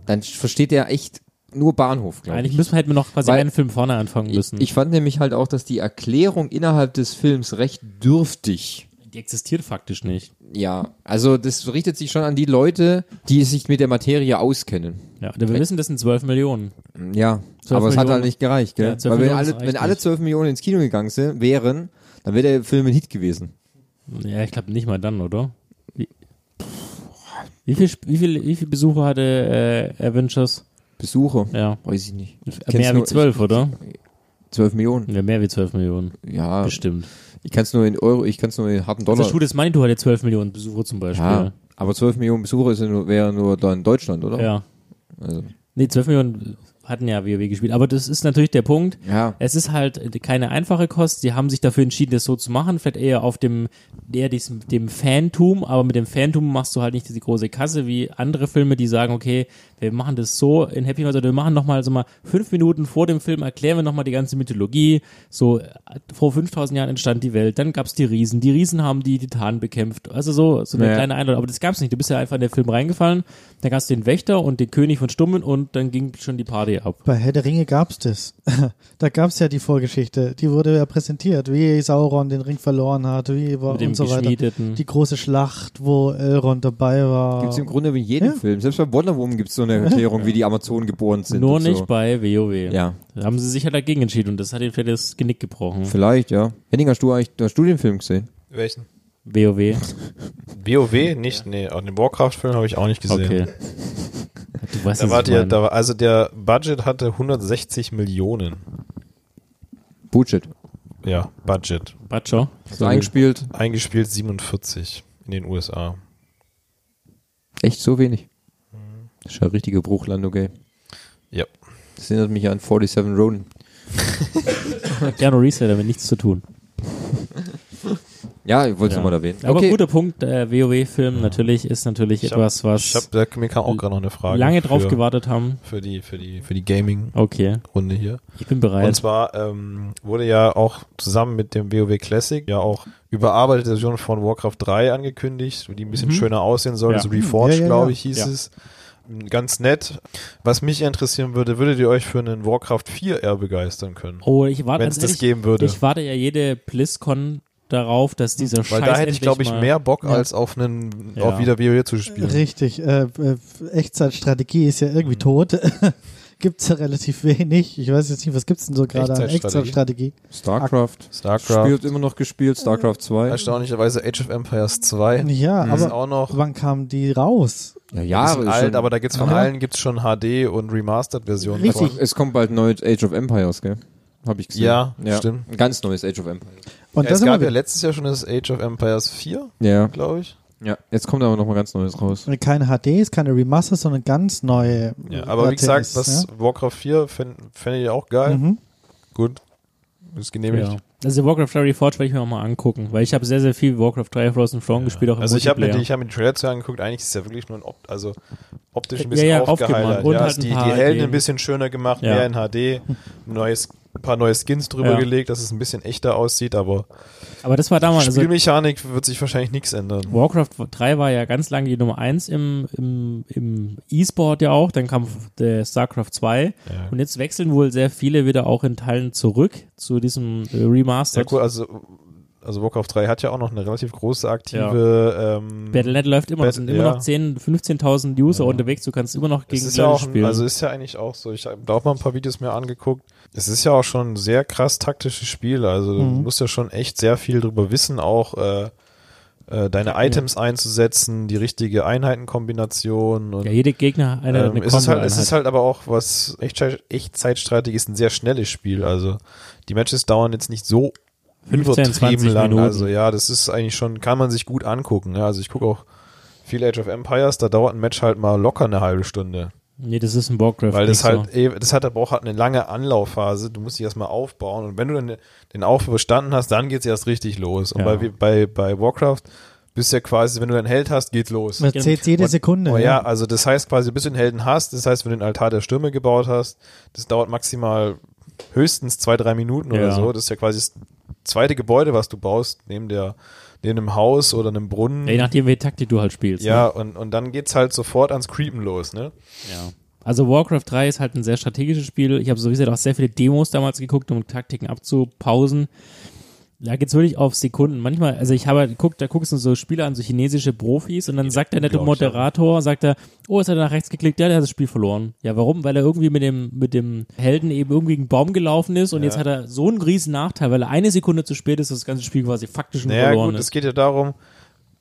[SPEAKER 4] dann versteht der echt nur Bahnhof, glaube
[SPEAKER 3] Eigentlich
[SPEAKER 4] ich.
[SPEAKER 3] müssen wir, hätten wir noch quasi
[SPEAKER 4] Weil-
[SPEAKER 3] einen Film vorne anfangen
[SPEAKER 4] ich.
[SPEAKER 3] müssen.
[SPEAKER 4] Ich fand nämlich halt auch, dass die Erklärung innerhalb des Films recht dürftig
[SPEAKER 3] die existiert faktisch nicht.
[SPEAKER 4] Ja, also das richtet sich schon an die Leute, die sich mit der Materie auskennen.
[SPEAKER 3] Ja, wir wissen, das sind 12 Millionen.
[SPEAKER 4] Ja, aber es hat
[SPEAKER 3] Millionen.
[SPEAKER 4] halt nicht gereicht, gell?
[SPEAKER 3] Ja, 12
[SPEAKER 4] Weil wenn
[SPEAKER 3] Millionen
[SPEAKER 4] alle,
[SPEAKER 3] reicht
[SPEAKER 4] wenn alle
[SPEAKER 3] nicht.
[SPEAKER 4] 12 Millionen ins Kino gegangen sind, wären, dann wäre der Film ein Hit gewesen.
[SPEAKER 3] Ja, ich glaube nicht mal dann, oder? Wie, wie viel, Sp- wie viel, wie viel Besucher hatte äh, Avengers?
[SPEAKER 4] Besucher,
[SPEAKER 3] Ja,
[SPEAKER 4] weiß ich nicht. Ich kenn's
[SPEAKER 3] mehr wie
[SPEAKER 4] nur-
[SPEAKER 3] 12, oder?
[SPEAKER 4] 12 Millionen.
[SPEAKER 3] Ja, mehr wie 12 Millionen,
[SPEAKER 4] Ja,
[SPEAKER 3] bestimmt.
[SPEAKER 4] ich kann es nur in Euro, ich kann es nur in harten
[SPEAKER 3] Also
[SPEAKER 4] Dollar.
[SPEAKER 3] Schuh des Manitou hatte 12 Millionen Besucher zum Beispiel.
[SPEAKER 4] ja, aber 12 Millionen Besucher ist ja nur, wäre nur da in Deutschland, oder?
[SPEAKER 3] ja.
[SPEAKER 4] Also,
[SPEAKER 3] Nee, 12 Millionen, hatten ja WoW gespielt. Aber das ist natürlich der Punkt.
[SPEAKER 4] Ja.
[SPEAKER 3] Es ist halt keine einfache Kost. Sie haben sich dafür entschieden, das so zu machen. Vielleicht eher auf dem, eher diesem, dem Fantum. Aber mit dem Fantum machst du halt nicht diese große Kasse wie andere Filme, die sagen, okay, wir machen das so in Happy Meals oder wir machen nochmal so mal fünf Minuten vor dem Film erklären wir nochmal die ganze Mythologie. So, äh, vor 5000 Jahren entstand die Welt. Dann gab's die Riesen. Die Riesen haben die Titanen bekämpft. Also so, so eine
[SPEAKER 4] Ja.
[SPEAKER 3] kleine Einladung. Aber das gab's nicht. Du bist ja einfach in den Film reingefallen. Dann gab's den Wächter und den König von Stummen und dann ging schon die Party ab.
[SPEAKER 2] Bei Herr der Ringe gab's das. [LAUGHS] da gab's ja die Vorgeschichte. Die wurde ja präsentiert, wie Sauron den Ring verloren hat, wie war
[SPEAKER 3] Mit dem
[SPEAKER 2] und so weiter.
[SPEAKER 3] geschmiedeten.
[SPEAKER 2] Die große Schlacht, wo Elrond dabei war.
[SPEAKER 4] Gibt es im Grunde wie in jedem
[SPEAKER 2] Ja.
[SPEAKER 4] Film. Selbst bei Wonder Woman gibt es so eine Erklärung, wie die Amazonen geboren sind.
[SPEAKER 3] Nur
[SPEAKER 4] und
[SPEAKER 3] nicht
[SPEAKER 4] so.
[SPEAKER 3] bei WoW.
[SPEAKER 4] Ja.
[SPEAKER 3] Da haben sie sich halt dagegen entschieden und das hat ihnen vielleicht das Genick gebrochen.
[SPEAKER 4] Vielleicht, ja. Henning, hast du eigentlich hast du den Film gesehen?
[SPEAKER 1] Welchen?
[SPEAKER 3] WoW.
[SPEAKER 1] WoW nicht, nee, auch den Warcraft-Film habe ich auch nicht gesehen.
[SPEAKER 3] Okay. Du weißt,
[SPEAKER 1] Da
[SPEAKER 3] was
[SPEAKER 1] war
[SPEAKER 3] ich
[SPEAKER 1] der,
[SPEAKER 3] meine.
[SPEAKER 1] da war, also der Budget hatte 160 Millionen.
[SPEAKER 4] Bullshit.
[SPEAKER 1] Ja, Budget.
[SPEAKER 3] Batscher.
[SPEAKER 4] So eingespielt.
[SPEAKER 1] Eingespielt 47 in den USA.
[SPEAKER 4] Echt so wenig. Das ist ja eine richtige Bruchlandung, ey.
[SPEAKER 1] Ja.
[SPEAKER 4] Das erinnert mich an 47 Ronin.
[SPEAKER 3] Gerne Reseller, damit nichts zu tun.
[SPEAKER 4] Ja, ich wollte
[SPEAKER 3] Ja.
[SPEAKER 4] es nochmal erwähnen.
[SPEAKER 3] Aber
[SPEAKER 4] okay.
[SPEAKER 3] guter Punkt, äh, WoW-Film natürlich ist natürlich
[SPEAKER 1] Ich hab-
[SPEAKER 3] etwas,
[SPEAKER 1] Ich hab,
[SPEAKER 3] was
[SPEAKER 1] da, mir kam auch gerade noch eine Frage.
[SPEAKER 3] lange
[SPEAKER 1] für,
[SPEAKER 3] drauf gewartet haben.
[SPEAKER 1] Für die, für die, für die Gaming-Runde
[SPEAKER 3] Okay,
[SPEAKER 1] hier.
[SPEAKER 3] ich bin
[SPEAKER 1] Und
[SPEAKER 3] bereit.
[SPEAKER 1] zwar ähm, wurde ja auch zusammen mit dem WoW Classic ja auch überarbeitete Version von Warcraft 3 angekündigt, die ein bisschen schöner aussehen soll.
[SPEAKER 3] Ja.
[SPEAKER 1] Also Reforged,
[SPEAKER 2] Ja, ja,
[SPEAKER 1] glaube
[SPEAKER 2] ja.
[SPEAKER 1] ich, hieß
[SPEAKER 3] Ja.
[SPEAKER 1] es. Ganz nett. Was mich interessieren würde, würdet ihr euch für einen Warcraft 4R begeistern können?
[SPEAKER 3] Oh, ich warte,
[SPEAKER 1] Wenn
[SPEAKER 3] ganz
[SPEAKER 1] es das
[SPEAKER 3] ehrlich,
[SPEAKER 1] geben würde.
[SPEAKER 3] ich warte ja jede BlizzCon darauf, dass dieser
[SPEAKER 1] Weil
[SPEAKER 3] Scheiß
[SPEAKER 1] da hätte ich,
[SPEAKER 3] endlich
[SPEAKER 1] glaube ich,
[SPEAKER 3] mal-
[SPEAKER 1] mehr Bock als auf einen,
[SPEAKER 3] Ja.
[SPEAKER 1] auf wieder WoW zu spielen.
[SPEAKER 2] Richtig, äh, äh, Echtzeitstrategie ist ja irgendwie tot. [LAUGHS] gibt's ja relativ wenig. Ich weiß jetzt nicht, was gibt's denn so gerade an
[SPEAKER 1] Echtzeitstrategie?
[SPEAKER 2] Echtzeitstrategie?
[SPEAKER 4] StarCraft.
[SPEAKER 1] StarCraft.
[SPEAKER 4] Spielt immer noch gespielt, StarCraft 2.
[SPEAKER 1] Erstaunlicherweise Age of Empires 2.
[SPEAKER 2] Ja,
[SPEAKER 1] Das Mhm. ist
[SPEAKER 2] aber
[SPEAKER 1] auch noch.
[SPEAKER 2] wann kamen die raus?
[SPEAKER 4] Ja,
[SPEAKER 1] die
[SPEAKER 4] Jahre
[SPEAKER 1] sind
[SPEAKER 4] ist
[SPEAKER 1] alt,
[SPEAKER 4] schon-
[SPEAKER 1] aber da gibt's von
[SPEAKER 2] Ja.
[SPEAKER 1] allen gibt's schon HD und Remastered-Versionen.
[SPEAKER 2] Richtig.
[SPEAKER 1] davon.
[SPEAKER 4] Es kommt bald ein neues Age of Empires, gell? Hab ich gesehen.
[SPEAKER 1] Ja, stimmt.
[SPEAKER 4] Ein ganz neues Age of Empires.
[SPEAKER 2] Und
[SPEAKER 1] Ja,
[SPEAKER 2] das
[SPEAKER 1] es gab ja
[SPEAKER 2] immer
[SPEAKER 1] letztes Jahr schon das Age of Empires 4,
[SPEAKER 4] Ja.
[SPEAKER 1] glaube ich.
[SPEAKER 4] ja. Jetzt kommt aber nochmal ganz neues raus.
[SPEAKER 2] keine HDs, keine Remasters, sondern ganz neue. ne?
[SPEAKER 1] Ja,
[SPEAKER 3] Mhm.
[SPEAKER 1] aber wie
[SPEAKER 2] RTS,
[SPEAKER 1] gesagt, das
[SPEAKER 2] ja?
[SPEAKER 1] Warcraft 4 fände fänd ich auch geil.
[SPEAKER 2] Mhm.
[SPEAKER 1] Gut. Ist genehmigt.
[SPEAKER 3] Ja. Also Warcraft 3 Reforged werde ich mir auch mal angucken, weil ich habe sehr, sehr viel Warcraft 3 Frozen Throne gespielt, auch im
[SPEAKER 1] Also ich habe mir, die-
[SPEAKER 3] Multiplayer.
[SPEAKER 1] ich hab mir die Trailer zu angeguckt, eigentlich ist es ja wirklich nur ein Op also optisch ein
[SPEAKER 3] Ja,
[SPEAKER 1] bisschen
[SPEAKER 3] ja,
[SPEAKER 1] aufgeheilert.
[SPEAKER 3] aufgemalt. Und
[SPEAKER 1] ja,
[SPEAKER 3] halt
[SPEAKER 1] ist
[SPEAKER 3] ein
[SPEAKER 1] die,
[SPEAKER 3] paar
[SPEAKER 1] die Helden ein
[SPEAKER 3] Ideen.
[SPEAKER 1] bisschen schöner gemacht,
[SPEAKER 3] Ja.
[SPEAKER 1] mehr in
[SPEAKER 3] [LAUGHS]
[SPEAKER 1] HD, neues, ein paar neue Skins drüber
[SPEAKER 3] Ja.
[SPEAKER 1] gelegt, dass es ein bisschen echter aussieht, aber
[SPEAKER 3] Aber das war damals, also
[SPEAKER 1] Spielmechanik wird sich wahrscheinlich nichts ändern.
[SPEAKER 3] Warcraft 3 war ja ganz lange die Nummer 1 im, im, im E-Sport ja auch, dann kam der StarCraft 2
[SPEAKER 1] Ja.
[SPEAKER 3] und jetzt wechseln wohl sehr viele wieder auch in Teilen zurück zu diesem äh, Remaster.
[SPEAKER 1] Ja, cool, also, also Warcraft 3 hat ja auch noch eine relativ große aktive ähm,
[SPEAKER 3] Battle.net läuft immer, noch, es sind
[SPEAKER 1] Battle-
[SPEAKER 3] immer
[SPEAKER 1] ja.
[SPEAKER 3] noch 10, 15.000 User
[SPEAKER 1] Ja.
[SPEAKER 3] unterwegs, du kannst immer noch
[SPEAKER 1] Es
[SPEAKER 3] gegen
[SPEAKER 1] ist ja auch,
[SPEAKER 3] spielen.
[SPEAKER 1] Also ist ja eigentlich auch so. Ich habe da auch mal ein paar Videos mir angeguckt. Es ist ja auch schon ein sehr krass taktisches Spiel. Also du
[SPEAKER 2] Mhm.
[SPEAKER 1] musst ja schon echt sehr viel drüber wissen, auch äh, äh, deine Items einzusetzen, die richtige Einheitenkombination und
[SPEAKER 3] ja, jede Gegner eine,
[SPEAKER 1] ähm,
[SPEAKER 3] eine
[SPEAKER 1] es, ist halt,
[SPEAKER 3] Kombo-Einheit.
[SPEAKER 1] es ist halt aber auch was Echtzeit- Echtzeitstrategie ist ein sehr schnelles Spiel. Also die Matches dauern jetzt nicht so
[SPEAKER 3] 15, 20
[SPEAKER 1] übertrieben lang.
[SPEAKER 3] Minuten.
[SPEAKER 1] Also ja, das ist eigentlich schon, kann man sich gut angucken. Ja, also ich gucke auch viel Age of Empires, da dauert ein Match halt mal locker eine halbe Stunde.
[SPEAKER 3] nee, das ist ein Warcraft.
[SPEAKER 1] Weil das
[SPEAKER 3] nicht
[SPEAKER 1] halt, eh- das hat aber auch halt eine lange Anlaufphase. Du musst dich erstmal aufbauen. Und wenn du dann den Aufbau bestanden hast, dann geht's erst richtig los. Und
[SPEAKER 3] Ja.
[SPEAKER 1] bei, bei, bei Warcraft bist du ja quasi, wenn du einen Held hast, geht's los.
[SPEAKER 2] Man zählt jede Sekunde. ne?
[SPEAKER 1] Oh ja,
[SPEAKER 2] ja.
[SPEAKER 1] also das heißt quasi, bis du den Helden hast, das heißt, wenn du den Altar der Stürme gebaut hast, das dauert maximal höchstens zwei, drei Minuten oder
[SPEAKER 3] Ja.
[SPEAKER 1] so. Das ist ja quasi das zweite Gebäude, was du baust, neben der, neben einem Haus oder einem Brunnen.
[SPEAKER 3] so. Ja, je nachdem, welche Taktik du halt spielst.
[SPEAKER 1] ja,
[SPEAKER 3] Ne?
[SPEAKER 1] und, und dann geht's halt sofort ans Creepen los, ne?
[SPEAKER 3] Ja. Also Warcraft 3 ist halt ein sehr strategisches Spiel. Ich habe sowieso auch sehr viele Demos damals geguckt, um Taktiken abzupausen. Da geht's wirklich auf Sekunden. Manchmal, also ich habe geguckt, da guckst du so Spieler an, so chinesische Profis und dann sagt der nette
[SPEAKER 1] glaub ich, ja.
[SPEAKER 3] Moderator, sagt er, oh, jetzt hat er nach rechts geklickt, ja, der hat das Spiel verloren. Ja, warum? Weil er irgendwie mit dem, mit dem Helden eben irgendwie gegen einen Baum gelaufen ist und jetzt hat er so einen riesen Nachteil, weil er eine Sekunde zu spät ist, dass das ganze Spiel quasi faktisch schon
[SPEAKER 1] Naja,
[SPEAKER 3] verloren
[SPEAKER 1] gut, es
[SPEAKER 3] ist.
[SPEAKER 1] geht ja darum,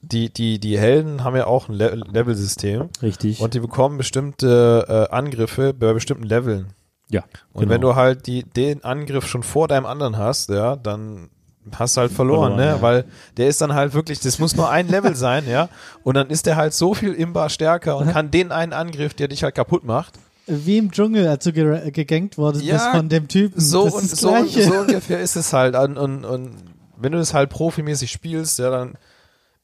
[SPEAKER 1] die, die, die Helden haben ja auch ein Le Level-System
[SPEAKER 3] Richtig.
[SPEAKER 1] und die bekommen bestimmte äh, Angriffe bei bestimmten Leveln.
[SPEAKER 3] ja. genau.
[SPEAKER 1] Und wenn du halt die, den Angriff schon vor deinem anderen hast, ja, dann hast du halt verloren,
[SPEAKER 3] Verloren,
[SPEAKER 1] ne?
[SPEAKER 3] ja.
[SPEAKER 1] Weil der ist dann halt wirklich, das muss nur ein Level
[SPEAKER 3] [LAUGHS]
[SPEAKER 1] sein, ja. Und dann ist der halt so viel imbar stärker und kann den einen Angriff, der dich halt kaputt macht,
[SPEAKER 2] wie im Dschungel, als du ge gegankt wurdest
[SPEAKER 1] Ja,
[SPEAKER 2] bist von dem Typen.
[SPEAKER 1] so
[SPEAKER 2] das
[SPEAKER 1] und
[SPEAKER 2] ist das
[SPEAKER 1] so,
[SPEAKER 2] Gleiche.
[SPEAKER 1] so ungefähr ist es halt. Und, und, und wenn du es halt profimäßig spielst, ja, dann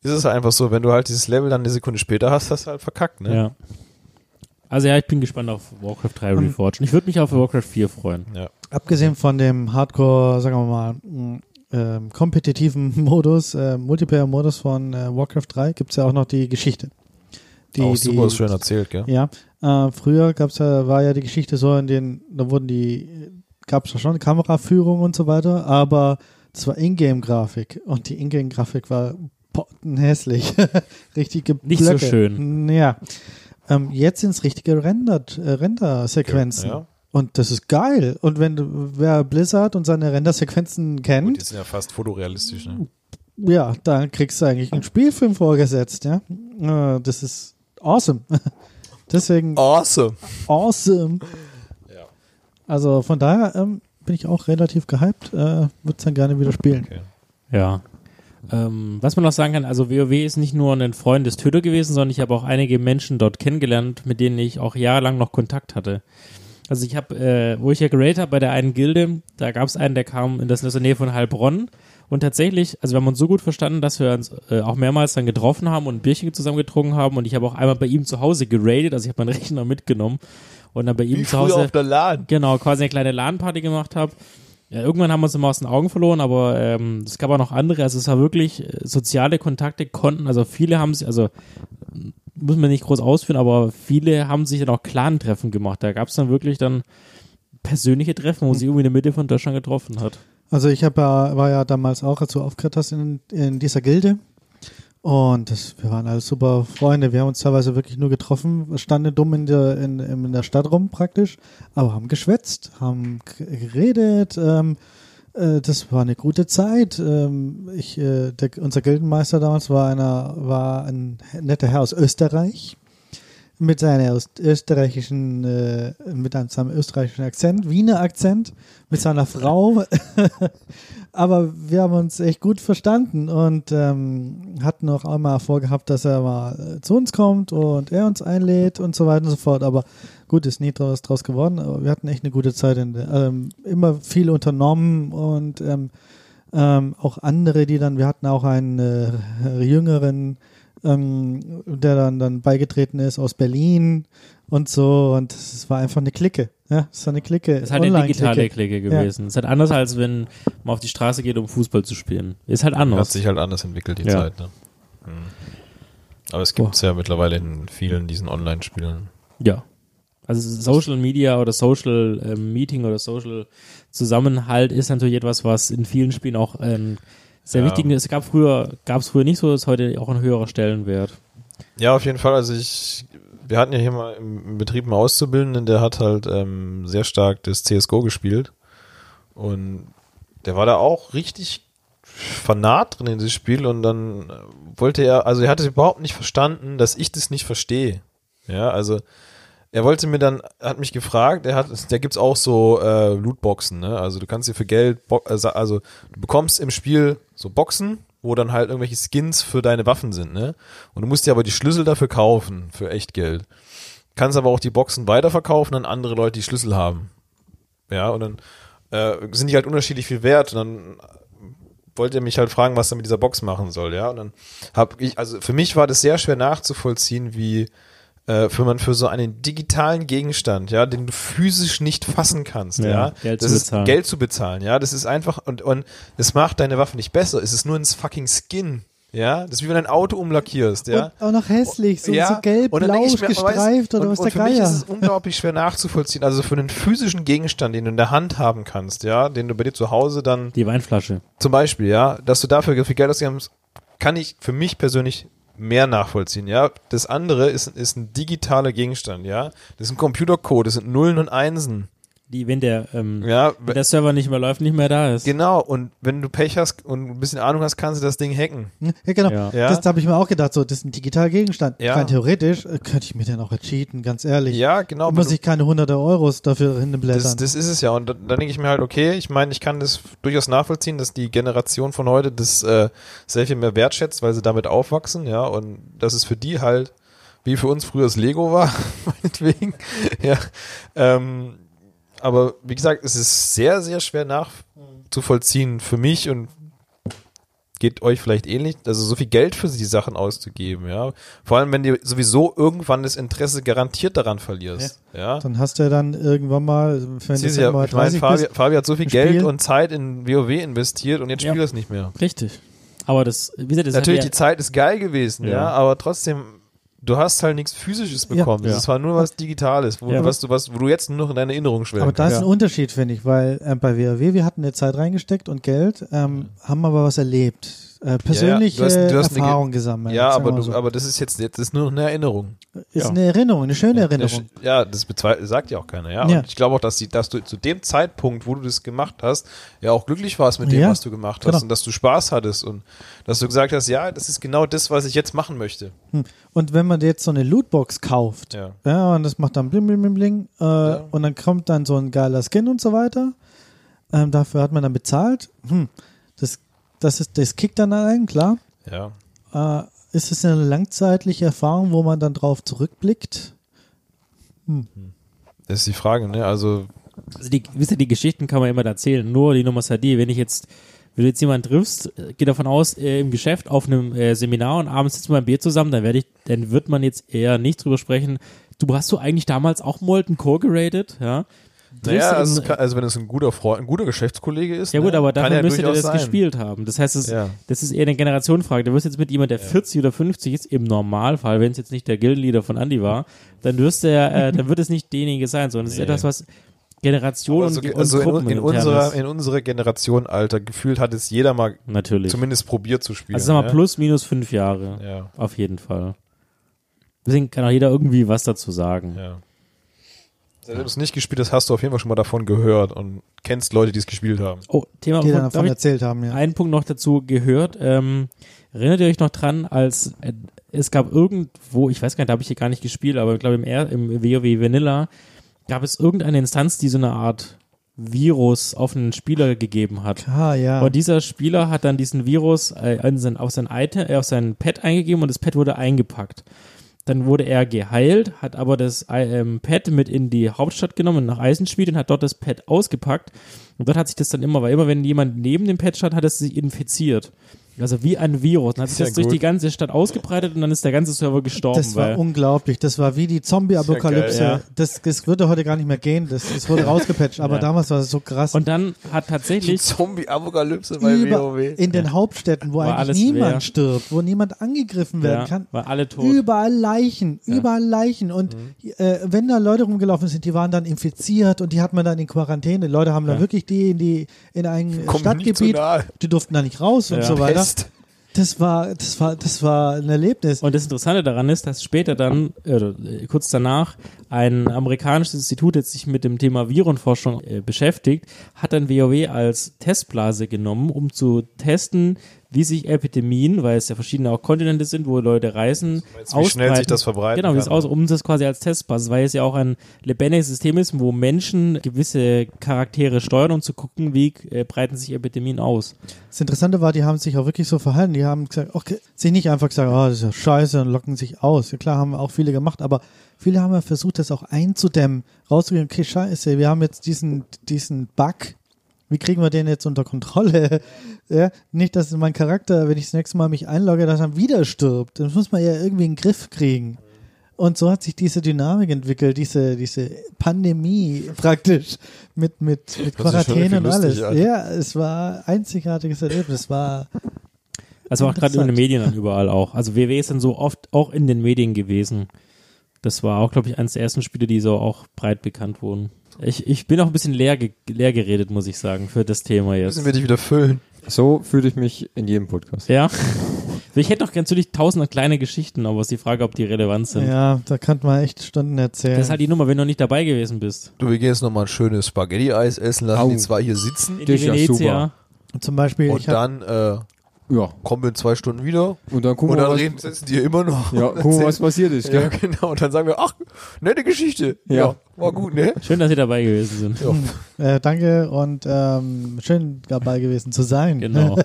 [SPEAKER 1] ist es halt einfach so, wenn du halt dieses Level dann eine Sekunde später hast, hast du halt verkackt, ne?
[SPEAKER 3] Ja. Also ja, ich bin gespannt auf Warcraft 3 Reforged. Und ich würde mich auf Warcraft 4 freuen.
[SPEAKER 2] Abgesehen von dem Hardcore, sagen wir mal, mh, ähm, kompetitiven [LAUGHS] Modus, äh, Multiplayer-Modus von äh, Warcraft 3, gibt es ja auch noch die Geschichte. Die,
[SPEAKER 1] Auch super
[SPEAKER 2] die,
[SPEAKER 1] schön erzählt, gell?
[SPEAKER 2] Ja, äh, früher gab's ja, war ja die Geschichte so, in den, da wurden die, gab es ja schon Kameraführung und so weiter, aber es war Ingame-Grafik und die Ingame-Grafik war pottenhässlich. [LAUGHS] richtig geblöcke.
[SPEAKER 3] Nicht so schön.
[SPEAKER 2] Mm, Ja. Ähm, jetzt sind's richtige Rendert, äh, Render-Sequenzen.
[SPEAKER 1] Ja.
[SPEAKER 2] Und das ist geil. Und wenn du, wer Blizzard und seine Render-Sequenzen
[SPEAKER 1] Gut,
[SPEAKER 2] kennt,
[SPEAKER 1] die sind ja fast fotorealistisch, ne?
[SPEAKER 2] ja, dann kriegst du eigentlich einen Spielfilm vorgesetzt, ja. Äh, das ist awesome. [LAUGHS] Deswegen
[SPEAKER 1] Awesome.
[SPEAKER 2] awesome.
[SPEAKER 1] Ja.
[SPEAKER 2] Also von daher ähm, bin ich auch relativ gehypt. Äh, Würde es dann gerne wieder spielen.
[SPEAKER 1] Okay.
[SPEAKER 3] Ja. Ähm, was man noch sagen kann, also WoW ist nicht nur ein Freund des Töter gewesen, sondern ich habe auch einige Menschen dort kennengelernt, mit denen ich auch jahrelang noch Kontakt hatte. Also ich habe, äh, wo ich ja geratet habe bei der einen Gilde, da gab es einen, der kam in das in der Nähe von Heilbronn und tatsächlich, also wir haben uns so gut verstanden, dass wir uns äh, auch mehrmals dann getroffen haben und ein Bierchen zusammen getrunken haben und ich habe auch einmal bei ihm zu Hause geradet, also ich habe meinen [LAUGHS] Rechner mitgenommen und dann bei ihm
[SPEAKER 1] Wie
[SPEAKER 3] zu
[SPEAKER 1] früher
[SPEAKER 3] Hause
[SPEAKER 1] auf der LAN.
[SPEAKER 3] genau, quasi eine kleine LAN-Party gemacht habe. Ja, irgendwann haben wir uns immer aus den Augen verloren, aber ähm, es gab auch noch andere. Also es war wirklich, äh, soziale Kontakte konnten, also viele haben sich, also m, muss man nicht groß ausführen, aber viele haben sich dann auch Clan-Treffen gemacht. Da gab es dann wirklich dann persönliche Treffen, wo man sich irgendwie in der Mitte von Deutschland getroffen hat.
[SPEAKER 2] Also ich hab ja, war ja damals auch, als du aufgehört hast, in, in dieser Gilde. Und das, wir waren alle super Freunde. Wir haben uns teilweise wirklich nur getroffen, standen dumm in der, in, in der Stadt rum praktisch, aber haben geschwätzt, haben g- geredet. Ähm, äh, das war eine gute Zeit. Ähm, ich, äh, der, unser Gildenmeister damals war, einer, war ein netter Herr aus Österreich. Mit seiner aus- österreichischen, äh, mit einem- seinem österreichischen Akzent, Wiener Akzent, mit seiner Frau. Aber wir haben uns echt gut verstanden und ähm, hatten auch einmal vorgehabt, dass er mal äh, zu uns kommt und er uns einlädt und so weiter und so fort. Aber gut, ist nie draus, draus geworden. Aber wir hatten echt eine gute Zeit. In der, ähm, immer viel unternommen und ähm, ähm, auch andere, die dann, wir hatten auch einen äh, jüngeren, ähm, der dann, dann beigetreten ist aus Berlin und so. Und es war einfach eine Clique. Ja, es war eine Clique.
[SPEAKER 3] Das ist halt eine
[SPEAKER 2] Online-Clique.
[SPEAKER 3] digitale Clique gewesen. Es ist halt anders, als wenn man auf die Straße geht, um Fußball zu spielen. Ist halt
[SPEAKER 1] Hat
[SPEAKER 3] anders.
[SPEAKER 1] sich halt anders entwickelt, die
[SPEAKER 3] Ja.
[SPEAKER 1] Zeit, ne? Mhm. Aber es gibt es ja mittlerweile in vielen diesen Online-Spielen.
[SPEAKER 3] Ja. Also Social Media oder Social ähm, Meeting oder Social Zusammenhalt ist natürlich etwas, was in vielen Spielen auch ähm, sehr
[SPEAKER 1] Ja.
[SPEAKER 3] wichtig ist. Es gab früher, gab es früher nicht so, ist heute auch ein höherer Stellenwert.
[SPEAKER 1] Ja, auf jeden Fall. Also ich, wir hatten ja hier mal im Betrieb einen Auszubildenden, der hat halt ähm, sehr stark das CSGO gespielt. Und der war da auch richtig fanat drin in dieses Spiel und dann äh, wollte er, also er hatte überhaupt nicht verstanden, dass ich das nicht verstehe. Ja, also er wollte mir dann, er hat mich gefragt, er hat, da gibt's auch so äh, Lootboxen, ne? Also du kannst dir für Geld, Bo also, also du bekommst im Spiel so Boxen, wo dann halt irgendwelche Skins für deine Waffen sind, ne? Und du musst dir aber die Schlüssel dafür kaufen, für echt Geld. Kannst aber auch die Boxen weiterverkaufen an andere Leute, die Schlüssel haben. Ja, und dann äh, sind die halt unterschiedlich viel wert und dann wollte er mich halt fragen, was er mit dieser Box machen soll, ja. Und dann hab ich, also für mich war das sehr schwer nachzuvollziehen, wie äh, für man für so einen digitalen Gegenstand, ja, den du physisch nicht fassen kannst, ja,
[SPEAKER 3] Ja, Geld
[SPEAKER 1] das
[SPEAKER 3] zu
[SPEAKER 1] ist
[SPEAKER 3] bezahlen.
[SPEAKER 1] Geld zu bezahlen, ja, das ist einfach und und es macht deine Waffe nicht besser, es ist nur ein fucking Skin, ja, das ist wie wenn du ein Auto umlackierst, ja.
[SPEAKER 2] Und auch noch hässlich, so, so
[SPEAKER 1] und dann
[SPEAKER 2] gelb-blau
[SPEAKER 1] denk ich mir,
[SPEAKER 2] gestreift
[SPEAKER 1] weißt,
[SPEAKER 2] oder
[SPEAKER 1] und,
[SPEAKER 2] was
[SPEAKER 1] und
[SPEAKER 2] der
[SPEAKER 1] für mich ist es
[SPEAKER 2] Geier.
[SPEAKER 1] unglaublich schwer nachzuvollziehen. Also für einen physischen Gegenstand, den du in der Hand haben kannst, ja, den du bei dir zu Hause dann
[SPEAKER 3] Die Weinflasche.
[SPEAKER 1] zum Beispiel, ja, dass du dafür viel Geld ausgegeben hast, kann ich für mich persönlich mehr nachvollziehen, ja. Das andere ist, ist ein digitaler Gegenstand, ja. Das ist ein Computercode, das sind Nullen und Einsen,
[SPEAKER 3] Die, wenn der, ähm,
[SPEAKER 1] ja.
[SPEAKER 3] wenn der Server nicht mehr läuft, nicht mehr da ist.
[SPEAKER 1] Genau, und wenn du Pech hast und ein bisschen Ahnung hast, kannst du das Ding hacken.
[SPEAKER 2] Ja, genau.
[SPEAKER 3] Ja.
[SPEAKER 1] Ja.
[SPEAKER 2] Das habe ich mir auch gedacht, so, das ist ein digitaler Gegenstand.
[SPEAKER 1] Ja.
[SPEAKER 2] Rein theoretisch äh, könnte ich mir den auch cheaten, ganz ehrlich.
[SPEAKER 1] Ja, genau.
[SPEAKER 2] muss
[SPEAKER 1] aber du-
[SPEAKER 2] ich keine hunderte Euros dafür hinblättern.
[SPEAKER 1] Das, das ist es ja. Und da, da denke ich mir halt, okay, ich meine, ich kann das durchaus nachvollziehen, dass die Generation von heute das äh, sehr viel mehr wertschätzt, weil sie damit aufwachsen, ja. Und das ist für die halt wie für uns früher das Lego war, [LAUGHS] meinetwegen. ja. Ähm, aber wie gesagt, es ist sehr, sehr schwer nachzuvollziehen für mich und geht euch vielleicht ähnlich, also so viel Geld für die Sachen auszugeben, ja. Vor allem, wenn du sowieso irgendwann das Interesse garantiert daran verlierst, ja.
[SPEAKER 2] Dann hast du ja dann irgendwann mal, wenn du
[SPEAKER 1] Siehst du ja,
[SPEAKER 2] dann mal
[SPEAKER 1] ich meine,
[SPEAKER 2] 30
[SPEAKER 1] Fabi,
[SPEAKER 2] bist,
[SPEAKER 1] Fabi hat so viel
[SPEAKER 2] Spiel.
[SPEAKER 1] Geld und Zeit in WoW investiert und jetzt
[SPEAKER 3] Ja.
[SPEAKER 1] spielt er es nicht mehr.
[SPEAKER 3] Richtig. Aber das, wie gesagt, das
[SPEAKER 1] Natürlich, die
[SPEAKER 3] hat
[SPEAKER 1] Zeit ist geil gewesen, ja,
[SPEAKER 3] Ja.
[SPEAKER 1] aber trotzdem, du hast halt nichts Physisches bekommen.
[SPEAKER 3] Ja.
[SPEAKER 1] Es war nur was Digitales, wo,
[SPEAKER 3] Ja.
[SPEAKER 1] was du, was, wo du jetzt nur noch in deine Erinnerung schwelgen
[SPEAKER 2] aber da ist
[SPEAKER 1] kannst.
[SPEAKER 2] ein Unterschied, finde ich, weil ähm, bei WoW, wir hatten eine Zeit reingesteckt und Geld, ähm, haben aber was erlebt. Äh, persönliche
[SPEAKER 1] du hast- du hast eine Ge-
[SPEAKER 2] Erfahrung gesammelt.
[SPEAKER 1] ja,
[SPEAKER 2] sagen wir
[SPEAKER 1] aber,
[SPEAKER 2] mal
[SPEAKER 1] du,
[SPEAKER 2] so.
[SPEAKER 1] aber das ist jetzt, jetzt ist nur noch eine Erinnerung.
[SPEAKER 2] ist
[SPEAKER 3] ja.
[SPEAKER 2] eine Erinnerung, eine schöne Erinnerung.
[SPEAKER 1] Ja, das bezweifelt, sagt ja auch keiner, ja.
[SPEAKER 2] Ja.
[SPEAKER 1] Und ich glaube auch, dass, die, dass du zu dem Zeitpunkt, wo du das gemacht hast, ja auch glücklich warst mit dem,
[SPEAKER 2] Ja,
[SPEAKER 1] was du gemacht hast
[SPEAKER 2] genau.
[SPEAKER 1] und dass du Spaß hattest und dass du gesagt hast, ja, das ist genau das, was ich jetzt machen möchte.
[SPEAKER 2] Hm. Und wenn man jetzt so eine Lootbox kauft,
[SPEAKER 1] Ja.
[SPEAKER 2] und das macht dann bling, bling, bling, bling, äh,
[SPEAKER 1] Ja.
[SPEAKER 2] und dann kommt dann so ein geiler Skin und so weiter, ähm, dafür hat man dann bezahlt, hm. das, das, ist, das kickt dann ein, klar.
[SPEAKER 1] Ja.
[SPEAKER 2] Äh, ist es eine langzeitliche Erfahrung, wo man dann drauf zurückblickt?
[SPEAKER 1] Das ist die Frage, ne? Also,
[SPEAKER 3] der, also die, wisst ihr, die Geschichten kann man immer erzählen. Nur die Nummer ist halt die, wenn ich jetzt, wenn du jetzt jemanden triffst, äh, geh davon aus, äh, im Geschäft auf einem äh, Seminar und abends sitzen wir ein Bier zusammen, dann werde ich, dann wird man jetzt eher nicht drüber sprechen. Du hast du eigentlich damals auch Molten Core geratet, ja?
[SPEAKER 1] naja,
[SPEAKER 3] Triffst du
[SPEAKER 1] also,
[SPEAKER 3] im-
[SPEAKER 1] es kann, also wenn es ein guter Freund, ein guter Geschäftskollege ist,
[SPEAKER 3] Ja gut,
[SPEAKER 1] ne?
[SPEAKER 3] aber
[SPEAKER 1] kann
[SPEAKER 3] dafür müsste der
[SPEAKER 1] durchaus
[SPEAKER 3] das
[SPEAKER 1] sein.
[SPEAKER 3] gespielt haben. Das heißt, es,
[SPEAKER 1] Ja.
[SPEAKER 3] das ist eher eine Generationenfrage. Du wirst jetzt mit jemandem, der 40 oder 50 ist, im Normalfall, wenn es jetzt nicht der Gildenleader von Andy war, dann wirst der, äh, dann wird es nicht derjenige sein, sondern es ist
[SPEAKER 1] Nee.
[SPEAKER 3] etwas, was Generation
[SPEAKER 1] Also,
[SPEAKER 3] und,
[SPEAKER 1] also
[SPEAKER 3] und
[SPEAKER 1] in,
[SPEAKER 3] Gruppen
[SPEAKER 1] in, unserer, in unserer Generation, Alter, gefühlt hat es jeder mal
[SPEAKER 3] natürlich.
[SPEAKER 1] zumindest probiert zu spielen.
[SPEAKER 3] also sag mal
[SPEAKER 1] ne?
[SPEAKER 3] plus minus fünf Jahre
[SPEAKER 1] Ja,
[SPEAKER 3] auf jeden Fall. Deswegen kann auch jeder irgendwie was dazu sagen.
[SPEAKER 1] ja. Also Wenn du es nicht gespielt hast, hast du auf jeden Fall schon mal davon gehört und kennst Leute, die es gespielt haben.
[SPEAKER 3] Oh, Thema
[SPEAKER 2] Die dann
[SPEAKER 3] darf
[SPEAKER 2] davon
[SPEAKER 3] ich-
[SPEAKER 2] erzählt haben, ja.
[SPEAKER 3] einen Punkt noch dazu gehört. Ähm, erinnert ihr euch noch dran, als äh, es gab irgendwo, ich weiß gar nicht, da habe ich hier gar nicht gespielt, aber ich glaube im, R- im WoW Vanilla gab es irgendeine Instanz, die so eine Art Virus auf einen Spieler gegeben hat.
[SPEAKER 2] Ah, ja.
[SPEAKER 3] Und dieser Spieler hat dann diesen Virus äh, in sein, auf, sein Item, äh, auf sein Pad eingegeben und das Pad wurde eingepackt. Dann wurde er geheilt, hat aber das Ei- ähm, Pad mit in die Hauptstadt genommen, nach Eisenschmiede und hat dort das Pad ausgepackt. Und dort hat sich das dann immer, weil immer wenn jemand neben dem Pad stand, hat es sich infiziert. Also wie ein Virus. Dann hat sich
[SPEAKER 1] ja
[SPEAKER 3] das durch
[SPEAKER 1] gut.
[SPEAKER 3] die ganze Stadt ausgebreitet und dann ist der ganze Server gestorben.
[SPEAKER 2] das war
[SPEAKER 3] weil
[SPEAKER 2] unglaublich. Das war wie die Zombie-Apokalypse.
[SPEAKER 1] Ja, geil,
[SPEAKER 2] das, das würde heute gar nicht mehr gehen. Das,
[SPEAKER 1] [LAUGHS]
[SPEAKER 2] das wurde rausgepatcht. Aber
[SPEAKER 3] Ja.
[SPEAKER 2] damals war es so krass.
[SPEAKER 3] und dann hat tatsächlich
[SPEAKER 1] Zombie-Apokalypse
[SPEAKER 2] Über, in den Hauptstädten, wo
[SPEAKER 3] War alles
[SPEAKER 2] eigentlich niemand
[SPEAKER 3] leer.
[SPEAKER 2] stirbt, wo niemand angegriffen werden
[SPEAKER 3] ja,
[SPEAKER 2] kann.
[SPEAKER 3] waren alle tot. Mhm.
[SPEAKER 2] Überall Leichen, überall Leichen. Und äh, wenn da Leute rumgelaufen sind, die waren dann infiziert und die hat man dann in Quarantäne. Leute haben dann
[SPEAKER 3] Ja.
[SPEAKER 2] wirklich die in die in ein
[SPEAKER 1] Komm mir nicht zu
[SPEAKER 2] Stadtgebiet,
[SPEAKER 1] nahe.
[SPEAKER 2] die durften da nicht raus und
[SPEAKER 3] Ja.
[SPEAKER 2] so weiter.
[SPEAKER 1] Pest.
[SPEAKER 2] Das war, das war, das war ein Erlebnis.
[SPEAKER 3] Und das Interessante daran ist, dass später dann, äh, oder äh, kurz danach, ein amerikanisches Institut, das sich mit dem Thema Virenforschung äh, beschäftigt, hat dann WoW als Testblase genommen, um zu testen, wie sich Epidemien, weil es ja verschiedene auch Kontinente sind, wo Leute reisen,
[SPEAKER 1] meinst, wie schnell
[SPEAKER 3] ausbreiten.
[SPEAKER 1] sich das verbreiten
[SPEAKER 3] Genau, wie es
[SPEAKER 1] kann.
[SPEAKER 3] aus, um das quasi als Testbasis, weil es ja auch ein lebendiges System ist, wo Menschen gewisse Charaktere steuern, um zu gucken, wie äh, breiten sich Epidemien aus.
[SPEAKER 2] Das Interessante war, die haben sich auch wirklich so verhalten. Die haben gesagt, okay, sich nicht einfach gesagt, oh, das ist ja scheiße und locken sich aus. Ja, klar, haben auch viele gemacht, aber viele haben ja versucht, das auch einzudämmen, rauszugehen, okay, scheiße, wir haben jetzt diesen, diesen Bug. Wie kriegen wir den jetzt unter Kontrolle? [LAUGHS] Ja, nicht, dass mein Charakter, wenn ich das nächste Mal mich einlogge, dass er wieder stirbt. Das muss man ja irgendwie in den Griff kriegen. Und so hat sich diese Dynamik entwickelt, diese, diese Pandemie [LAUGHS] praktisch mit, mit, mit
[SPEAKER 1] Das ist schon
[SPEAKER 2] Quarantäne und
[SPEAKER 1] irgendwie
[SPEAKER 2] alles.
[SPEAKER 1] lustig, Alter.
[SPEAKER 2] Ja, es war einzigartiges Erlebnis. Es war
[SPEAKER 3] Also auch gerade in den
[SPEAKER 2] Interessant.
[SPEAKER 3] Medien dann überall auch. Also WW ist dann so oft auch in den Medien gewesen. Das war auch, glaube ich, eines der ersten Spiele, die so auch breit bekannt wurden. Ich, ich bin auch ein bisschen leer, ge leer geredet, muss ich sagen, für das Thema jetzt.
[SPEAKER 1] Müssen wir dich wieder füllen.
[SPEAKER 4] So fühle ich mich in jedem Podcast.
[SPEAKER 3] Ja. [LAUGHS] Ich hätte noch natürlich tausende kleine Geschichten, aber es ist die Frage, ob die relevant sind.
[SPEAKER 2] ja, da kann man echt Stunden erzählen.
[SPEAKER 3] Das ist halt die Nummer, wenn du nicht dabei gewesen bist.
[SPEAKER 1] Du, wir gehen jetzt nochmal ein schönes Spaghetti-Eis essen, lassen
[SPEAKER 4] Au.
[SPEAKER 1] die zwei hier sitzen
[SPEAKER 3] In
[SPEAKER 4] Das ist ja
[SPEAKER 3] Venezia.
[SPEAKER 2] Zum Beispiel,
[SPEAKER 1] und
[SPEAKER 2] ich hab,
[SPEAKER 1] dann äh,
[SPEAKER 4] Ja.
[SPEAKER 1] kommen wir in zwei Stunden wieder
[SPEAKER 4] Und dann
[SPEAKER 1] und
[SPEAKER 4] gucken
[SPEAKER 1] dann
[SPEAKER 4] wir,
[SPEAKER 1] reden, sitzen die immer noch.
[SPEAKER 4] was,
[SPEAKER 1] [LAUGHS]
[SPEAKER 4] ja,
[SPEAKER 1] und
[SPEAKER 4] gucken wir, was
[SPEAKER 1] erzählen-
[SPEAKER 4] passiert ist.
[SPEAKER 1] ja,
[SPEAKER 4] Gell?
[SPEAKER 1] genau. Und dann sagen wir, ach, nette Geschichte.
[SPEAKER 4] Ja.
[SPEAKER 1] war gut, ne?
[SPEAKER 3] Schön, dass Sie dabei gewesen sind.
[SPEAKER 1] Ja.
[SPEAKER 2] äh, danke und ähm, schön dabei gewesen zu sein. [LAUGHS]
[SPEAKER 3] Genau.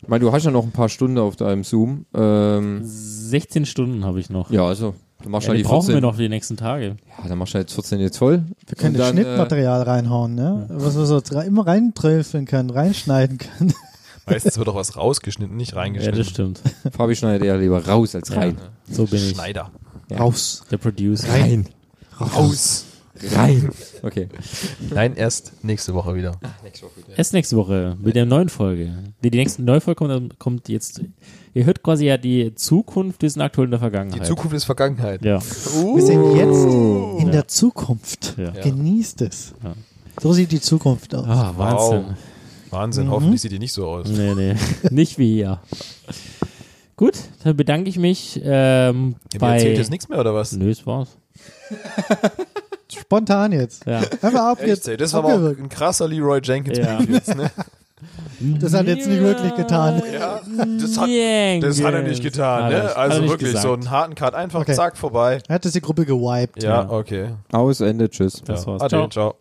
[SPEAKER 4] Ich meine, du hast ja noch ein paar Stunden auf deinem Zoom. Ähm,
[SPEAKER 3] 16 Stunden habe ich noch.
[SPEAKER 4] ja, also Dann machst
[SPEAKER 3] Ja,
[SPEAKER 4] du
[SPEAKER 3] die
[SPEAKER 4] halt die
[SPEAKER 3] brauchen
[SPEAKER 4] 14.
[SPEAKER 3] wir noch für die nächsten Tage.
[SPEAKER 4] Ja, dann machst du halt 14 jetzt voll.
[SPEAKER 2] Wir können
[SPEAKER 4] Und dann, äh,
[SPEAKER 2] Schnittmaterial reinhauen, ne? Was wir so dra- immer reintröpfeln können, reinschneiden können.
[SPEAKER 1] Meistens wird auch was rausgeschnitten, nicht
[SPEAKER 3] Ja,
[SPEAKER 1] reingeschnitten.
[SPEAKER 3] das stimmt.
[SPEAKER 4] Äh, Fabi schneidet eher lieber raus als rein.
[SPEAKER 3] So bin ich.
[SPEAKER 1] Schneider.
[SPEAKER 2] Raus.
[SPEAKER 3] Der Producer.
[SPEAKER 4] Rein.
[SPEAKER 1] Raus.
[SPEAKER 4] Rein. Okay.
[SPEAKER 1] Nein, erst nächste Woche wieder.
[SPEAKER 3] Erst nächste Woche mit der neuen Folge. Die, die nächste neue Folge kommt, dann kommt jetzt. Ihr hört quasi ja die Zukunft, die sind aktuell in der
[SPEAKER 1] Die
[SPEAKER 3] Vergangenheit.
[SPEAKER 1] Zukunft ist Vergangenheit.
[SPEAKER 3] Ja.
[SPEAKER 2] Wir sind jetzt in
[SPEAKER 3] Ja.
[SPEAKER 2] der Zukunft.
[SPEAKER 3] Ja.
[SPEAKER 2] Genießt es.
[SPEAKER 3] Ja.
[SPEAKER 2] So sieht die Zukunft aus.
[SPEAKER 3] Ah, Wahnsinn.
[SPEAKER 1] Wow. Wahnsinn,
[SPEAKER 3] Mhm.
[SPEAKER 1] hoffentlich sieht die nicht so aus.
[SPEAKER 3] Nee, nee. Nicht wie hier. Gut, dann bedanke ich mich. Ähm,
[SPEAKER 1] Ihr
[SPEAKER 3] bei
[SPEAKER 1] erzählt jetzt nichts mehr oder was?
[SPEAKER 3] Nö, es war's.
[SPEAKER 2] Spontan jetzt.
[SPEAKER 3] Ja.
[SPEAKER 2] Einfach ab
[SPEAKER 1] Echt,
[SPEAKER 2] jetzt.
[SPEAKER 1] ey, das war aber auch
[SPEAKER 2] abgewürgt.
[SPEAKER 1] ein krasser Leroy Jenkins
[SPEAKER 3] Ja.
[SPEAKER 1] Beat jetzt,
[SPEAKER 3] [LAUGHS]
[SPEAKER 1] ne?
[SPEAKER 2] Das hat jetzt nicht wirklich getan.
[SPEAKER 1] Ja, das hat, das hat er nicht getan,
[SPEAKER 3] Hat er nicht-
[SPEAKER 1] ne?
[SPEAKER 3] hat er
[SPEAKER 1] Also
[SPEAKER 3] nicht
[SPEAKER 1] wirklich
[SPEAKER 3] gesagt.
[SPEAKER 1] so einen harten Cut, einfach
[SPEAKER 2] Okay.
[SPEAKER 1] zack, vorbei.
[SPEAKER 2] Er hat es die Gruppe gewiped.
[SPEAKER 1] Ja,
[SPEAKER 3] Ja.
[SPEAKER 1] okay.
[SPEAKER 4] Aus, Ende, tschüss.
[SPEAKER 3] Das war's.
[SPEAKER 1] Ade,
[SPEAKER 3] Ciao.
[SPEAKER 1] ciao.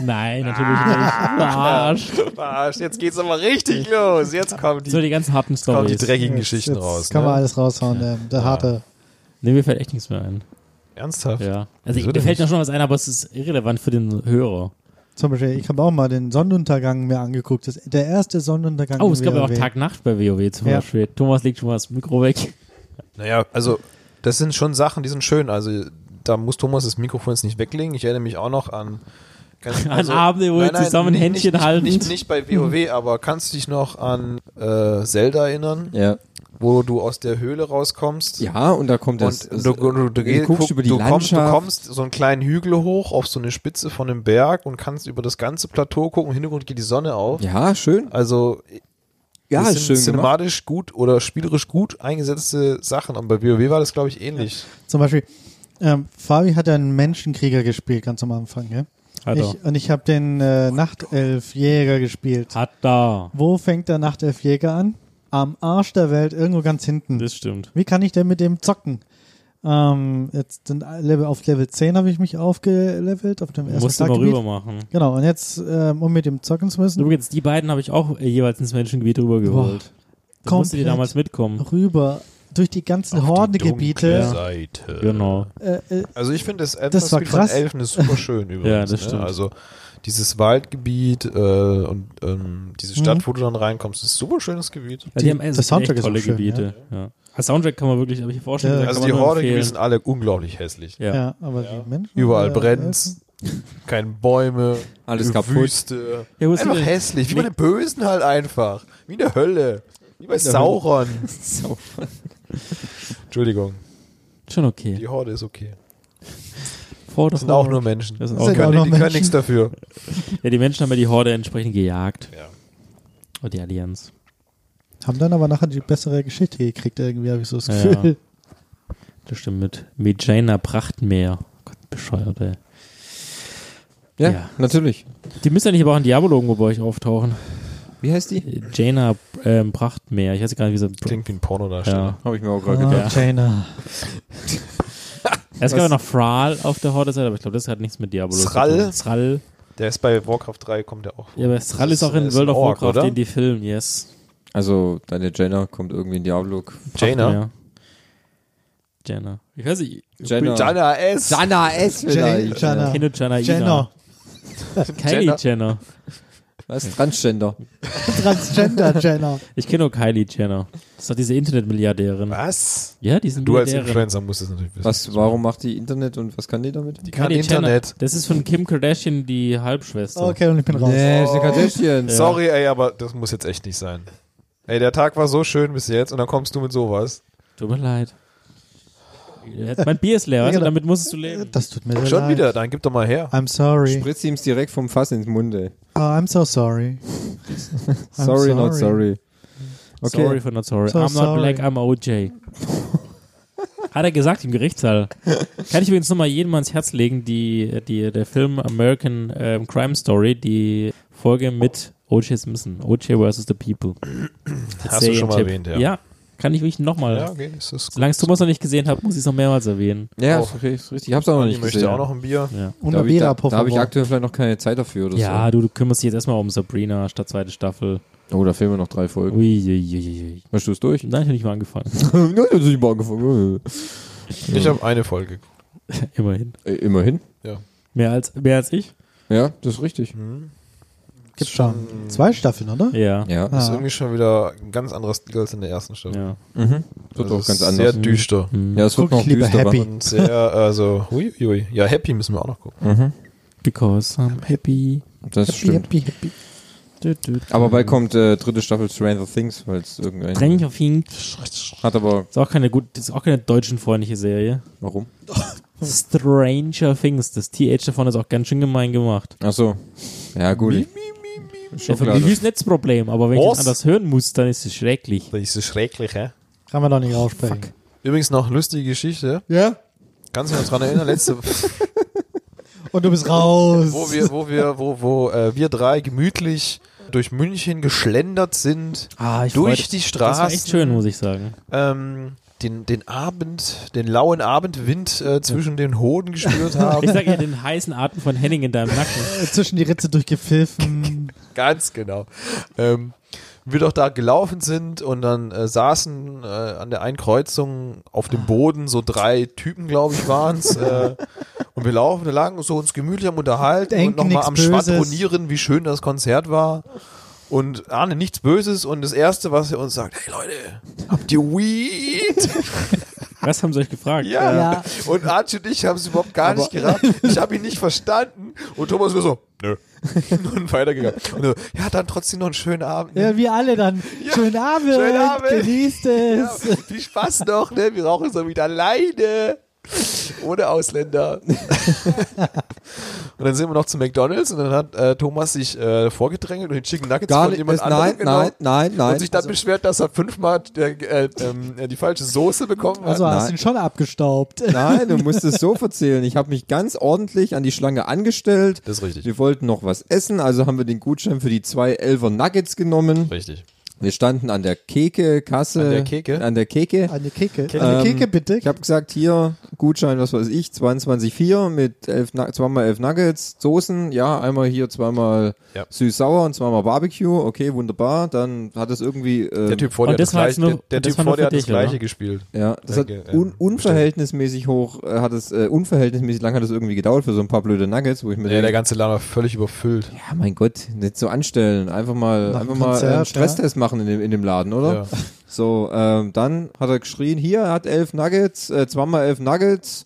[SPEAKER 3] Nein, natürlich
[SPEAKER 1] Ah.
[SPEAKER 3] nicht. Arsch.
[SPEAKER 1] Arsch, jetzt geht's aber richtig los. Jetzt kommen
[SPEAKER 3] So
[SPEAKER 1] die,
[SPEAKER 3] die ganzen harten
[SPEAKER 1] kommen die
[SPEAKER 3] Stories.
[SPEAKER 1] dreckigen
[SPEAKER 2] Jetzt-
[SPEAKER 1] Geschichten
[SPEAKER 2] jetzt
[SPEAKER 1] raus.
[SPEAKER 2] Kann man
[SPEAKER 1] Ne?
[SPEAKER 2] alles raushauen, der, der harte.
[SPEAKER 3] Nee, mir fällt echt nichts mehr ein.
[SPEAKER 1] Ernsthaft?
[SPEAKER 3] Ja. Also,
[SPEAKER 1] Wieso
[SPEAKER 3] mir
[SPEAKER 1] denn
[SPEAKER 3] fällt ja
[SPEAKER 1] nicht?
[SPEAKER 3] schon was ein, aber es ist irrelevant für den Hörer.
[SPEAKER 2] Zum Beispiel, ich habe auch mal den Sonnenuntergang mir angeguckt. Das, der erste Sonnenuntergang.
[SPEAKER 3] Oh,
[SPEAKER 2] in
[SPEAKER 3] es gab ja auch
[SPEAKER 2] WoW.
[SPEAKER 3] Tag-Nacht bei WoW zum
[SPEAKER 2] Ja.
[SPEAKER 3] Beispiel. Thomas legt schon mal das Mikro weg.
[SPEAKER 1] Naja, also, das sind schon Sachen, die sind schön. Also, da muss Thomas das Mikrofon jetzt nicht weglegen. Ich erinnere mich auch noch an. Ganz,
[SPEAKER 3] An Abende, wo wir zusammen
[SPEAKER 1] nicht-
[SPEAKER 3] Händchen
[SPEAKER 1] nicht,
[SPEAKER 3] halten.
[SPEAKER 1] Nicht, nicht bei WoW, aber kannst du dich noch an äh, Zelda erinnern,
[SPEAKER 4] Ja.
[SPEAKER 1] wo du aus der Höhle rauskommst?
[SPEAKER 4] Ja, und da kommt das. also,
[SPEAKER 1] Und du, du, du, du,
[SPEAKER 4] guckst
[SPEAKER 1] guck-
[SPEAKER 4] über die
[SPEAKER 1] du, kommst, du
[SPEAKER 4] Landschaft.
[SPEAKER 1] kommst so einen kleinen Hügel hoch auf so eine Spitze von einem Berg und kannst über das ganze Plateau gucken. Im Hintergrund geht die Sonne auf.
[SPEAKER 4] ja, schön.
[SPEAKER 1] Also
[SPEAKER 4] Ja,
[SPEAKER 1] das
[SPEAKER 4] ist schön
[SPEAKER 1] sind
[SPEAKER 4] gemacht.
[SPEAKER 1] cinematisch gut oder spielerisch gut eingesetzte Sachen. Und bei WoW war das, glaube ich, ähnlich.
[SPEAKER 2] Zum Beispiel, ähm, Fabi hat ja einen Menschenkrieger gespielt, ganz am Anfang, ja?
[SPEAKER 3] Hat er.
[SPEAKER 2] Ich, und ich habe den äh, Nachtelfjäger gespielt.
[SPEAKER 3] Hat da.
[SPEAKER 2] Wo fängt der Nachtelfjäger an? Am Arsch der Welt, irgendwo ganz hinten.
[SPEAKER 3] Das stimmt.
[SPEAKER 2] Wie kann ich denn mit dem zocken? Ähm, jetzt sind Level, auf Level 10 habe ich mich aufgelevelt, auf dem ersten
[SPEAKER 3] Musst du mal
[SPEAKER 2] Startgebiet.
[SPEAKER 3] rüber machen.
[SPEAKER 2] Genau, und jetzt, ähm, um mit dem zocken zu müssen,
[SPEAKER 3] Übrigens, die beiden habe ich auch äh, jeweils ins Menschengebiet rübergeholt. Da musste die
[SPEAKER 2] komplett
[SPEAKER 3] damals mitkommen.
[SPEAKER 2] rüber durch die ganzen Hordengebiete.
[SPEAKER 1] Seite.
[SPEAKER 3] Genau.
[SPEAKER 2] Äh, äh,
[SPEAKER 1] Also ich finde das
[SPEAKER 2] Das war
[SPEAKER 1] Atlas-Spiel von
[SPEAKER 2] krass.
[SPEAKER 1] Elfen ist super schön übrigens.
[SPEAKER 3] Ja, das stimmt.
[SPEAKER 1] Ne? Also dieses Waldgebiet äh, und ähm, diese Stadt,
[SPEAKER 2] Mhm.
[SPEAKER 1] wo du dann reinkommst, ist super schönes Gebiet.
[SPEAKER 3] Ja,
[SPEAKER 2] Die-
[SPEAKER 3] Also die haben
[SPEAKER 2] der
[SPEAKER 3] echt
[SPEAKER 2] Soundtrack ist auch
[SPEAKER 3] tolle
[SPEAKER 2] schön,
[SPEAKER 3] Gebiete. Ja. Als Soundtrack kann man wirklich, habe ich vorstellen,
[SPEAKER 2] Ja.
[SPEAKER 3] da
[SPEAKER 1] Also
[SPEAKER 3] kann
[SPEAKER 1] die
[SPEAKER 3] man nur
[SPEAKER 1] Horde-Gebiete sind
[SPEAKER 3] empfehlen.
[SPEAKER 1] alle unglaublich hässlich.
[SPEAKER 3] ja.
[SPEAKER 2] ja, aber die Menschen.
[SPEAKER 1] Überall
[SPEAKER 2] äh,
[SPEAKER 1] brennt's, keine Bäume,
[SPEAKER 4] Alles kaputt.
[SPEAKER 1] Wüste.
[SPEAKER 3] Ja, wo ist
[SPEAKER 1] einfach
[SPEAKER 3] denn-
[SPEAKER 1] hässlich, wie bei
[SPEAKER 3] Nee.
[SPEAKER 1] den Bösen halt einfach. Wie in der Hölle. Wie bei
[SPEAKER 4] der
[SPEAKER 1] Sauron. Entschuldigung,
[SPEAKER 3] Schon okay.
[SPEAKER 1] die Horde ist okay.
[SPEAKER 3] Vor
[SPEAKER 1] Das sind auch nur Menschen.
[SPEAKER 3] Das sind
[SPEAKER 1] Die
[SPEAKER 3] auch
[SPEAKER 1] können-
[SPEAKER 2] nur
[SPEAKER 1] die können
[SPEAKER 2] Menschen.
[SPEAKER 1] nichts dafür.
[SPEAKER 3] ja, die Menschen haben ja die Horde entsprechend gejagt.
[SPEAKER 1] Ja.
[SPEAKER 3] Und die Allianz.
[SPEAKER 2] Haben dann aber nachher die bessere Geschichte gekriegt, irgendwie, habe ich so das
[SPEAKER 3] Ja.
[SPEAKER 2] Gefühl.
[SPEAKER 3] Das stimmt mit Medjana Prachtmeer. Gott, bescheuert, ey.
[SPEAKER 4] Ja,
[SPEAKER 3] Ja.
[SPEAKER 4] natürlich.
[SPEAKER 3] Die müssen ja nicht aber auch in Diabologen bei euch auftauchen.
[SPEAKER 4] Wie heißt die?
[SPEAKER 3] Jaina ähm, Prachtmeer. Ich weiß gar nicht, wie sie.
[SPEAKER 1] Klingt wie ein Pornodarsteller.
[SPEAKER 3] Ja.
[SPEAKER 4] Habe ich mir auch
[SPEAKER 2] Ah,
[SPEAKER 4] gerade gedacht.
[SPEAKER 2] Jaina.
[SPEAKER 3] Es gab ja noch Fral auf der Horde-Seite, aber ich glaube, das hat nichts mit Diabolo zu
[SPEAKER 1] Thrall?
[SPEAKER 3] tun. Thrall.
[SPEAKER 1] Der ist bei Warcraft 3, kommt der auch. vor.
[SPEAKER 3] Ja, aber Thrall ist
[SPEAKER 1] Das
[SPEAKER 3] auch in
[SPEAKER 1] ist
[SPEAKER 3] World
[SPEAKER 1] ein
[SPEAKER 3] of
[SPEAKER 1] Ork,
[SPEAKER 3] Warcraft,
[SPEAKER 1] oder?
[SPEAKER 3] in die Film, yes.
[SPEAKER 4] Also, deine Jenna kommt irgendwie in Diablo.
[SPEAKER 1] Jaina.
[SPEAKER 3] Ja. Jaina. Ich weiß nicht.
[SPEAKER 4] Jenna.
[SPEAKER 1] S.
[SPEAKER 4] Jana S.
[SPEAKER 2] Jana. Jana.
[SPEAKER 3] Kenne Jaina
[SPEAKER 2] Jenner.
[SPEAKER 3] Ina. Kylie
[SPEAKER 1] Jenner.
[SPEAKER 3] Jenner.
[SPEAKER 4] Was? Transgender.
[SPEAKER 2] Transgender Jenner.
[SPEAKER 3] Ich kenne nur Kylie Jenner. Das ist doch diese Internetmilliardärin.
[SPEAKER 1] Was?
[SPEAKER 3] Ja, die sind
[SPEAKER 1] Du als
[SPEAKER 3] Milliardärin.
[SPEAKER 1] Influencer musst es natürlich wissen.
[SPEAKER 4] Was, warum macht die Internet und was kann die damit?
[SPEAKER 1] Die kann Internet.
[SPEAKER 3] Jenner. Das ist von Kim Kardashian, die Halbschwester.
[SPEAKER 2] Okay, und ich bin raus.
[SPEAKER 4] ist eine Kardashian.
[SPEAKER 1] Sorry, ey, aber das muss jetzt echt nicht sein. Ey, der Tag war so schön bis jetzt und dann kommst du mit sowas.
[SPEAKER 3] Tut mir leid. Jetzt Mein Bier ist leer, weißt du?
[SPEAKER 2] Ja,
[SPEAKER 3] Damit musstest du leben.
[SPEAKER 2] Das tut mir sehr
[SPEAKER 1] Schon
[SPEAKER 2] leid.
[SPEAKER 1] wieder, dann gib doch mal her.
[SPEAKER 2] I'm sorry.
[SPEAKER 4] Spritz ihm direkt vom Fass ins Munde.
[SPEAKER 2] Oh, I'm so sorry. I'm
[SPEAKER 4] Sorry, not sorry. Okay.
[SPEAKER 3] Sorry for not sorry.
[SPEAKER 2] So
[SPEAKER 3] I'm not
[SPEAKER 2] sorry.
[SPEAKER 3] black,
[SPEAKER 2] [LAUGHS]
[SPEAKER 3] I'm OJ. Hat er gesagt im Gerichtssaal. Kann ich übrigens nochmal jedem ans Herz legen, die, die, der Film American ähm, Crime Story, die Folge mit O.J. Simpson. O.J. vs. The People.
[SPEAKER 1] Hast du schon mal erwähnt,
[SPEAKER 3] Serientipp.
[SPEAKER 1] ja.
[SPEAKER 3] Ja, kann ich wirklich nochmal.
[SPEAKER 1] Ja, okay, das ist gut.
[SPEAKER 3] Solange es Thomas noch nicht gesehen hat, muss ich es noch mehrmals erwähnen.
[SPEAKER 4] Ja,
[SPEAKER 1] Oh.
[SPEAKER 4] ist okay, ist richtig. Ich hab's auch noch
[SPEAKER 1] Ich
[SPEAKER 4] nicht gesehen.
[SPEAKER 1] möchte auch noch ein Bier.
[SPEAKER 3] Ja,
[SPEAKER 2] Und da
[SPEAKER 4] da habe ich, da,
[SPEAKER 2] Beda-Puffer.
[SPEAKER 4] da hab ich aktuell vielleicht noch keine Zeit dafür oder
[SPEAKER 3] ja du, du kümmerst dich jetzt erstmal um Sabrina statt zweite Staffel.
[SPEAKER 4] so. Oh, da fehlen mir noch drei Folgen.
[SPEAKER 3] Uiuiuiui.
[SPEAKER 4] Möchtest du es
[SPEAKER 2] [LAUGHS]
[SPEAKER 4] durch?
[SPEAKER 3] Nein, ich habe nicht mal angefangen. [LAUGHS]
[SPEAKER 4] Nein, das ist nicht mal angefangen.
[SPEAKER 1] Ich habe eine Folge. geguckt.
[SPEAKER 3] Immerhin.
[SPEAKER 5] Äh, immerhin.
[SPEAKER 1] Ja.
[SPEAKER 3] Mehr als, mehr als ich?
[SPEAKER 5] Ja, das ist richtig.
[SPEAKER 1] Mhm.
[SPEAKER 2] Gibt's schon. Zwei Staffeln, oder?
[SPEAKER 3] Ja.
[SPEAKER 4] Ja,
[SPEAKER 1] Das ist
[SPEAKER 2] Ah.
[SPEAKER 1] irgendwie schon wieder ein ganz anderer Stil als in der ersten Staffel.
[SPEAKER 3] Ja.
[SPEAKER 4] wird
[SPEAKER 1] Also
[SPEAKER 4] auch ganz
[SPEAKER 1] sehr
[SPEAKER 4] anders.
[SPEAKER 1] Sehr düster.
[SPEAKER 4] Ja, es wird
[SPEAKER 2] Guck ich
[SPEAKER 4] noch
[SPEAKER 2] lieber
[SPEAKER 4] düsterer.
[SPEAKER 2] Happy.
[SPEAKER 1] Und sehr, also, hui, hui. Ja, Happy müssen wir auch noch gucken.
[SPEAKER 3] Because I'm happy.
[SPEAKER 4] Mhm. Das stimmt.
[SPEAKER 2] happy, happy.
[SPEAKER 3] Du, du, du.
[SPEAKER 4] Aber bald kommt äh, dritte Staffel Stranger Things, weil es irgendein
[SPEAKER 3] Dränge auf ihn.
[SPEAKER 4] hat, aber
[SPEAKER 3] Ist auch keine gut, ist auch keine deutschen freundliche Serie.
[SPEAKER 4] warum?
[SPEAKER 3] Hm. Stranger Things. Das TH davon ist auch ganz schön gemein gemacht.
[SPEAKER 4] Ach so. Ja, gut.
[SPEAKER 3] Ja, für mich ist nicht das Problem, aber wenn ich
[SPEAKER 1] Was?
[SPEAKER 3] das anders hören muss, dann ist es schrecklich.
[SPEAKER 1] Das ist schrecklich, hä?
[SPEAKER 2] Kann man doch nicht aussprechen.
[SPEAKER 1] Übrigens noch lustige Geschichte.
[SPEAKER 2] Ja?
[SPEAKER 1] Kannst du dich noch dran erinnern? Letzte,
[SPEAKER 2] Und du bist raus.
[SPEAKER 1] wo wir, wo wir, wo, wo äh, wir drei gemütlich durch München geschlendert sind,
[SPEAKER 3] Ah, ich
[SPEAKER 1] durch die
[SPEAKER 3] Das war echt
[SPEAKER 1] Straßen,
[SPEAKER 3] schön, muss ich sagen.
[SPEAKER 1] ähm, den, den Abend, den lauen Abendwind äh, zwischen den Hoden
[SPEAKER 2] [LAUGHS]
[SPEAKER 1] gespürt
[SPEAKER 3] Ich
[SPEAKER 1] haben.
[SPEAKER 3] sag ja den heißen Atem von Henning in deinem Nacken.
[SPEAKER 2] Zwischen die Ritze durchgepfiffen.
[SPEAKER 1] Ganz genau. Ähm, wir doch da gelaufen sind und dann äh, saßen äh, an der Einkreuzung auf dem Boden so drei Typen, glaube ich, waren's
[SPEAKER 2] [LAUGHS]
[SPEAKER 1] Äh, und wir laufen, wir lagen so uns gemütlich am Unterhalten
[SPEAKER 2] Denken
[SPEAKER 1] und nochmal
[SPEAKER 2] nix
[SPEAKER 1] am
[SPEAKER 2] Böses.
[SPEAKER 1] Schwadronieren, wie schön das Konzert war. Und ahne nichts Böses und das Erste, was er uns sagt, hey Leute, habt ihr Weed?
[SPEAKER 3] Was haben sie euch gefragt?
[SPEAKER 1] Ja. Und Archie und ich haben es überhaupt gar nicht gerafft.
[SPEAKER 4] [LAUGHS]
[SPEAKER 1] Ich habe ihn nicht verstanden. Und Thomas nur so, nö. [LAUGHS] und weitergegangen. Und so, ja, dann trotzdem noch einen schönen Abend. ne?
[SPEAKER 2] Ja, wir alle dann. schönen Abend.
[SPEAKER 1] schönen Abend.
[SPEAKER 2] Genießt
[SPEAKER 1] Ja,
[SPEAKER 2] es.
[SPEAKER 1] viel Spaß noch, ne? Wir rauchen es doch wieder alleine. Ohne
[SPEAKER 4] [LAUGHS]
[SPEAKER 1] Ausländer. und dann sind wir noch zu McDonalds und dann hat äh, Thomas sich äh, vorgedrängelt und den Chicken Nuggets
[SPEAKER 4] Gar
[SPEAKER 1] von
[SPEAKER 4] nicht,
[SPEAKER 1] jemand
[SPEAKER 4] nein,
[SPEAKER 1] anderem
[SPEAKER 4] nein,
[SPEAKER 1] genommen.
[SPEAKER 4] nein, nein,
[SPEAKER 1] Und sich dann
[SPEAKER 4] Also,
[SPEAKER 1] beschwert, dass er fünfmal äh, äh, ähm, die falsche Soße bekommen hat.
[SPEAKER 2] Also hast
[SPEAKER 4] Nein.
[SPEAKER 2] ihn schon abgestaubt.
[SPEAKER 4] nein, du musst es
[SPEAKER 1] [LAUGHS]
[SPEAKER 4] so verzählen. Ich habe mich ganz ordentlich an die Schlange angestellt.
[SPEAKER 1] Das ist richtig.
[SPEAKER 4] Wir wollten noch was essen, also haben wir den Gutschein für die zwei Elfer Nuggets genommen.
[SPEAKER 1] Richtig.
[SPEAKER 4] Wir standen an der Keke Kasse.
[SPEAKER 1] An der Keke?
[SPEAKER 4] An der Keke.
[SPEAKER 2] Eine Keke. Eine
[SPEAKER 4] Ähm,
[SPEAKER 2] Keke, bitte.
[SPEAKER 4] Ich habe gesagt, hier Gutschein, was weiß ich, 22,4 mit elf, Nu- zweimal elf Nuggets, Soßen, ja, einmal hier zweimal
[SPEAKER 1] Ja.
[SPEAKER 4] süß-sauer und zweimal Barbecue, okay, wunderbar. Dann hat es irgendwie, ähm,
[SPEAKER 1] Der Typ vor
[SPEAKER 3] Und
[SPEAKER 1] dir hat
[SPEAKER 3] das
[SPEAKER 1] das
[SPEAKER 3] war jetzt
[SPEAKER 1] gleiche,
[SPEAKER 3] nur-
[SPEAKER 1] der, der
[SPEAKER 3] das
[SPEAKER 1] Typ
[SPEAKER 3] war nur
[SPEAKER 1] vor dir
[SPEAKER 3] für
[SPEAKER 1] hat das
[SPEAKER 3] dich, oder?
[SPEAKER 1] gleiche gespielt.
[SPEAKER 4] ja, das hat
[SPEAKER 1] Danke,
[SPEAKER 4] un
[SPEAKER 1] ähm,
[SPEAKER 4] unverhältnismäßig hoch, äh, hat es äh, unverhältnismäßig lang hat es irgendwie gedauert für so ein paar blöde Nuggets, wo ich mir
[SPEAKER 1] Ja, der
[SPEAKER 4] denke,
[SPEAKER 1] ganze Laden war völlig überfüllt.
[SPEAKER 4] ja, mein Gott, nicht so anstellen, einfach mal,
[SPEAKER 2] Nach dem
[SPEAKER 4] einfach mal
[SPEAKER 2] Konzert,
[SPEAKER 4] einen Stresstest machen in dem, in dem Laden, oder?
[SPEAKER 1] Ja.
[SPEAKER 4] [LAUGHS] So, ähm, dann hat er geschrien, hier, er hat elf Nuggets, äh, zweimal elf Nuggets.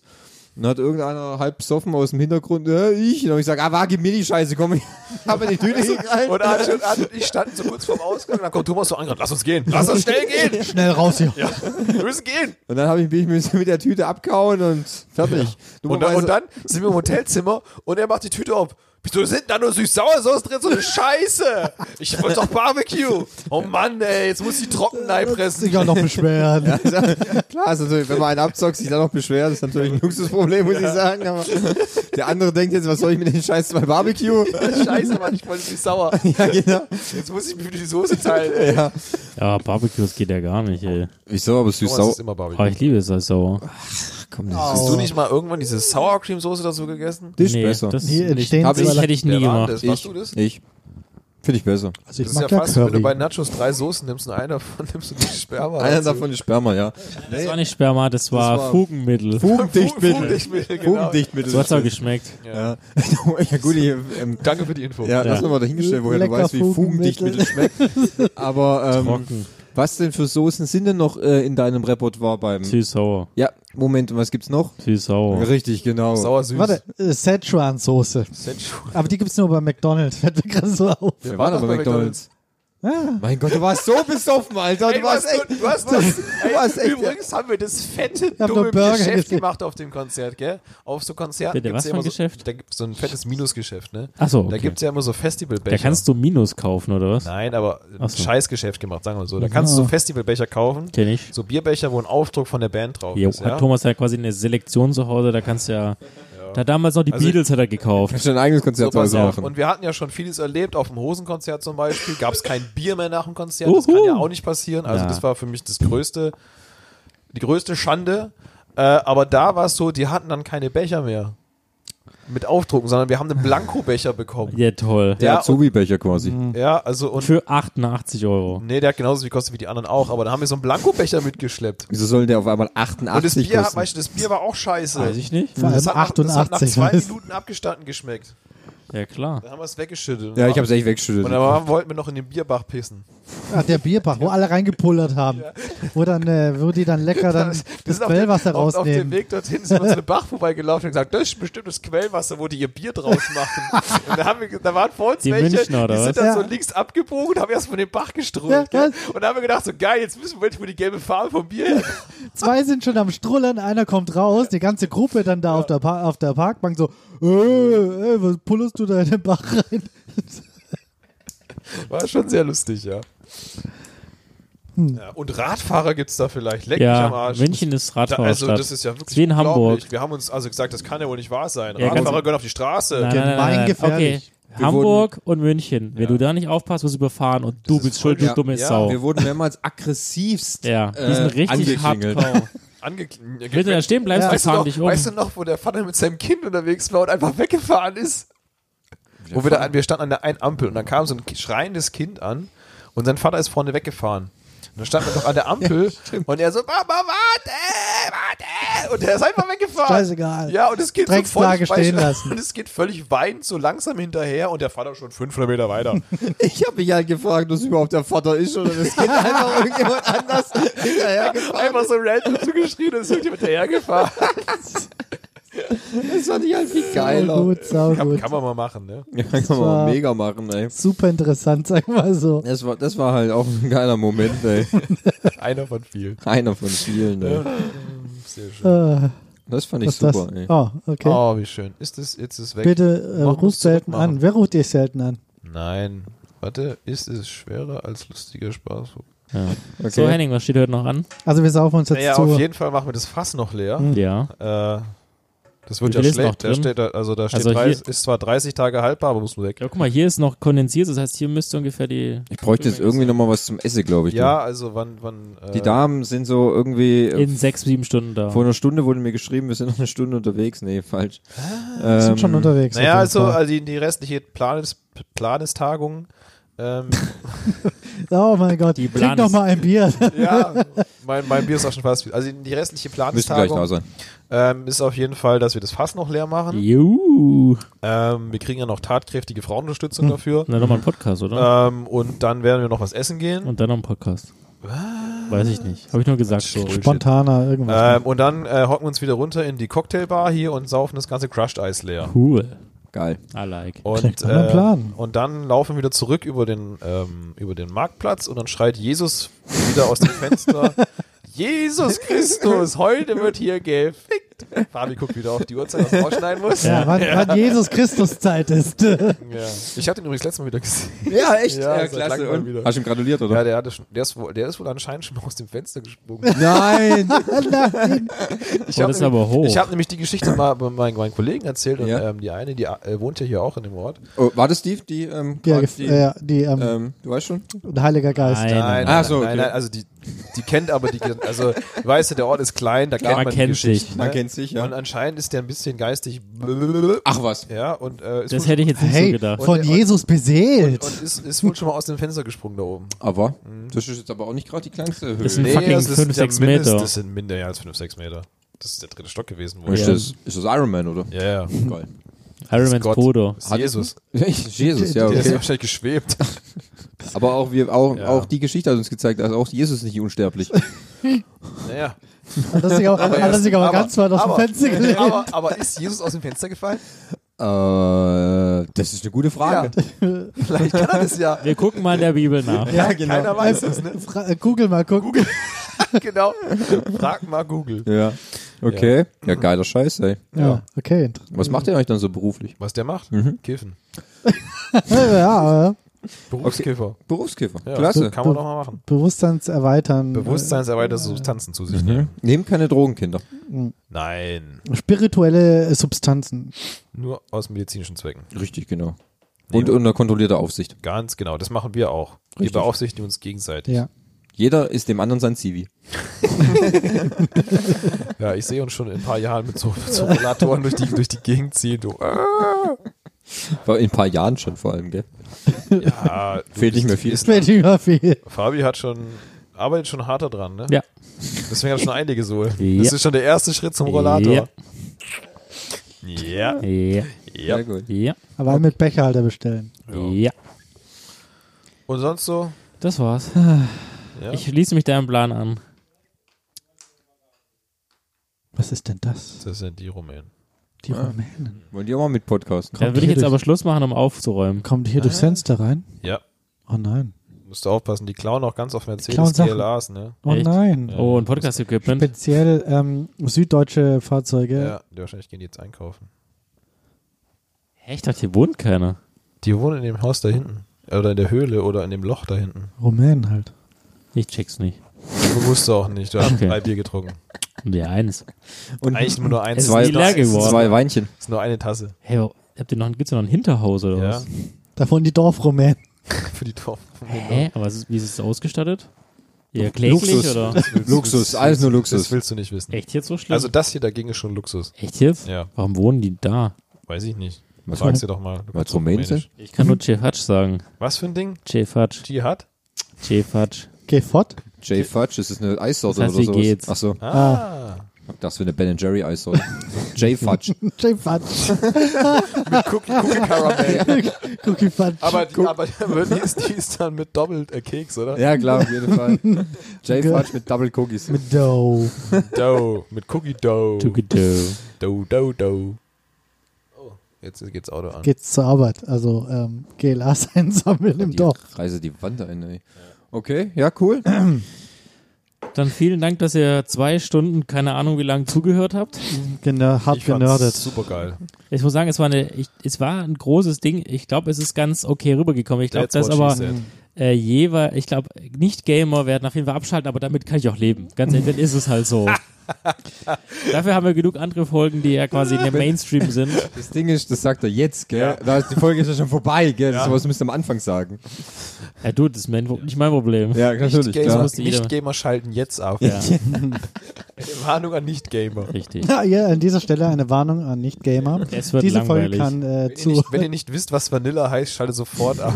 [SPEAKER 4] Und hat irgendeiner halb besoffen aus dem Hintergrund, äh, ich. Und hab ich gesagt, ah, war, gib mir die Scheiße, komm, ich [LAUGHS] hab in
[SPEAKER 1] [LAUGHS]
[SPEAKER 4] die Tüte gegriffen.
[SPEAKER 1] Also, Und Arndt und, Arndt und ich standen so kurz vorm Ausgang, dann kommt Thomas so angerannt, lass uns gehen, lass uns schnell gehen,
[SPEAKER 2] [LAUGHS] Schnell raus hier.
[SPEAKER 1] wir müssen gehen.
[SPEAKER 4] Und dann hab ich mich mit der Tüte abgehauen und fertig.
[SPEAKER 1] Und dann,
[SPEAKER 4] Dummerweise-
[SPEAKER 1] und dann sind wir im Hotelzimmer und er macht die Tüte auf. Wieso sind da nur Süß-Sauersoße drin? So eine Scheiße! Ich wollte doch Barbecue! Oh Mann, ey, jetzt muss ich Trockenei pressen.
[SPEAKER 2] Sich auch noch beschweren.
[SPEAKER 4] Klar, ist natürlich, Also, wenn man einen abzockt, sich dann noch beschwert, ist natürlich ein Luxusproblem, muss ich sagen. Aber der andere denkt jetzt, was soll ich mit den scheiß
[SPEAKER 1] [LAUGHS]
[SPEAKER 4] zwei Barbecue?
[SPEAKER 1] Scheiße, Mann, ich wollte
[SPEAKER 3] [LAUGHS]
[SPEAKER 1] Süß-Sauer.
[SPEAKER 4] ja, genau.
[SPEAKER 1] Jetzt muss ich mir die Soße teilen, ey.
[SPEAKER 4] Ja.
[SPEAKER 3] Ja, Barbecues geht ja gar nicht, ey.
[SPEAKER 4] Wieso, aber
[SPEAKER 1] Thomas
[SPEAKER 4] süß-sauer.
[SPEAKER 1] Oh, ist Oh. immer Barbecue.
[SPEAKER 3] Aber ich liebe es also. als sauer.
[SPEAKER 4] Komm, das
[SPEAKER 1] Hast du nicht mal irgendwann diese Sour Cream Soße dazu gegessen?
[SPEAKER 4] ist besser.
[SPEAKER 3] Das
[SPEAKER 2] Hier
[SPEAKER 3] nicht,
[SPEAKER 2] entstehen
[SPEAKER 3] hab ich,
[SPEAKER 2] zwei-
[SPEAKER 3] hätte ich nie
[SPEAKER 1] Wer war
[SPEAKER 3] gemacht.
[SPEAKER 1] das?
[SPEAKER 4] ich,
[SPEAKER 1] Machst du das? Oh,
[SPEAKER 4] Ich. Finde ich besser.
[SPEAKER 2] Also ich
[SPEAKER 1] Das ist ja
[SPEAKER 2] mag ja,
[SPEAKER 1] fast, wenn du bei
[SPEAKER 2] Curry.
[SPEAKER 1] Nachos drei Soßen nimmst und einer davon [LAUGHS] nimmst du die Sperma.
[SPEAKER 4] Einer davon ist
[SPEAKER 1] [LAUGHS]
[SPEAKER 4] Sperma, ja.
[SPEAKER 3] Das war nicht Sperma, das war,
[SPEAKER 4] war-
[SPEAKER 3] Fugenmittel.
[SPEAKER 4] Fugendichtmittel.
[SPEAKER 1] Fugendichtmittel, genau.
[SPEAKER 4] Fugendichtmittel.
[SPEAKER 3] so hat's auch geschmeckt.
[SPEAKER 4] [LAUGHS] Ja, ja gut, ich, ähm,
[SPEAKER 1] Danke für die Info.
[SPEAKER 4] ja, lass
[SPEAKER 3] Ja.
[SPEAKER 4] uns mal dahingestellt, woher
[SPEAKER 2] Lecker
[SPEAKER 4] du weißt, wie Fugendichtmittel schmeckt.
[SPEAKER 3] [LAUGHS]
[SPEAKER 4] Aber ähm,
[SPEAKER 3] Trocken.
[SPEAKER 4] was denn für Soßen sind denn noch äh, in deinem Repertoire beim...
[SPEAKER 3] Süß-sauer.
[SPEAKER 4] Ja, Moment, und was gibt's noch?
[SPEAKER 3] Süß-sauer.
[SPEAKER 4] Richtig, genau.
[SPEAKER 1] Sauer süß.
[SPEAKER 2] Warte, äh, Szechuan-Soße.
[SPEAKER 1] Sensual.
[SPEAKER 2] Aber die gibt's nur bei McDonalds. [LAUGHS] Fällt mir gerade so auf.
[SPEAKER 4] Wir waren aber bei McDonalds.
[SPEAKER 2] Ah.
[SPEAKER 4] Mein Gott, du warst so besoffen, Alter. Du
[SPEAKER 1] Ey,
[SPEAKER 4] warst echt...
[SPEAKER 1] du hast was.
[SPEAKER 4] [LAUGHS]
[SPEAKER 1] Ey,
[SPEAKER 4] warst echt-
[SPEAKER 1] übrigens haben wir das fette
[SPEAKER 2] hab
[SPEAKER 1] dumme
[SPEAKER 2] nur Burger
[SPEAKER 1] Geschäft
[SPEAKER 2] gesehen.
[SPEAKER 1] gemacht auf dem Konzert, gell? Auf so Konzerten
[SPEAKER 3] Bitte,
[SPEAKER 1] gibt's
[SPEAKER 3] was
[SPEAKER 1] ja
[SPEAKER 3] für ein
[SPEAKER 1] immer so,
[SPEAKER 3] Geschäft?
[SPEAKER 1] da gibt's so ein fettes Minusgeschäft, ne?
[SPEAKER 3] Ach so, okay.
[SPEAKER 1] Da gibt's ja immer so Festivalbecher.
[SPEAKER 3] Da kannst du Minus kaufen, oder was?
[SPEAKER 1] Nein, aber ein
[SPEAKER 3] so.
[SPEAKER 1] Scheißgeschäft gemacht, sagen wir so. Da kannst du so Festivalbecher kaufen.
[SPEAKER 3] Kenn ich.
[SPEAKER 1] So Bierbecher, wo ein Aufdruck von der Band drauf
[SPEAKER 3] Jo,
[SPEAKER 1] ist. Ja?
[SPEAKER 3] hat Thomas ja quasi eine Selektion zu Hause, da kannst du ja. Da damals noch die
[SPEAKER 1] Also-
[SPEAKER 3] Beatles hat er gekauft.
[SPEAKER 4] Kannst du dein eigenes Konzert
[SPEAKER 1] So,
[SPEAKER 4] zu Hause
[SPEAKER 1] pass auf.
[SPEAKER 4] machen.
[SPEAKER 1] Und wir hatten ja schon vieles erlebt, auf dem Hosenkonzert zum Beispiel, gab es kein Bier mehr nach dem Konzert, das kann
[SPEAKER 3] Uhu.
[SPEAKER 1] ja auch nicht passieren. Also
[SPEAKER 3] Ja.
[SPEAKER 1] das war für mich das größte, die größte Schande. Äh, aber da war es so, die hatten dann keine Becher mehr. mit Aufdrucken, sondern wir haben einen Blankobecher bekommen.
[SPEAKER 3] Ja, toll.
[SPEAKER 4] Der
[SPEAKER 1] Ja,
[SPEAKER 4] Azubi-Becher quasi.
[SPEAKER 1] Ja, also und.
[SPEAKER 3] Für 88 Euro.
[SPEAKER 1] Nee, der hat genauso viel gekostet wie die anderen auch, aber da haben wir so einen Blankobecher mitgeschleppt.
[SPEAKER 4] Wieso soll der auf einmal
[SPEAKER 1] Und das
[SPEAKER 4] 88
[SPEAKER 1] Bier, hat,
[SPEAKER 4] kosten?
[SPEAKER 1] weißt du, das Bier war auch scheiße.
[SPEAKER 3] Weiß ich nicht.
[SPEAKER 2] Vor allem
[SPEAKER 1] das, hat nach, das hat nach
[SPEAKER 2] 88.
[SPEAKER 1] zwei
[SPEAKER 2] weißt du?
[SPEAKER 1] Minuten abgestanden geschmeckt.
[SPEAKER 3] Ja, klar.
[SPEAKER 1] Dann haben wir es weggeschüttet.
[SPEAKER 4] ja, ich hab's echt
[SPEAKER 1] Und
[SPEAKER 4] weggeschüttet.
[SPEAKER 1] dann wollten wir noch in den Bierbach pissen.
[SPEAKER 2] Ach, Ah, der Bierbach, wo alle reingepullert haben. Wo dann, äh, wo die dann lecker dann das,
[SPEAKER 1] auf dem-
[SPEAKER 2] Quellwasser
[SPEAKER 1] auf, auf dem
[SPEAKER 2] rausnehmen.
[SPEAKER 1] Weg dorthin sind wir
[SPEAKER 2] [LAUGHS]
[SPEAKER 1] zu einem Bach vorbeigelaufen und gesagt, das ist bestimmt das Quellwasser, wo die ihr Bier draus
[SPEAKER 2] [LAUGHS]
[SPEAKER 1] machen. und da, haben wir, ge- da waren vor uns
[SPEAKER 3] Die
[SPEAKER 1] welche,
[SPEAKER 3] Münchner, oder
[SPEAKER 1] die
[SPEAKER 3] was?
[SPEAKER 1] sind dann
[SPEAKER 2] Ja.
[SPEAKER 1] so links abgebogen und haben erst von dem Bach
[SPEAKER 2] Ja,
[SPEAKER 1] geströmt. gell?
[SPEAKER 2] was?
[SPEAKER 1] und da haben wir gedacht, so geil, jetzt wissen wir endlich, wo die gelbe Farbe vom Bier ist.
[SPEAKER 2] Zwei sind schon am Strullern, einer kommt raus, die ganze Gruppe dann da auf, der Pa- auf der Parkbank so, äh, äh, was pullerst du da in den Bach rein?
[SPEAKER 1] War schon sehr lustig, ja.
[SPEAKER 2] Hm.
[SPEAKER 1] ja und Radfahrer gibt's da vielleicht. Leck mich am
[SPEAKER 3] Ja,
[SPEAKER 1] Arsch.
[SPEAKER 3] München ist
[SPEAKER 1] Da, also
[SPEAKER 3] Radfahrerstadt.
[SPEAKER 1] das ist ja wirklich
[SPEAKER 3] Wie in
[SPEAKER 1] unglaublich.
[SPEAKER 3] Hamburg.
[SPEAKER 1] Wir haben uns also gesagt, das kann ja wohl nicht wahr sein.
[SPEAKER 3] Ja,
[SPEAKER 1] Radfahrer
[SPEAKER 3] ganz-
[SPEAKER 1] gehören auf die Straße.
[SPEAKER 3] Nein, nein, nein, nein, nein.
[SPEAKER 2] Gemeingefährlich.
[SPEAKER 3] Okay.
[SPEAKER 4] Wir
[SPEAKER 3] Hamburg und München. Wenn du da nicht aufpasst, wirst du überfahren und du
[SPEAKER 1] Das ist
[SPEAKER 3] bist schuld, du
[SPEAKER 1] voll- ja,
[SPEAKER 3] dumme
[SPEAKER 1] ja,
[SPEAKER 3] Sau.
[SPEAKER 4] Wir wurden mehrmals aggressivst
[SPEAKER 3] Ja, die
[SPEAKER 4] äh,
[SPEAKER 3] sind richtig
[SPEAKER 4] angeklingelt.
[SPEAKER 3] hardcore.
[SPEAKER 1] Angekl-
[SPEAKER 3] Wenn du da stehen bleibst, wir
[SPEAKER 1] weißt, du
[SPEAKER 3] fahren
[SPEAKER 1] noch,
[SPEAKER 3] dich um.
[SPEAKER 1] weißt du noch, wo der Vater mit seinem Kind unterwegs war und einfach weggefahren ist? Wo wir, da, wir standen an der einen Ampel und dann kam so ein ki- schreiendes Kind an und sein Vater ist vorne weggefahren. Und dann standen wir doch an
[SPEAKER 3] [LAUGHS]
[SPEAKER 1] der Ampel und er so, Mama, warte, warte. Und der ist einfach weggefahren.
[SPEAKER 2] Scheißegal.
[SPEAKER 1] Ja, und das Kind so
[SPEAKER 2] Drecksplage
[SPEAKER 1] voll Speichel-
[SPEAKER 2] stehen
[SPEAKER 1] [LAUGHS]
[SPEAKER 2] lassen.
[SPEAKER 1] Und es geht völlig weinend so langsam hinterher und der Vater schon 500 Meter weiter.
[SPEAKER 4] [LAUGHS] Ich habe mich halt gefragt, ob es überhaupt der Vater ist oder das
[SPEAKER 3] [LAUGHS]
[SPEAKER 4] Kind einfach irgendjemand anders hinterhergefahren.
[SPEAKER 1] einfach so [LAUGHS] random zugeschrien und ist irgendjemand hinterhergefahren.
[SPEAKER 4] Das fand ich halt viel geiler.
[SPEAKER 1] genau.
[SPEAKER 2] Gut, sau
[SPEAKER 1] Kann,
[SPEAKER 2] gut.
[SPEAKER 1] kann man mal machen, ne?
[SPEAKER 4] Ja, kann man
[SPEAKER 2] war-
[SPEAKER 4] mal mega machen, ey.
[SPEAKER 2] Super interessant, [LAUGHS] sag mal so.
[SPEAKER 4] Das war, das war halt auch ein geiler Moment, ey.
[SPEAKER 1] [LAUGHS] Einer von vielen.
[SPEAKER 4] Einer von vielen, ey.
[SPEAKER 1] Sehr schön.
[SPEAKER 2] Äh,
[SPEAKER 4] Das fand ich
[SPEAKER 2] was
[SPEAKER 4] super,
[SPEAKER 2] das?
[SPEAKER 4] ey.
[SPEAKER 2] Oh, okay.
[SPEAKER 1] Oh, wie schön. Ist es, jetzt ist weg.
[SPEAKER 2] Bitte äh,
[SPEAKER 1] Machen
[SPEAKER 2] ruf
[SPEAKER 1] wir's zurück
[SPEAKER 2] selten
[SPEAKER 1] machen.
[SPEAKER 2] an. Wer ruft dich selten an?
[SPEAKER 1] Nein. Warte, ist es schwerer als lustiger Spaß?
[SPEAKER 4] Okay.
[SPEAKER 3] So, Henning, was steht heute noch an?
[SPEAKER 2] Also wir saufen uns jetzt
[SPEAKER 1] Naja,
[SPEAKER 2] zu.
[SPEAKER 1] auf jeden Fall machen wir das Fass noch leer.
[SPEAKER 4] Hm.
[SPEAKER 3] Ja.
[SPEAKER 1] Äh, das wird
[SPEAKER 3] Wie viel
[SPEAKER 1] ja
[SPEAKER 3] ist Hm. noch
[SPEAKER 1] schlecht. Da
[SPEAKER 3] drin?
[SPEAKER 1] steht, da- also da steht
[SPEAKER 3] Also
[SPEAKER 1] 30, ist zwar 30 Tage haltbar, aber muss nur weg.
[SPEAKER 3] Ja, guck mal, hier ist noch kondensiert, das heißt, hier müsste ungefähr die.
[SPEAKER 4] Ich bräuchte jetzt irgendwie nochmal was zum Essen, glaube ich.
[SPEAKER 1] Ja, also wann, wann. Äh,
[SPEAKER 4] Die Damen sind so irgendwie. äh,
[SPEAKER 3] In sechs, sieben Stunden da.
[SPEAKER 4] Vor einer Stunde wurde mir geschrieben, wir sind noch eine Stunde unterwegs. Nee, falsch.
[SPEAKER 2] Wir sind schon unterwegs.
[SPEAKER 1] Naja,
[SPEAKER 2] auf jeden
[SPEAKER 1] also
[SPEAKER 2] Fall.
[SPEAKER 1] äh, die, die restliche Planes, Planestagung. Ähm, äh,
[SPEAKER 2] Oh mein Gott,
[SPEAKER 3] Die
[SPEAKER 2] trink
[SPEAKER 3] Plan
[SPEAKER 2] doch
[SPEAKER 3] ist-
[SPEAKER 2] mal ein
[SPEAKER 3] [LAUGHS]
[SPEAKER 2] Bier.
[SPEAKER 1] ja, mein, mein Bier ist auch schon fast. Also die restliche
[SPEAKER 4] Müsste gleich da
[SPEAKER 1] Planestagung
[SPEAKER 4] sein.
[SPEAKER 1] ähm, ist auf jeden Fall, dass wir das Fass noch leer machen.
[SPEAKER 3] Juhu.
[SPEAKER 1] Ähm, wir kriegen ja noch tatkräftige
[SPEAKER 2] Hm.
[SPEAKER 1] Frauenunterstützung dafür.
[SPEAKER 3] Na, nochmal ein Podcast, oder?
[SPEAKER 1] Ähm, und dann werden wir noch was essen gehen.
[SPEAKER 3] Und dann noch ein Podcast. Weiß ich nicht. Habe ich nur gesagt. So.
[SPEAKER 2] Spontaner irgendwas.
[SPEAKER 1] Ähm, und dann äh, hocken wir uns wieder runter in die Cocktailbar hier und saufen das ganze Crushed Eis leer.
[SPEAKER 3] Cool.
[SPEAKER 4] Geil.
[SPEAKER 3] I like.
[SPEAKER 1] Und,
[SPEAKER 2] Klingt nach einem
[SPEAKER 1] ähm,
[SPEAKER 2] Plan.
[SPEAKER 1] und dann laufen wir wieder zurück über den, ähm, über den Marktplatz und dann schreit Jesus wieder aus dem
[SPEAKER 2] [LAUGHS]
[SPEAKER 1] Fenster. Jesus Christus, heute wird hier gefickt. Fabi guckt wieder auf die Uhrzeit, was er rausschneiden muss. [LAUGHS]
[SPEAKER 2] ja, wann, wann Jesus Christus Zeit ist.
[SPEAKER 1] Ja. Ich habe den übrigens letztes Mal wieder gesehen.
[SPEAKER 4] Ja, echt?
[SPEAKER 1] Ja,
[SPEAKER 4] Ja,
[SPEAKER 1] seit
[SPEAKER 4] klasse.
[SPEAKER 1] langem mal wieder.
[SPEAKER 4] Und? Hast du ihm gratuliert,
[SPEAKER 3] Also
[SPEAKER 4] oder?
[SPEAKER 1] Ja, der, hatte schon, der, ist wohl, der ist wohl anscheinend schon aus dem Fenster
[SPEAKER 3] [LAUGHS]
[SPEAKER 1] gesprungen.
[SPEAKER 4] Nein!
[SPEAKER 1] [LAUGHS] Ich
[SPEAKER 3] Oh,
[SPEAKER 1] hab
[SPEAKER 3] das ist
[SPEAKER 1] nämlich-
[SPEAKER 3] aber hoch.
[SPEAKER 1] Ich habe nämlich die Geschichte mal bei meinen, meinen Kollegen erzählt und
[SPEAKER 4] Ja.
[SPEAKER 1] ähm, die eine, die äh, wohnt ja hier auch in dem Ort.
[SPEAKER 4] oh, war das Steve, die, ähm,
[SPEAKER 2] [LAUGHS] ja, gef-
[SPEAKER 4] die,
[SPEAKER 2] ja, die ähm,
[SPEAKER 4] ähm, du weißt schon?
[SPEAKER 2] Heiliger Geist.
[SPEAKER 3] Nein.
[SPEAKER 1] Nein,
[SPEAKER 4] Ah,
[SPEAKER 1] nein,
[SPEAKER 4] so,
[SPEAKER 1] nein,
[SPEAKER 4] okay.
[SPEAKER 1] nein, also die, die kennt aber die, also weißt du, der Ort ist klein, da kennt
[SPEAKER 3] man
[SPEAKER 1] man, die
[SPEAKER 3] kennt
[SPEAKER 1] Geschichten,
[SPEAKER 3] sich.
[SPEAKER 4] Man
[SPEAKER 1] ne?
[SPEAKER 4] kennt sich, ja.
[SPEAKER 1] Und anscheinend ist der ein bisschen geistig,
[SPEAKER 4] Ach was.
[SPEAKER 1] ja, und äh, ist,
[SPEAKER 3] Das
[SPEAKER 1] wohl,
[SPEAKER 3] hätte ich jetzt nicht so
[SPEAKER 2] Hey,
[SPEAKER 3] gedacht.
[SPEAKER 2] von
[SPEAKER 1] Und-
[SPEAKER 2] Jesus beseelt.
[SPEAKER 1] und ist, ist wohl schon mal aus dem Fenster gesprungen da oben.
[SPEAKER 4] Aber, das ist jetzt aber auch nicht gerade die kleinste Höhe.
[SPEAKER 3] Das sind fucking
[SPEAKER 1] Mhm. das sind
[SPEAKER 3] 5, 6
[SPEAKER 1] ja mindest-
[SPEAKER 3] Meter.
[SPEAKER 1] Das sind minder ja, als 5, 6 Meter. Das ist der dritte Stock gewesen. Wo
[SPEAKER 4] Ist,
[SPEAKER 1] ja.
[SPEAKER 4] das, ist das Iron Man, oder?
[SPEAKER 1] ja, ja.
[SPEAKER 4] Geil. [LAUGHS]
[SPEAKER 3] Iron
[SPEAKER 1] Das ist
[SPEAKER 3] Man's
[SPEAKER 1] Gott.
[SPEAKER 3] Bruder.
[SPEAKER 1] Das ist Jesus. [LAUGHS]
[SPEAKER 4] Jesus, ja,
[SPEAKER 1] Der ist
[SPEAKER 4] okay.
[SPEAKER 1] wahrscheinlich geschwebt.
[SPEAKER 4] Aber auch, wir, auch,
[SPEAKER 1] Ja.
[SPEAKER 4] auch die Geschichte hat uns gezeigt, dass auch Jesus
[SPEAKER 1] [LAUGHS]
[SPEAKER 4] nicht unsterblich. Äh,
[SPEAKER 1] Naja.
[SPEAKER 2] Hat er sich aber, hat er sich aber, ganz weit aus dem
[SPEAKER 1] aber- [LAUGHS]
[SPEAKER 2] Fenster gelegt.
[SPEAKER 1] Aber, aber ist Jesus aus dem Fenster gefallen?
[SPEAKER 4] äh, das ist eine gute Frage.
[SPEAKER 1] Vielleicht kann er das
[SPEAKER 2] [LAUGHS]
[SPEAKER 1] ja.
[SPEAKER 3] Wir gucken mal in der Bibel nach.
[SPEAKER 4] Ja, genau.
[SPEAKER 1] Keiner weiß es, ne?
[SPEAKER 2] Fra- äh, Google mal gucken.
[SPEAKER 1] genau. Frag mal Google.
[SPEAKER 4] Ja. Okay. Ja, geiler Scheiß, ey.
[SPEAKER 2] Ja, okay. int-
[SPEAKER 1] Mhm.
[SPEAKER 4] Was macht ihr euch dann so beruflich?
[SPEAKER 1] Was der macht?
[SPEAKER 2] Mhm.
[SPEAKER 1] Kiffen.
[SPEAKER 2] Ja, äh, ja.
[SPEAKER 1] Berufskiffer.
[SPEAKER 4] Berufskiffer.
[SPEAKER 1] Ja,
[SPEAKER 4] Klasse.
[SPEAKER 1] Kann man doch mal machen.
[SPEAKER 2] Bewusstseinserweitern.
[SPEAKER 1] Bewusstseinserweiterte Substanzen zu sich
[SPEAKER 2] Mhm.
[SPEAKER 1] nehmen.
[SPEAKER 4] Nehmen Mhm. keine Drogen, Kinder.
[SPEAKER 1] Nein.
[SPEAKER 2] äh, Spirituelle äh, Substanzen.
[SPEAKER 1] Nur aus medizinischen Zwecken.
[SPEAKER 4] Richtig, genau. Und unter kontrollierter Aufsicht.
[SPEAKER 1] Ganz genau. Das machen wir auch.
[SPEAKER 4] Richtig.
[SPEAKER 1] Wir beaufsichtigen uns gegenseitig.
[SPEAKER 2] Ja.
[SPEAKER 4] Jeder ist dem anderen sein Zivi.
[SPEAKER 1] Ja, ich sehe uns schon in ein paar Jahren mit so, mit so Rollatoren durch die, durch die Gegend ziehen.
[SPEAKER 2] [LAUGHS]
[SPEAKER 1] Du, ah,
[SPEAKER 4] War in ein paar Jahren schon vor allem, gell? [LAUGHS]
[SPEAKER 1] ja, du
[SPEAKER 4] Fehlt nicht
[SPEAKER 1] bist-
[SPEAKER 4] mehr viel.
[SPEAKER 2] Ist mir nicht mehr viel.
[SPEAKER 1] Fabi hat schon, arbeitet schon harter dran, ne?
[SPEAKER 3] Ja.
[SPEAKER 1] Deswegen hat er schon einige so.
[SPEAKER 3] Ja.
[SPEAKER 1] Das ist schon der erste Schritt zum Rollator. Ja.
[SPEAKER 3] Ja.
[SPEAKER 1] Ja.
[SPEAKER 4] Sehr gut.
[SPEAKER 3] Ja.
[SPEAKER 2] Aber einen mit Becherhalter bestellen.
[SPEAKER 3] Ja.
[SPEAKER 1] Und sonst so?
[SPEAKER 3] Das war's.
[SPEAKER 1] Ja.
[SPEAKER 3] Ich schließe mich deinem Plan an.
[SPEAKER 2] Was ist denn das?
[SPEAKER 1] das sind die Rumänen.
[SPEAKER 2] Die Rumänen.
[SPEAKER 4] Wollen die auch mal mit Podcasten?
[SPEAKER 3] Dann würde ich
[SPEAKER 2] hier
[SPEAKER 3] jetzt
[SPEAKER 2] durch-
[SPEAKER 3] aber Schluss machen, um aufzuräumen.
[SPEAKER 2] Kommt hier durch Fenster rein?
[SPEAKER 1] Ja.
[SPEAKER 2] Oh nein.
[SPEAKER 1] Musst du aufpassen, die klauen auch ganz oft Mercedes
[SPEAKER 2] klauen Sachen.
[SPEAKER 1] GLAs, ne?
[SPEAKER 2] Oh
[SPEAKER 3] Echt?
[SPEAKER 2] nein.
[SPEAKER 1] Ja.
[SPEAKER 3] Oh, und Podcast-Equipment.
[SPEAKER 2] Speziell ähm, süddeutsche Fahrzeuge.
[SPEAKER 1] Ja, die wahrscheinlich gehen die jetzt einkaufen.
[SPEAKER 3] Hä, ich dachte, hier wohnt keiner.
[SPEAKER 1] Die wohnen in dem Haus da hinten. äh, Oder in der Höhle oder in dem Loch da hinten.
[SPEAKER 2] Rumänen halt.
[SPEAKER 3] Ich check's nicht.
[SPEAKER 1] Du wusstest auch nicht, du hast
[SPEAKER 3] Okay.
[SPEAKER 1] drei Bier getrunken.
[SPEAKER 3] Der eins.
[SPEAKER 4] Und
[SPEAKER 1] Eigentlich nur nur eins.
[SPEAKER 3] Es war
[SPEAKER 1] ist
[SPEAKER 3] nie leer geworden.
[SPEAKER 4] zwei Weinchen.
[SPEAKER 1] ist nur eine Tasse.
[SPEAKER 3] Hey, wo- habt ihr noch, gibt's ja noch ein Hinterhaus oder
[SPEAKER 1] Ja, [LAUGHS]
[SPEAKER 3] was?
[SPEAKER 2] Da wohnen die Dorfrumänen.
[SPEAKER 1] für die Dorfrumänen.
[SPEAKER 3] Hä? Aber es ist, wie ist es ausgestattet? Ja, kläglich
[SPEAKER 4] Luxus.
[SPEAKER 1] [LAUGHS]
[SPEAKER 3] oder?
[SPEAKER 4] Luxus, alles nur
[SPEAKER 1] Das
[SPEAKER 4] Luxus.
[SPEAKER 1] willst du nicht wissen.
[SPEAKER 3] Echt jetzt so schlimm?
[SPEAKER 1] Also das hier dagegen ist schon Luxus.
[SPEAKER 3] Echt jetzt?
[SPEAKER 1] Ja,
[SPEAKER 3] Warum wohnen die da?
[SPEAKER 1] weiß ich nicht.
[SPEAKER 4] Was
[SPEAKER 1] Fragst du doch mal. Du
[SPEAKER 4] Weil's
[SPEAKER 1] kannst
[SPEAKER 4] Rumänisch
[SPEAKER 1] Rumänisch.
[SPEAKER 3] Ich
[SPEAKER 1] [LAUGHS]
[SPEAKER 3] kann nur Cefatsch sagen.
[SPEAKER 1] Was für ein Ding?
[SPEAKER 3] Cefatsch,
[SPEAKER 1] Dschihad?
[SPEAKER 3] Cefatsch.
[SPEAKER 2] Geh
[SPEAKER 1] [LAUGHS]
[SPEAKER 2] fort.
[SPEAKER 4] Jay Fudge, ist das eine Eissorte
[SPEAKER 3] Das heißt,
[SPEAKER 4] oder
[SPEAKER 3] wie
[SPEAKER 4] sowas?
[SPEAKER 3] geht's?
[SPEAKER 4] Ach so,
[SPEAKER 1] Ah.
[SPEAKER 4] das für eine Ben
[SPEAKER 3] [LAUGHS]
[SPEAKER 4] Jerry Eissorte. Jay Fudge.
[SPEAKER 2] Jay Fudge.
[SPEAKER 1] Mit Cookie, Cookie Caramel.
[SPEAKER 2] [LAUGHS] Cookie Fudge.
[SPEAKER 1] Aber, die, aber die, ist, die ist dann mit doppelt äh, Keks, oder?
[SPEAKER 4] Ja, klar, auf jeden
[SPEAKER 3] [LAUGHS]
[SPEAKER 4] Fall. Jay Fudge mit Double Cookies.
[SPEAKER 2] Mit Dough.
[SPEAKER 1] Dough. Mit Cookie Dough.
[SPEAKER 3] Tugido.
[SPEAKER 1] Dough, Dough, Dough. Oh, jetzt geht's Auto an.
[SPEAKER 2] Geht's zur Arbeit. Also ähm, [LAUGHS] GLAs einsammeln im
[SPEAKER 4] Die
[SPEAKER 2] Dorf.
[SPEAKER 4] Reise die Wand ein, ey. Okay, ja, cool.
[SPEAKER 3] Dann vielen Dank, dass ihr zwei Stunden, keine Ahnung wie lange, zugehört habt.
[SPEAKER 2] Gener hart
[SPEAKER 1] Ich fand's
[SPEAKER 2] genördet.
[SPEAKER 1] super geil.
[SPEAKER 3] Ich muss sagen, es war, eine, ich, es war ein großes Ding. Ich glaube, es ist ganz okay rübergekommen. Ich glaube, dass aber äh, jeweils, ich glaube, Nicht-Gamer werden auf jeden Fall abschalten, aber damit kann ich auch leben. Ganz ehrlich, dann ist es halt
[SPEAKER 4] [LAUGHS]
[SPEAKER 3] so. Dafür haben wir genug andere Folgen, die ja quasi
[SPEAKER 4] [LAUGHS]
[SPEAKER 3] in der Mainstream sind.
[SPEAKER 4] Das Ding ist, das sagt er jetzt, gell?
[SPEAKER 1] Ja.
[SPEAKER 4] Da ist, die Folge ist ja schon vorbei, gell?
[SPEAKER 1] Ja.
[SPEAKER 4] Das sowas müsst ihr am Anfang sagen.
[SPEAKER 3] Ja, du, das ist mein, nicht mein Problem.
[SPEAKER 4] Ja, natürlich.
[SPEAKER 1] Gamer,
[SPEAKER 4] Klar.
[SPEAKER 3] musste jeder-
[SPEAKER 1] Nicht-Gamer schalten jetzt ab.
[SPEAKER 3] Ja,
[SPEAKER 1] [LAUGHS] Warnung an Nicht-Gamer.
[SPEAKER 3] richtig.
[SPEAKER 2] Ja, ja, an dieser Stelle eine Warnung an Nicht-Gamer.
[SPEAKER 3] Es wird
[SPEAKER 2] Diese
[SPEAKER 3] langweilig.
[SPEAKER 2] Folge kann äh,
[SPEAKER 1] Wenn ihr,
[SPEAKER 2] zu.
[SPEAKER 1] nicht, wenn ihr nicht wisst, was Vanilla heißt, schaltet sofort ab.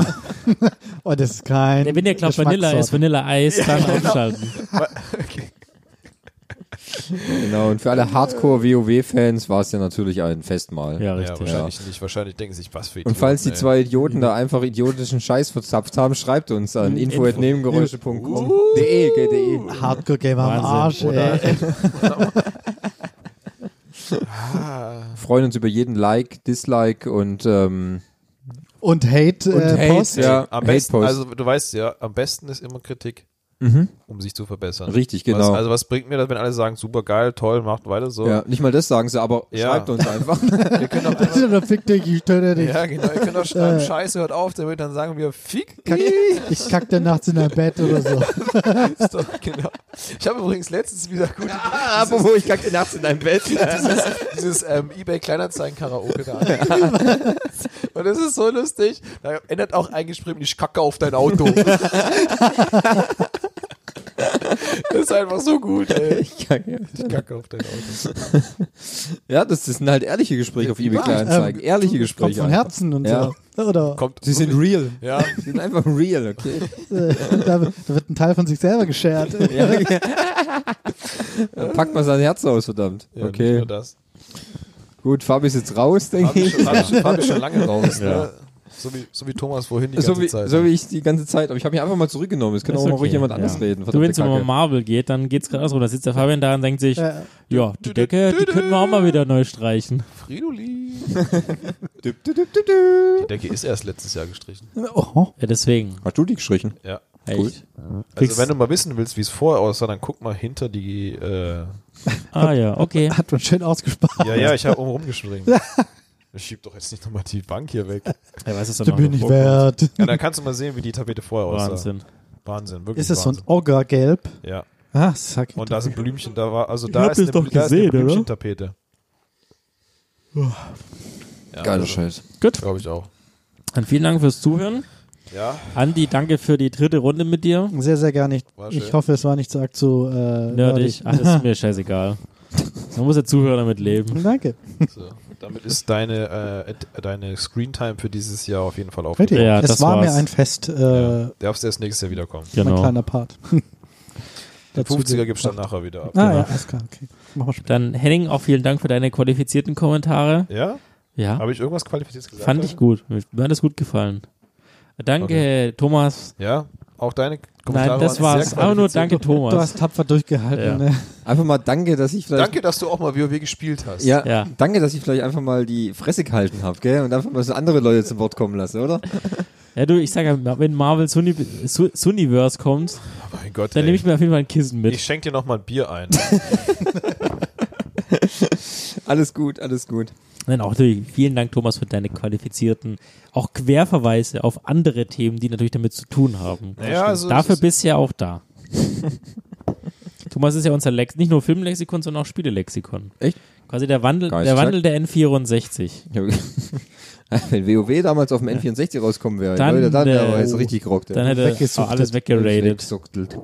[SPEAKER 2] Oh, das ist kein.
[SPEAKER 3] Wenn ihr glaubt, Vanilla ist
[SPEAKER 2] Geschmackssorte.
[SPEAKER 3] Vanilla Eis, dann abschalten.
[SPEAKER 4] Genau, und für alle Hardcore-WoW-Fans war es ja natürlich ein Festmahl.
[SPEAKER 1] ja,
[SPEAKER 3] Ja, richtig.
[SPEAKER 1] wahrscheinlich nicht. Wahrscheinlich denken sich, was für Idioten,
[SPEAKER 4] Und falls die
[SPEAKER 1] ey.
[SPEAKER 4] zwei Idioten da einfach idiotischen Scheiß verzapft haben, schreibt uns an
[SPEAKER 1] Uh.
[SPEAKER 4] info.nebengeräusche.com.de. gde.
[SPEAKER 2] Hardcore Gamer am
[SPEAKER 3] Wahnsinn.
[SPEAKER 2] Arsch, ey.
[SPEAKER 4] Freuen uns über jeden Like, Dislike und ähm,
[SPEAKER 2] Und Hate,
[SPEAKER 4] Und
[SPEAKER 2] äh,
[SPEAKER 4] Hate,
[SPEAKER 2] Post.
[SPEAKER 4] ja.
[SPEAKER 1] am
[SPEAKER 4] Hate
[SPEAKER 1] besten,
[SPEAKER 4] Post.
[SPEAKER 1] also du weißt ja, am besten ist immer Kritik, um sich zu verbessern.
[SPEAKER 4] Mhm. Richtig,
[SPEAKER 1] Was,
[SPEAKER 4] genau.
[SPEAKER 1] also was bringt mir das, wenn alle sagen, super geil, toll, macht weiter so.
[SPEAKER 4] ja, nicht mal das sagen sie, aber
[SPEAKER 1] Ja.
[SPEAKER 4] schreibt uns einfach.
[SPEAKER 2] [LAUGHS] Oder fick dich, ich töte dich.
[SPEAKER 1] Ja, genau, ihr könnt
[SPEAKER 4] [LAUGHS]
[SPEAKER 1] auch schreiben, scheiße, hört auf, damit dann sagen wir, fick,
[SPEAKER 2] [LAUGHS] Ich kack dir nachts in dein Bett
[SPEAKER 1] [LAUGHS]
[SPEAKER 2] oder so.
[SPEAKER 1] ist doch, genau. Ich habe übrigens letztens wieder gut
[SPEAKER 4] aber wo ich kacke nachts in deinem Bett. [LAUGHS]
[SPEAKER 1] dieses ähm, eBay Kleinanzeigen-Karaoke da an. Und das ist so lustig, da ändert auch ein Gespräch, ich kacke auf dein Auto.
[SPEAKER 4] [LAUGHS]
[SPEAKER 1] das ist einfach so gut, ey. Ich kacke auf dein Auto.
[SPEAKER 4] Ja, das, das sind halt ehrliche Gespräche auf eBay Kleinanzeigen.
[SPEAKER 2] Ähm,
[SPEAKER 4] ehrliche
[SPEAKER 2] Kommt
[SPEAKER 4] Gespräche.
[SPEAKER 2] von
[SPEAKER 4] einfach.
[SPEAKER 2] Herzen und
[SPEAKER 4] Ja.
[SPEAKER 2] so. Oder
[SPEAKER 1] Kommt.
[SPEAKER 4] Sie sind real.
[SPEAKER 1] Ja,
[SPEAKER 4] Sie sind einfach real, okay.
[SPEAKER 2] äh, da, da wird ein Teil von sich selber geschert.
[SPEAKER 1] [LAUGHS]
[SPEAKER 4] Ja, ja. Dann packt mal sein Herz aus, verdammt.
[SPEAKER 1] ja
[SPEAKER 4] okay.
[SPEAKER 1] Nur das.
[SPEAKER 4] Gut, Fabi ist jetzt raus, denke
[SPEAKER 1] Fabi ist schon,
[SPEAKER 4] ich.
[SPEAKER 1] Fabi ist schon, Fabi ist schon lange raus.
[SPEAKER 3] Ja.
[SPEAKER 1] Ne? So, wie, so wie Thomas vorhin die
[SPEAKER 4] So
[SPEAKER 1] ganze
[SPEAKER 4] wie,
[SPEAKER 1] Zeit. ne?
[SPEAKER 4] so wie ich die ganze Zeit, aber ich habe mich einfach mal zurückgenommen. Es kann
[SPEAKER 3] Ist
[SPEAKER 4] auch mal ruhig
[SPEAKER 3] okay,
[SPEAKER 4] jemand
[SPEAKER 3] ja.
[SPEAKER 4] anders reden.
[SPEAKER 3] Du, wenn es
[SPEAKER 4] verdammte
[SPEAKER 3] um
[SPEAKER 4] Kacke.
[SPEAKER 3] Marvel geht, dann geht's gerade andersrum. Da sitzt der Fabian da und denkt sich,
[SPEAKER 2] Ja.
[SPEAKER 3] ja, die Decke, die könnten wir auch mal wieder neu streichen.
[SPEAKER 1] Fridolin.
[SPEAKER 4] Düpp, düpp, düpp, düpp, düpp.
[SPEAKER 1] Die Decke ist erst letztes Jahr gestrichen.
[SPEAKER 2] Oh,
[SPEAKER 3] Ja, deswegen.
[SPEAKER 4] Hast du die gestrichen?
[SPEAKER 1] Ja.
[SPEAKER 4] Cool.
[SPEAKER 3] Echt.
[SPEAKER 1] Also wenn du mal wissen willst, wie es vorher aussah, dann guck mal hinter die. Äh,
[SPEAKER 3] Ah ja, okay.
[SPEAKER 2] hat man schön ausgespart.
[SPEAKER 1] ja, ja, ich habe oben rumgeschrieben. Ich schieb doch jetzt nicht nochmal die Bank hier weg.
[SPEAKER 3] Er weiß es doch
[SPEAKER 2] Da
[SPEAKER 3] noch.
[SPEAKER 2] bin ich wert.
[SPEAKER 1] Ja, dann kannst du mal sehen, wie die Tapete vorher aussah.
[SPEAKER 3] Wahnsinn.
[SPEAKER 1] Wahnsinn, wirklich.
[SPEAKER 2] Ist es so ein
[SPEAKER 1] Wahnsinn.
[SPEAKER 2] Oggergelb?
[SPEAKER 1] Ja.
[SPEAKER 2] Ah, sag
[SPEAKER 1] Und da sind Blümchen, da war, also da
[SPEAKER 3] habt
[SPEAKER 1] ist eine,
[SPEAKER 3] es doch
[SPEAKER 1] da ist eine
[SPEAKER 3] gesehen, oder?
[SPEAKER 1] Blümchentapete. Ja,
[SPEAKER 4] Geiler Scheiß.
[SPEAKER 1] Glaube ich auch.
[SPEAKER 3] Dann vielen Dank fürs Zuhören.
[SPEAKER 1] Ja.
[SPEAKER 3] Andi, danke für die dritte Runde mit dir.
[SPEAKER 2] Sehr, sehr gerne. Ich,
[SPEAKER 1] War schön.
[SPEAKER 2] ich hoffe, es war nicht zu arg zu äh,
[SPEAKER 3] Nerdig. Ach, das ist mir scheißegal. Man muss ja Zuhörer damit
[SPEAKER 2] Ah,
[SPEAKER 3] leben.
[SPEAKER 2] Danke.
[SPEAKER 1] So. Damit ist deine, äh, et- äh, deine Screentime für dieses Jahr auf jeden Fall auf.
[SPEAKER 2] Richtig.
[SPEAKER 3] Ja,
[SPEAKER 2] es
[SPEAKER 3] das
[SPEAKER 2] war mir
[SPEAKER 3] war's.
[SPEAKER 2] ein Fest, äh,
[SPEAKER 1] Ja. Darfst erst nächstes Jahr wiederkommen.
[SPEAKER 2] mein
[SPEAKER 3] Genau.
[SPEAKER 2] kleiner Part. [LAUGHS]
[SPEAKER 1] Den
[SPEAKER 2] Dazu
[SPEAKER 1] 50er
[SPEAKER 2] ge-
[SPEAKER 1] gibst du dann nachher wieder ab.
[SPEAKER 2] Ah
[SPEAKER 3] Genau.
[SPEAKER 2] ja, alles klar, okay. Machen wir später.
[SPEAKER 3] Dann Henning, auch vielen Dank für deine qualifizierten Kommentare.
[SPEAKER 1] Ja?
[SPEAKER 3] Ja,
[SPEAKER 1] Habe ich irgendwas Qualifiziertes gesagt?
[SPEAKER 3] fand ich gut. Mir hat das gut gefallen. Danke, Thomas.
[SPEAKER 1] Ja? Auch deine Kommentare
[SPEAKER 3] Nein, das
[SPEAKER 1] waren
[SPEAKER 3] war's.
[SPEAKER 1] sehr
[SPEAKER 3] Aber nur
[SPEAKER 1] qualifiziert.
[SPEAKER 3] danke, Thomas.
[SPEAKER 2] Du hast tapfer durchgehalten.
[SPEAKER 3] Ja.
[SPEAKER 2] Ne?
[SPEAKER 4] Einfach mal danke, dass ich vielleicht.
[SPEAKER 1] Danke, dass du auch mal WoW gespielt hast.
[SPEAKER 4] Ja,
[SPEAKER 3] Ja.
[SPEAKER 4] danke, dass ich vielleicht einfach mal die Fresse gehalten habe, gell? Und einfach mal so andere Leute zu Wort kommen lasse, oder?
[SPEAKER 3] Ja, du, ich sag ja, wenn Marvel Suni Su Suniverse kommt,
[SPEAKER 1] Oh Mein Gott,
[SPEAKER 3] dann
[SPEAKER 1] ey.
[SPEAKER 3] nehme ich mir auf jeden Fall ein Kissen mit.
[SPEAKER 1] ich schenke dir noch mal ein Bier
[SPEAKER 3] [LAUGHS]
[SPEAKER 1] ein.
[SPEAKER 4] Alles gut, alles gut.
[SPEAKER 3] Nein, auch natürlich. Vielen Dank, Thomas, für deine qualifizierten, auch Querverweise auf andere Themen, die natürlich damit zu tun haben.
[SPEAKER 1] Naja, also
[SPEAKER 3] Dafür
[SPEAKER 1] es ist-
[SPEAKER 3] bist du ja auch da. [LAUGHS] Thomas ist ja unser Lex nicht nur Filmlexikon, sondern auch Spielelexikon.
[SPEAKER 4] Echt?
[SPEAKER 3] Quasi der Wandel,
[SPEAKER 4] Gar nicht
[SPEAKER 3] der
[SPEAKER 4] gesagt.
[SPEAKER 3] Wandel der N64.
[SPEAKER 4] Ich hab- [LAUGHS] Wenn WoW damals auf dem N64 rauskommen wäre,
[SPEAKER 3] Dann,
[SPEAKER 4] Leute, dann wäre
[SPEAKER 3] äh,
[SPEAKER 4] aber jetzt richtig gerockt.
[SPEAKER 3] Dann hätte er
[SPEAKER 4] Weggesuchtet.
[SPEAKER 3] alles weggeradet.
[SPEAKER 4] Weggesuchtelt.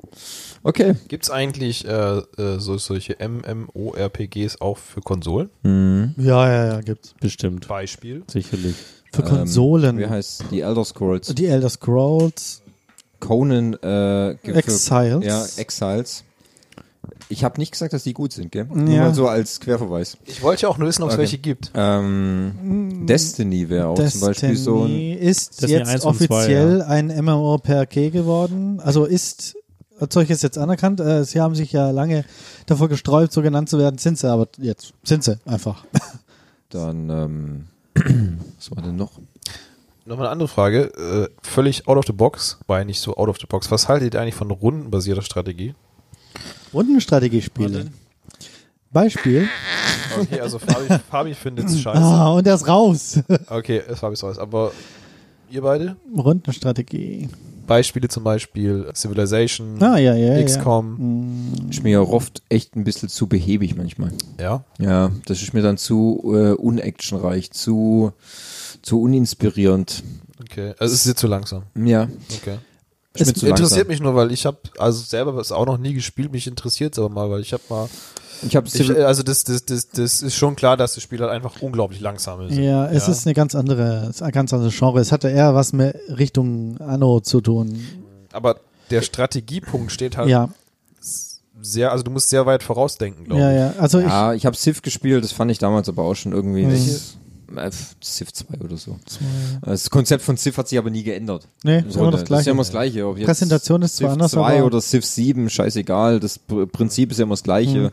[SPEAKER 4] Okay.
[SPEAKER 1] Gibt's eigentlich äh, äh, so, solche MMORPGs auch für Konsolen?
[SPEAKER 2] Ja, ja, ja, gibt's.
[SPEAKER 3] Bestimmt.
[SPEAKER 1] Beispiel.
[SPEAKER 3] Sicherlich.
[SPEAKER 2] Für
[SPEAKER 4] Ähm,
[SPEAKER 2] Konsolen.
[SPEAKER 4] Wie heißt die Elder Scrolls?
[SPEAKER 2] die Elder Scrolls,
[SPEAKER 4] Conan äh, ge- für-
[SPEAKER 2] Exiles.
[SPEAKER 4] Ja, Exiles. Ich habe nicht gesagt, dass die gut sind, gell? Ja. Nur
[SPEAKER 2] Ja.
[SPEAKER 4] mal so als Querverweis.
[SPEAKER 1] Ich wollte ja auch nur wissen, ob es
[SPEAKER 4] Okay.
[SPEAKER 1] welche gibt.
[SPEAKER 2] Mm.
[SPEAKER 4] Ähm, Destiny wäre auch zum Beispiel so ein.
[SPEAKER 2] Destiny ist
[SPEAKER 3] Destiny 1
[SPEAKER 2] jetzt
[SPEAKER 3] und 2,
[SPEAKER 2] offiziell ein MMORPG geworden. Also ist das Zeug ist jetzt anerkannt. Äh, Sie haben sich ja lange davor gesträubt, so genannt zu werden. Sind sie aber jetzt. Sind sie einfach. [LAUGHS]
[SPEAKER 4] Dann, ähm, was war denn noch?
[SPEAKER 1] Nochmal eine andere Frage. Äh, völlig out of the box, weil nicht so out of the box. Was haltet ihr eigentlich von rundenbasierter Strategie?
[SPEAKER 2] Rundenstrategiespiele. Beispiel.
[SPEAKER 1] Okay, also Fabi, Fabi findet es
[SPEAKER 2] [LAUGHS]
[SPEAKER 1] scheiße.
[SPEAKER 2] Ah, und er ist raus. [LAUGHS]
[SPEAKER 1] Okay, es Fabi ist raus. Aber ihr beide?
[SPEAKER 2] Rundenstrategie.
[SPEAKER 1] Beispiele zum Beispiel Civilization,
[SPEAKER 2] Ah, ja, ja, Mhm. ja.
[SPEAKER 1] XCOM.
[SPEAKER 4] Ist mir ja oft echt ein bisschen zu behäbig manchmal.
[SPEAKER 1] Ja.
[SPEAKER 4] Ja, das ist mir dann zu äh, unactionreich, zu, zu uninspirierend.
[SPEAKER 1] okay. Also es ist jetzt zu langsam.
[SPEAKER 4] Ja,
[SPEAKER 1] Okay.
[SPEAKER 4] ist
[SPEAKER 1] Es
[SPEAKER 4] mir zu
[SPEAKER 1] interessiert
[SPEAKER 4] langsam.
[SPEAKER 1] mich nur, weil ich habe also selber es auch noch nie gespielt. Mich interessiert es aber mal, weil ich habe mal
[SPEAKER 4] Ich habe
[SPEAKER 1] Ich, äh, also das, das, das, das ist schon klar, dass das Spiel halt einfach unglaublich langsam ist.
[SPEAKER 2] Ja, es ist eine ganz andere, es ist ein ganz anderes Genre. Es hatte eher was mit Richtung Anno zu tun.
[SPEAKER 1] Aber der Strategiepunkt steht halt
[SPEAKER 2] Ja,
[SPEAKER 1] sehr, also du musst sehr weit vorausdenken, glaube
[SPEAKER 2] ja,
[SPEAKER 1] ich.
[SPEAKER 2] ja. Also ich,
[SPEAKER 4] ja, ich habe Civ gespielt, das fand ich damals aber auch schon
[SPEAKER 2] Mhm.
[SPEAKER 4] irgendwie.
[SPEAKER 2] Welches?
[SPEAKER 4] Äh, Civ 2 oder so. Das Konzept von Civ hat sich aber nie geändert.
[SPEAKER 2] nee,
[SPEAKER 4] Im
[SPEAKER 2] ist immer
[SPEAKER 4] Grunde.
[SPEAKER 2] das
[SPEAKER 4] Das ist ja
[SPEAKER 2] Gleiche.
[SPEAKER 4] immer das Gleiche. Ob jetzt
[SPEAKER 2] Präsentation ist zwar
[SPEAKER 4] Civ
[SPEAKER 2] anders,
[SPEAKER 4] 2
[SPEAKER 2] aber-
[SPEAKER 4] oder Civ 7, scheißegal. Das Pr- Prinzip ist ja immer das
[SPEAKER 2] Mhm.
[SPEAKER 4] Gleiche.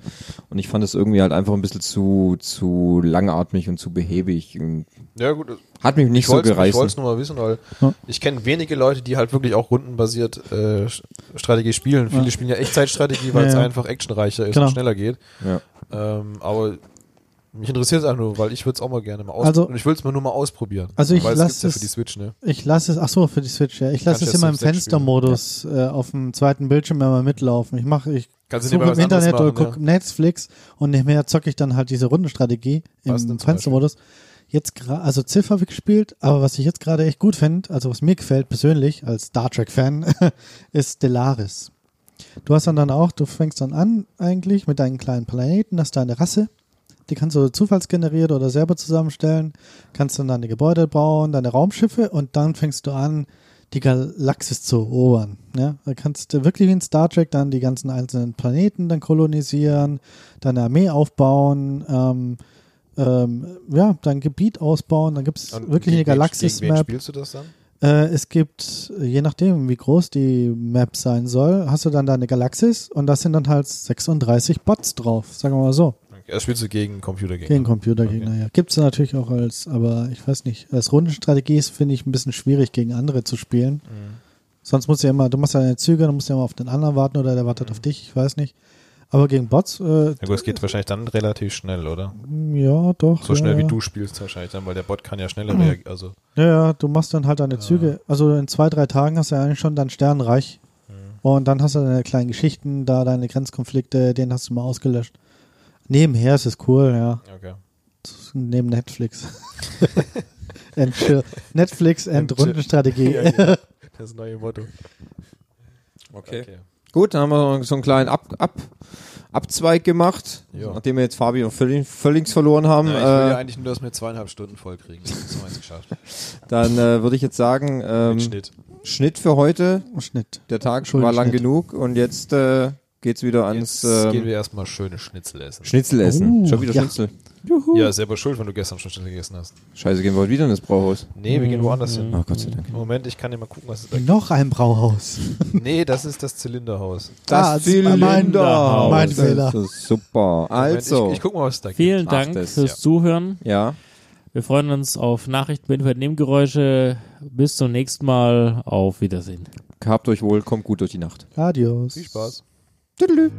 [SPEAKER 4] Und ich fand es irgendwie halt einfach ein bisschen zu, zu langatmig und zu behäbig. Und
[SPEAKER 1] Ja, gut,
[SPEAKER 4] Hat mich nicht
[SPEAKER 1] ich
[SPEAKER 4] so
[SPEAKER 1] wollte es
[SPEAKER 4] gereizt.
[SPEAKER 1] nur mal wissen, weil
[SPEAKER 2] Ja.
[SPEAKER 1] ich kenne wenige Leute, die halt wirklich auch rundenbasiert äh, Sch- Strategie spielen. Viele spielen ja Echtzeitstrategie, weil
[SPEAKER 2] Ja,
[SPEAKER 1] es
[SPEAKER 2] ja.
[SPEAKER 1] einfach actionreicher ist
[SPEAKER 2] Genau.
[SPEAKER 1] und schneller geht.
[SPEAKER 4] Ja.
[SPEAKER 1] Ähm, aber mich interessiert es einfach nur, weil ich würde es auch mal gerne mal
[SPEAKER 2] Also-
[SPEAKER 1] ausprobieren. ich will es mir nur mal ausprobieren.
[SPEAKER 2] Also ich
[SPEAKER 1] weil
[SPEAKER 2] lass
[SPEAKER 1] es gibt's ja
[SPEAKER 2] es-
[SPEAKER 1] für die Switch, ne?
[SPEAKER 2] Ich lasse es, ach so, für die Switch, ja. Ich lasse
[SPEAKER 1] Kannst
[SPEAKER 2] es
[SPEAKER 1] ja
[SPEAKER 2] immer im
[SPEAKER 1] Civ 6
[SPEAKER 2] Fenstermodus äh, auf dem zweiten Bildschirm immer mitlaufen. Ich mache, ich
[SPEAKER 1] Kannst du
[SPEAKER 2] suche
[SPEAKER 1] nebenbei
[SPEAKER 2] im
[SPEAKER 1] was anderes
[SPEAKER 2] Internet oder
[SPEAKER 1] machen,
[SPEAKER 2] gucke Netflix und nebenher zocke ich dann halt diese Rundenstrategie
[SPEAKER 1] Was denn
[SPEAKER 2] im
[SPEAKER 1] zum
[SPEAKER 2] Fenstermodus. Jetzt gerade, also Civ habe ich gespielt, aber was ich jetzt gerade echt gut finde, also was mir gefällt persönlich als Star Trek-Fan, [LAUGHS] ist Stellaris. Du hast dann, dann auch, du fängst dann an eigentlich mit deinen kleinen Planeten, hast deine Rasse, die kannst du zufallsgeneriert oder selber zusammenstellen, kannst dann deine Gebäude bauen, deine Raumschiffe und dann fängst du an, die Galaxis zu erobern. Ja? Da kannst du wirklich wie in Star Trek dann die ganzen einzelnen Planeten dann kolonisieren, deine Armee aufbauen, ähm, ähm, ja, dein Gebiet ausbauen, dann gibt es
[SPEAKER 1] Und
[SPEAKER 2] wirklich
[SPEAKER 1] gegen wen- Gegen
[SPEAKER 2] eine
[SPEAKER 1] wen
[SPEAKER 2] Galaxis-Map.
[SPEAKER 1] spielst du das dann?
[SPEAKER 2] Äh, es gibt, äh, je nachdem, wie groß die Map sein soll, hast du dann deine Galaxis und da sind dann halt 36 Bots drauf, sagen wir mal so.
[SPEAKER 1] Okay, das spielst du gegen Computergegner.
[SPEAKER 2] Gegen Computergegner, ja. Gibt es natürlich auch als, aber ich weiß nicht, als Rundenstrategie ist, finde ich, ein bisschen schwierig, gegen andere zu spielen.
[SPEAKER 1] Mhm.
[SPEAKER 2] Sonst musst du ja immer, du machst ja deine Züge, dann musst du ja immer auf den anderen warten oder der wartet auf dich, ich weiß nicht. Aber gegen Bots, äh,
[SPEAKER 1] Mhm.
[SPEAKER 2] mm,
[SPEAKER 1] Ja gut, es geht wahrscheinlich dann relativ schnell, oder?
[SPEAKER 2] ja, doch.
[SPEAKER 1] So
[SPEAKER 2] ja,
[SPEAKER 1] schnell wie
[SPEAKER 2] ja. Mhm.
[SPEAKER 1] du spielst wahrscheinlich dann, weil der Bot kann ja schneller reagieren. Also,
[SPEAKER 2] Ja, ja, du machst dann halt deine Züge. Also in zwei, drei Tagen hast du ja eigentlich schon dein Sternenreich.
[SPEAKER 1] Mhm.
[SPEAKER 2] Und dann hast du deine kleinen Geschichten, da deine Grenzkonflikte, den hast du mal ausgelöscht. Nebenher ist es cool, ja.
[SPEAKER 1] okay.
[SPEAKER 2] Neben [LAUGHS] Netflix. and chill. Netflix and
[SPEAKER 1] And chill.
[SPEAKER 2] Rundenstrategie.
[SPEAKER 1] [LAUGHS] Ja, genau. Das neue Motto.
[SPEAKER 4] Okay. Gut, dann haben wir noch so einen kleinen Ab Ab Abzweig gemacht,
[SPEAKER 1] Ja.
[SPEAKER 4] nachdem wir jetzt Fabi und Völling Völlings verloren haben.
[SPEAKER 1] Na, ich will ja
[SPEAKER 4] äh,
[SPEAKER 1] eigentlich nur, dass wir zweieinhalb Stunden voll kriegen. Das haben wir jetzt
[SPEAKER 4] [LAUGHS]
[SPEAKER 1] geschafft.
[SPEAKER 4] dann äh, würde ich jetzt sagen, ähm,
[SPEAKER 1] Mit
[SPEAKER 4] Schnitt.
[SPEAKER 1] Schnitt.
[SPEAKER 4] für heute.
[SPEAKER 2] Schnitt.
[SPEAKER 4] Der Tag
[SPEAKER 2] Entschuldigung,
[SPEAKER 4] war lang
[SPEAKER 2] Schnitt.
[SPEAKER 4] genug und jetzt äh, geht's wieder ans
[SPEAKER 1] Jetzt gehen
[SPEAKER 4] ähm,
[SPEAKER 1] wir erstmal schöne Schnitzel essen.
[SPEAKER 4] Schnitzel essen.
[SPEAKER 2] Oh,
[SPEAKER 4] Schon wieder
[SPEAKER 2] ja.
[SPEAKER 4] Schnitzel.
[SPEAKER 1] Ja, selber schuld, wenn du gestern schon Schnitzel gegessen hast.
[SPEAKER 4] Scheiße, gehen wir heute wieder in das Brauhaus.
[SPEAKER 1] Nee, wir gehen woanders hin.
[SPEAKER 4] Oh Gott sei Dank.
[SPEAKER 1] Moment, ich kann dir mal gucken, was ist da.
[SPEAKER 2] Noch ein Brauhaus.
[SPEAKER 1] Nee, das ist das Zylinderhaus.
[SPEAKER 2] Ah, das ist mein-
[SPEAKER 4] Zylinderhaus.
[SPEAKER 2] mein
[SPEAKER 4] Das
[SPEAKER 2] Fehler.
[SPEAKER 4] ist Super. Also.
[SPEAKER 1] Moment, ich, ich guck mal, was es da gibt.
[SPEAKER 3] Vielen
[SPEAKER 4] Macht
[SPEAKER 3] Dank
[SPEAKER 4] es,
[SPEAKER 3] fürs
[SPEAKER 1] ja.
[SPEAKER 3] Zuhören.
[SPEAKER 4] ja.
[SPEAKER 3] Wir freuen uns auf Nachrichten mit Nebengeräusche. Bis zum nächsten Mal. Auf Wiedersehen.
[SPEAKER 4] Habt euch wohl, kommt gut durch die Nacht.
[SPEAKER 2] Adios.
[SPEAKER 1] Viel Spaß.
[SPEAKER 4] Tüdelü.